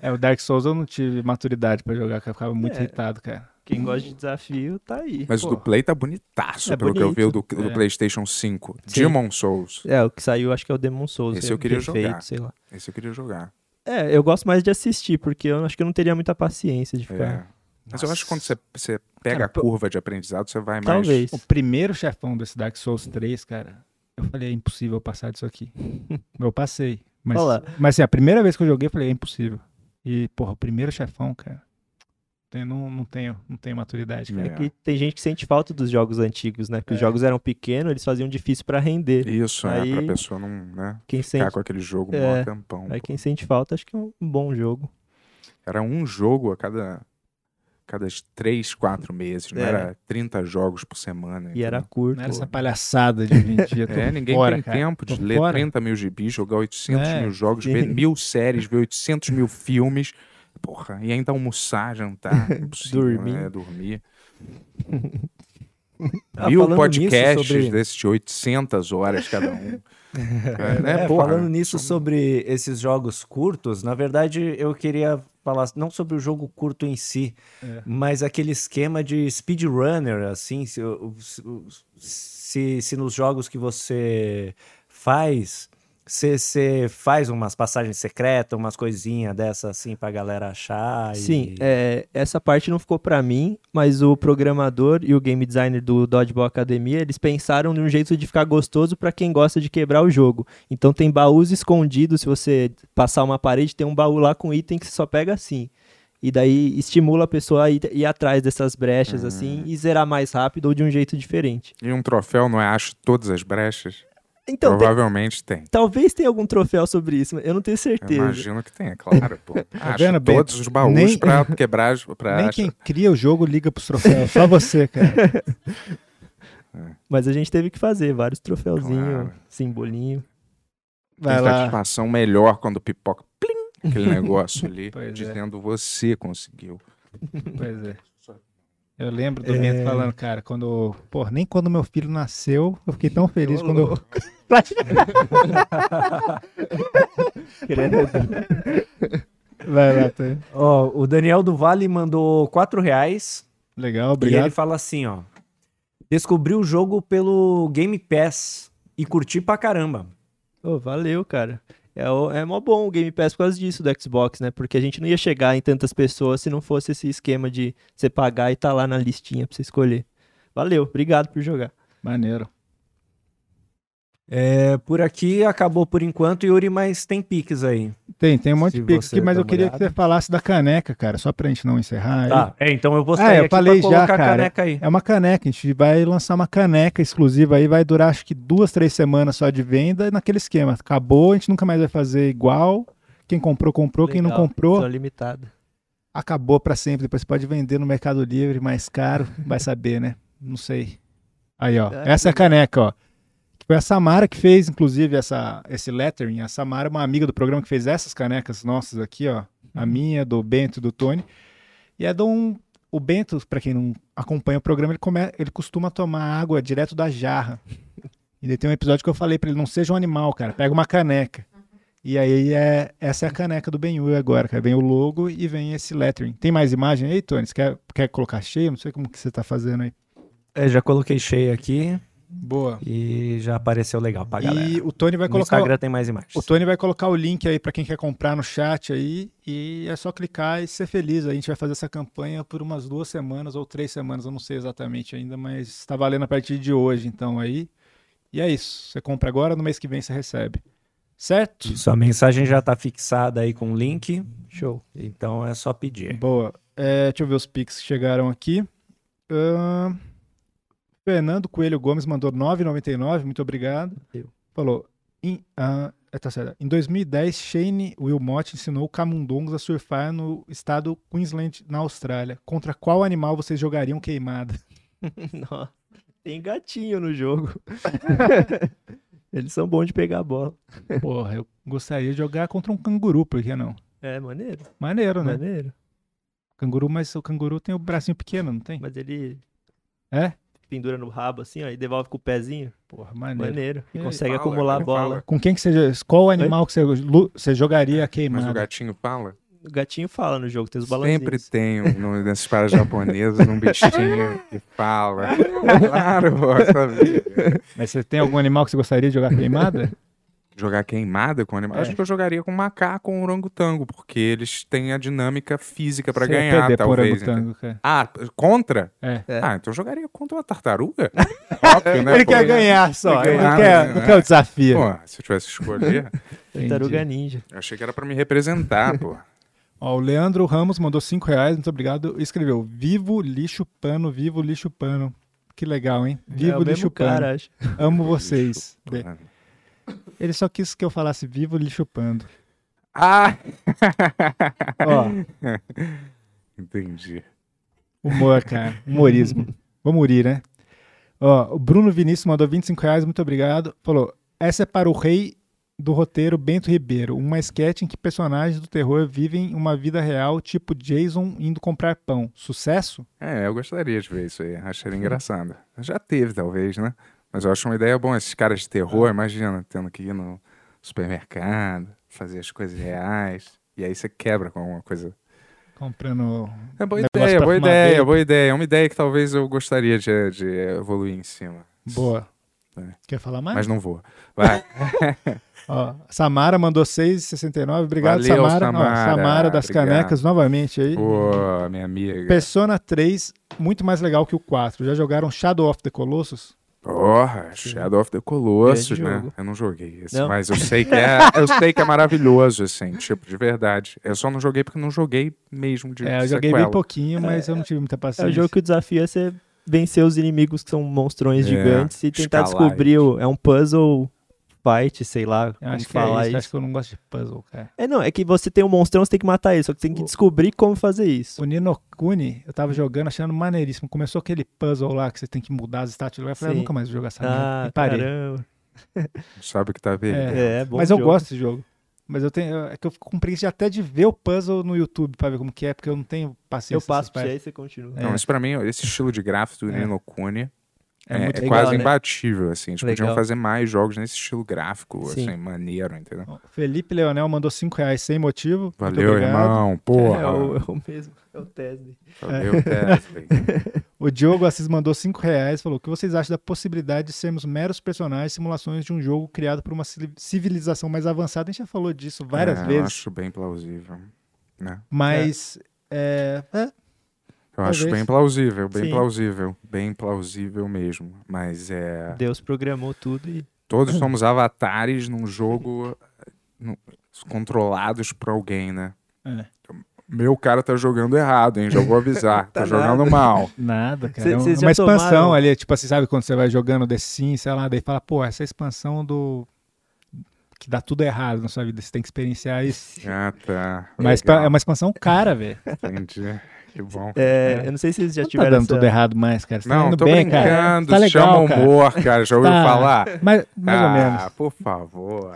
Speaker 3: É, o Dark Souls eu não tive maturidade pra jogar, cara. Eu ficava muito
Speaker 4: É.
Speaker 3: irritado, cara.
Speaker 4: Quem gosta de desafio, tá aí.
Speaker 2: Mas o do
Speaker 4: pô.
Speaker 2: Play tá bonitaço,
Speaker 4: É
Speaker 2: pelo que eu vi, o do, do
Speaker 3: É.
Speaker 2: PlayStation 5.
Speaker 4: Sim.
Speaker 2: Demon Souls.
Speaker 4: É, o que saiu acho que é o Demon Souls.
Speaker 2: Esse
Speaker 4: é
Speaker 2: eu queria
Speaker 4: perfeito,
Speaker 2: jogar.
Speaker 4: sei lá.
Speaker 2: Esse eu queria jogar.
Speaker 4: É, eu gosto mais de assistir, porque eu acho que eu não teria muita paciência de
Speaker 3: Tá.
Speaker 2: É.
Speaker 4: ficar.
Speaker 2: Mas eu acho que quando você, você
Speaker 3: Cara,
Speaker 2: pega
Speaker 3: pô-
Speaker 2: a curva de aprendizado, você vai mais. um
Speaker 4: Talvez.
Speaker 3: O primeiro chefão desse Dark Souls 3, cara, eu falei, é impossível eu passar
Speaker 2: (laughs)
Speaker 3: disso aqui. eu passei. Mas,
Speaker 4: Olha
Speaker 3: mas assim, a primeira vez que eu joguei, eu falei, é impossível. E, porra, o primeiro chefão, cara, tem- não, não, tenho, não tenho maturidade, cara.
Speaker 4: É
Speaker 2: É.
Speaker 4: que tem gente que sente falta dos jogos antigos, né? Porque os jogos eram pequenos, eles faziam difícil pra render.
Speaker 2: Isso,
Speaker 4: Aí-
Speaker 2: né? Pra pessoa não né,
Speaker 4: Quem
Speaker 2: ficar
Speaker 4: sente,
Speaker 2: com aquele jogo
Speaker 4: É.
Speaker 2: mó tempão.
Speaker 3: Um
Speaker 4: aí
Speaker 2: pô.
Speaker 4: quem sente falta, acho que é um bom jogo.
Speaker 2: Era um jogo a cada. Cada 3, 4 meses, não
Speaker 4: É.
Speaker 2: era 30 jogos por semana.
Speaker 4: E era
Speaker 2: entendeu?
Speaker 4: curto.
Speaker 3: Não era essa palhaçada de hoje em
Speaker 2: (laughs)
Speaker 3: dia. tô
Speaker 2: É, ninguém
Speaker 3: fora,
Speaker 2: tem
Speaker 3: cara.
Speaker 2: tempo de
Speaker 3: Tô
Speaker 2: ler
Speaker 3: fora.
Speaker 2: 30 mil gibis, jogar 800
Speaker 3: É,
Speaker 2: mil jogos,
Speaker 4: sim.
Speaker 2: ver mil séries, ver 800 mil filmes. Porra, e ainda almoçar, jantar, impossível,
Speaker 4: Dormir.
Speaker 2: né? Dormir.
Speaker 8: Ah,
Speaker 2: mil
Speaker 8: falando
Speaker 2: podcasts
Speaker 8: nisso sobre-
Speaker 2: desses de né? 800 horas cada um. é, né,
Speaker 8: É,
Speaker 2: porra.
Speaker 8: falando nisso sobre esses jogos curtos, na verdade eu queria falar não sobre o jogo curto em si,
Speaker 2: É.
Speaker 8: mas aquele esquema de speedrunner, assim, se, se, se nos jogos que você faz, você faz umas passagens secretas, umas coisinhas dessas assim pra galera achar. e-
Speaker 4: Sim, é, essa parte não ficou pra mim, mas o programador e o game designer do Dodgeball Academia, eles pensaram num jeito de ficar gostoso pra quem gosta de quebrar o jogo. Então tem baús escondidos, se você passar uma parede, tem um baú lá com item que você só pega assim. E daí estimula a pessoa a ir, ir atrás dessas brechas
Speaker 3: Uhum.
Speaker 4: assim e zerar mais rápido ou de um jeito diferente.
Speaker 2: E um troféu não é acho todas as brechas?
Speaker 4: Então, tem-
Speaker 2: Provavelmente tem.
Speaker 4: talvez tenha algum troféu sobre isso, mas eu não tenho
Speaker 2: Eu
Speaker 4: certeza.
Speaker 2: imagino que tem, é claro.
Speaker 3: (laughs)
Speaker 2: Pô. Acho
Speaker 3: Tá vendo, Bento?
Speaker 2: todos os baús
Speaker 3: Nem- (laughs)
Speaker 2: pra quebrar. as- Pra
Speaker 3: Nem
Speaker 2: achar-
Speaker 3: quem cria o jogo liga pros troféus, só você, cara.
Speaker 2: (laughs)
Speaker 4: Mas a gente teve que fazer vários troféuzinhos,
Speaker 2: Claro.
Speaker 4: simbolinho.
Speaker 3: Vai
Speaker 2: tem
Speaker 3: lá.
Speaker 2: satisfação melhor quando pipoca plim,
Speaker 3: (laughs)
Speaker 2: aquele negócio ali,
Speaker 3: Pois é.
Speaker 2: dizendo você conseguiu.
Speaker 3: Pois é. Eu lembro do
Speaker 2: É.
Speaker 3: Bento falando, cara, quando. Pô, nem quando meu filho nasceu, eu
Speaker 2: (laughs)
Speaker 3: fiquei tão feliz quando eu. (laughs) Vai lá, tá.
Speaker 8: Ó, o Daniel do Vale mandou 4 reais.
Speaker 3: Legal,
Speaker 8: E
Speaker 3: obrigado.
Speaker 8: ele fala assim, ó. Descobri o jogo pelo Game Pass e curti pra caramba.
Speaker 4: Ô, valeu, cara. É, o- é mó bom o Game Pass por causa disso do Xbox, né? Porque a gente não ia chegar em tantas pessoas se não fosse esse esquema de você pagar e tá lá na listinha pra você escolher. Valeu, obrigado por jogar.
Speaker 3: Maneiro.
Speaker 8: É, por aqui acabou por enquanto, Yuri, mas tem piques aí.
Speaker 3: Tem, tem um monte
Speaker 8: Se
Speaker 3: de pix
Speaker 8: você tá
Speaker 3: aqui, mas
Speaker 8: dá
Speaker 3: eu
Speaker 8: uma
Speaker 3: queria que
Speaker 8: olhada.
Speaker 3: você falasse da caneca, cara, só pra gente não encerrar. aí.
Speaker 8: Tá, é, então eu vou
Speaker 3: Ah,
Speaker 8: sair
Speaker 3: eu
Speaker 8: aqui
Speaker 3: falei
Speaker 8: pra
Speaker 3: já,
Speaker 8: colocar a
Speaker 3: cara.
Speaker 8: caneca aí.
Speaker 3: É uma caneca, a gente vai lançar uma caneca exclusiva aí, vai durar acho que duas, três semanas só de venda, naquele esquema. Acabou, a gente nunca mais vai fazer igual. Quem comprou, comprou. Quem não
Speaker 4: Legal,
Speaker 3: comprou,
Speaker 4: edição (laughs) limitada.
Speaker 3: acabou pra sempre. Depois você pode vender no Mercado Livre mais caro, vai saber, né? Não sei. Aí, ó.
Speaker 4: Ah,
Speaker 3: Essa é a caneca, ó. Que Foi a Samara que fez, inclusive, essa, esse lettering. A Samara é uma amiga do programa que fez essas canecas nossas aqui, ó. A minha, do Bento e do Tony. E é de um. O Bento, pra quem não acompanha o programa, ele, come... ele costuma tomar água direto da jarra. E daí tem um episódio que eu falei pra ele: não seja um animal, cara, pega uma caneca. E aí é essa é a caneca do Benhu agora, cara. Vem o logo e vem esse lettering. Tem mais imagem aí, Tony? Você quer, quer colocar cheio? Não sei como que você tá fazendo aí.
Speaker 8: É, já coloquei cheio aqui
Speaker 3: Boa.
Speaker 8: e já apareceu legal pra galera.
Speaker 3: E o Tony vai
Speaker 8: No
Speaker 3: colocar
Speaker 8: Instagram tem mais imagens.
Speaker 3: o Tony vai colocar o link aí pra quem quer comprar no chat aí e é só clicar e ser feliz. A gente vai fazer essa campanha por umas duas semanas ou três semanas, eu não sei exatamente ainda, mas está valendo a partir de hoje, então aí. E é isso. Você compra agora, no mês que vem você recebe. Certo?
Speaker 8: Sua mensagem já tá fixada aí com o link. Show. Então é só pedir.
Speaker 3: Boa. É, deixa eu ver os pics que chegaram aqui. Ahn, Fernando Coelho Gomes mandou 9,99, muito obrigado.
Speaker 4: Valeu.
Speaker 3: Falou, em, ah, é, tá certo. em 2010, Shane Wilmot ensinou camundongos a surfar no estado Queensland, na Austrália. Contra qual animal vocês jogariam queimada?
Speaker 4: Nossa, tem gatinho no jogo. Eles são bons de pegar a bola.
Speaker 3: (laughs) Porra, eu gostaria de jogar contra um canguru, por que não?
Speaker 4: É, maneiro,
Speaker 3: Maneiro, né?
Speaker 4: maneiro.
Speaker 3: Canguru, mas o canguru tem o bracinho pequeno, não tem?
Speaker 4: Mas ele
Speaker 3: É?
Speaker 4: pendura no rabo assim, ó, e devolve com o pezinho.
Speaker 3: Porra, maneiro.
Speaker 4: Maneiro. E
Speaker 3: É,
Speaker 4: consegue
Speaker 2: fala,
Speaker 4: acumular a
Speaker 2: ele
Speaker 4: bola.
Speaker 2: fala.
Speaker 3: Com quem que você... Qual animal que você, lu- você jogaria
Speaker 2: Mas
Speaker 3: queimada?
Speaker 2: o gatinho fala?
Speaker 4: O gatinho fala no jogo, tem os balancinhos.
Speaker 2: Sempre tem um, no- nessas paradas japonesas um
Speaker 3: (laughs)
Speaker 2: bichinho que fala. Claro, eu sabia.
Speaker 3: Mas você tem algum animal que você gostaria de jogar queimada?
Speaker 2: Jogar queimada com animal.
Speaker 3: É.
Speaker 2: Acho que eu jogoria com macaco ou um orangotango, porque eles têm a dinâmica física (laughs) pra
Speaker 3: Você ia
Speaker 2: ganhar,
Speaker 3: perder pro
Speaker 2: talvez. entendeu?
Speaker 3: orangotango, cara.
Speaker 2: Ah, contra?
Speaker 3: É.
Speaker 4: É.
Speaker 2: Ah, então eu jogaria contra uma
Speaker 3: (laughs)
Speaker 2: tartaruga? Óbvio, né?
Speaker 3: Ele quer
Speaker 2: Porque-
Speaker 3: ganhar só,
Speaker 2: Ele
Speaker 3: ele não
Speaker 2: ganhar, né?
Speaker 3: quer, não quer o desafio.
Speaker 2: Pô, se eu tivesse que escolher,
Speaker 4: Tartaruga ninja.
Speaker 2: eu achei que era pra me representar, pô.
Speaker 3: Ó, o Leandro Ramos mandou 5 reais, muito obrigado. e Escreveu, vivo lixo pano, vivo lixo pano. Que legal, hein?
Speaker 4: é
Speaker 3: Vivo
Speaker 4: o
Speaker 3: lixo
Speaker 4: mesmo
Speaker 3: pano.
Speaker 4: cara, acho.
Speaker 3: Amo
Speaker 2: Lixo,
Speaker 3: vocês. De-
Speaker 2: pano.
Speaker 3: Ele só quis que eu falasse vivo lixo
Speaker 2: (laughs)
Speaker 3: pando.
Speaker 2: Ah! (laughs)
Speaker 3: Ó,
Speaker 2: Entendi.
Speaker 3: humor, (laughs) cara. Humorismo. Vamos rir, né? Ó, o Bruno Vinícius mandou 25 reais, muito obrigado. Falou, essa é para o rei do roteiro Bento Ribeiro, uma sketch em que personagens do terror vivem uma vida real, tipo Jason indo comprar pão. Sucesso?
Speaker 2: É, eu gostaria de ver isso aí. Acharia engraçado. Já teve, talvez, né? Mas eu acho uma ideia boa. Esses caras de terror,
Speaker 3: É.
Speaker 2: imagina, tendo que ir no supermercado, fazer as coisas reais. E aí você quebra com alguma coisa.
Speaker 3: Comprando...
Speaker 2: É boa
Speaker 3: Um Negócio
Speaker 2: ideia,
Speaker 3: pra
Speaker 2: boa
Speaker 3: fumar
Speaker 2: ideia,
Speaker 3: vape.
Speaker 2: boa ideia. É uma ideia que talvez eu gostaria de, de evoluir em cima.
Speaker 3: Boa.
Speaker 2: É.
Speaker 3: Quer falar mais?
Speaker 2: Mas não vou.
Speaker 3: (laughs)
Speaker 2: Vai.
Speaker 3: Ó, Samara mandou 6,69. Obrigado,
Speaker 2: Valeu,
Speaker 3: Samara. Ó,
Speaker 2: Samara.
Speaker 3: Samara das
Speaker 2: Obrigado.
Speaker 3: Canecas, novamente aí.
Speaker 2: Pô, minha amiga.
Speaker 3: Persona 3, muito mais legal que o 4. Já jogaram Shadow of the Colossus?
Speaker 2: Porra, Shadow of the Colossus,
Speaker 4: Grande
Speaker 2: né?
Speaker 4: jogo.
Speaker 2: Eu não joguei esse,
Speaker 4: Não?
Speaker 2: mas
Speaker 3: (laughs)
Speaker 2: eu sei que é, eu sei que é maravilhoso, assim, tipo, de verdade. Eu só não joguei porque não joguei mesmo de
Speaker 3: É, eu joguei
Speaker 2: sequela.
Speaker 3: bem pouquinho, mas eu não tive muita
Speaker 4: É o
Speaker 3: paciência.
Speaker 4: jogo que o desafio é você vencer os inimigos que são monstrões
Speaker 2: É,
Speaker 4: gigantes e tentar
Speaker 2: escalar
Speaker 4: descobrir. o- É um puzzle fight, sei lá
Speaker 3: Eu
Speaker 4: como
Speaker 3: acho que é
Speaker 4: falar
Speaker 3: isso. eu
Speaker 4: isso.
Speaker 3: Acho que eu não gosto de puzzle, cara.
Speaker 4: É, não, é que você tem um monstrão, você tem que matar ele, só que você tem que
Speaker 3: O-
Speaker 4: descobrir como fazer isso.
Speaker 3: O Ninokuni, eu
Speaker 2: Hum.
Speaker 3: tava jogando, achando maneiríssimo. Começou aquele puzzle lá que você tem que mudar as estátuas. Eu falei, eu
Speaker 4: Sim.
Speaker 3: nunca mais vou jogar essa merda.
Speaker 4: Ah,
Speaker 3: E parei.
Speaker 4: caramba.
Speaker 2: Sabe o que tá vendo?
Speaker 3: É.
Speaker 4: É, é bom.
Speaker 3: Mas eu
Speaker 4: jogo.
Speaker 3: gosto desse jogo. Mas eu tenho. É que eu fico com preguiça de até de ver o puzzle no YouTube pra ver como que é, porque eu não tenho paciência. É
Speaker 4: Eu passo pra
Speaker 3: pra
Speaker 4: você aí você continua.
Speaker 3: É.
Speaker 2: Não, mas pra mim, esse estilo de gráfico do
Speaker 3: É.
Speaker 2: Nino Kuni É,
Speaker 4: muito
Speaker 2: é
Speaker 4: legal,
Speaker 2: quase
Speaker 4: né?
Speaker 2: imbatível, assim. Eles podiam
Speaker 4: Legal.
Speaker 2: fazer mais jogos nesse estilo gráfico,
Speaker 4: Sim.
Speaker 2: assim, maneiro, entendeu?
Speaker 3: Ó, Felipe Leonel mandou 5 reais sem motivo. Muito
Speaker 2: Valeu,
Speaker 3: obrigado.
Speaker 2: irmão. Porra.
Speaker 4: É o, é o mesmo, é o Tesla.
Speaker 3: (laughs)
Speaker 2: Valeu, Tesla.
Speaker 3: O Diogo Assis mandou 5 reais falou: o que vocês acham da possibilidade de sermos meros personagens, simulações de um jogo criado por uma civili- civilização mais avançada? A gente já falou disso várias
Speaker 2: É, Eu
Speaker 3: vezes,
Speaker 2: acho bem plausível. Né?
Speaker 3: mas. É. é,
Speaker 2: Eu acho
Speaker 3: Talvez.
Speaker 2: bem plausível, bem
Speaker 3: Sim.
Speaker 2: plausível. Bem plausível mesmo. Mas é.
Speaker 4: Deus programou tudo e
Speaker 2: Todos
Speaker 3: Ah.
Speaker 2: somos avatares num jogo eh, num- controlados por alguém, né?
Speaker 3: É.
Speaker 2: Meu cara tá jogando errado, hein? Já vou
Speaker 3: (laughs)
Speaker 2: avisar. tá,
Speaker 4: Tá
Speaker 2: jogando mal.
Speaker 3: Nada, cara.
Speaker 4: Cê-
Speaker 3: é um-
Speaker 4: cês
Speaker 3: é uma
Speaker 4: já
Speaker 3: expansão
Speaker 4: tomaram-
Speaker 3: ali, tipo assim, sabe quando você vai jogando The Sims, sei lá, daí fala, pô, essa expansão do. que dá tudo errado na sua vida, você tem que experienciar isso.
Speaker 2: (laughs) Ah, tá.
Speaker 3: Mas tá- pra- é
Speaker 2: Legal,
Speaker 3: uma expansão cara, velho.
Speaker 2: Entendi. Que bom.
Speaker 4: É, Eu não sei se eles já
Speaker 3: Não tá
Speaker 4: tiveram
Speaker 3: dando
Speaker 4: essa-
Speaker 3: tudo errado mais, cara. Você tá
Speaker 2: Não,
Speaker 3: indo
Speaker 2: tô
Speaker 3: bem, cara.
Speaker 2: brincando.
Speaker 3: Tá legal,
Speaker 2: Chama
Speaker 3: cara.
Speaker 2: humor, cara. Já ouviu
Speaker 3: Tá.
Speaker 2: falar?
Speaker 3: Mais, (laughs) mais
Speaker 2: ah,
Speaker 3: ou menos.
Speaker 2: por favor.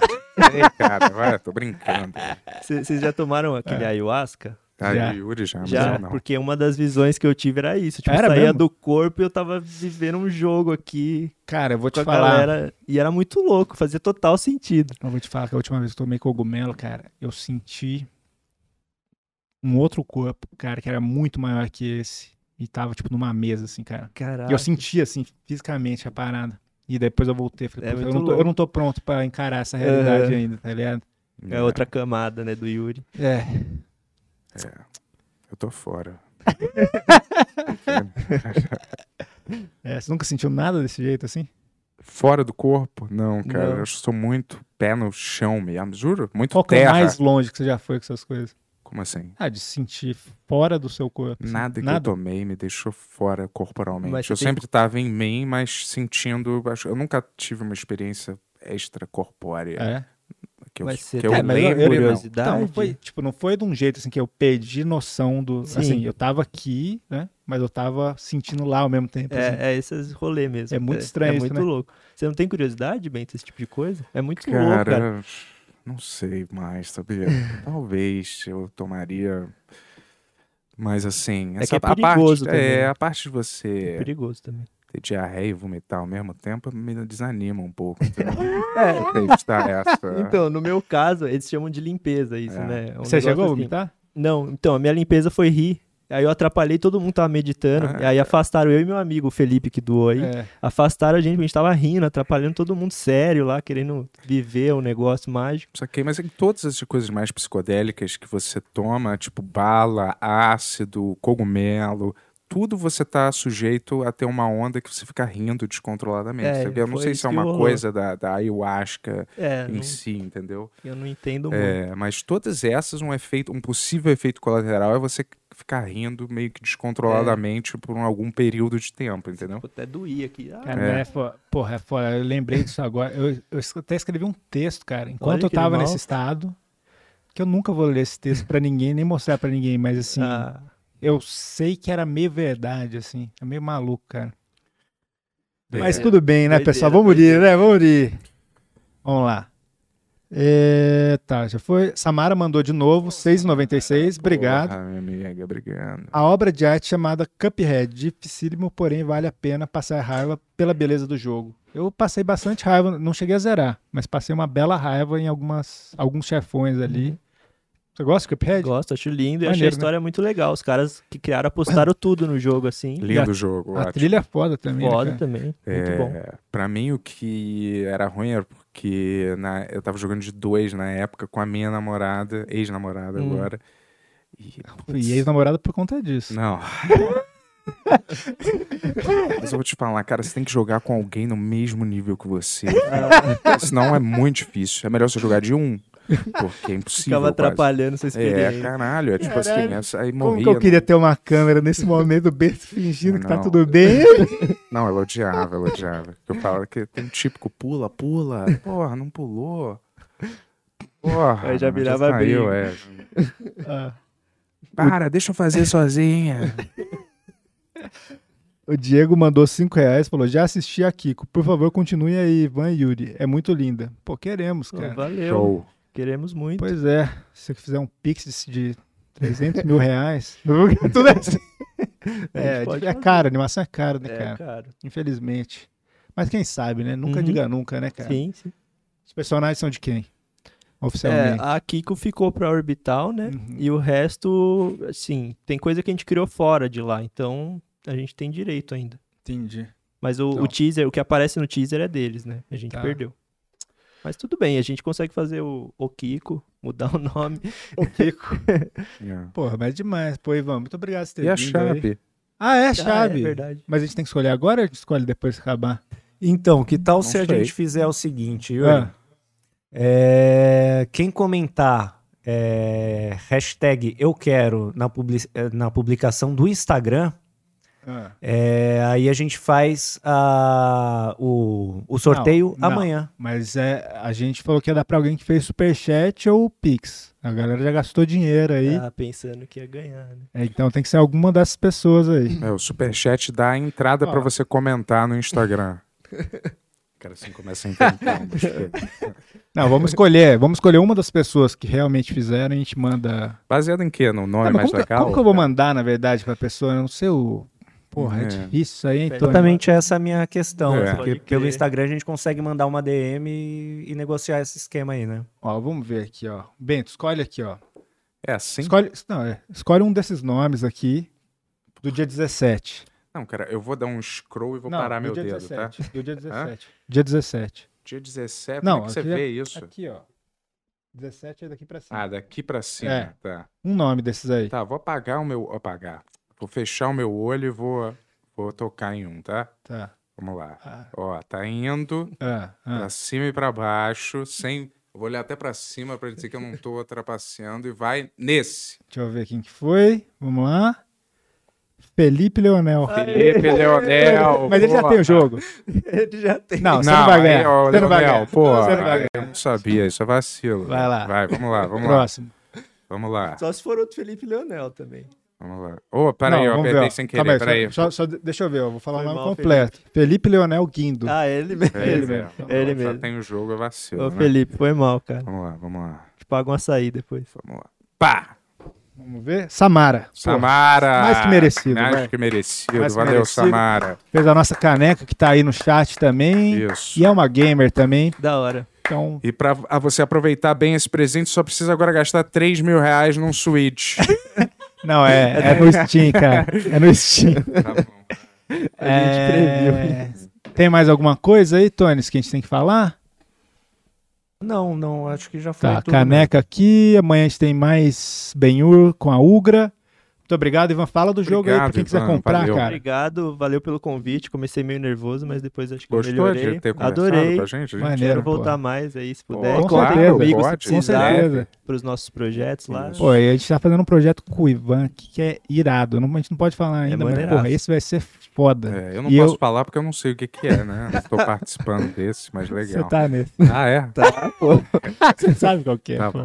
Speaker 2: Ei, cara, vai, tô brincando.
Speaker 4: Cê- Vocês já
Speaker 3: É.
Speaker 4: tomaram aquele ayahuasca?
Speaker 2: Tá,
Speaker 3: Já.
Speaker 2: e o Yuri já, mas
Speaker 4: Já,
Speaker 2: eu não.
Speaker 4: porque uma das visões que eu tive era isso. Tipo,
Speaker 3: Era
Speaker 4: eu saía
Speaker 3: mesmo?
Speaker 4: do corpo e eu tava vivendo um jogo aqui
Speaker 3: Cara, eu vou
Speaker 4: com
Speaker 3: te
Speaker 4: a
Speaker 3: falar.
Speaker 4: galera. E era muito louco, fazia total sentido.
Speaker 3: Eu vou te falar que a última vez que eu tomei cogumelo, cara, eu senti um outro corpo, cara, que era muito maior que esse. E tava, tipo, numa mesa, assim, cara.
Speaker 4: Caralho.
Speaker 3: E eu senti, assim, fisicamente a parada. E depois eu voltei. Falei,
Speaker 4: É
Speaker 3: "Pô, eu,
Speaker 4: muito
Speaker 3: não tô, eu
Speaker 4: louco.
Speaker 3: não tô pronto pra encarar essa realidade
Speaker 4: Aham.
Speaker 3: ainda, tá ligado?
Speaker 4: É outra camada, né, do Yuri.
Speaker 3: É.
Speaker 2: É. Eu tô fora.
Speaker 3: é. Você nunca sentiu nada desse jeito, assim?
Speaker 2: Fora do corpo? Não, cara.
Speaker 4: Não.
Speaker 2: Eu sou muito pé no chão mesmo, juro. Muito
Speaker 3: Qual que é o
Speaker 2: terra.
Speaker 3: mais longe que você já foi com essas coisas?
Speaker 2: Como assim?
Speaker 3: Ah, de sentir fora do seu corpo. assim.
Speaker 2: Nada que eu tomei me deixou fora corporalmente.
Speaker 4: Mas você
Speaker 2: eu
Speaker 4: tem-
Speaker 2: sempre tava em mim, mas sentindo. acho- Eu nunca tive uma experiência extracorpórea.
Speaker 3: É.
Speaker 2: Que eu,
Speaker 4: Mas você
Speaker 2: que eu
Speaker 4: tem
Speaker 3: mas eu-
Speaker 2: lembre,
Speaker 3: eu-
Speaker 2: não.
Speaker 4: curiosidade?
Speaker 3: Então, não foi, tipo, não foi de um jeito assim que eu perdi noção do.
Speaker 4: Sim.
Speaker 3: Assim, eu tava aqui, né? Mas eu tava sentindo lá ao mesmo tempo. assim.
Speaker 4: É, é esses rolê mesmo.
Speaker 3: É muito estranho
Speaker 4: É,
Speaker 3: isso,
Speaker 4: muito
Speaker 3: né?
Speaker 4: louco. Você não tem curiosidade, Bento, esse tipo de coisa? É muito louco, cara.
Speaker 2: Cara, não sei mais,
Speaker 4: (laughs)
Speaker 2: sabia? Talvez eu tomaria. Mas assim,
Speaker 4: É
Speaker 2: essa,
Speaker 4: que é
Speaker 2: a parte,
Speaker 4: perigoso também,
Speaker 2: é,
Speaker 4: né?
Speaker 2: a parte de você
Speaker 4: É perigoso também.
Speaker 2: ter diarreia e vomitar ao mesmo tempo me desanima um
Speaker 4: (laughs)
Speaker 2: pouco. entendeu? é, tem que estar essa.
Speaker 4: Ah! Então, no meu caso, eles chamam de limpeza isso,
Speaker 2: É.
Speaker 4: né? É um
Speaker 3: É. Você
Speaker 4: negócio
Speaker 3: chegou a
Speaker 4: assim.
Speaker 3: vomitar?
Speaker 4: Não, então, a minha limpeza foi rir. Aí eu atrapalhei, todo mundo tava meditando.
Speaker 2: Ah.
Speaker 4: E aí afastaram eu e meu amigo, o Felipe, que doou aí.
Speaker 3: É.
Speaker 4: Afastaram a gente, porque a gente tava rindo, atrapalhando todo mundo sério lá, querendo viver um negócio mágico.
Speaker 2: Saquei, mas é que todas essas coisas mais psicodélicas que você toma, tipo bala, ácido, cogumelo, tudo você tá sujeito a ter uma onda que você fica rindo descontroladamente.
Speaker 4: É,
Speaker 2: sabe? Eu não
Speaker 4: foi
Speaker 2: sei se é
Speaker 4: isso que
Speaker 2: uma
Speaker 4: rolou.
Speaker 2: coisa da, da ayahuasca
Speaker 4: É,
Speaker 2: em
Speaker 4: não-
Speaker 2: si, entendeu?
Speaker 4: eu não entendo muito.
Speaker 2: É, mas todas essas, um efeito, um possível efeito colateral é você ficar rindo meio
Speaker 4: É.
Speaker 2: que descontroladamente por um- algum período de tempo, entendeu?
Speaker 4: Vou tipo, até doía aqui. Ah,
Speaker 3: Cara,
Speaker 2: É.
Speaker 3: mas é fo- porra, é foda. Eu lembrei disso agora. Eu, eu es- até escrevi um texto, cara, enquanto
Speaker 4: Olha
Speaker 3: eu
Speaker 4: que
Speaker 3: tava
Speaker 4: animal.
Speaker 3: nesse estado. Que eu nunca vou ler esse texto pra ninguém, nem mostrar pra ninguém, mas assim,
Speaker 4: (laughs) ah,
Speaker 3: eu sei que era meio verdade, assim. É meio maluco, cara.
Speaker 2: é Doideira.
Speaker 3: Mas tudo bem, né,
Speaker 4: Doideira,
Speaker 3: pessoal? Vamos rir, né? Vamos rir. Vamos lá. É, tá, já foi. Samara mandou de novo, 6,96. Obrigado.
Speaker 2: Porra, minha amiga, obrigado.
Speaker 3: A obra de arte chamada Cuphead, dificílimo, porém vale a pena passar raiva pela beleza do jogo. Eu passei bastante raiva, não cheguei a zerar, mas passei uma bela raiva em algumas, alguns chefões ali. Você gosta de Cuphead?
Speaker 4: gosto, acho lindo. E achei a
Speaker 3: Maneiro, né?
Speaker 4: história muito legal. Os caras que criaram apostaram (laughs) tudo no jogo, assim.
Speaker 2: Lindo jogo,
Speaker 3: A
Speaker 2: ótimo.
Speaker 3: trilha é foda também. né,
Speaker 4: Foda
Speaker 3: cara?
Speaker 4: também. Muito
Speaker 2: É,
Speaker 4: bom.
Speaker 2: Pra mim, o que era ruim era porque na- eu tava jogando de dois na época com a minha namorada, ex-namorada
Speaker 4: Hum.
Speaker 2: agora. E,
Speaker 3: E ex-namorada por conta disso. (laughs)
Speaker 2: Não. Mas eu vou te falar, cara, você tem que jogar com alguém no mesmo nível que você.
Speaker 4: Ah,
Speaker 2: Senão é muito difícil. É melhor você jogar de um, porque é impossível.
Speaker 4: Ficava
Speaker 2: quase.
Speaker 4: atrapalhando sua
Speaker 2: É,
Speaker 4: experiência.
Speaker 2: caralho. É tipo assim,
Speaker 3: Caralho.
Speaker 2: essa aí
Speaker 3: Como
Speaker 2: morria.
Speaker 3: que eu queria ter uma câmera nesse momento, (laughs) o Bento fingindo que tá
Speaker 2: Não.
Speaker 3: tudo bem?
Speaker 2: Não, ela odiava, ela odiava. Eu falava que tem um típico pula, pula. Porra, não pulou. Porra.
Speaker 4: Aí já virava
Speaker 2: saiu, é.
Speaker 3: Ah,
Speaker 2: Para, deixa eu fazer sozinha.
Speaker 3: o Diego mandou 5 reais, falou, já assisti a Kiko, por favor continue aí, Ivan e Yuri, é muito linda. Pô, queremos,
Speaker 4: Pô,
Speaker 3: cara.
Speaker 4: valeu.
Speaker 2: Show.
Speaker 4: Queremos muito.
Speaker 3: Pois
Speaker 4: (laughs)
Speaker 3: é, se você fizer um pix de, de 300 mil reais, tudo é assim. É,
Speaker 4: gente pode
Speaker 3: é
Speaker 4: fazer.
Speaker 3: caro, animação é caro, né,
Speaker 4: É,
Speaker 3: cara?
Speaker 4: cara.
Speaker 3: Infelizmente. Mas quem sabe, né? Nunca
Speaker 4: Uhum.
Speaker 3: diga nunca, né, cara?
Speaker 4: Sim, sim.
Speaker 3: Os personagens são de quem?
Speaker 4: É,
Speaker 3: Oficialmente.
Speaker 4: a Kiko ficou pra Orbital, né?
Speaker 3: Uhum.
Speaker 4: E o resto, assim, tem coisa que a gente criou fora de lá, então a gente tem direito ainda.
Speaker 3: Entendi.
Speaker 4: Mas o, o
Speaker 3: Então.
Speaker 4: teaser, o que aparece no teaser é deles, né? A gente
Speaker 3: Tá.
Speaker 4: perdeu. Mas tudo bem, a gente consegue fazer o, o Kiko, mudar (laughs) o nome. (laughs)
Speaker 2: Yeah.
Speaker 3: Porra, mas é demais. Pô, Ivan, muito obrigado por ter
Speaker 2: E a
Speaker 3: vindo aí.
Speaker 2: chave?
Speaker 3: Ah, é a
Speaker 4: Ah, é
Speaker 3: chave.
Speaker 4: verdade.
Speaker 3: mas a gente tem que escolher agora ou a gente escolhe depois que acabar?
Speaker 8: Então, que tal
Speaker 2: Não
Speaker 8: se a
Speaker 2: sei.
Speaker 8: gente fizer o seguinte, Yuri?
Speaker 3: Ah,
Speaker 8: É, quem comentar é, hashtag eu quero na, publi- eh, na publicação do Instagram,
Speaker 3: ah.
Speaker 8: é, aí a gente faz a- o, o sorteio
Speaker 3: Não, não.
Speaker 8: amanhã.
Speaker 3: Mas é, a gente falou que ia dar pra alguém que fez superchat ou Pix. A galera já gastou dinheiro aí.
Speaker 4: Tá pensando que ia ganhar,
Speaker 3: (laughs)
Speaker 4: né?
Speaker 3: É, então tem que ser alguma dessas pessoas aí.
Speaker 2: É, o superchat dá a entrada
Speaker 3: Ó.
Speaker 2: pra você comentar no Instagram. O cara assim começa a inventar. umas coisas.
Speaker 3: Não, vamos escolher. Vamos escolher uma das pessoas que realmente fizeram e a gente manda.
Speaker 2: Baseado em quê? No nome
Speaker 3: Ah, mas
Speaker 2: mais
Speaker 3: como, que,
Speaker 2: legal?
Speaker 3: como que eu vou mandar, na verdade, pra pessoa? Eu não sei o. Porra, é,
Speaker 2: né? É.
Speaker 3: difícil isso aí, hein,
Speaker 4: Pede
Speaker 3: Tony?
Speaker 8: Exatamente essa é a minha questão.
Speaker 2: É.
Speaker 8: Porque
Speaker 4: Pode crer.
Speaker 8: pelo Instagram a gente consegue mandar uma DM e, e negociar esse esquema aí, né?
Speaker 3: Ó, vamos ver aqui, ó. Bento, escolhe aqui, ó.
Speaker 2: É assim?
Speaker 3: Escolhe, não, é, escolhe um desses nomes aqui do dia 17.
Speaker 2: Não, cara, eu vou dar um scroll e vou
Speaker 3: não,
Speaker 2: parar
Speaker 3: do
Speaker 2: meu
Speaker 3: dia
Speaker 2: dedo, tá?
Speaker 3: 17, Do dia 17. dia 17.
Speaker 2: Dia 17,
Speaker 3: Não,
Speaker 2: como é que você
Speaker 3: aqui é-
Speaker 2: vê isso?
Speaker 3: Aqui, ó. 17 é daqui pra cima.
Speaker 2: Ah, daqui pra cima,
Speaker 3: É.
Speaker 2: tá.
Speaker 3: Um nome desses aí.
Speaker 2: Tá, vou apagar o meu... Apagar. Vou fechar o meu olho e vou, vou tocar em um, tá?
Speaker 3: Tá.
Speaker 2: Vamos lá.
Speaker 3: Ah,
Speaker 2: Ó, tá indo
Speaker 3: ah, ah.
Speaker 2: pra cima e pra baixo, sem... eu Vou olhar até pra cima pra dizer que eu não tô trapaceando e vai nesse.
Speaker 3: Deixa eu ver quem que foi. Vamos lá. Felipe Leonel.
Speaker 2: Felipe Leonel.
Speaker 3: Mas ele já
Speaker 2: boa.
Speaker 3: tem o jogo.
Speaker 8: Ele já tem.
Speaker 3: Não, você não,
Speaker 2: Não,
Speaker 3: vai
Speaker 2: aí,
Speaker 3: ganhar.
Speaker 2: ó,
Speaker 3: você não vai
Speaker 2: Leonel,
Speaker 3: ganhar.
Speaker 2: pô,
Speaker 3: Você não vai ganhar.
Speaker 2: eu não sabia, isso é vacilo.
Speaker 3: Vai lá.
Speaker 2: Vai, vamos lá, vamos lá.
Speaker 3: Próximo.
Speaker 2: Vamos lá,
Speaker 4: Só se for outro Felipe Leonel também.
Speaker 2: vamos lá. Ô, peraí, ó,
Speaker 3: Não, vamos ver,
Speaker 2: apertei
Speaker 3: ó.
Speaker 2: sem
Speaker 3: Calma
Speaker 2: querer, peraí.
Speaker 3: aí. Só, só- só deixa eu ver, ó. Vou falar
Speaker 4: Foi
Speaker 3: o nome
Speaker 4: mal,
Speaker 3: completo. Felipe. Leonel Guindo.
Speaker 4: Ah, ele mesmo.
Speaker 2: É ele mesmo.
Speaker 4: É ele
Speaker 2: Já
Speaker 4: mesmo.
Speaker 2: tem o jogo, é vacilo,
Speaker 4: Ô,
Speaker 2: né?
Speaker 4: Felipe, foi mal, cara.
Speaker 2: Vamos lá, vamos lá,
Speaker 4: Te paga um açaí depois.
Speaker 2: vamos lá. Pá!
Speaker 3: Vamos ver. Samara. Pô,
Speaker 2: Samara!
Speaker 3: mais que merecido,
Speaker 2: Mais
Speaker 3: vai.
Speaker 2: que merecido,
Speaker 3: Mais que
Speaker 2: valeu,
Speaker 3: merecido.
Speaker 2: Samara.
Speaker 3: Fez a nossa caneca que tá aí no chat também.
Speaker 2: Isso.
Speaker 3: E é uma gamer também.
Speaker 4: Da hora.
Speaker 3: Então,
Speaker 2: E pra a você aproveitar bem esse presente, só precisa agora gastar 3 mil reais num
Speaker 3: (laughs)
Speaker 2: Switch.
Speaker 3: não, é, é no Steam, cara. É no Steam.
Speaker 2: tá bom.
Speaker 4: A gente
Speaker 3: É, Tem mais alguma coisa aí, Tones, que a gente tem que falar?
Speaker 8: Não, não, acho que já foi
Speaker 3: Tá,
Speaker 8: tudo. né?
Speaker 2: né?
Speaker 3: caneca aqui. Amanhã a gente tem mais Benhur com a Ugra. Muito obrigado, Ivan. Fala do jogo aí pra
Speaker 2: Obrigado,
Speaker 3: quem quiser
Speaker 2: Ivan,
Speaker 3: comprar,
Speaker 2: valeu.
Speaker 3: cara.
Speaker 4: Obrigado, valeu pelo convite. Comecei meio nervoso, mas depois acho que eu
Speaker 2: Gostou
Speaker 4: melhorei.
Speaker 2: de ter conversado
Speaker 4: Adorei.
Speaker 2: com a gente? A gente
Speaker 3: Maneiro.
Speaker 4: Quero
Speaker 3: pô.
Speaker 4: voltar mais aí, se puder.
Speaker 2: Pô,
Speaker 4: Conta
Speaker 2: claro,
Speaker 4: comigo
Speaker 2: pode.
Speaker 4: se
Speaker 2: Com
Speaker 4: precisar
Speaker 2: certeza.
Speaker 4: para os nossos projetos lá.
Speaker 3: Pô, e a gente tá fazendo um projeto com o Ivan aqui que é irado. Não- a gente não pode falar ainda, mas
Speaker 4: maneiraço.
Speaker 3: porra, esse vai ser foda.
Speaker 2: É, eu não
Speaker 3: E
Speaker 2: posso
Speaker 3: eu-
Speaker 2: falar porque eu não sei o que, que é, né? Não estou participando desse, mas
Speaker 3: (laughs) Você
Speaker 2: legal.
Speaker 3: tá nesse.
Speaker 2: Ah, é?
Speaker 4: Tá,
Speaker 3: Você sabe qual que é.
Speaker 2: Tá bom.
Speaker 3: pô.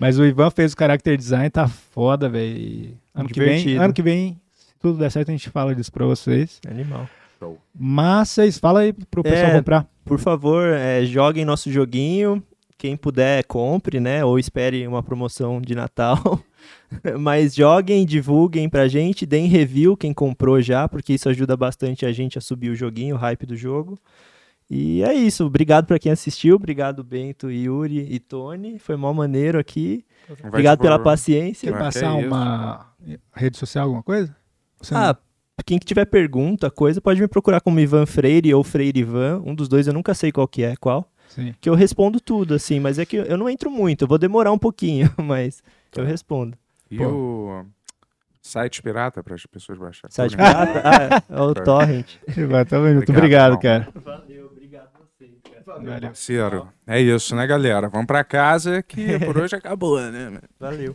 Speaker 3: Mas o Ivan fez o character design, tá foda, velho. E Ano que vem,
Speaker 4: Divertido.
Speaker 3: ano que vem, se tudo der certo, a gente fala disso pra vocês.
Speaker 4: Animal.
Speaker 3: Mas vocês fala aí pro pessoal
Speaker 4: É.
Speaker 3: comprar.
Speaker 4: Por favor, é, joguem nosso joguinho. Quem puder, compre, né? Ou espere uma promoção de Natal. (laughs) Mas joguem, divulguem pra gente, deem review quem comprou já, porque isso ajuda bastante a gente a subir o joguinho, o hype do jogo. E é isso. Obrigado pra quem assistiu. Obrigado, Bento, Yuri e Tony. Foi mó maneiro aqui.
Speaker 2: Vai
Speaker 4: Obrigado
Speaker 2: por-
Speaker 4: pela paciência.
Speaker 3: Quer
Speaker 2: Mas
Speaker 3: passar
Speaker 2: que isso,
Speaker 3: uma rede social, alguma coisa? Você
Speaker 4: Ah, quem que tiver pergunta, coisa, pode me procurar como Ivan Freire ou Freire Ivan. Um dos dois eu nunca sei qual que é, qual.
Speaker 3: Sim.
Speaker 4: Que eu respondo tudo, assim, mas é que eu não entro muito, eu vou demorar um pouquinho, (laughs) mas eu respondo.
Speaker 2: E
Speaker 3: Pô.
Speaker 2: o site pirata para as pessoas baixarem.
Speaker 4: Site pirata? Ah, (laughs) é o Torrent.
Speaker 3: não... Vai, tamo junto.
Speaker 2: Obrigado,
Speaker 3: Obrigado, cara.
Speaker 4: Valeu, obrigado a vocês, cara.
Speaker 3: Valeu.
Speaker 2: Parceiro. É isso, né, galera? Vamos para casa
Speaker 3: (laughs)
Speaker 2: que por hoje acabou, né?
Speaker 4: Valeu.